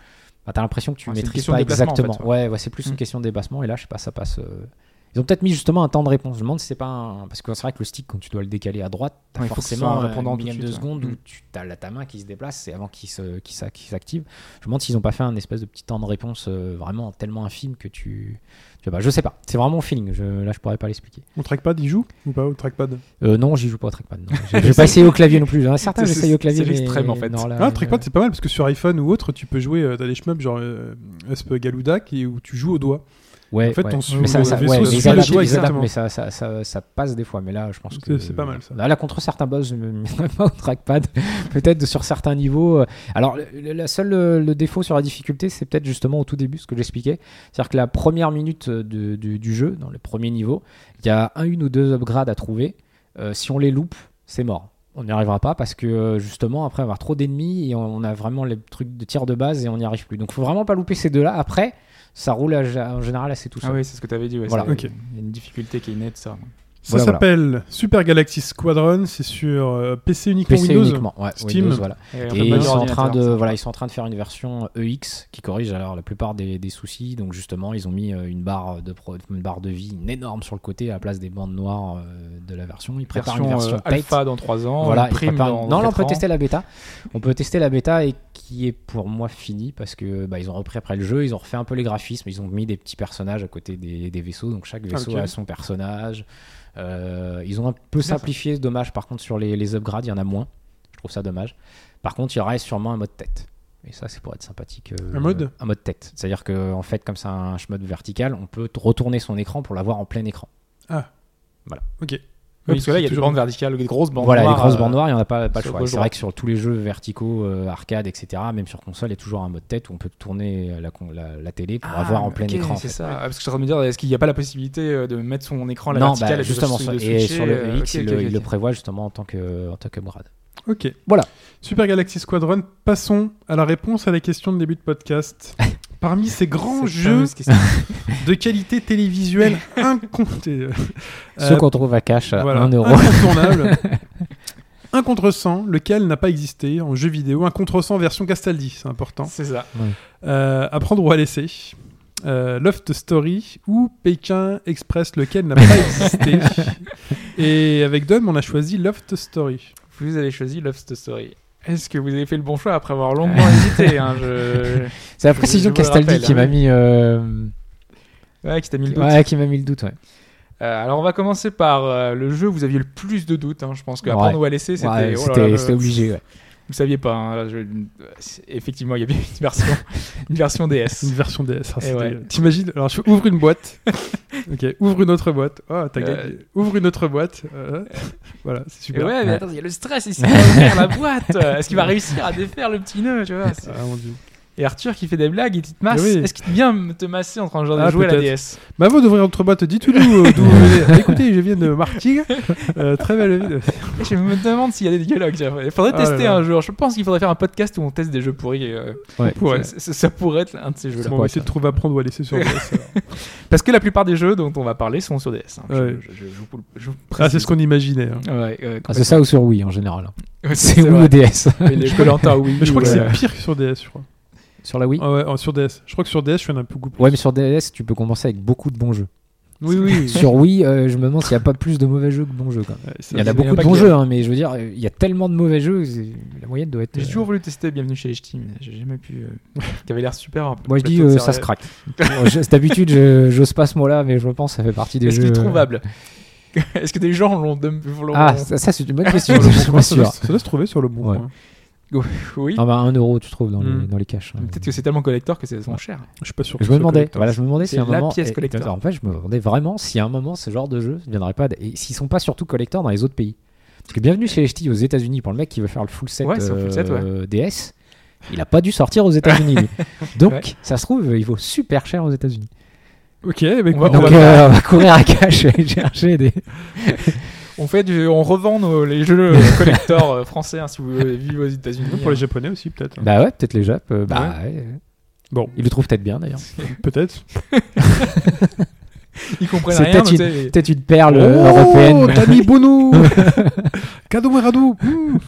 S4: bah, t'as l'impression que tu
S3: Ouais, c'est une
S4: maîtrises
S3: question de
S4: pas
S3: déplacement, en fait,
S4: exactement. ouais, ouais, c'est plus une
S3: Mm.
S4: question de dépassement. Et là, je sais pas, ça passe. euh, Ils ont peut-être mis justement un temps de réponse. Je me demande si c'est pas un... parce que c'est vrai que le stick quand tu dois le décaler à droite, t'as
S3: Ouais, il faut que ce soit
S4: forcément
S3: un
S4: euh,
S3: répondant
S4: une
S3: tout de
S4: millième de
S3: suite, ouais.
S4: seconde où
S3: Mm.
S4: tu as ta main qui se déplace et avant qu'il se qu'il s'a- qu'il s'active. Je me demande s'ils ont pas fait un espèce de petit temps de réponse euh, vraiment tellement infime que tu, tu vois pas. Je sais pas. C'est vraiment mon feeling. Je... Là, je pourrais pas l'expliquer.
S2: Au trackpad, ils jouent ou pas au trackpad
S4: Euh, non, j'y joue pas au trackpad. non. J'ai
S3: (laughs)
S4: j'ai pas essayé au clavier non plus. J'en ai certains,
S3: C'est-
S4: j'essaye au
S3: c'est-
S4: clavier.
S3: c'est
S4: mais
S3: l'extrême, en fait.
S4: non, là,
S2: Ah,
S4: je-
S2: trackpad, c'est pas mal parce que sur iPhone ou autre, tu peux jouer. euh, T'as des shmups genre euh, Usp Galuda qui, où tu joues au doigt.
S4: Ouais,
S2: En fait,
S4: ouais.
S2: on suit
S4: mais ça,
S2: le
S4: ça,
S2: vaisseau,
S4: ouais,
S2: on
S4: mais
S2: suit
S4: ils
S2: le
S4: adaptent,
S2: joueur
S4: ils adaptent,
S2: exactement.
S4: mais ça, ça, ça, ça passe des fois. Mais là, je pense
S2: C'est-
S4: que
S2: c'est pas mal, ça.
S4: Là, là, contre certains boss, je me mettrais pas au trackpad, (laughs) peut-être sur certains niveaux. euh, Alors, le, le- la seule euh, le défaut sur la difficulté, c'est peut-être justement au tout début ce que j'expliquais, c'est-à-dire que la première minute euh, de- du, du jeu, dans le premier niveau, il y a un, une ou deux upgrades à trouver. Euh, si on les loupe, c'est mort. On n'y arrivera pas parce que euh, justement, après avoir trop d'ennemis et on, on a vraiment les trucs de tir de base et on n'y arrive plus. Donc, faut vraiment pas louper ces deux-là. Après, ça roule à- en général assez tout seul.
S3: Ah oui, c'est ce que tu avais dit. ouais,
S4: Voilà.
S3: c'est-
S2: Ok.
S3: Il y a une difficulté qui est nette, ça.
S2: Ça
S4: Voilà, voilà.
S2: s'appelle Super Galaxy Squadron. C'est sur euh, PC uniquement
S4: PC
S2: Windows.
S4: uniquement, ouais,
S2: Steam.
S4: Windows, voilà.
S3: Et, on peut
S4: Et
S3: pas
S4: ils
S3: dire
S4: sont en train de,
S3: ordinateur, ça.
S4: voilà, ils sont en train de faire une version EX qui corrige alors la plupart des, des soucis. Donc justement, ils ont mis euh, une barre de pro- une barre de vie une énorme sur le côté à la place des bandes noires euh, de la version. Ils préparent
S3: version,
S4: une version
S3: euh,
S4: Pate.
S3: alpha dans 3 ans.
S4: Voilà, ils
S3: prime
S4: préparent une-
S3: dans
S4: non, là, on
S3: quatre
S4: peut
S3: ans.
S4: tester la bêta. On peut tester la bêta et qui est pour moi finie parce que bah, ils ont repris après le jeu, ils ont refait un peu les graphismes, ils ont mis des petits personnages à côté des, des vaisseaux, donc chaque vaisseau
S2: ok.
S4: a son personnage. Euh, ils ont un peu
S3: C'est bien, ça.
S4: simplifié, c'est dommage. Par contre, sur les, les upgrades, il y en a moins. Je trouve ça dommage. Par contre, il y aura sûrement un mode tête. Et ça, c'est pour être sympathique. euh,
S2: Un mode
S4: Un mode tête. C'est-à-dire que en fait, comme c'est un mode vertical, on peut retourner son écran pour l'avoir en plein écran.
S3: Oui, parce que là, il y a des
S2: toujours-
S3: bandes verticales, des grosses bandes
S4: voilà,
S3: noires.
S4: les grosses bandes
S3: euh,
S4: noires, il n'y en a pas, pas le
S3: sur
S4: choix.
S3: gauche,
S4: C'est vrai
S3: droite.
S4: que sur tous les jeux verticaux, euh, arcade, etc., même sur console, il y a toujours un mode tête où on peut tourner euh, la, con- la, la télé pour
S3: Ah,
S4: avoir en
S3: ok,
S4: plein écran. en
S3: C'est
S4: fait.
S3: ça. Ah, Parce que je suis en train de me dire, est-ce qu'il n'y a pas la possibilité euh, de mettre son écran à la
S4: non,
S3: verticale et
S4: bah,
S3: de
S4: justement,
S3: se-
S4: sur-
S3: de
S4: et
S3: switcher,
S4: sur le
S3: euh, ok,
S4: EX, il, le-
S3: ok,
S4: il
S3: ok.
S4: le prévoit justement en tant que en tant qu'upgrade.
S2: Ok.
S4: Voilà.
S2: Super Galaxy Squadron. Passons à la réponse à la question de début de podcast. Parmi ces grands
S3: Cette
S2: jeux
S3: fameuse question.
S4: (laughs)
S2: de qualité télévisuelle incompté, euh,
S4: Ceux qu'on trouve à cash
S3: Euh,
S4: à
S2: voilà,
S3: (laughs)
S4: 1 euro.
S2: incontournable, un contre-sang, lequel n'a pas existé en jeu vidéo, un contre-sang version Castaldi, c'est important.
S3: C'est ça.
S2: Euh, à prendre ou à laisser. Euh, Loft Story ou Pékin Express, lequel n'a pas
S3: (laughs)
S2: existé. Et avec Dom, on a choisi Loft Story.
S3: Vous avez choisi Love Story. Est-ce que vous avez fait le bon choix après avoir longuement
S4: (laughs)
S3: hésité hein, je...
S4: C'est la précision
S3: je vous le
S4: Castaldi
S3: rappelle,
S4: qui
S3: hein.
S4: m'a mis, euh,
S3: Ouais, qui t'a mis le doute.
S4: ouais, qui m'a mis le doute. Ouais.
S3: Euh, alors, on va commencer par euh, le jeu où vous aviez le plus de doutes. hein. Je pense qu'à
S4: Ouais.
S3: prendre ou à laisser, c'était.
S4: Ouais,
S3: oh là
S4: C'était
S3: là,
S4: c'était
S3: le- (laughs)
S4: obligé. ouais.
S3: Vous saviez pas. hein, je- c'est- Effectivement, il y avait une version, (laughs) une version DS.
S2: Une version DS. ah, c'était-
S3: Eh ouais. (laughs)
S2: T'imagines Alors, je ouvre une boîte. Ok, ouvre une autre boîte. Oh, t'as
S3: Euh.
S2: gagné. Ouvre une autre boîte. Euh, voilà, c'est
S3: Et
S2: super.
S3: ouais, mais
S4: Ouais.
S3: attends, il y a le stress, il sait pas ouvrir la boîte. Est-ce qu'il va réussir à défaire le petit nœud, tu vois c'est-
S2: Ah, mon Dieu.
S3: Et Arthur qui fait des blagues, il te masse.
S2: Mais oui.
S3: Est-ce qu'il vient me- te masser en train de
S2: Ah,
S3: jouer à la
S2: peut-être.
S3: DS
S2: Mais avant d'ouvrir notre boîte, dites-nous euh, d'où vous
S4: (laughs)
S2: venez. Écoutez, je viens de Martigues. Euh, très belle ville.
S3: Et Je me demande s'il y a des dialogues. tu vois. Il faudrait
S2: Oh là
S3: tester
S2: là.
S3: un jour. Je pense qu'il faudrait faire un podcast où on teste des jeux pourris. euh,
S4: Ouais.
S3: pour- ça- ça, ça pourrait être un de ces jeux-là.
S2: Bon, on
S4: pourrait
S2: va
S4: être
S2: essayer de trouver à prendre ou à laisser sur DS.
S4: (laughs)
S3: Parce que la plupart des jeux dont on va parler sont sur DS. hein. Je-
S2: Ouais.
S3: je- je- je vous- je vous
S2: Ah, c'est
S3: précise.
S2: ce qu'on imaginait. hein.
S3: Ouais, ouais,
S4: Ah, c'est ça ou sur Wii en général. hein.
S3: Ouais,
S4: C'est Wii
S3: vrai.
S4: ou DS
S3: Et les Koh-Lanta, oui.
S2: Mais (laughs) je crois que
S3: ouais.
S2: c'est pire que sur DS, je crois.
S4: Sur la Wii
S2: Ah ouais, oh, sur DS. Je crois que sur DS, je suis un peu plus.
S4: Ouais, mais sur DS, tu peux commencer avec beaucoup de bons jeux.
S2: Oui, oui.
S4: Sur Wii, euh, je me demande s'il n'y a pas plus de mauvais jeux que bons jeux. Quand même.
S2: Ouais, ça,
S4: Il y en
S3: il y
S4: a
S3: en
S4: beaucoup
S3: a
S4: de
S3: pas
S4: bons
S3: qui-
S4: jeux, hein, mais je veux dire, euh, il y a tellement de mauvais jeux, c'est- la moyenne doit être.
S3: J'ai
S4: euh,
S3: toujours voulu tester Bienvenue chez HT, mais j'ai jamais pu. euh, qui avait l'air super.
S4: Moi je dis
S3: plateau de
S4: euh, ça
S3: céréales.
S4: se
S3: (laughs)
S4: craque. Bon, je- c'est D'habitude, je- j'ose pas ce mot-là, mais je pense que ça fait partie des
S3: Est-ce
S4: jeux. euh,
S3: qu'il est trouvable (laughs) Est-ce que des gens l'ont. dum- l'ont-
S4: Ah, ça, ça, (laughs) c'est une bonne
S2: Sur
S4: question,
S2: le
S4: je
S2: bon
S4: suis
S2: coin,
S4: pas
S2: ça, doit,
S4: sûr.
S2: ça doit se trouver sur le bon
S4: Ouais.
S2: coin.
S3: Oui.
S4: Non, bah 1 euro, tu trouves dans, les,
S2: Mm.
S4: dans les caches. hein.
S3: Peut-être que c'est tellement collector que ça sont cher.
S2: Je suis pas sûr. que
S4: Je
S2: ce
S4: me
S2: soit
S4: demandais,
S2: collector.
S4: voilà, je me demandais si
S3: C'est
S4: à un
S3: la
S4: moment.
S3: pièce
S4: et-
S3: collector.
S4: alors, en fait, je me demandais vraiment si à un moment ce genre de jeu ne viendrait pas. d- Et s'ils sont pas surtout collecteurs dans les autres pays. Parce que bienvenue chez HT aux États-Unis pour le mec qui veut faire le full set,
S3: Ouais, c'est un full set, ouais.
S4: euh, DS. Il a pas dû sortir aux
S3: (laughs)
S4: États-Unis. lui. Donc,
S3: Ouais.
S4: ça se trouve, il vaut super cher aux États-Unis.
S2: Ok, bah, écoute,
S3: va-
S2: on va-
S4: Donc, euh, on va courir à cache et chercher
S3: (laughs)
S4: des.
S3: On fait du- on revend nos- les
S4: (laughs)
S3: jeux euh, collector euh, français hein, si vous euh, vivez aux États-Unis.
S2: pour les Japonais aussi, peut-être.
S4: Bah ouais, peut-être les Japs. euh, bah ouais.
S2: Bon.
S4: Ils le trouvent peut-être bien d'ailleurs.
S2: Peut-être.
S3: (laughs) Ils comprennent
S4: C'est
S3: rien.
S4: peut-être
S3: mais tu sais,
S4: Peut-être une perle
S2: oh,
S4: euh, européenne.
S2: Tami Bono (laughs) Kado Marado Hmm.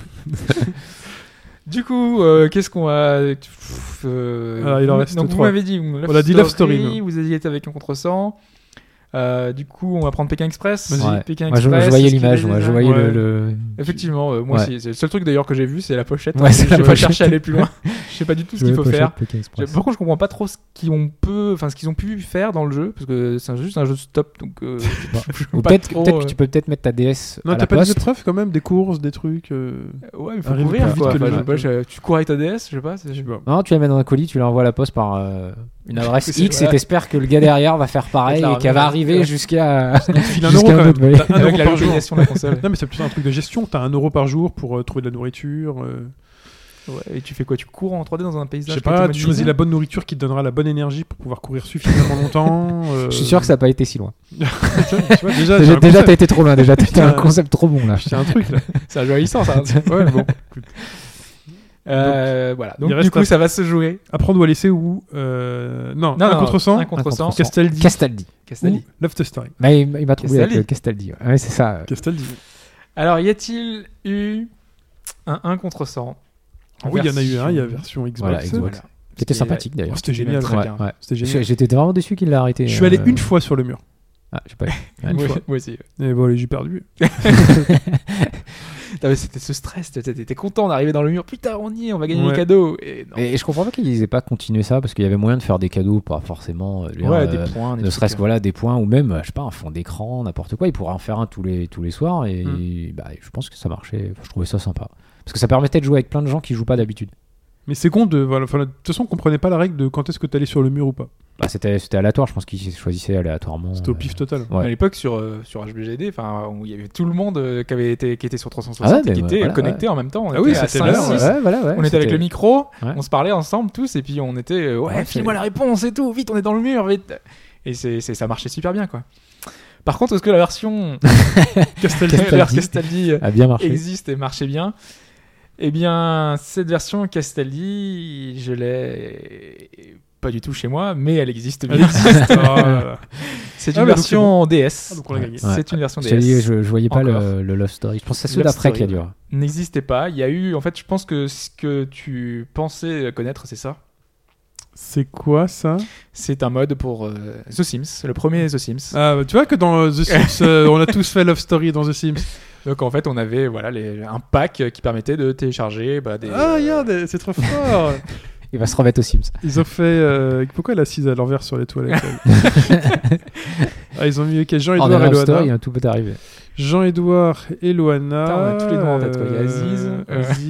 S3: Du coup, euh, qu'est-ce qu'on va. Pff, euh,
S2: Alors, Ah, il en
S3: vous-
S2: reste
S3: donc, vous
S2: trois.
S3: m'avez dit. Love
S2: On a dit Love Story, nous.
S3: Vous aviez été avec un contre-sang. Euh, du coup, on va prendre Pékin Express.
S4: Vas-y. Ouais.
S3: Pékin
S4: (laughs) Moi, je,
S3: Express,
S4: je voyais
S3: est-ce qu'il
S4: l'image,
S3: est
S4: moi, je
S3: déjà
S4: voyais
S2: Ouais.
S4: le. le-
S3: Effectivement, euh, moi,
S4: Ouais.
S3: c'est c'est le seul truc d'ailleurs que j'ai vu, c'est la pochette.
S4: Ouais, c'est
S3: j'ai
S4: la
S3: pas
S4: pochette.
S3: cherché à aller plus loin.
S4: (laughs)
S3: Je sais pas du tout ce
S4: le
S3: qu'il faut
S4: pochette
S3: faire.
S4: Poké Express.
S3: Par contre, je comprends pas trop ce qu'ils ont peut, enfin ce qu'ils ont pu faire dans le jeu, parce que c'est un- juste un jeu de stop, donc. euh,
S4: Bon.
S3: je comprends
S4: Ou
S3: pas
S4: peut-être
S3: trop,
S4: peut-être que
S3: euh,
S4: tu peux peut-être mettre ta DS
S2: Non,
S4: à la
S2: t'as pas des
S4: poste.
S2: épreuves quand même Des courses, des trucs euh,
S4: (laughs)
S3: Ouais, il faut
S2: Arrive
S3: courir
S2: plus vite
S3: quoi.
S2: que le
S3: Enfin, je
S2: jeu.
S3: sais pas, je- tu cours avec ta DS, je sais pas. c'est-
S2: je sais pas.
S4: Non, tu la mets dans un colis, tu l'envoies à la poste par euh,
S2: (laughs)
S4: une adresse
S3: C'est
S4: X et
S3: vrai.
S4: t'espères que le gars derrière va faire pareil
S3: Et te la
S4: et qu'elle va
S3: ramène.
S4: arriver jusqu'à.
S2: File un euro
S4: Jusqu'à un
S2: quand même.
S4: autre, oui.
S2: T'as (laughs) un euro
S3: Avec Ah, la
S2: Ah, par jour.
S3: localisation de la console.
S2: Non, mais c'est plus un truc de gestion. T'as un euro par jour pour euh, trouver de la nourriture. euh,
S3: Ouais, et tu fais quoi Tu cours en 3D dans un
S2: Je
S3: paysage.
S2: sais
S3: qui est
S2: pas, tu
S3: automatisé (laughs)
S2: choisis la bonne nourriture qui te donnera la bonne énergie pour pouvoir courir suffisamment longtemps.
S4: (laughs)
S2: euh,
S4: Je suis sûr que ça n'a pas été si loin.
S2: tu vois, déjà, j'ai
S4: Déjà,
S2: un
S4: déjà,
S2: concept.
S4: t'as été trop loin, déjà.
S2: (laughs)
S4: T'as un
S2: Putain.
S4: concept trop bon là.
S2: C'est un truc là.
S3: C'est un jeu à licence. hein.
S2: (laughs) Ouais, bon.
S3: Euh, Voilà.
S2: il
S3: Donc du
S2: reste
S3: coup,
S2: un-
S3: ça va se jouer.
S2: Apprendre ou à laisser ou. euh, Non, un contre
S3: Un
S2: 100,
S3: contre-sens.
S4: contre-sens.
S2: Castaldi
S4: Castaldi.
S2: ou
S3: Castelli.
S2: Love to Story.
S4: Mais il, il m'a trouvé
S3: Castaldi.
S4: avec euh, Castaldi. Ouais, Ouais, c'est ça. euh.
S2: Castaldi.
S3: Alors, y a-t-il eu un 1 contre 100
S2: Ah Oui, il y en a eu un, il y a la
S3: Version-
S2: version Xbox.
S4: Voilà, Xbox.
S3: Voilà.
S4: C'était
S3: C'était-
S4: sympathique
S2: Oh,
S4: d'ailleurs.
S2: C'était génial.
S3: Très
S4: Ouais,
S3: bien.
S4: ouais.
S2: C'était génial.
S4: J'ai- J'étais vraiment déçu qu'il l'a arrêté.
S2: Je suis allé
S4: euh,
S2: une fois sur le mur.
S4: Ah, j'ai pas
S2: Une
S3: Ouais,
S2: fois.
S3: Moi aussi.
S2: Et voilà, j'ai perdu.
S3: Putain, mais C'était ce stress, t'étais t'étais content d'arriver dans le mur. Putain, on y est, on va gagner
S2: Ouais.
S3: les cadeaux. Et non.
S4: Et je comprends pas qu'ils aient pas continué ça parce qu'il y avait moyen de faire des cadeaux, pas forcément. euh, genre,
S3: ouais,
S4: euh,
S3: des points. des
S4: ne
S3: trucs,
S4: serait-ce
S3: euh.
S4: que voilà, des points ou même, euh, je sais pas, un fond d'écran, n'importe quoi. Ils pourraient en faire un tous les, tous les soirs et
S3: Hmm.
S4: bah, je pense que ça marchait. Je trouvais ça sympa. Parce que ça permettait de jouer avec plein de gens qui jouent pas d'habitude.
S2: Mais c'est con de. voilà, enfin, de toute façon, on comprenait pas la règle de quand est-ce que t'allais sur le mur ou pas.
S4: Bah, c'était, c'était aléatoire, je pense qu'ils choisissaient aléatoirement. euh,
S2: C'était au pif total.
S4: Ouais.
S3: À l'époque, sur, euh, sur HBGD, enfin, on- il y avait tout le monde euh, qui, avait été, qui était sur 360
S4: Ah ouais,
S3: et qui
S4: mais
S3: était
S4: voilà,
S3: connecté en même temps. On
S2: Ah oui,
S3: était à
S2: c'était
S4: Ouais,
S2: l'heure,
S3: 5, 6,
S4: ouais, voilà, ouais,
S3: on était avec
S4: c'était-
S3: le micro,
S4: Ouais.
S3: on se parlait ensemble tous, et puis on était, euh, ouais,
S4: Ouais,
S3: file-moi
S4: c'est-
S3: la réponse et tout, vite, on est dans le mur, vite. Et c'est, c'est- ça marchait super bien, quoi. Par contre, est-ce que la
S4: (laughs)
S3: version
S2: Castaldi.
S4: Castaldi.
S3: Castaldi, Castaldi
S4: a bien marché.
S3: existe et marchait bien Eh bien, cette version Castaldi, je l'ai pas du tout chez moi, mais elle existe
S4: Ah
S2: Elle
S3: bien.
S4: (laughs)
S2: existe. Oh là là.
S3: (laughs) C'est
S2: Ah,
S3: une
S2: bah, donc c'est
S3: version DS.
S2: Ah, donc on l'a gagné.
S4: Ouais.
S3: C'est une version
S4: Je, te dis,
S3: DS.
S4: je, je voyais pas le,
S3: Encore.
S4: le Love Story. Je pense que c'est ceux
S3: Love
S4: d'après
S3: Story,
S4: qui a duré.
S3: N'existait pas. Il y a eu, en fait, je pense que ce que tu pensais connaître, c'est ça.
S2: C'est quoi ça
S3: C'est un mode pour euh, The Sims, le premier The Sims.
S2: Ah, bah, Tu vois que dans (laughs) euh, The Sims, euh, on a tous fait Love Story dans The Sims.
S3: Donc en fait, on avait voilà les- un pack qui permettait de télécharger bah, des.
S2: Ah, regarde, c'est trop (laughs) fort
S4: Il va se remettre aux Sims.
S2: Ils ont fait. euh, Pourquoi elle est assise à l'envers sur les toilettes elle
S4: (laughs)
S2: ah, Ils ont mis ok,
S4: En
S2: Jean-Édouard et
S4: Love Story,
S2: Loana.
S4: hein, tout peut arriver.
S2: Jean-Édouard et Loana.
S3: Putain, on a tous les noms en tête, quoi. Il y a Aziz,
S2: euh,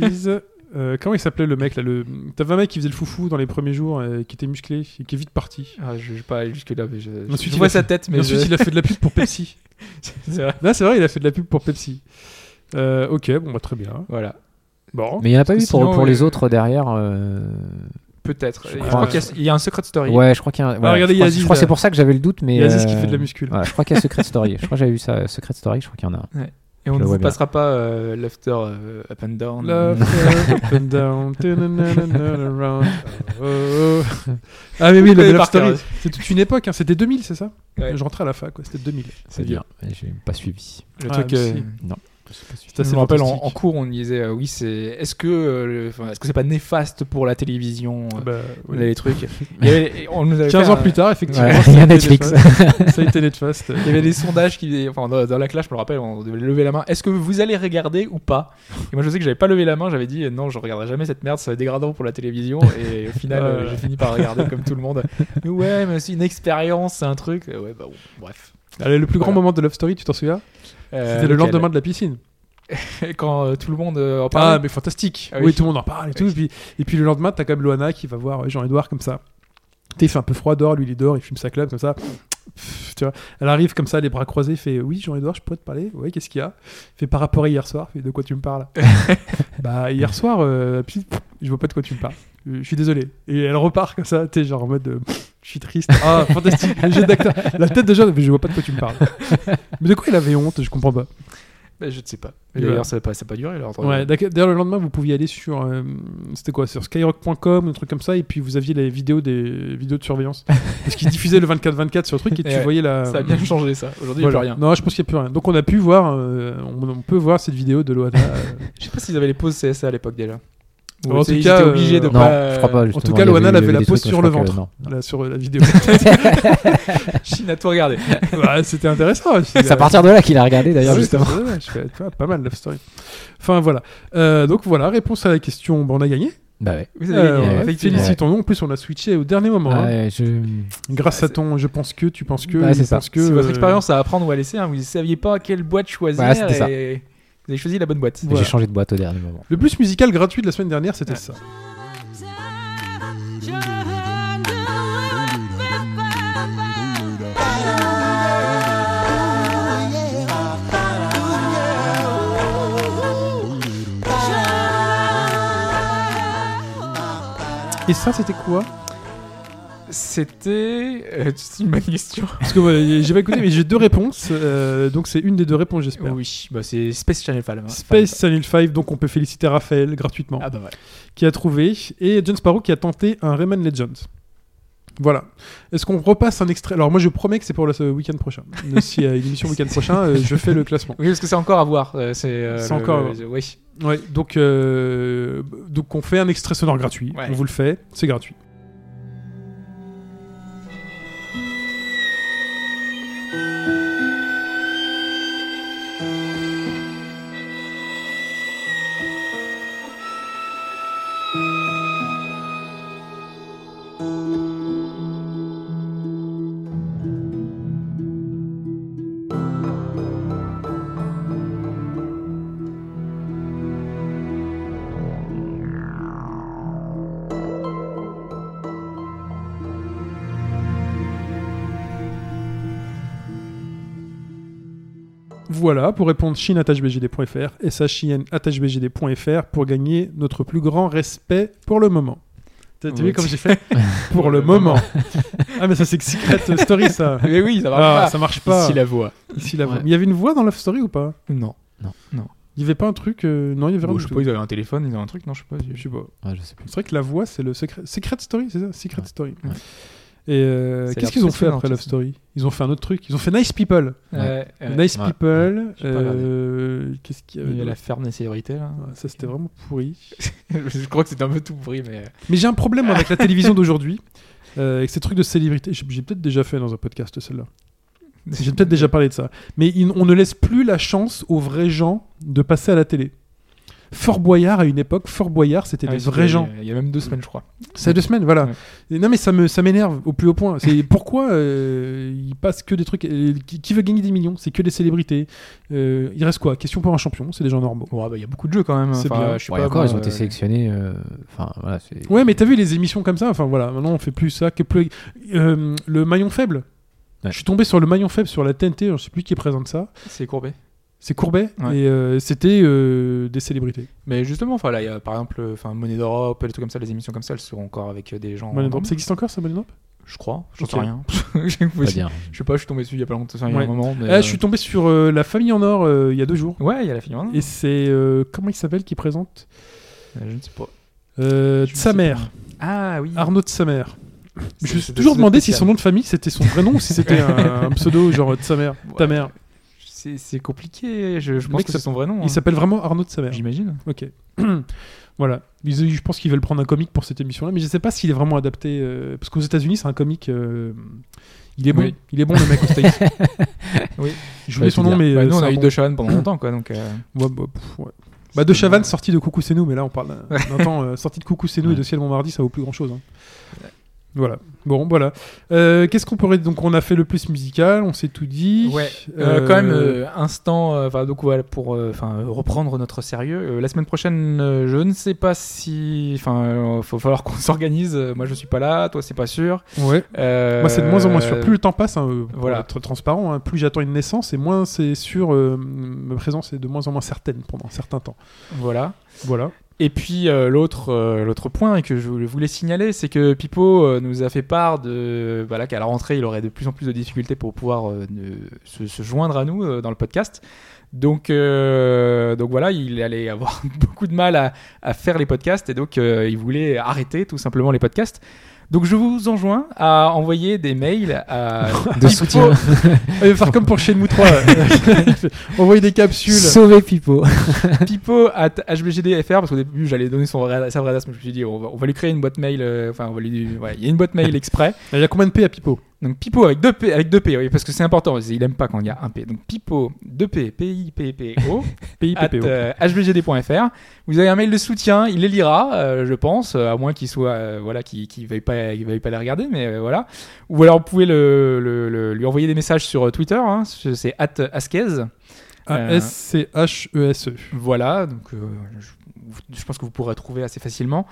S2: Aziz. Euh, comment il s'appelait le mec là le... T'avais un mec qui faisait le foufou dans les premiers jours, euh, qui était musclé et qui est vite parti.
S3: Ah, je ne vais pas aller jusque-là, mais je, je-
S2: Ensuite,
S3: je
S2: il
S3: vois
S2: a
S3: sa
S2: fait-
S3: tête.
S2: Mais
S3: Mais
S2: ensuite,
S3: je-
S2: il a fait de la pub pour Pepsi.
S3: c'est vrai.
S2: Là, c'est vrai, il a fait de la pub pour Pepsi. Euh, ok, bon, bah, très bien.
S3: Voilà,
S2: Bon.
S4: Mais il n'y en a pas eu
S3: Parce
S4: pour,
S3: que sinon,
S4: pour les
S3: euh,
S4: autres derrière. euh,
S3: peut-être.
S2: Je
S3: Je,
S2: crois
S3: crois
S2: que-
S3: qu'il y a- il y, a un secret story.
S4: Ouais, je crois qu'il y a. un- voilà,
S2: Ah, regardez,
S4: je
S2: il y a
S4: crois,
S2: Aziz,
S4: je crois que
S2: là.
S4: c'est pour ça que j'avais le doute, mais.
S2: Il y a Aziz qui
S4: euh,
S2: fait de la muscule.
S4: voilà, je crois qu'il y a Secret Story. Je crois que j'avais vu ça, Secret Story. Je crois qu'il y en a un.
S3: Et on ne
S4: Je le vois
S3: vous
S4: bien.
S3: passera pas euh, l'after euh, up and down. euh,
S2: Love, uh, up and down, ta-na-na-na-na, around, oh, oh. Ah, mais oui, le
S3: Oui,
S2: Love
S3: par
S2: Story.
S3: cœur.
S2: C'est toute une époque, hein. c'était 2000, c'est ça
S3: Ouais.
S2: Je rentrais à la fac, quoi, c'était 2000.
S4: C'est bien. J'ai pas suivi.
S3: Le
S2: Ah,
S3: truc.
S2: mais
S3: euh,
S2: si.
S3: Ça, je me rappelle, en,
S2: fantastique.
S3: en cours, on disait euh, oui, c'est. Est-ce que euh, le- enfin, est-ce que c'est pas néfaste pour la télévision euh,
S2: Bah, oui. (laughs)
S3: les trucs. Il y avait- et on nous avait
S2: 15
S3: fait
S2: ans
S3: un-
S2: plus tard, effectivement.
S4: Ouais,
S2: ça
S4: il y a
S2: été
S4: Netflix.
S2: Netfast. ça a été Netfast.
S3: Il y avait des sondages qui, enfin, dans, dans la classe, je me rappelle, on devait lever la main. Est-ce que vous allez regarder ou pas Et moi, je sais que j'avais pas levé la main. J'avais dit euh, non, je regarderai jamais cette merde. C'est dégradant pour la télévision. Et au final,
S2: Ouais,
S3: euh,
S2: ouais.
S3: j'ai fini par regarder comme tout le monde. Mais ouais, mais c'est une expérience, c'est un truc. Euh, Ouais, bah bon, bref.
S2: Allez, le plus grand
S3: Voilà.
S2: moment de Love Story, tu t'en souviens
S3: Euh,
S2: C'était le
S3: lequel
S2: lendemain de la piscine.
S3: quand euh, tout le monde euh, en
S2: Ah,
S3: parlait.
S2: mais fantastique.
S3: Ah
S2: oui.
S3: oui.
S2: tout le monde en parle et tout.
S3: Oui.
S2: Et puis, et puis le lendemain, t'as quand même Loana qui va voir Jean-Edouard comme ça. T'es fait un peu froid dehors, lui il est dehors, il fume sa clope comme ça. Pff, tu vois, elle arrive comme ça, les bras croisés, fait Oui, Jean-Edouard, je pourrais te parler Oui, qu'est-ce qu'il y a Fait par rapport à hier soir, fait De quoi tu me
S3: (laughs)
S2: parles Bah, hier soir, euh, puis, pff, je vois pas de quoi tu me parles. Euh, Je suis désolé. Et elle repart comme ça, t'es genre en mode euh, Pff, Je suis triste. Ah,
S3: (laughs)
S2: fantastique, le jeu d'acteur. La tête de Jean, mais je vois pas de quoi tu me parles. Mais de quoi il avait honte Je comprends pas.
S3: Bah, je ne sais pas.
S2: Et
S3: Et D'ailleurs,
S2: voilà.
S3: ça n'a pas, ça a pas duré. leur-
S2: Ouais, d'accord. d'ailleurs, le lendemain, vous pouviez aller sur, euh, c'était quoi, sur skyrock.com, un truc comme ça, et puis vous aviez les vidéos des vidéos de
S3: (laughs)
S2: surveillance. Parce qu'ils diffusaient le 24-24 sur le truc, et tu
S3: Ouais,
S2: voyais la.
S3: (laughs) ça a bien changé ça. Aujourd'hui, il n'y a
S2: Voilà.
S3: plus rien.
S2: Non, je pense qu'il n'y a plus rien. Donc, on a pu voir, euh, on, on peut voir cette vidéo de
S3: (laughs)
S2: Loana. euh.
S3: Je sais pas s'ils avaient les pauses CSA à
S2: (laughs)
S3: l'époque déjà.
S2: Ou en
S3: tu sais,
S2: tout
S3: ils
S2: cas,
S3: étaient
S2: euh,
S3: obligés de
S2: Non,
S3: pas.
S4: je crois pas.
S2: en
S4: justement,
S2: tout
S4: il
S2: cas,
S4: y
S2: Loana
S4: il y
S2: avait la
S4: des
S2: pose
S4: trucs,
S2: sur
S4: mais je
S2: le
S4: crois que-
S2: ventre.
S4: non,
S2: (laughs)
S4: non.
S2: Là, sur euh, la
S3: (laughs)
S2: vidéo.
S3: Chine à tout regarder.
S2: Bah, c'était intéressant.
S4: C'est à partir de là qu'il a regardé d'ailleurs,
S2: Ouais,
S4: justement.
S2: c'est pas mal, je fais, tu vois, pas mal, Love Story. Enfin, voilà. Euh, donc, voilà, réponse à la question. Bon, on a gagné.
S4: Bah ouais.
S3: Vous avez
S2: Euh,
S3: gagné,
S4: ouais,
S3: effectivement.
S2: Félicitons-nous. En plus, on a switché au dernier moment. hein.
S4: Ouais, je-
S2: Grâce à
S3: Ouais,
S2: ton je pense que, tu penses que,
S4: Ouais,
S2: je
S4: c'est ça.
S2: pense que.
S3: Bah, C'est votre
S2: euh,
S3: expérience à apprendre ou à laisser. hein. Vous ne saviez pas quelle boîte choisir.
S4: Voilà, c'était ça.
S3: et Vous avez choisi la bonne boîte.
S2: Voilà.
S4: J'ai changé de boîte au dernier moment.
S2: Le plus musical gratuit de la semaine dernière, c'était
S3: Ouais.
S2: ça. Et ça, c'était quoi
S3: C'était. euh, (laughs) c'est une bonne question.
S2: Parce que voilà, j'ai pas écouté, mais j'ai deux réponses. euh, donc c'est une des deux réponses, j'espère.
S3: Oui, bah, c'est Space Channel Film.
S2: Space Channel 5, donc on peut féliciter Raphaël gratuitement,
S3: Ah bah ouais.
S2: qui a trouvé, et John Sparrow qui a tenté un Rayman Legends. Voilà. Est-ce qu'on repasse un extrait Alors moi je promets que c'est pour le ce week-end
S3: (laughs)
S2: prochain. S'il y a une émission week-end prochain, euh, je fais le classement.
S3: Oui, parce que c'est encore à voir. euh, c'est euh,
S2: C'est
S3: le-
S2: encore à
S3: le-
S2: voir.
S3: le- Oui.
S2: Ouais, donc, euh, donc on fait un extrait sonore gratuit.
S3: Ouais.
S2: On vous le fait, c'est gratuit. Voilà, pour répondre shin.hbgd.fr et shin.hbgd.fr pour gagner notre plus grand respect pour le moment. T'as t'as vu
S3: Oui.
S2: comme j'ai fait (laughs) Pour le moment. ah mais ça c'est que (laughs) Secret Story ça.
S3: Mais oui, ça va
S2: Ah,
S3: pas.
S2: ça marche pas.
S3: Ici la voix.
S2: Ici, la voix.
S4: Ouais.
S2: Il y avait une voix dans Love Story ou pas
S3: Non.
S2: Il y avait pas un truc euh, Non, il y avait
S3: Bon,
S2: rien du
S3: je sais
S2: tout.
S3: pas, ils avaient un téléphone, ils avaient un truc. Non, je sais pas.
S2: Je sais pas.
S4: Ouais, je sais plus.
S2: C'est vrai que la voix c'est le secret Secret Story, c'est ça Secret
S4: Ouais.
S2: Story.
S4: Ouais.
S2: Et euh,
S3: Ça a
S2: qu'est-ce
S3: l'air
S2: qu'ils ont fait
S3: passionnant,
S2: après
S3: tout
S2: Love
S3: ça.
S2: Story Ils ont fait un autre truc. Ils ont fait Nice People.
S3: Ouais, Eh ouais.
S2: Nice
S4: Ouais.
S2: People.
S3: J'ai pas regardé.
S2: euh, Qu'est-ce qu'il y
S3: Il y
S2: avait
S3: a la
S2: d'autre
S3: ferme des célébrités là.
S2: Ouais, Ça c'était vraiment pourri.
S3: (laughs) je crois que c'est un peu tout pourri, mais.
S2: Mais j'ai un problème avec la
S3: (laughs)
S2: télévision d'aujourd'hui. euh, avec ces trucs de célébrité. J'ai j'ai peut-être déjà fait dans un podcast celle-là.
S3: euh,
S2: J'ai peut-être
S3: Ah,
S2: déjà parlé de ça. Mais il- on ne laisse plus la chance aux vrais gens de passer à la télé. Fort Boyard à une époque. Fort Boyard, c'était
S3: Ah
S2: des
S3: oui, c'était
S2: vrais gens.
S3: Il y a même deux semaines, je crois.
S2: C'est deux semaines, voilà.
S3: Ouais.
S2: Et Non, mais ça me ça m'énerve au plus haut point. C'est (laughs) pourquoi euh, il passe que des trucs. euh, qui, qui veut gagner des millions C'est que des célébrités. Euh, il reste quoi Question pour un champion, c'est des gens normaux.
S3: Ouais, bah, Il y a beaucoup de jeux quand même.
S2: C'est
S3: Enfin,
S2: bien.
S3: je sais
S4: Bon, et
S3: pas,
S4: encore,
S3: moi,
S4: ils ont été
S3: euh,
S4: sélectionnés. euh, Enfin, voilà, c'est.
S2: Ouais, mais t'as vu les émissions comme ça Enfin voilà, maintenant on fait plus ça. Que plus... Euh, le maillon faible.
S4: Ouais.
S2: Je suis tombé sur le maillon faible sur la TNT, je sais plus qui présente ça.
S3: C'est courbé.
S2: C'est Courbet
S3: Ouais.
S2: et euh, c'était euh, des célébrités.
S3: Mais justement, enfin, là, il y a par exemple euh, enfin, Monnaie d'Europe, des trucs comme ça, les émissions comme ça, elles seront encore avec euh, des gens.
S2: Money Drop.
S3: normaux.
S2: Ça existe encore ça, Money Drop
S3: Je crois, j'en sais
S2: Ok.
S3: rien. (laughs) je,
S4: Pas
S3: sais,
S4: bien.
S2: (laughs)
S3: je sais pas, je suis tombé dessus il y a pas longtemps, enfin, il y a
S2: Ouais.
S3: un moment. mais,
S2: Ah,
S3: euh,
S2: Je suis tombé sur euh, La Famille en Or euh, il y a deux jours.
S3: Ouais, il y a la fille. hein.
S2: Et c'est. euh, comment il s'appelle qui présente
S3: Euh, Je ne sais pas.
S2: euh,
S3: Je ne
S2: Sa
S3: sais
S2: mère.
S3: Ah oui.
S2: Arnaud de sa mère. Je
S3: C'est-
S2: me suis
S3: c'est
S2: toujours
S3: des
S2: demandé si
S3: spéciales.
S2: son nom de famille c'était son vrai nom ou si
S3: (laughs)
S2: c'était un, un pseudo genre de sa mère. Ta
S3: Ouais.
S2: mère.
S3: C'est c'est compliqué. Je, je
S2: Le
S3: pense
S2: mec
S3: que c'est
S2: s'appelle-
S3: son vrai nom. hein.
S2: Il s'appelle vraiment Arnaud de sa mère.
S3: J'imagine.
S2: Ok. (clears throat) voilà. Ils- je pense qu'ils veulent prendre un comique pour cette émission-là, mais je sais pas s'il est vraiment adapté. euh, parce qu'aux États-Unis, c'est un comique. euh, il est bon.
S3: Oui.
S2: Il est bon le mec aux States.
S3: (laughs) Oui.
S2: Je voulais
S4: Ouais,
S2: son
S4: c'est
S2: nom, mais.
S3: Bah,
S2: euh,
S3: nous, on
S2: c'est
S3: a
S2: un
S3: eu
S2: bon-
S3: deux Chavannes pendant longtemps, quoi. Donc, euh,
S2: Ouais, bah, pff, ouais. Bah, de Chavannes sorti de Coucou c'est nous, mais là on parle d'un- d'un temps euh, sorti de Coucou c'est nous et
S4: Ouais.
S2: de Ciel Montmardi, ça vaut plus grand chose. Voilà. Bon, voilà. Euh, Qu'est-ce qu'on pourrait donc on a fait le plus musical, on s'est tout dit.
S3: Ouais, euh,
S2: Euh,
S3: quand même, euh, instant, euh, enfin, donc voilà, pour euh, enfin, euh, reprendre notre sérieux, euh, la semaine prochaine, euh, je ne sais pas si. Enfin, euh, faut falloir qu'on (laughs) s'organise. Euh, Moi, je suis pas là, toi, c'est pas sûr.
S2: ouais.
S3: Euh,
S2: Moi c'est de moins en moins sûr. Plus le temps passe, hein, euh, pour
S3: voilà.
S2: être transparent, hein, plus j'attends une naissance et moins c'est sûr. euh, ma présence est de moins en moins certaine pendant un certain temps.
S3: Voilà.
S2: (laughs) Voilà.
S3: Et puis, euh, l'autre euh, l'autre point que je voulais signaler, c'est que Pipo euh, nous a fait part de. Voilà, qu'à la rentrée, il aurait de plus en plus de difficultés pour pouvoir euh, ne- se, se joindre à nous euh, dans le podcast. Donc, euh, donc voilà, il allait avoir (laughs) beaucoup de mal à, à faire les podcasts et donc euh, il voulait arrêter tout simplement les podcasts. Donc je vous enjoins à envoyer des mails à
S4: (laughs) De
S3: Pipo-
S4: soutien.
S2: Ah, il va faire comme pour Shenmue
S3: (laughs)
S2: 3. Envoyer des capsules.
S4: Sauver Pipo.
S3: pipo at hbgdfr parce qu'au début j'allais donner son vrai- sa vraie adresse mais je me suis dit on va, on va lui créer une boîte mail euh, enfin on va lui ouais, il y a une boîte mail exprès
S2: Il y a combien de P à Pipo
S3: donc pipo avec deux p avec deux p oui, parce que c'est important il aime pas quand il y a un p donc pipo 2 p p i p p (laughs) o
S2: PI,
S3: at
S2: PPO.
S3: euh, hbgd.fr. Vous avez un mail de soutien, il les lira, euh, je pense, euh, à moins qu'il soit, euh, voilà, qu'il qu'il veuille pas, qu'il veuille pas les regarder, mais euh, voilà. Ou alors vous pouvez le, le- le- lui envoyer des messages sur euh, Twitter, hein, c'est at askez. euh, E
S2: A-S-C-H-E-S-E.
S3: Voilà, donc euh, je, je pense que vous pourrez trouver assez facilement.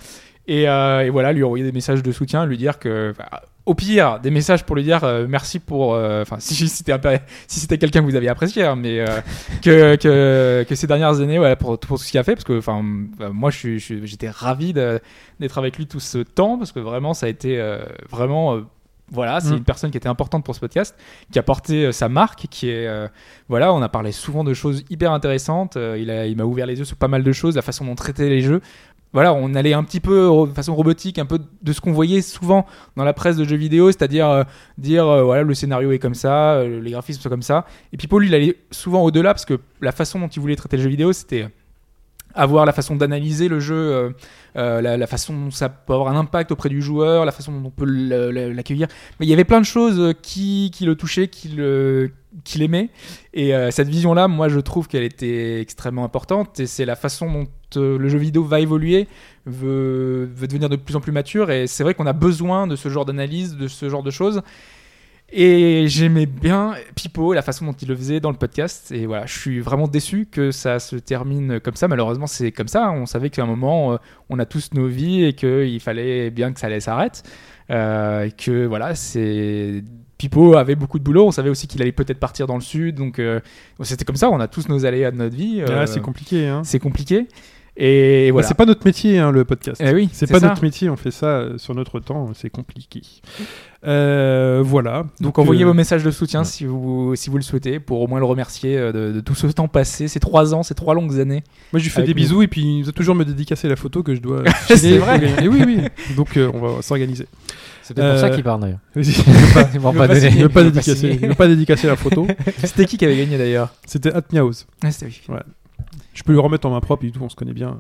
S3: Et, euh, et voilà, lui envoyer des messages de soutien, lui dire que, enfin, au pire, des messages pour lui dire euh, merci pour, euh, enfin, (laughs) si c'était un peu- si c'était quelqu'un que vous avez apprécié, hein, mais euh, (laughs) que, que, que ces dernières années, voilà, pour, pour tout ce qu'il a fait, parce que, enfin, bah, moi, je suis- je suis- j'étais ravi de- d'être avec lui tout ce temps, parce que vraiment, ça a été euh, vraiment. euh, voilà, c'est
S2: Mm.
S3: une personne qui était importante pour ce podcast, qui a porté euh, sa marque, qui est euh, voilà, on a parlé souvent de choses hyper intéressantes. euh, il a- il m'a ouvert les yeux sur pas mal de choses, la façon dont on traitait les jeux. Voilà, on allait un petit peu ro- de façon robotique, un peu de ce qu'on voyait souvent dans la presse de jeux vidéo, c'est-à-dire euh, dire euh, voilà le scénario est comme ça, euh, les graphismes sont comme ça. Et puis Paul, il allait souvent au-delà parce que la façon dont il voulait traiter le jeu vidéo, c'était avoir la façon d'analyser le jeu, euh, euh, la, la façon dont ça peut avoir un impact auprès du joueur, la façon dont on peut le- le- l'accueillir. Mais il y avait plein de choses euh, qui, qui le touchaient, qui le- qui l'aimait. Et euh, cette vision-là, moi, je trouve qu'elle était extrêmement importante. Et c'est la façon dont euh, le jeu vidéo va évoluer, veut, veut devenir de plus en plus mature. Et c'est vrai qu'on a besoin de ce genre d'analyse, de ce genre de choses. Et j'aimais bien Pipo et la façon dont il le faisait dans le podcast. Et voilà, je suis vraiment déçu que ça se termine comme ça. Malheureusement, c'est comme ça. hein. On savait qu'à un moment, euh, on a tous nos vies et qu'il fallait bien que ça allait s'arrête. Euh, et que voilà, c'est Pipo avait beaucoup de boulot. On savait aussi qu'il allait peut-être partir dans le sud. Donc euh, c'était comme ça. On a tous nos aléas de notre vie.
S2: Ah,
S3: Euh,
S2: c'est compliqué. Hein.
S3: c'est compliqué. Et
S2: Bah,
S3: voilà.
S2: C'est pas notre métier, hein, le podcast.
S3: Eh oui,
S2: C'est pas
S3: ça.
S2: notre métier, on fait ça euh, sur notre temps, c'est compliqué. Euh, voilà.
S3: Donc envoyez
S2: euh,
S3: vos messages de soutien
S4: ouais.
S3: si, vous, si vous le souhaitez, pour au moins le remercier euh, de, de tout ce temps passé, ces trois ans, ces trois longues
S2: (laughs)
S3: années.
S2: Moi, je lui fais
S3: avec
S2: des
S3: nous.
S2: bisous et puis il va toujours me dédicacer la photo que je
S3: (laughs)
S2: dois.
S3: C'est
S2: filer.
S3: vrai.
S2: Et oui, oui. Donc euh, on va s'organiser.
S4: C'est peut-être pour
S2: Euh,
S4: ça qu'il part d'ailleurs.
S2: Vas-y. Il veut pas-
S4: (laughs) Ils m'ont
S3: veut
S4: pas
S3: pas
S4: donné.
S2: il veut pas
S3: Il veut pas
S2: dédicacer.
S3: signer.
S2: (laughs) Il veut pas dédicacer la photo.
S3: C'était qui qui avait gagné d'ailleurs
S2: C'était At Miaoz.
S3: Ah, c'était oui.
S2: Je peux lui remettre en main propre et tout, on se connaît bien.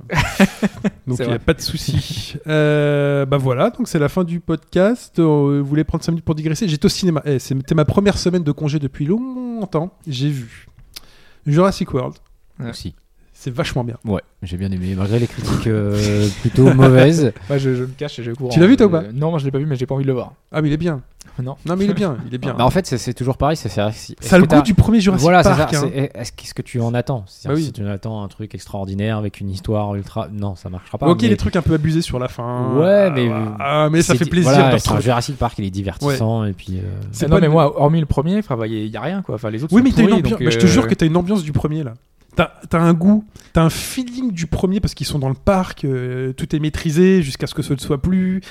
S2: donc il n'y
S3: C'est
S2: a
S3: vrai.
S2: pas de souci. Euh, bah voilà, donc c'est la fin du podcast. Euh, Vous voulez prendre 5 minutes pour digresser J'étais au cinéma. Eh, C'était ma première semaine de congé depuis longtemps. J'ai vu Jurassic World.
S3: Ouais.
S4: Aussi.
S2: C'est vachement bien.
S4: Ouais, j'ai bien aimé, malgré les critiques euh, plutôt mauvaises.
S3: Moi, je, je me cache et je cours.
S2: Tu l'as vu, toi, ou pas
S3: Euh, Non, moi, je l'ai pas vu, mais j'ai pas envie de le voir.
S2: Ah, mais il est bien.
S3: Non.
S2: Non, mais il est bien. Il est
S4: (laughs)
S2: bien.
S4: Bah, en fait, c'est- c'est toujours pareil. c'est- c'est- est-ce
S2: ça a le
S4: que t'as-
S2: goût du premier Jurassic
S4: voilà, c'est
S2: Park.
S4: ça,
S2: hein.
S4: c'est- est- Est-ce qu'est-ce que tu en attends C'est-à-dire,
S2: Bah oui.
S4: Si tu en attends un truc extraordinaire avec une histoire ultra, non, ça marchera pas.
S2: ok,
S4: mais
S2: les trucs un peu abusés sur la fin.
S4: Ouais, mais-
S2: Ah, mais ça
S4: c'est-
S2: fait plaisir
S4: Voilà,
S2: de
S4: c'est un
S2: retrouver.
S4: Jurassic Park, il est divertissant et puis. euh,
S2: C'est
S3: Ah non,
S2: pas
S3: mais
S2: le-
S3: moi, hormis le premier, enfin, il y, a rien, quoi. Enfin, les autres
S2: Oui,
S3: sont
S2: mais t'as une
S3: pourris,
S2: ambiance.
S3: donc,
S2: bah, je te
S3: euh,
S2: jure que (laughs) t'as une ambiance du premier là. T'as t'as un goût, t'as un feeling du premier parce qu'ils sont dans le parc, euh, tout est maîtrisé jusqu'à ce que ce ne soit plus.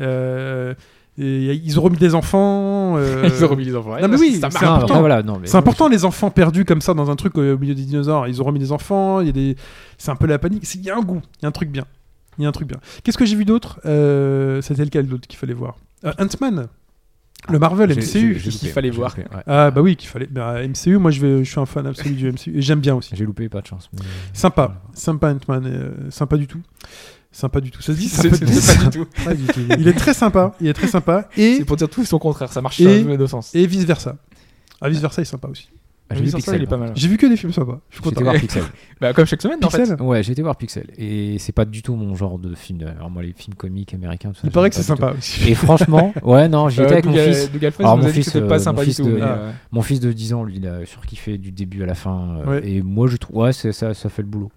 S2: euh, et ils ont remis des enfants.
S4: (laughs)
S2: euh,
S3: Ils ont remis les enfants.
S2: Non, mais oui, c'est
S3: ça
S4: non,
S3: marche.
S4: après,
S2: important.
S4: voilà, non, mais-
S2: C'est important les enfants perdus comme ça dans un truc euh, au milieu des dinosaures. Ils ont remis des enfants, il y a des... c'est un peu la panique. C'est- Il y a un goût, il y a un truc bien. Il y a un truc bien. Qu'est-ce que j'ai vu d'autre Euh, C'était lequel d'autre qu'il fallait voir Euh, Ant-Man Le Marvel
S4: J'ai- j'ai-
S2: MCU
S4: j'ai
S3: qu'il
S4: loupé,
S3: fallait
S4: j'ai
S3: voir.
S4: loupé, ouais.
S2: Ah bah oui, qu'il fallait. Bah, MCU, moi je, vais, je suis un fan absolu du MCU. Et j'aime bien aussi.
S4: J'ai loupé, pas de chance. mais- euh,
S2: Sympa, sympa Ant-Man, euh, sympa du tout. Sympa du tout. Ça se dit, (laughs)
S3: C'est
S2: sympa du tout.
S3: c'est pas du tout.
S2: Sympa du tout. Il est très sympa, il est très sympa. Et,
S3: C'est pour dire tout son contraire. Ça marche
S2: Et-
S3: dans les deux sens.
S2: et vice-versa. Ah, vice-versa, il est sympa aussi.
S4: Ah, J'ai
S3: Oui,
S4: vu
S3: sans ça,
S4: Pixel.
S3: il est pas
S4: par
S3: mal.
S2: J'ai vu que des films sympas. Je suis
S4: contre. J'ai été
S2: content.
S4: voir Pixel.
S3: Bah, comme chaque semaine, en fait.
S2: Pixel
S4: Ouais, j'ai été voir Pixel et c'est pas du tout mon genre de film. Alors moi, les films comiques américains, tout ça,
S2: Il
S4: j'aime
S2: paraît que
S4: pas
S2: c'est
S4: du tout.
S2: sympa aussi.
S4: Et franchement, ouais, non, j'y
S3: Euh,
S4: étais avec mon
S3: Doug-
S4: fils.
S3: Doug Alphonse
S4: Alors,
S3: nous
S4: mon
S3: a dit que
S4: fils,
S3: c'était
S4: euh,
S3: pas sympa du
S4: mon fils
S3: tout.
S4: de-
S3: mais,
S2: Ah.
S3: euh,
S4: Mon fils de 10 ans, lui, il a surkiffé du début à la fin. euh,
S2: Ouais.
S4: Et moi, je trouve, ouais, c'est- ça, ça fait le boulot.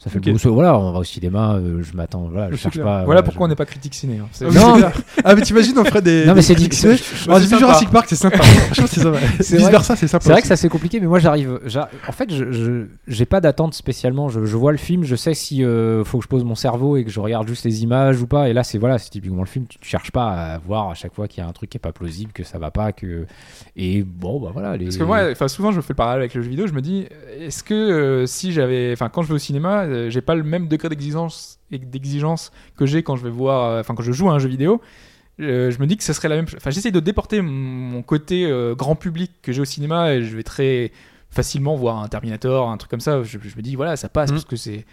S4: Ça fait
S2: Ok.
S4: le boulot. So, Voilà, on va au cinéma, euh, je m'attends, voilà, je
S2: C'est
S4: cherche
S2: clair.
S4: pas.
S3: Voilà pourquoi on
S4: Ah je-
S3: n'est pas critique ciné. hein. C'est-
S2: Ah oui,
S4: Non.
S2: c'est clair. (laughs) Ah, mais t'imagines, on ferait des.
S4: Non, mais
S2: des
S3: (laughs)
S4: c'est
S2: critiques.
S4: dit-
S2: Ah,
S3: c'est
S2: J'ai vu
S3: sympa.
S2: Jurassic Park, c'est
S4: (laughs)
S2: sympa. Franchement, c'est sympa.
S4: C'est
S2: Vice
S4: vrai-
S2: versa, c'est sympa.
S4: C'est vrai
S2: aussi.
S4: que c'est assez compliqué, mais moi j'arrive. j'a- En fait, je- je j'ai pas d'attente spécialement. Je, je vois le film, je sais si euh, faut que je pose mon cerveau et que je regarde juste les images ou pas. Et là, c'est voilà, c'est typiquement le film. Tu, tu cherches pas à voir à chaque fois qu'il y a un truc qui est pas plausible, que ça va pas, que et bon bah voilà. Les...
S3: Parce que moi, enfin, souvent, je fais le parallèle avec le jeu vidéo. Je me dis, est-ce que euh, si j'avais, enfin, quand je vais au cinéma, euh, j'ai pas le même degré d'exigence et d'exigence que j'ai quand je vais voir, euh, enfin, quand je joue à un jeu vidéo. Euh, je me dis que ça serait la même. chose. Enfin, j'essaie de déporter mon côté euh, grand public que j'ai au cinéma et je vais très facilement voir un Terminator, un truc comme ça. Je, je me dis, voilà, ça passe
S2: Mhm.
S3: parce que c'est.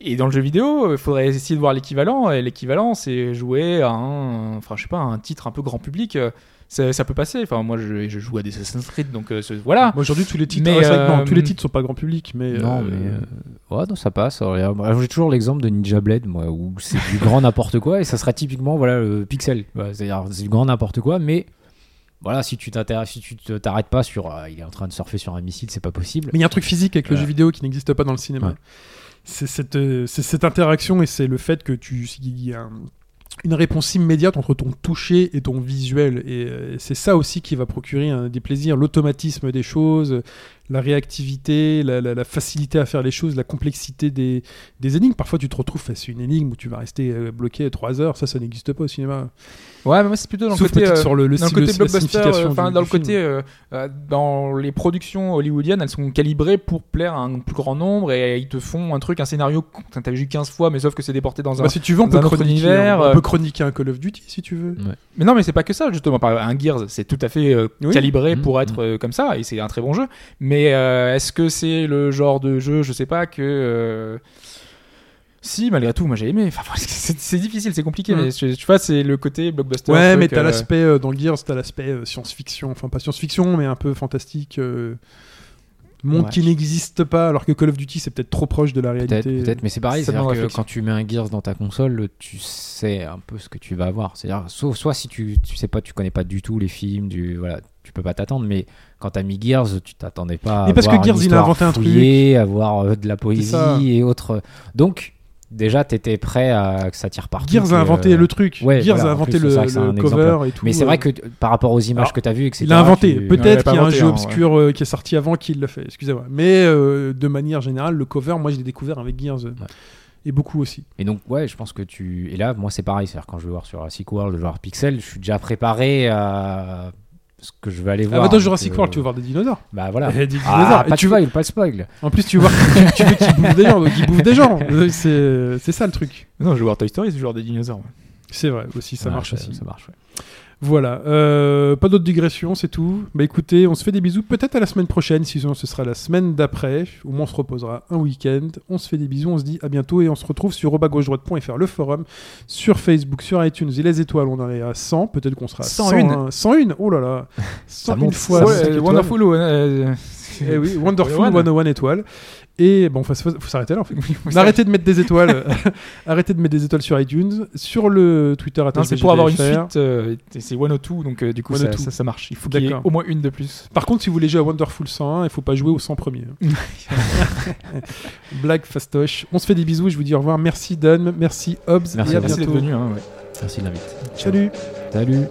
S3: Et dans le jeu vidéo, il faudrait essayer de voir l'équivalent. Et l'équivalent, c'est jouer à un, enfin, je sais pas, un titre un peu grand public. euh, Ça, ça peut passer. Enfin, moi, je, je joue à des Assassin's Creed, donc euh, ce- voilà.
S2: Moi, Aujourd'hui, tous les titres.
S3: Mais,
S2: ah, c'est vrai que non,
S3: euh,
S2: tous les titres sont pas grand public, mais.
S4: Non,
S2: euh,
S4: mais euh, ouais, non, ça passe. Alors, moi, J'ai toujours l'exemple de Ninja Blade, moi, où c'est du grand (laughs) n'importe quoi, et ça sera typiquement voilà le pixel. Voilà, C'est-à-dire c'est du grand n'importe quoi, mais voilà, si tu t'intéresses, si tu te- t'arrêtes pas sur, euh, il est en train de surfer sur un missile, c'est pas possible.
S2: Mais il y a un truc physique avec le
S4: Ouais.
S2: jeu vidéo qui n'existe pas dans le cinéma.
S4: Ouais.
S2: C'est cette, euh, c'est cette interaction et c'est le fait que tu il y a un- une réponse immédiate entre ton toucher et ton visuel. Et euh, c'est ça aussi qui va procurer un des plaisirs, l'automatisme des choses, euh, la réactivité, la, la- la facilité à faire les choses, la complexité des, des énigmes. Parfois, tu te retrouves face à une énigme où tu vas rester euh, bloqué trois heures. Ça, ça n'existe pas au cinéma.
S3: Mm. Ouais, mais moi, c'est plutôt dans
S2: Sauf
S3: le côté.
S2: peut-être
S3: euh,
S2: sur le, le
S3: dans le
S2: style-
S3: côté
S2: la
S3: blockbuster,
S2: signification
S3: euh, enfin
S2: du-
S3: dans
S2: du
S3: le côté,
S2: film.
S3: euh, euh, dans les productions hollywoodiennes, elles sont calibrées pour plaire à un plus grand nombre et euh, ils te font un truc, un scénario que t'as vu 15 fois, mais sauf que c'est déporté dans un.
S2: Bah, si tu veux, on
S3: euh, dans
S2: peut,
S3: un autre
S2: chroniquer,
S3: univers,
S2: on
S3: euh,
S2: peut chroniquer un Call of Duty si tu veux.
S3: Mais non, mais c'est pas que ça justement. Par un Gears, c'est tout à fait euh,
S2: Oui.
S3: calibré
S4: Mmh,
S3: pour être euh, comme ça et c'est un très bon jeu. Mais euh, est-ce que c'est le genre de jeu, je sais pas que. euh, Si, malgré tout, moi j'ai aimé. Enfin, (laughs) c'est c'est difficile, c'est compliqué,
S2: Mmh.
S3: mais tu, tu vois, c'est le côté blockbuster.
S2: Ouais,
S3: truc,
S2: mais t'as
S3: euh,
S2: l'aspect euh, dans le Gears, t'as l'aspect euh, science-fiction, enfin pas science-fiction, mais un peu fantastique, euh, monde
S3: Ouais.
S2: qui n'existe pas, alors que Call of Duty c'est peut-être trop proche de la
S4: Peut-être,
S2: réalité.
S4: peut-être, mais c'est pareil.
S3: ça
S4: C'est-à-dire
S3: demande
S4: que
S3: réflexion.
S4: quand tu mets un Gears dans ta console, tu sais un peu ce que tu vas avoir. C'est-à-dire, sauf soit si tu, tu sais pas, tu connais pas du tout les films, du voilà, tu peux pas t'attendre. Mais quand t'as mis Gears, tu t'attendais pas.
S2: Mais
S4: à
S2: parce que
S4: voir une
S2: Gears, il a
S4: histoire
S2: inventé un truc.
S4: fouillée, à voir euh, de la
S2: ça.
S4: poésie et autres. Donc déjà, t'étais prêt à que ça tire partout.
S2: Gears a
S4: que,
S2: inventé
S4: euh,
S2: le truc,
S4: ouais,
S2: Gears
S4: voilà,
S2: a
S4: en
S2: inventé
S4: plus,
S2: le,
S4: c'est vrai que c'est
S2: le
S4: un
S2: cover et tout.
S4: Mais c'est
S2: euh,
S4: vrai que t- par rapport aux images
S2: alors,
S4: que t'as vues, etc.
S2: Il a inventé.
S4: tu-
S3: Ouais, il a
S2: Peut-être
S3: pas
S2: qu'il y a un
S3: inventé,
S2: jeu
S3: hein,
S2: obscur euh, qui est sorti avant qu'il le fait, excusez-moi. Mais euh, de manière générale, le cover, moi je l'ai découvert avec Gears. euh,
S4: Ouais.
S2: Et beaucoup aussi.
S4: Et donc, ouais, je pense que tu. Et là, moi, c'est pareil. C'est-à-dire, quand je vais voir sur Jurassic World, je vais voir Pixel, je suis déjà préparé à ce que je vais aller
S2: Ah
S4: voir.
S2: bah dans
S4: Donc,
S2: Jurassic
S4: euh,
S2: World, tu veux voir des dinosaures.
S4: Bah voilà.
S2: Eh, (laughs) des
S4: Ah,
S2: dinosaures. Et
S4: pas de
S2: tu
S4: spoil, pas de spoil.
S2: En plus, tu veux voir- (laughs) tu- tu veux qu'ils bouffent des gens, donc ils bouffent des gens. Euh, C'est c'est ça le truc.
S3: Non, je vais voir Toy Story, c'est le genre des dinosaures.
S2: C'est vrai aussi, ça
S4: Ouais,
S2: marche aussi.
S4: Ça marche, ouais.
S2: Voilà, euh, pas d'autres digressions, c'est tout. Bah écoutez, on se fait des bisous peut-être à la semaine prochaine, sinon ce sera la semaine d'après. Au moins on se reposera un week-end. On se fait des bisous, on se dit à bientôt et on se retrouve sur robagaugedroite.fr, le forum, sur Facebook, sur iTunes et les étoiles. On en est à 100, peut-être qu'on sera à 101.
S3: 101.
S2: 101, oh là
S4: (laughs)
S2: là 101
S4: monte.
S2: fois
S3: euh, Ouais,
S2: cinq étoiles.
S3: Wonderful. ou, euh,
S2: Eh oui, Wonderful 101 étoiles. Et bon, faut, faut- faut s'arrêter là en fait. Arrêtez de mettre des étoiles. euh, (laughs) Arrêtez de mettre des étoiles sur iTunes, sur le Twitter.
S3: (laughs) Non, c'est pour avoir une suite. euh, et c'est 102, donc euh, du coup, ça,
S2: 102.
S3: ça, ça marche. Il faut qu'il y ait
S2: D'accord.
S3: au moins une de plus.
S2: Par contre, si vous voulez jouer à Wonderful 101, il faut pas jouer au 100
S3: (laughs)
S2: premier. Blague fastoche. On se fait des bisous. Je vous dis au revoir. Merci Dan, merci Hobbs.
S4: Merci
S2: et à
S4: à vous.
S3: Merci d'être
S2: bientôt.
S3: venu. hein, ouais.
S4: Merci de l'invite.
S2: Salut.
S4: Salut.